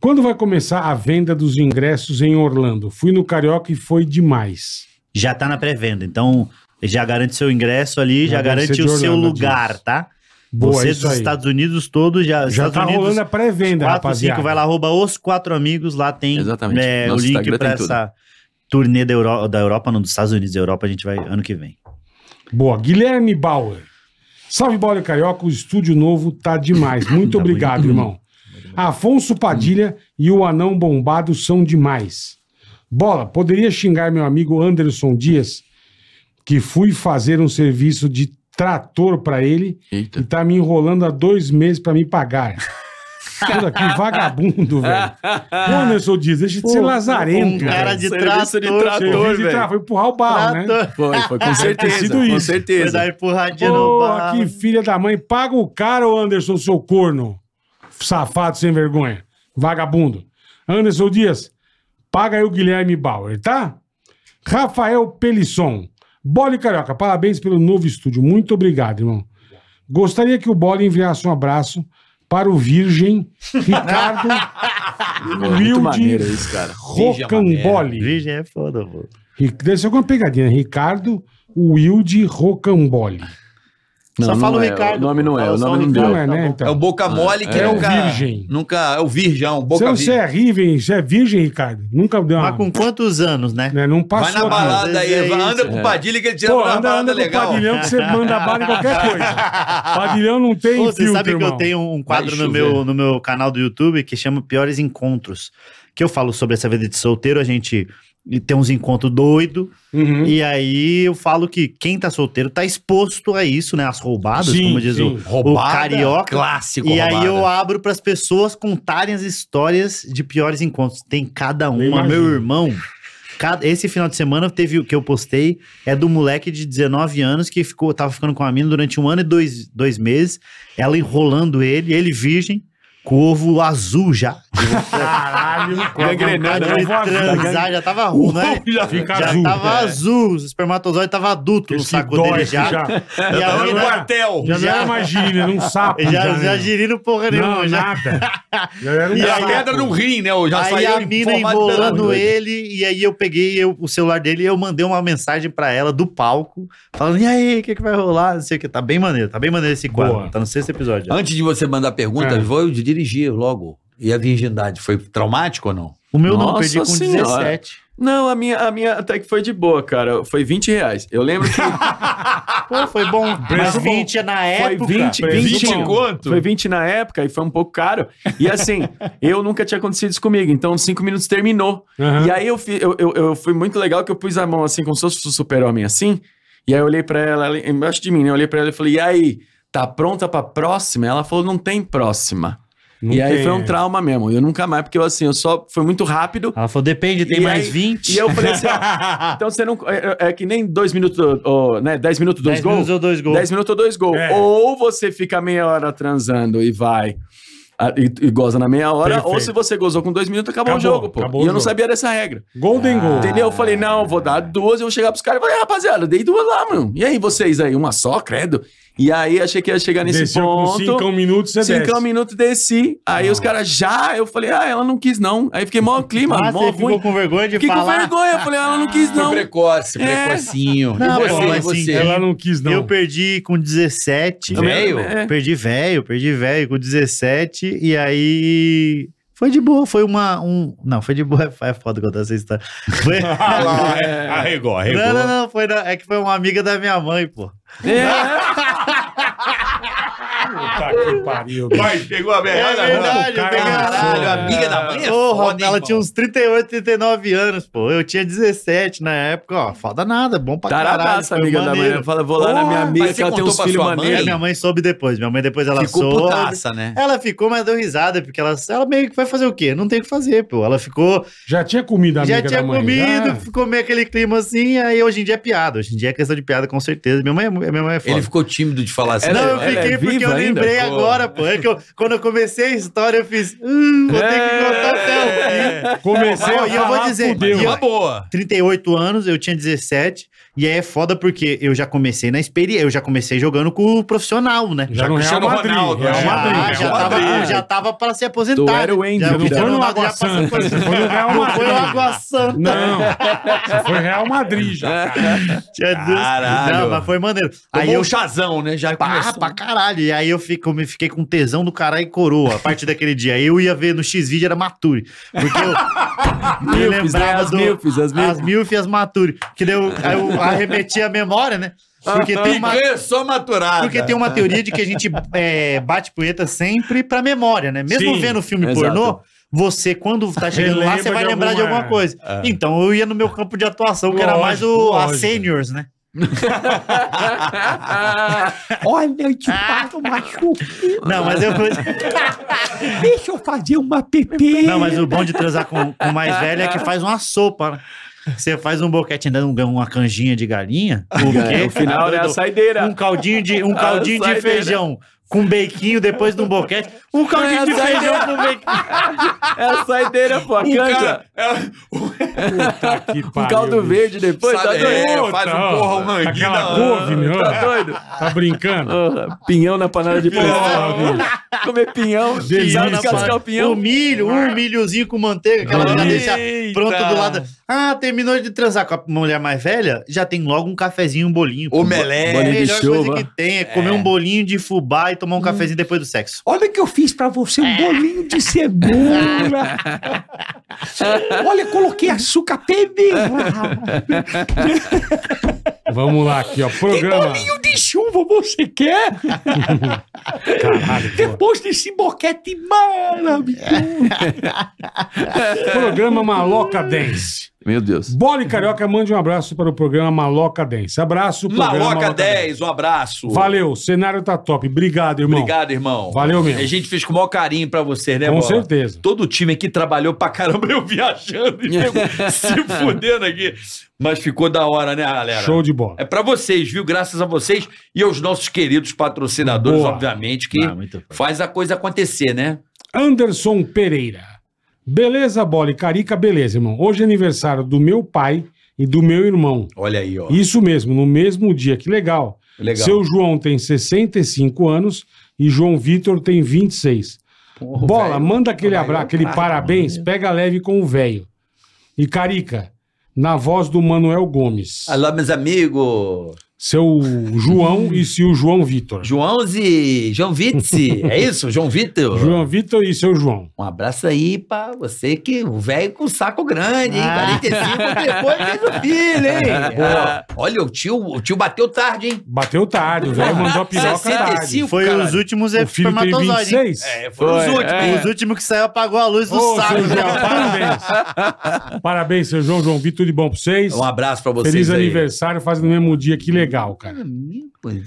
Quando vai começar a venda dos ingressos em Orlando? Fui no Carioca e foi demais.
Já tá na pré-venda, então já garante seu ingresso ali, já,
Já deve ser
garante
de
o seu
Orlando,
lugar,
diz.
tá?
Boa, é
Você
isso
dos
aí.
Estados Unidos todos já.
Já
Estados
tá
Unidos,
rolando a pré-venda,
4, 5,
rapaziada.
vai lá, arroba os quatro amigos, lá tem
Exatamente.
é, o
Nosso
link
Instagram
pra
tem tudo.
essa turnê da, Euro- da Europa, não, dos Estados Unidos, da Europa, a gente vai ano que vem.
Boa. Guilherme Bauer. Salve, Bauer Carioca. O estúdio novo tá demais. Muito
Tá
obrigado,
muito.
irmão. Afonso Padilha e o Anão Bombado são demais. Bola, poderia xingar meu amigo Anderson Dias, que fui fazer um serviço de trator pra ele
Eita.
E tá me enrolando há dois meses pra me pagar. Puta, que vagabundo, velho. Ô, Anderson Dias, deixa de ser
Pô,
lazarento.
um cara
velho.
de
Serviço
trator,
de
Serviço
trator,
de
velho.
tra- Foi empurrar o barro, né?
trator.
Foi, foi com certeza.
sido
com
isso.
Foi dar
certeza.
empurradinha no
Porra,
barro.
né? que filha da mãe. Paga o cara, ô Anderson, seu corno. Safado sem vergonha. Vagabundo. Anderson Dias, paga aí o Guilherme Bauer, tá? Rafael Pelisson. Bola e Carioca, parabéns pelo novo estúdio. Muito obrigado, irmão. Gostaria que o Bola enviasse um abraço para o Virgem
[laughs]
Ricardo
Pô, Muito
Humilde.
maneiro isso, cara.
Rocambole.
Virgem é foda, pô.
Ri- Deve ser alguma pegadinha. Ricardo Wilde Rocambole.
Só fala o
é,
Ricardo,
O nome não
pô.
é,
Fala
o
só
nome
o tá
não
Não
deu.
é, né?
É o
Então.
boca mole que
É o
nunca.
virgem.
Nunca. É o virgão,
Você,
boca
você
virgem.
é virgem, você é virgem, Ricardo. Nunca deu uma...
Mas com quantos anos, né?
né? Não
Vai na
passou. nada.
balada aí,
Às vezes é
anda
isso,
pro
é.
Padilha que ele tira
Pô,
uma
anda,
balada
anda com
legal.
padilhão que você manda bala em qualquer
[laughs]
coisa. Padilhão não tem
Pô,
filtro,
você sabe que
irmão.
eu tenho um quadro
Vai
no
chover.
meu, no meu canal do YouTube que chama Piores Encontros. Que eu falo sobre essa vida de solteiro, a gente tem uns encontros doido
Uhum.
E aí eu falo que quem tá solteiro tá exposto a isso, né? As roubadas,
Sim,
como diz o,
sim.
o carioca.
Clássico,
E aí
roubada.
eu abro pras pessoas contarem as histórias de piores encontros. Tem cada
Eu
uma,
imagino.
meu irmão. cada- esse final de semana teve o que eu postei é do moleque de 19 anos que ficou, tava ficando com a mina durante um ano e dois, dois meses. Ela enrolando ele, ele virgem, com o ovo azul já.
Caralho.
Vontade
Eu
de
vou ajudar.
transar, né? já tava ruim, né?
Já fica
já
tá azul. é.
tava azul, o espermatozoide tava adulto no
Esse
saco
dói
dele já.
já.
E a
tava no
mina já,
Tá Quartel.
Já não
Já-
era mais gíria, era um sapo.
já,
né?
girindo porra nenhuma.
Não,
já. [laughs]
nada. Já era um
E a
sapo.
Tá Pedra no rim, né?
Tá
Eu já
aí
saiu
a mina
em formato de pedra no
enrolando
rim.
ele, e aí eu peguei eu- o celular dele e eu mandei uma mensagem pra ela do palco, falando, e aí, o que, que vai rolar? Não sei o que, tá bem maneiro, tá bem maneiro esse quadro,
Boa.
tá no sexto episódio. já.
Antes de você mandar perguntas,
É.
vou eu dirigir logo. E a virgindade, foi traumático ou não?
O meu não,
Nossa
perdi com
Senhora.
17.
Não, a minha, a minha até que foi de boa, cara. Foi 20 reais. Eu lembro
[laughs]
que
Pô, foi bom. Mas
Preço bom.
20 é na
Ah, foi
época.
20,
foi
20,
20
conto?
Foi 20 na época e foi um pouco caro. E assim, [laughs] eu nunca tinha acontecido isso comigo. Então, 5 minutos terminou.
Aham.
E aí eu, fi, eu, eu, eu fui muito legal que eu pus a mão assim, como se fosse um super-homem assim. E aí eu olhei pra ela, ela embaixo de mim, né? Eu olhei pra ela e falei, e aí, tá pronta pra próxima? Ela falou, não tem próxima.
Não
e aí
tem, Ah,
foi um
é.
trauma mesmo. Eu nunca mais, porque eu assim, eu só. Foi muito rápido.
Ela falou, depende, tem
E
mais
aí-
20.
E eu falei assim,
[laughs]
ó, então você não. É, é que nem dois minutos, ou, né? Dez minutos, dois
10
gols.
minutos ou dois gols.
10 minutos ou dois gols.
É.
Ou você fica meia hora transando e vai. ah, E, e goza na meia hora,
Perfeito.
ou se você gozou com dois minutos, acabou,
Acabou,
o jogo, pô.
acabou
e
o
eu não
jogo.
sabia dessa regra.
Golden
Ah.
Goal.
Entendeu? Eu falei, não, vou dar duas, eu vou chegar pros caras e falei, rapaziada, dei duas lá, mano. E aí, vocês aí, uma só, credo? E aí, achei que ia chegar nesse
Desceu
ponto.
com 5 minutos, você desce.
Cinco um minutos desci. Aí os caras já, eu falei, ah, ela não quis não. Aí fiquei mó clima,
Ah,
mó
você ficou
ruim.
com vergonha de
Fiquei com
falar.
vergonha, eu falei, "Ah, ela não quis não.
Precoce,
É.
precocinho.
Não,
E
mas
você, e
assim,
você. É,
Ela não quis, não.
Eu perdi com 17.
Velho?
É.
Perdi velho, perdi velho com 17. E aí Foi de boa, foi uma. Um... Não, foi de boa, [laughs] é foda contar essa história. Foi...
Ah, lá,
né?
é. Arregou, arregou.
Não, não, não, foi na- é que foi uma amiga da minha mãe, pô.
É,
Puta que pariu. bicho.
Mas pegou a
É
merda.
verdade,
Caralho,
peguei
caralho,
amiga
Tá
da mãe é
Porra,
foda, hein,
ela
irmão?
tinha uns 38, 39 anos, pô. Eu tinha 17 na época, ó. Foda nada, é bom pra caralho.
Taradaça,
foi
amiga da
maneiro.
mãe. né? Fala, vou lá na minha
Porra,
amiga
mas
que ela
você
tem uns
contou pra
filhos
sua mãe?
É,
maneiros.
minha mãe soube depois. Minha mãe depois ela
Ficou
soube.
putaça, né?
Ela ficou, mas deu risada, porque ela, ela meio que vai fazer o quê? Não tem o que fazer, pô. Ela ficou,
Já tinha comido a amiga
já tinha
da
né?
mãe.
comido,
Ah.
já?
ficou meio aquele clima assim, aí hoje em dia é piada. Hoje em dia é questão de piada, com certeza. Minha mãe é, minha mãe é foda.
Ele ficou tímido de falar assim.
Ela-
não, eu
ela é
fiquei porque eu
viva ainda,
lembrei
pô.
agora, pô. É que eu- quando eu comecei a história, eu fiz. "Hum, vou ter
É.
que contar até o fim.
Comecei
Ó,
a
e eu vou
falar,
dizer,
fudeu.
e eu-
É, Uma boa.
38 anos, eu tinha 17. E aí é foda porque eu já comecei na experiência, eu já comecei jogando com o profissional, né?
Já no Real
Cristiano
Madrid.
Ronaldo,
Real
Já,
é.
Madrid.
né? já,
Real
tava,
Madrid.
já tava pra se aposentar.
Tu era o
né?
Andy,
Já,
não
Cristiano
foi no
Ronaldo
Água
já passou por
Santa,
isso.
foi no Real
Não foi o
Madrid.
Água Santa.
Não, você foi Real
[laughs]
Madrid já.
é.
[laughs]
cara.
Tinha dois-
Caralho.
Não, mas foi maneiro. Aí
Tomou
eu
um chazão, né? Já
pá,
começou.
pra caralho. E aí eu fico, me fiquei com tesão do caralho e coroa a partir daquele dia. Aí eu ia ver no X-Video era Maturi. Porque eu
[laughs]
me
Milfs, né?
lembrava
As
do...
milfs, as milfs.
As Milf e as Maturi. Que deu, aí eu arremeti a memória, né? Porque tem uma...
Picanha só maturada.
Porque tem uma teoria de que a gente é, bate punheta sempre pra memória, né? Mesmo
Sim,
vendo filme
exato.
pornô, você, quando tá chegando lá,
Relembra
você vai
de
lembrar de
alguma-
alguma coisa. Então eu ia no meu campo de atuação, que era
Lógico,
mais o, a
lógico.
seniors, né?
Olha, eu te pago uma chuva.
Não, mas eu.
Deixa eu fazer uma PP.
Não, mas o bom de transar com o mais velho é que faz uma sopa, né? Você faz um boquete ainda, um- uma canjinha de galinha. Porque,
No final, né? A
um
saideira.
caldinho de,
[laughs] Ah,
um caldinho de
saideira.
feijão com beiquinho depois de um boquete. Um caldinho
É,
de
saideira.
feijão com beiquinho.
É a saideira,
um
pô. A
Um
canja.
Puta que
Um
pariu,
caldo
bicho.
verde depois. Tá
Sabe,
doido?
é, faz um
Puta,
porra,
ó,
um ranguinho
Aquela
da-
couve, meu.
Tá doido?
Tá brincando?
Porra, Pinhão na panela de pressão. Comer pinhão.
Delícia.
Sabe descascar o
O
pinhão?
milho, um milhozinho com manteiga, aquela hora
Delícia.
deixa pronto
Então.
do lado. Ah, terminou de transar com a mulher mais velha, já tem logo um cafezinho, um bolinho.
Omelete.
A
Bolinho de
melhor coisa
chuva.
que tem é comer um bolinho de fubá e tomar
Hum.
um cafezinho depois do sexo.
Olha o que eu fiz pra você,
É.
um bolinho de cebola. Olha, coloquei açúcar PB.
Vamos lá aqui, ó. Programa.
Bolinho de chuva você quer?
Caralho, pô.
Depois desse boquete maravilhoso.
Programa Maloca Dance.
Meu Deus.
Bola e Carioca, mande um abraço para o programa Maloca Dance. Abraço, programa
Maloca 10, um abraço.
Valeu, o cenário tá top. Obrigado, irmão.
Obrigado, irmão.
Valeu mesmo.
A gente fez com o maior carinho pra você, né,
Com
Bola?
certeza.
Todo o time aqui trabalhou pra caramba, eu viajando e nego [laughs] se fudendo aqui. Mas ficou da hora, né, galera?
Show de bola.
É pra vocês, viu? Graças a vocês e aos nossos queridos patrocinadores,
Boa. Ah,
obviamente, que
muito
faz a coisa acontecer, né?
Anderson Pereira. Beleza, bola e carica, beleza, irmão. Hoje é aniversário do meu pai e do meu irmão.
Olha aí, ó.
Isso mesmo, no mesmo dia. Que legal.
Legal.
Seu João tem 65 anos e João Vitor tem 26. bola, manda aquele abraço, aquele parabéns, pega leve com o velho. E carica, na voz do Manuel Gomes.
Alô, meus amigos.
Seu João e seu João Vitor.
Joãozi, João Vitzi. é isso? João Vitor?
João Vitor e seu João.
Um abraço aí pra você que o velho com saco grande, hein?
Ah.
45 depois fez o filho, hein?
Boa.
Pô, olha, o tio, o tio bateu tarde, hein?
Bateu tarde, o velho mandou a piroca tarde.
65,
Foi
caralho.
os últimos
O filho tem
espermatozoides. hein?
26?
É, foi os
Foi,
últimos.
é.
Os últimos que saiu apagou a luz do
Ô,
saco.
seu João, parabéns. né? [laughs] parabéns, seu João. João, vi tudo de bom pra vocês.
Um abraço pra vocês
Feliz
aí.
aniversário, faz no mesmo dia. Que legal, cara.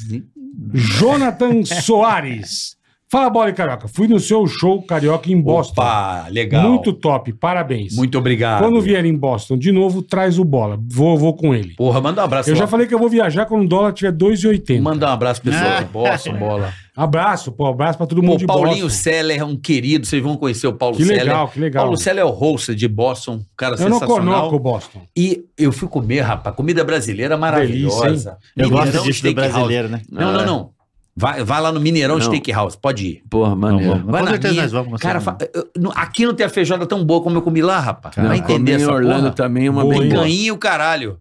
[laughs]
Jonathan Soares. Fala, bola e carioca. Fui no seu show carioca em Boston.
Opa, legal.
Muito top, parabéns.
Muito obrigado.
Quando vier em Boston de novo, traz o bola. Vou, vou com ele.
Porra, manda um abraço.
Eu já
lá.
falei que eu vou viajar quando o dólar tiver 2,80.
Manda um abraço, pessoal.
Ah.
Bossa, bola.
Abraço, pô. Abraço pra todo [laughs] mundo
Pô,
de
Paulinho
Boston.
Seller é um querido, vocês vão conhecer o Paulo
Que
Seller.
legal, que legal.
Paulo Seller é o host de Boston, um cara
Eu não
sensacional.
conoco o Boston.
E eu fui comer, rapaz, comida brasileira maravilhosa.
Eu gosto
Mineirão
disso do
Steakhouse.
brasileiro, né?
Não, não, não. Vai, vai lá no Mineirão
Não.
Steakhouse, pode ir.
Porra, maneiro.
Com
Vai na
certeza
minha.
nós vamos.
Cara,
nós
fa- eu- eu- aqui não tem a feijoada tão boa como eu comi lá, rapaz.
Comi
Vai entender
em
essa
Orlando
porra.
também, uma
Boa,
bem
hein?
boa.
Picanha e o caralho.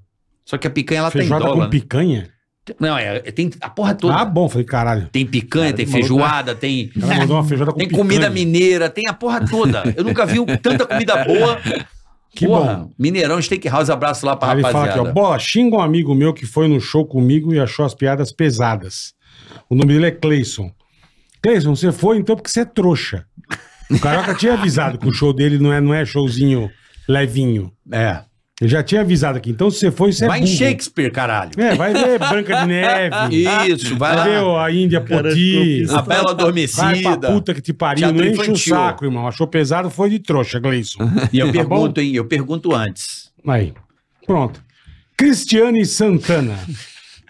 Só que a picanha lá tem
Feijoada
dólar,
com
né?
picanha?
Não, é, tem a porra toda.
Ah, bom. Falei, caralho.
Tem picanha, tem feijoada, tem.
O né?
[laughs]
cara mandou uma feijoada com
Tem comida
picanha.
mineira, tem a porra toda. Eu nunca vi tanta comida boa.
Que
porra,
bom.
Mineirão Steakhouse, abraço lá pra
Aí ele fala
rapaziada.
aqui, ó. Bola, xinga um amigo meu que foi no show comigo e achou as piadas pesadas. O nome dele é Cleison. Cleison, você foi então porque você é trouxa. O Carioca tinha avisado que o show dele não é, não é showzinho levinho.
É.
Ele já tinha avisado aqui. Então, se você foi, você
Vai
é
em
burro.
Shakespeare, caralho.
É, vai ver Branca de Neve.
Isso, vai
vai ver
lá.
ó, a Índia
é
cara
Poti.
ficou
A bela
Vai pra
adormecida.
puta que te pariu.
Teatro
Não enche o
infantil.
saco, irmão. Achou pesado, foi de trouxa, Gleison.
[laughs] E eu
Tá bom?
pergunto, hein? Eu pergunto antes.
Aí. Pronto. Cristiane Santana.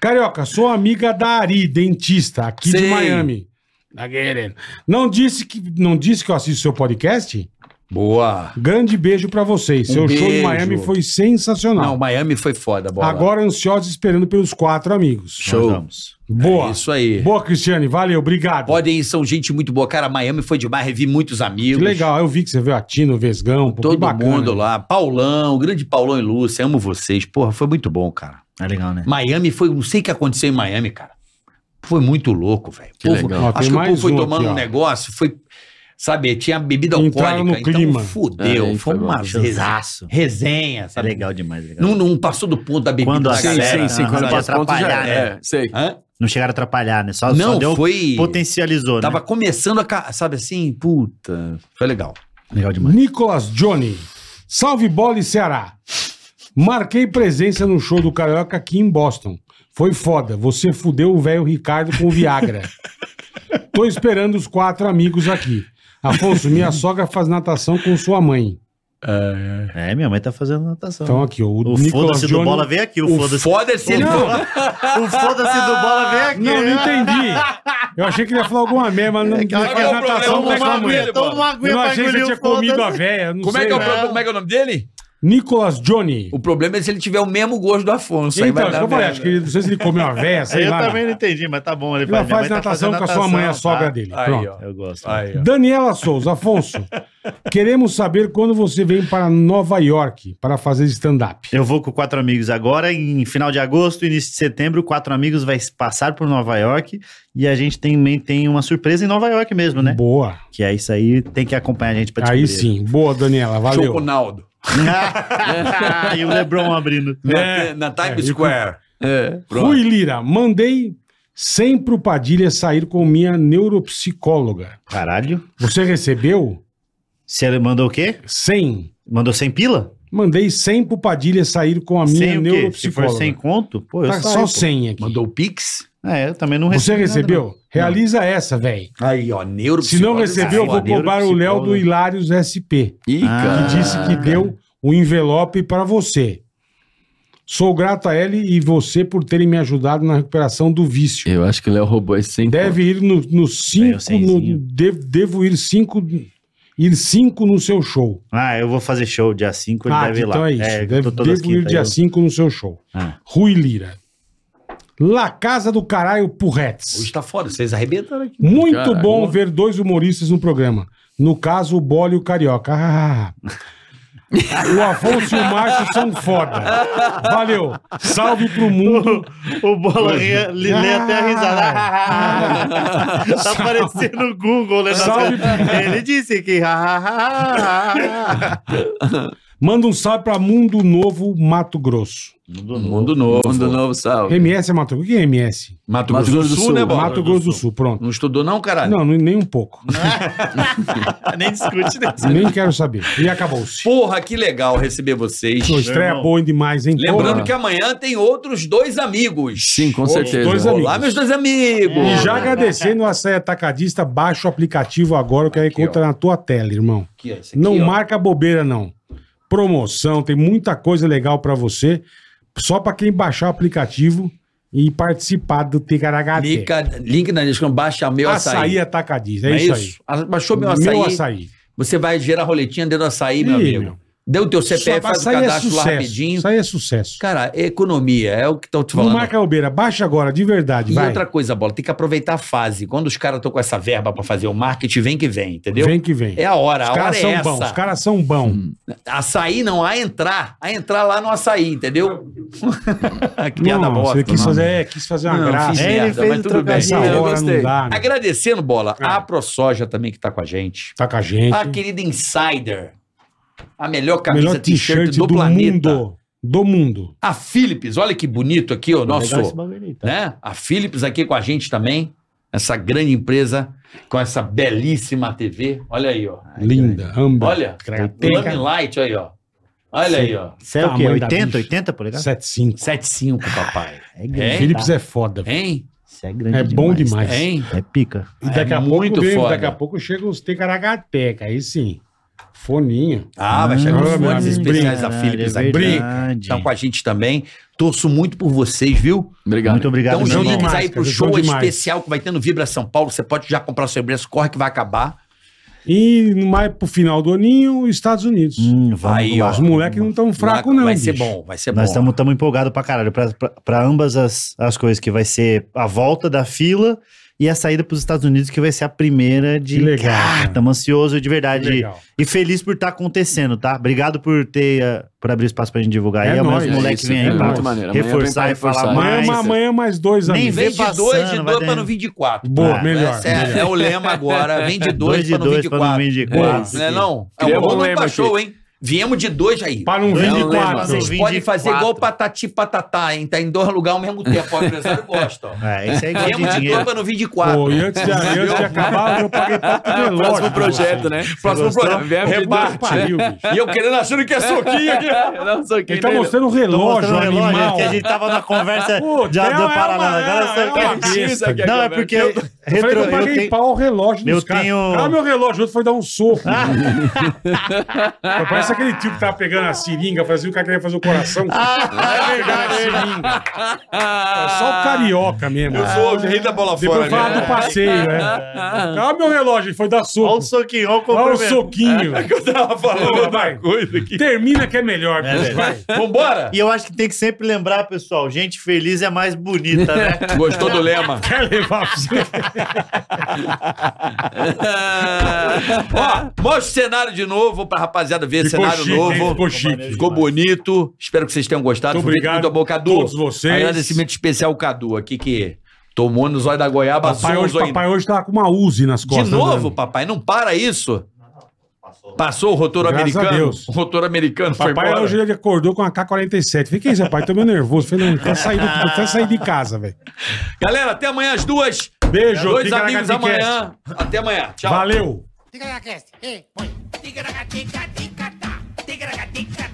Carioca, sou amiga da Ari, dentista, aqui de
Sim.
Miami. Tá querendo. Não disse que não disse que eu assisto seu podcast?
Boa.
Grande beijo pra vocês.
Um
seu show em
beijo.
Miami foi
Não,
sensacional.
Miami foi foda, bola.
Agora ansiosos esperando pelos quatro amigos.
Show.
Boa.
É isso aí.
Boa, Cristiane. Valeu, obrigado.
Podem ir, são gente muito boa. Cara, Miami foi demais, revi muitos
Que
amigos.
legal. Eu vi que você viu a Tina, o Vesgão, pô, que
Todo
bacana.
mundo lá. Paulão, grande Paulão e Lúcia, amo vocês. Porra, foi muito bom, cara.
É legal, né?
Miami foi, não sei o que aconteceu em Miami, cara. Foi muito louco, velho. O povo-
legal. Ó, tem
Acho que o povo
mais
foi
um
tomando
aqui, ó.
um negócio, foi, sabe, tinha bebida
Entraram
alcoólica,
no clima.
então
É,
fudeu.
Aí,
foi
foi
uma
bom.
reza-
Exaço.
resenha,
É
sabe?
legal demais. legal.
Não, não passou do ponto da bebida.
Quando a
Sim,
galera-
sim, sim.
sim, quando
quando
pode
passa ponto, já
atrapalhar, né?
né?
é, sei.
Hã?
Não chegaram a atrapalhar, né? Só, só
Não,
deu,
foi...
potencializou,
Tava
né?
começando a, ca- sabe assim, puta, foi legal.
Legal demais.
Nicolas Johnny. Salve bola e Ceará. Marquei presença no show do Carioca aqui em Boston. Foi foda. Você fudeu o velho Ricardo com o
[laughs]
Viagra. Tô esperando os quatro amigos aqui. Afonso, minha sogra faz natação com sua mãe.
É, minha mãe tá fazendo anotação.
Então aqui, ó, o,
o
Nicolas
foda-se do
Johnny...
bola veio aqui, o
o
foda-se.
Foda-se, é ele
Não.
O foda-se do bola veio aqui. né?
Não, não entendi. Eu achei que ele ia falar alguma merda, mas não
É que ela
faz
quer
natação
Toma
com
uma
sua mãe.
aguinha, toma uma aguinha
Eu não
pra
achei que você
engolir
tinha
o foda-se.
comido a véia, não
Como é,
sei.
que é o
né?
pro- como é que é o nome dele?
Nicolas Johnny.
O problema é se ele tiver o mesmo gosto do Afonso. aí vai
Então, isso
dar
que eu falei,
merda.
acho que ele, não sei se ele comeu a véia, sei
Eu
lá. né?
também não entendi, mas tá bom. Ele
Ela
faz, minha
faz
mãe tá
natação
fazendo
com a sua mãe, a
natação,
sogra
tá?
dele.
Aí,
Pronto.
ó.
Eu gosto.
né?
Aí, ó.
Daniela Souza,
[laughs]
Afonso, queremos saber quando você vem para Nova York para fazer stand-up.
Eu vou com quatro amigos agora, em final de agosto, início de setembro, quatro amigos vai passar por Nova York e a gente também tem uma surpresa em Nova York mesmo, né?
Boa.
Que é isso aí, tem que acompanhar a gente pra
Aí
descobrir.
sim. Boa, Daniela. Valeu.
Choconaldo.
[laughs] e o Lebron abrindo.
É,
Na, na Times Square.
É.
Rui Lira, mandei sempre o Padilha sair com minha neuropsicóloga.
Caralho.
Você recebeu?
Se ele mandou o quê?
100.
Mandou sem pila?
Mandei 100 pro Padilha sair com a minha
Sem o quê? Se for
é neuropsicóloga.
sem conto, pô, eu
tá
saio,
só
pô.
100 aqui.
Mandou o Pix.
É, eu também não
Você
nada,
recebeu?
não.
Realiza essa, velho.
Aí, ó, neuro.
Se não recebeu, eu vou
Psicólogo, cara,
cobrar o Léo do
neuropsicólogo.
Hilários SP,
Ih,
Ah.
que
cara.
disse que deu o envelope para você. Sou grato a ele e você por terem me ajudado na recuperação do vício.
Eu acho que o Léo roubou esse sem
Deve ir no, no cinco,
Ganhou cenzinho.
no- de- devo ir cinco, ir cinco no seu show.
Ah, eu vou fazer show dia 5, ele
Ah,
deve ir lá.
então é isso.
eu
Deve-
tô todas
devo ir
quintas,
dia
eu-
5 no seu show.
Ah.
Rui Lira. La Casa do Caralho Purretes.
Hoje tá foda, vocês arrebentaram aqui.
Muito
Caraca.
bom ver dois humoristas no programa. No caso, o Bola e o Carioca. Ah. o Afonso e o Márcio são foda. Valeu. Salve pro mundo.
[laughs] O Bola ria- li- lê até
Ah!
a risada. [laughs] tá aparecendo no Google, né?
Salve.
Ele disse que.
Manda um salve pra Mundo Novo Mato Grosso.
Mundo novo.
Mundo novo, salve.
MS é Mato Grosso. O que é MS?
Mato,
Mato
Grosso do Sul,
É
né, Bola?
Mato Grosso do Sul, pronto.
Não estudou, não, caralho?
Não, nem um pouco.
[laughs] Nem discute, né?
Nem quero saber. E acabou-se.
Porra, que legal receber vocês.
Pô, estreia
irmão.
boa demais, hein?
Lembrando
Porra.
que amanhã tem outros dois amigos.
Sim, com
Os
certeza.
dois amigos. É.
Olá, meus dois amigos.
E já agradecendo a Saia Atacadista, baixa o aplicativo agora, que aí
Aqui,
conta
ó.
na tua tela, irmão.
Aqui, ó, esse aqui,
Não
ó.
marca bobeira, não. Promoção, tem muita coisa legal pra você. Só pra quem baixar o aplicativo e participar do Ticaragate.
Lica- Link na descrição, baixa meu açaí.
Açaí atacadista, é,
Não
isso aí.
A- Baixou meu açaí,
Meu açaí.
Você vai gerar roletinha dentro do açaí, meu
Ih,
amigo.
meu.
Dê o teu CPF,
Só-
faz o
Isso aí é
cadastro lá
sucesso.
rapidinho.
Isso aí é sucesso.
Cara, é economia, é o que estão te
Não
falando.
marca a bobeira, baixa agora, de verdade,
E
vai.
outra coisa, bola, tem que aproveitar a fase. Quando os caras estão com essa verba pra fazer o marketing, vem que vem, entendeu?
Vem que vem.
É a hora,
Os
a hora
caras
é
são
essa. Hum,
bons, os caras são bons.
Açaí não, a entrar. A entrar lá no açaí,
[laughs]
entendeu? que piada
Não,
bosta.
você quis
não.
fazer, é, quis fazer uma
Não, fiz
graça. É,
merda,
ele fez
mas
o
tudo bem.
Essa
trocadilho.
eu
hora
gostei.
não dá, né?
Agradecendo, bola,
Ah.
a ProSoja também que tá com a gente.
Tá com a gente.
A querida Insider. A melhor camisa
Melhor
t-shirt
t-shirt
do,
do,
planeta.
mundo. Do mundo.
A Philips, olha que bonito aqui, ó, nosso.
Legal esse bagulho aí, tá?
né? A Philips aqui com a gente também. Essa grande empresa com essa belíssima TV. Olha aí, ó.
Linda, amba.
Olha.
Tem-
Lamplight aí, ó. Olha aí, ó.
Isso é o quê?
Tamanho da
80,
bicha.
80 polegadas?
7,5.
7.5, papai.
É
É, [laughs]
Philips é foda. velho.
Hein?
Isso é grande
É bom demais.
tá?
Hein?
É pica.
E daqui
é
a
muito
pouco vem,
foda.
daqui a pouco chega os tecaracateca, aí sim. Foninho.
Ah,
Hum,
vai chegar os
Ah,
fones
meu amigo,
especiais da
é
Philips aqui. né?
Tá
Estão com a gente também. Torço muito por vocês, viu?
é-
Obrigado.
Muito obrigado.
Então, os
são
meu
links
irmão.
demais,
aí pro
cara,
show
são demais.
especial que vai ter no Vibra São Paulo. Você pode já comprar o seu ingresso, corre que vai acabar.
E mais pro final do aninho, Estados Unidos.
Hum, vamos
Aí,
lá. é
ó.
Os moleques não tão fracos,
vai,
não.
Vai ser
bicho.
bom, vai ser
Nós
bom.
estamos empolgados pra caralho, pra, pra, pra ambas as, as coisas, que vai ser a volta da fila e a saída pros Estados Unidos, que vai ser a primeira de...
Que legal,
Ah,
cara.
estamos ansiosos de verdade
Legal.
e feliz por estar acontecendo, tá? Obrigado por ter, eh, por abrir espaço pra gente divulgar.
É
e amanhã
nóis,
os
é
moleques
isso,
vêm
é
aí pra
muito maneiro. Amanhã
reforçar
vem
e
pra
falar
reforçar.
Amanhã, é
mais.
amanhã mais dois
Nem
amigos.
vem
Vem de 2, de
passando,
2
vai
pra não
dentro.
vir de 4.
Boa,
Ah,
melhor.
Esse é, é o lema agora. Vem de
Dois
dois
de
pra não vir
dois
de
pra não
quatro.
vir de
Boa.
quatro.
Não é não? É,
Criamos
o
um
Bolo
lema
baixou, hein? Viemos de dois aí. é
Para um
Dois de
24.
quatro.
Vocês
vim
podem
de
fazer
quatro.
igual patati e patatá, hein? Tá em dois lugares ao mesmo tempo. O empresário gosta, ó.
É, isso aí que
Viemos
é
de dois
dinheiro.
pra não vir de
Pô,
quatro.
e antes de, e antes de acabar, eu paguei
[laughs]
papo de
Próximo
lógico.
projeto, né?
Próximo programa.
Reparte.
Reparte.
Pariu, bicho.
E eu querendo achando que é soquinho
[laughs]
aqui.
Não sou quem
Ele tá
dele.
mostrando o
Tô
relógio,
mostrando o
animal.
relógio, é que a gente tava na conversa
Pô,
já
Theo
do
é
Paraná.
uma-
Agora
é
você
uma
tá
besta aqui
Não, é
agora.
porque.
Eu-
Eu
Retro,
falei que eu
eu
paguei
tenho-
pau o relógio
eu
dos caras.
tenho-
Ah, meu relógio, o outro foi dar um soco. Pô, Parece aquele tio que tava pegando a seringa, fazia o cara queria fazer o coração. é verdade, a seringa. É só o carioca mesmo. Eu sou o rei da bola Depois fora. Depois fala do passeio, é.
[laughs]
Ah, meu relógio, foi dar
Olha o
soco.
soquinho, olha o
Olha o
compromisso.
soquinho. É que eu tava falando vai. coisa aqui. Termina que é melhor.
É, velho.
vai.
Vambora?
E eu acho que tem que sempre lembrar, pessoal, gente feliz é mais
[laughs]
bonita, né?
Gostou do lema?
Quer levar pra você?
Ó, mostra o cenário de novo pra rapaziada ver.
Ficou
cenário
chique,
novo.
hein? Ficou chique.
Ficou bonito. Espero que vocês tenham gostado.
Muito
Foi feito
obrigado
muito bom, Cadu.
a todos vocês.
Agradecimento especial ao Cadu aqui que tomou nos olhos da goiaba.
Papai
azul,
hoje,
zoinho.
papai hoje tava com uma Uzi nas
De
costas.
novo,
né?
papai, não para isso. Passou, o rotor
Graças a
americano.
Deus.
O rotor americano foi
Papai
embora.
hoje ele acordou com a K-47. Falei, que isso, rapaz? Tô meio nervoso. Falei, não, até sair, do- até sair de casa, velho.
Galera, até amanhã às duas.
Beijo,
Dois
fica na
amigos
Gaticast.
amanhã. Até amanhã. Tchau.
Valeu!
Ticaracast, ei, põe. Ticaracatica, ticatá, ticaracatica,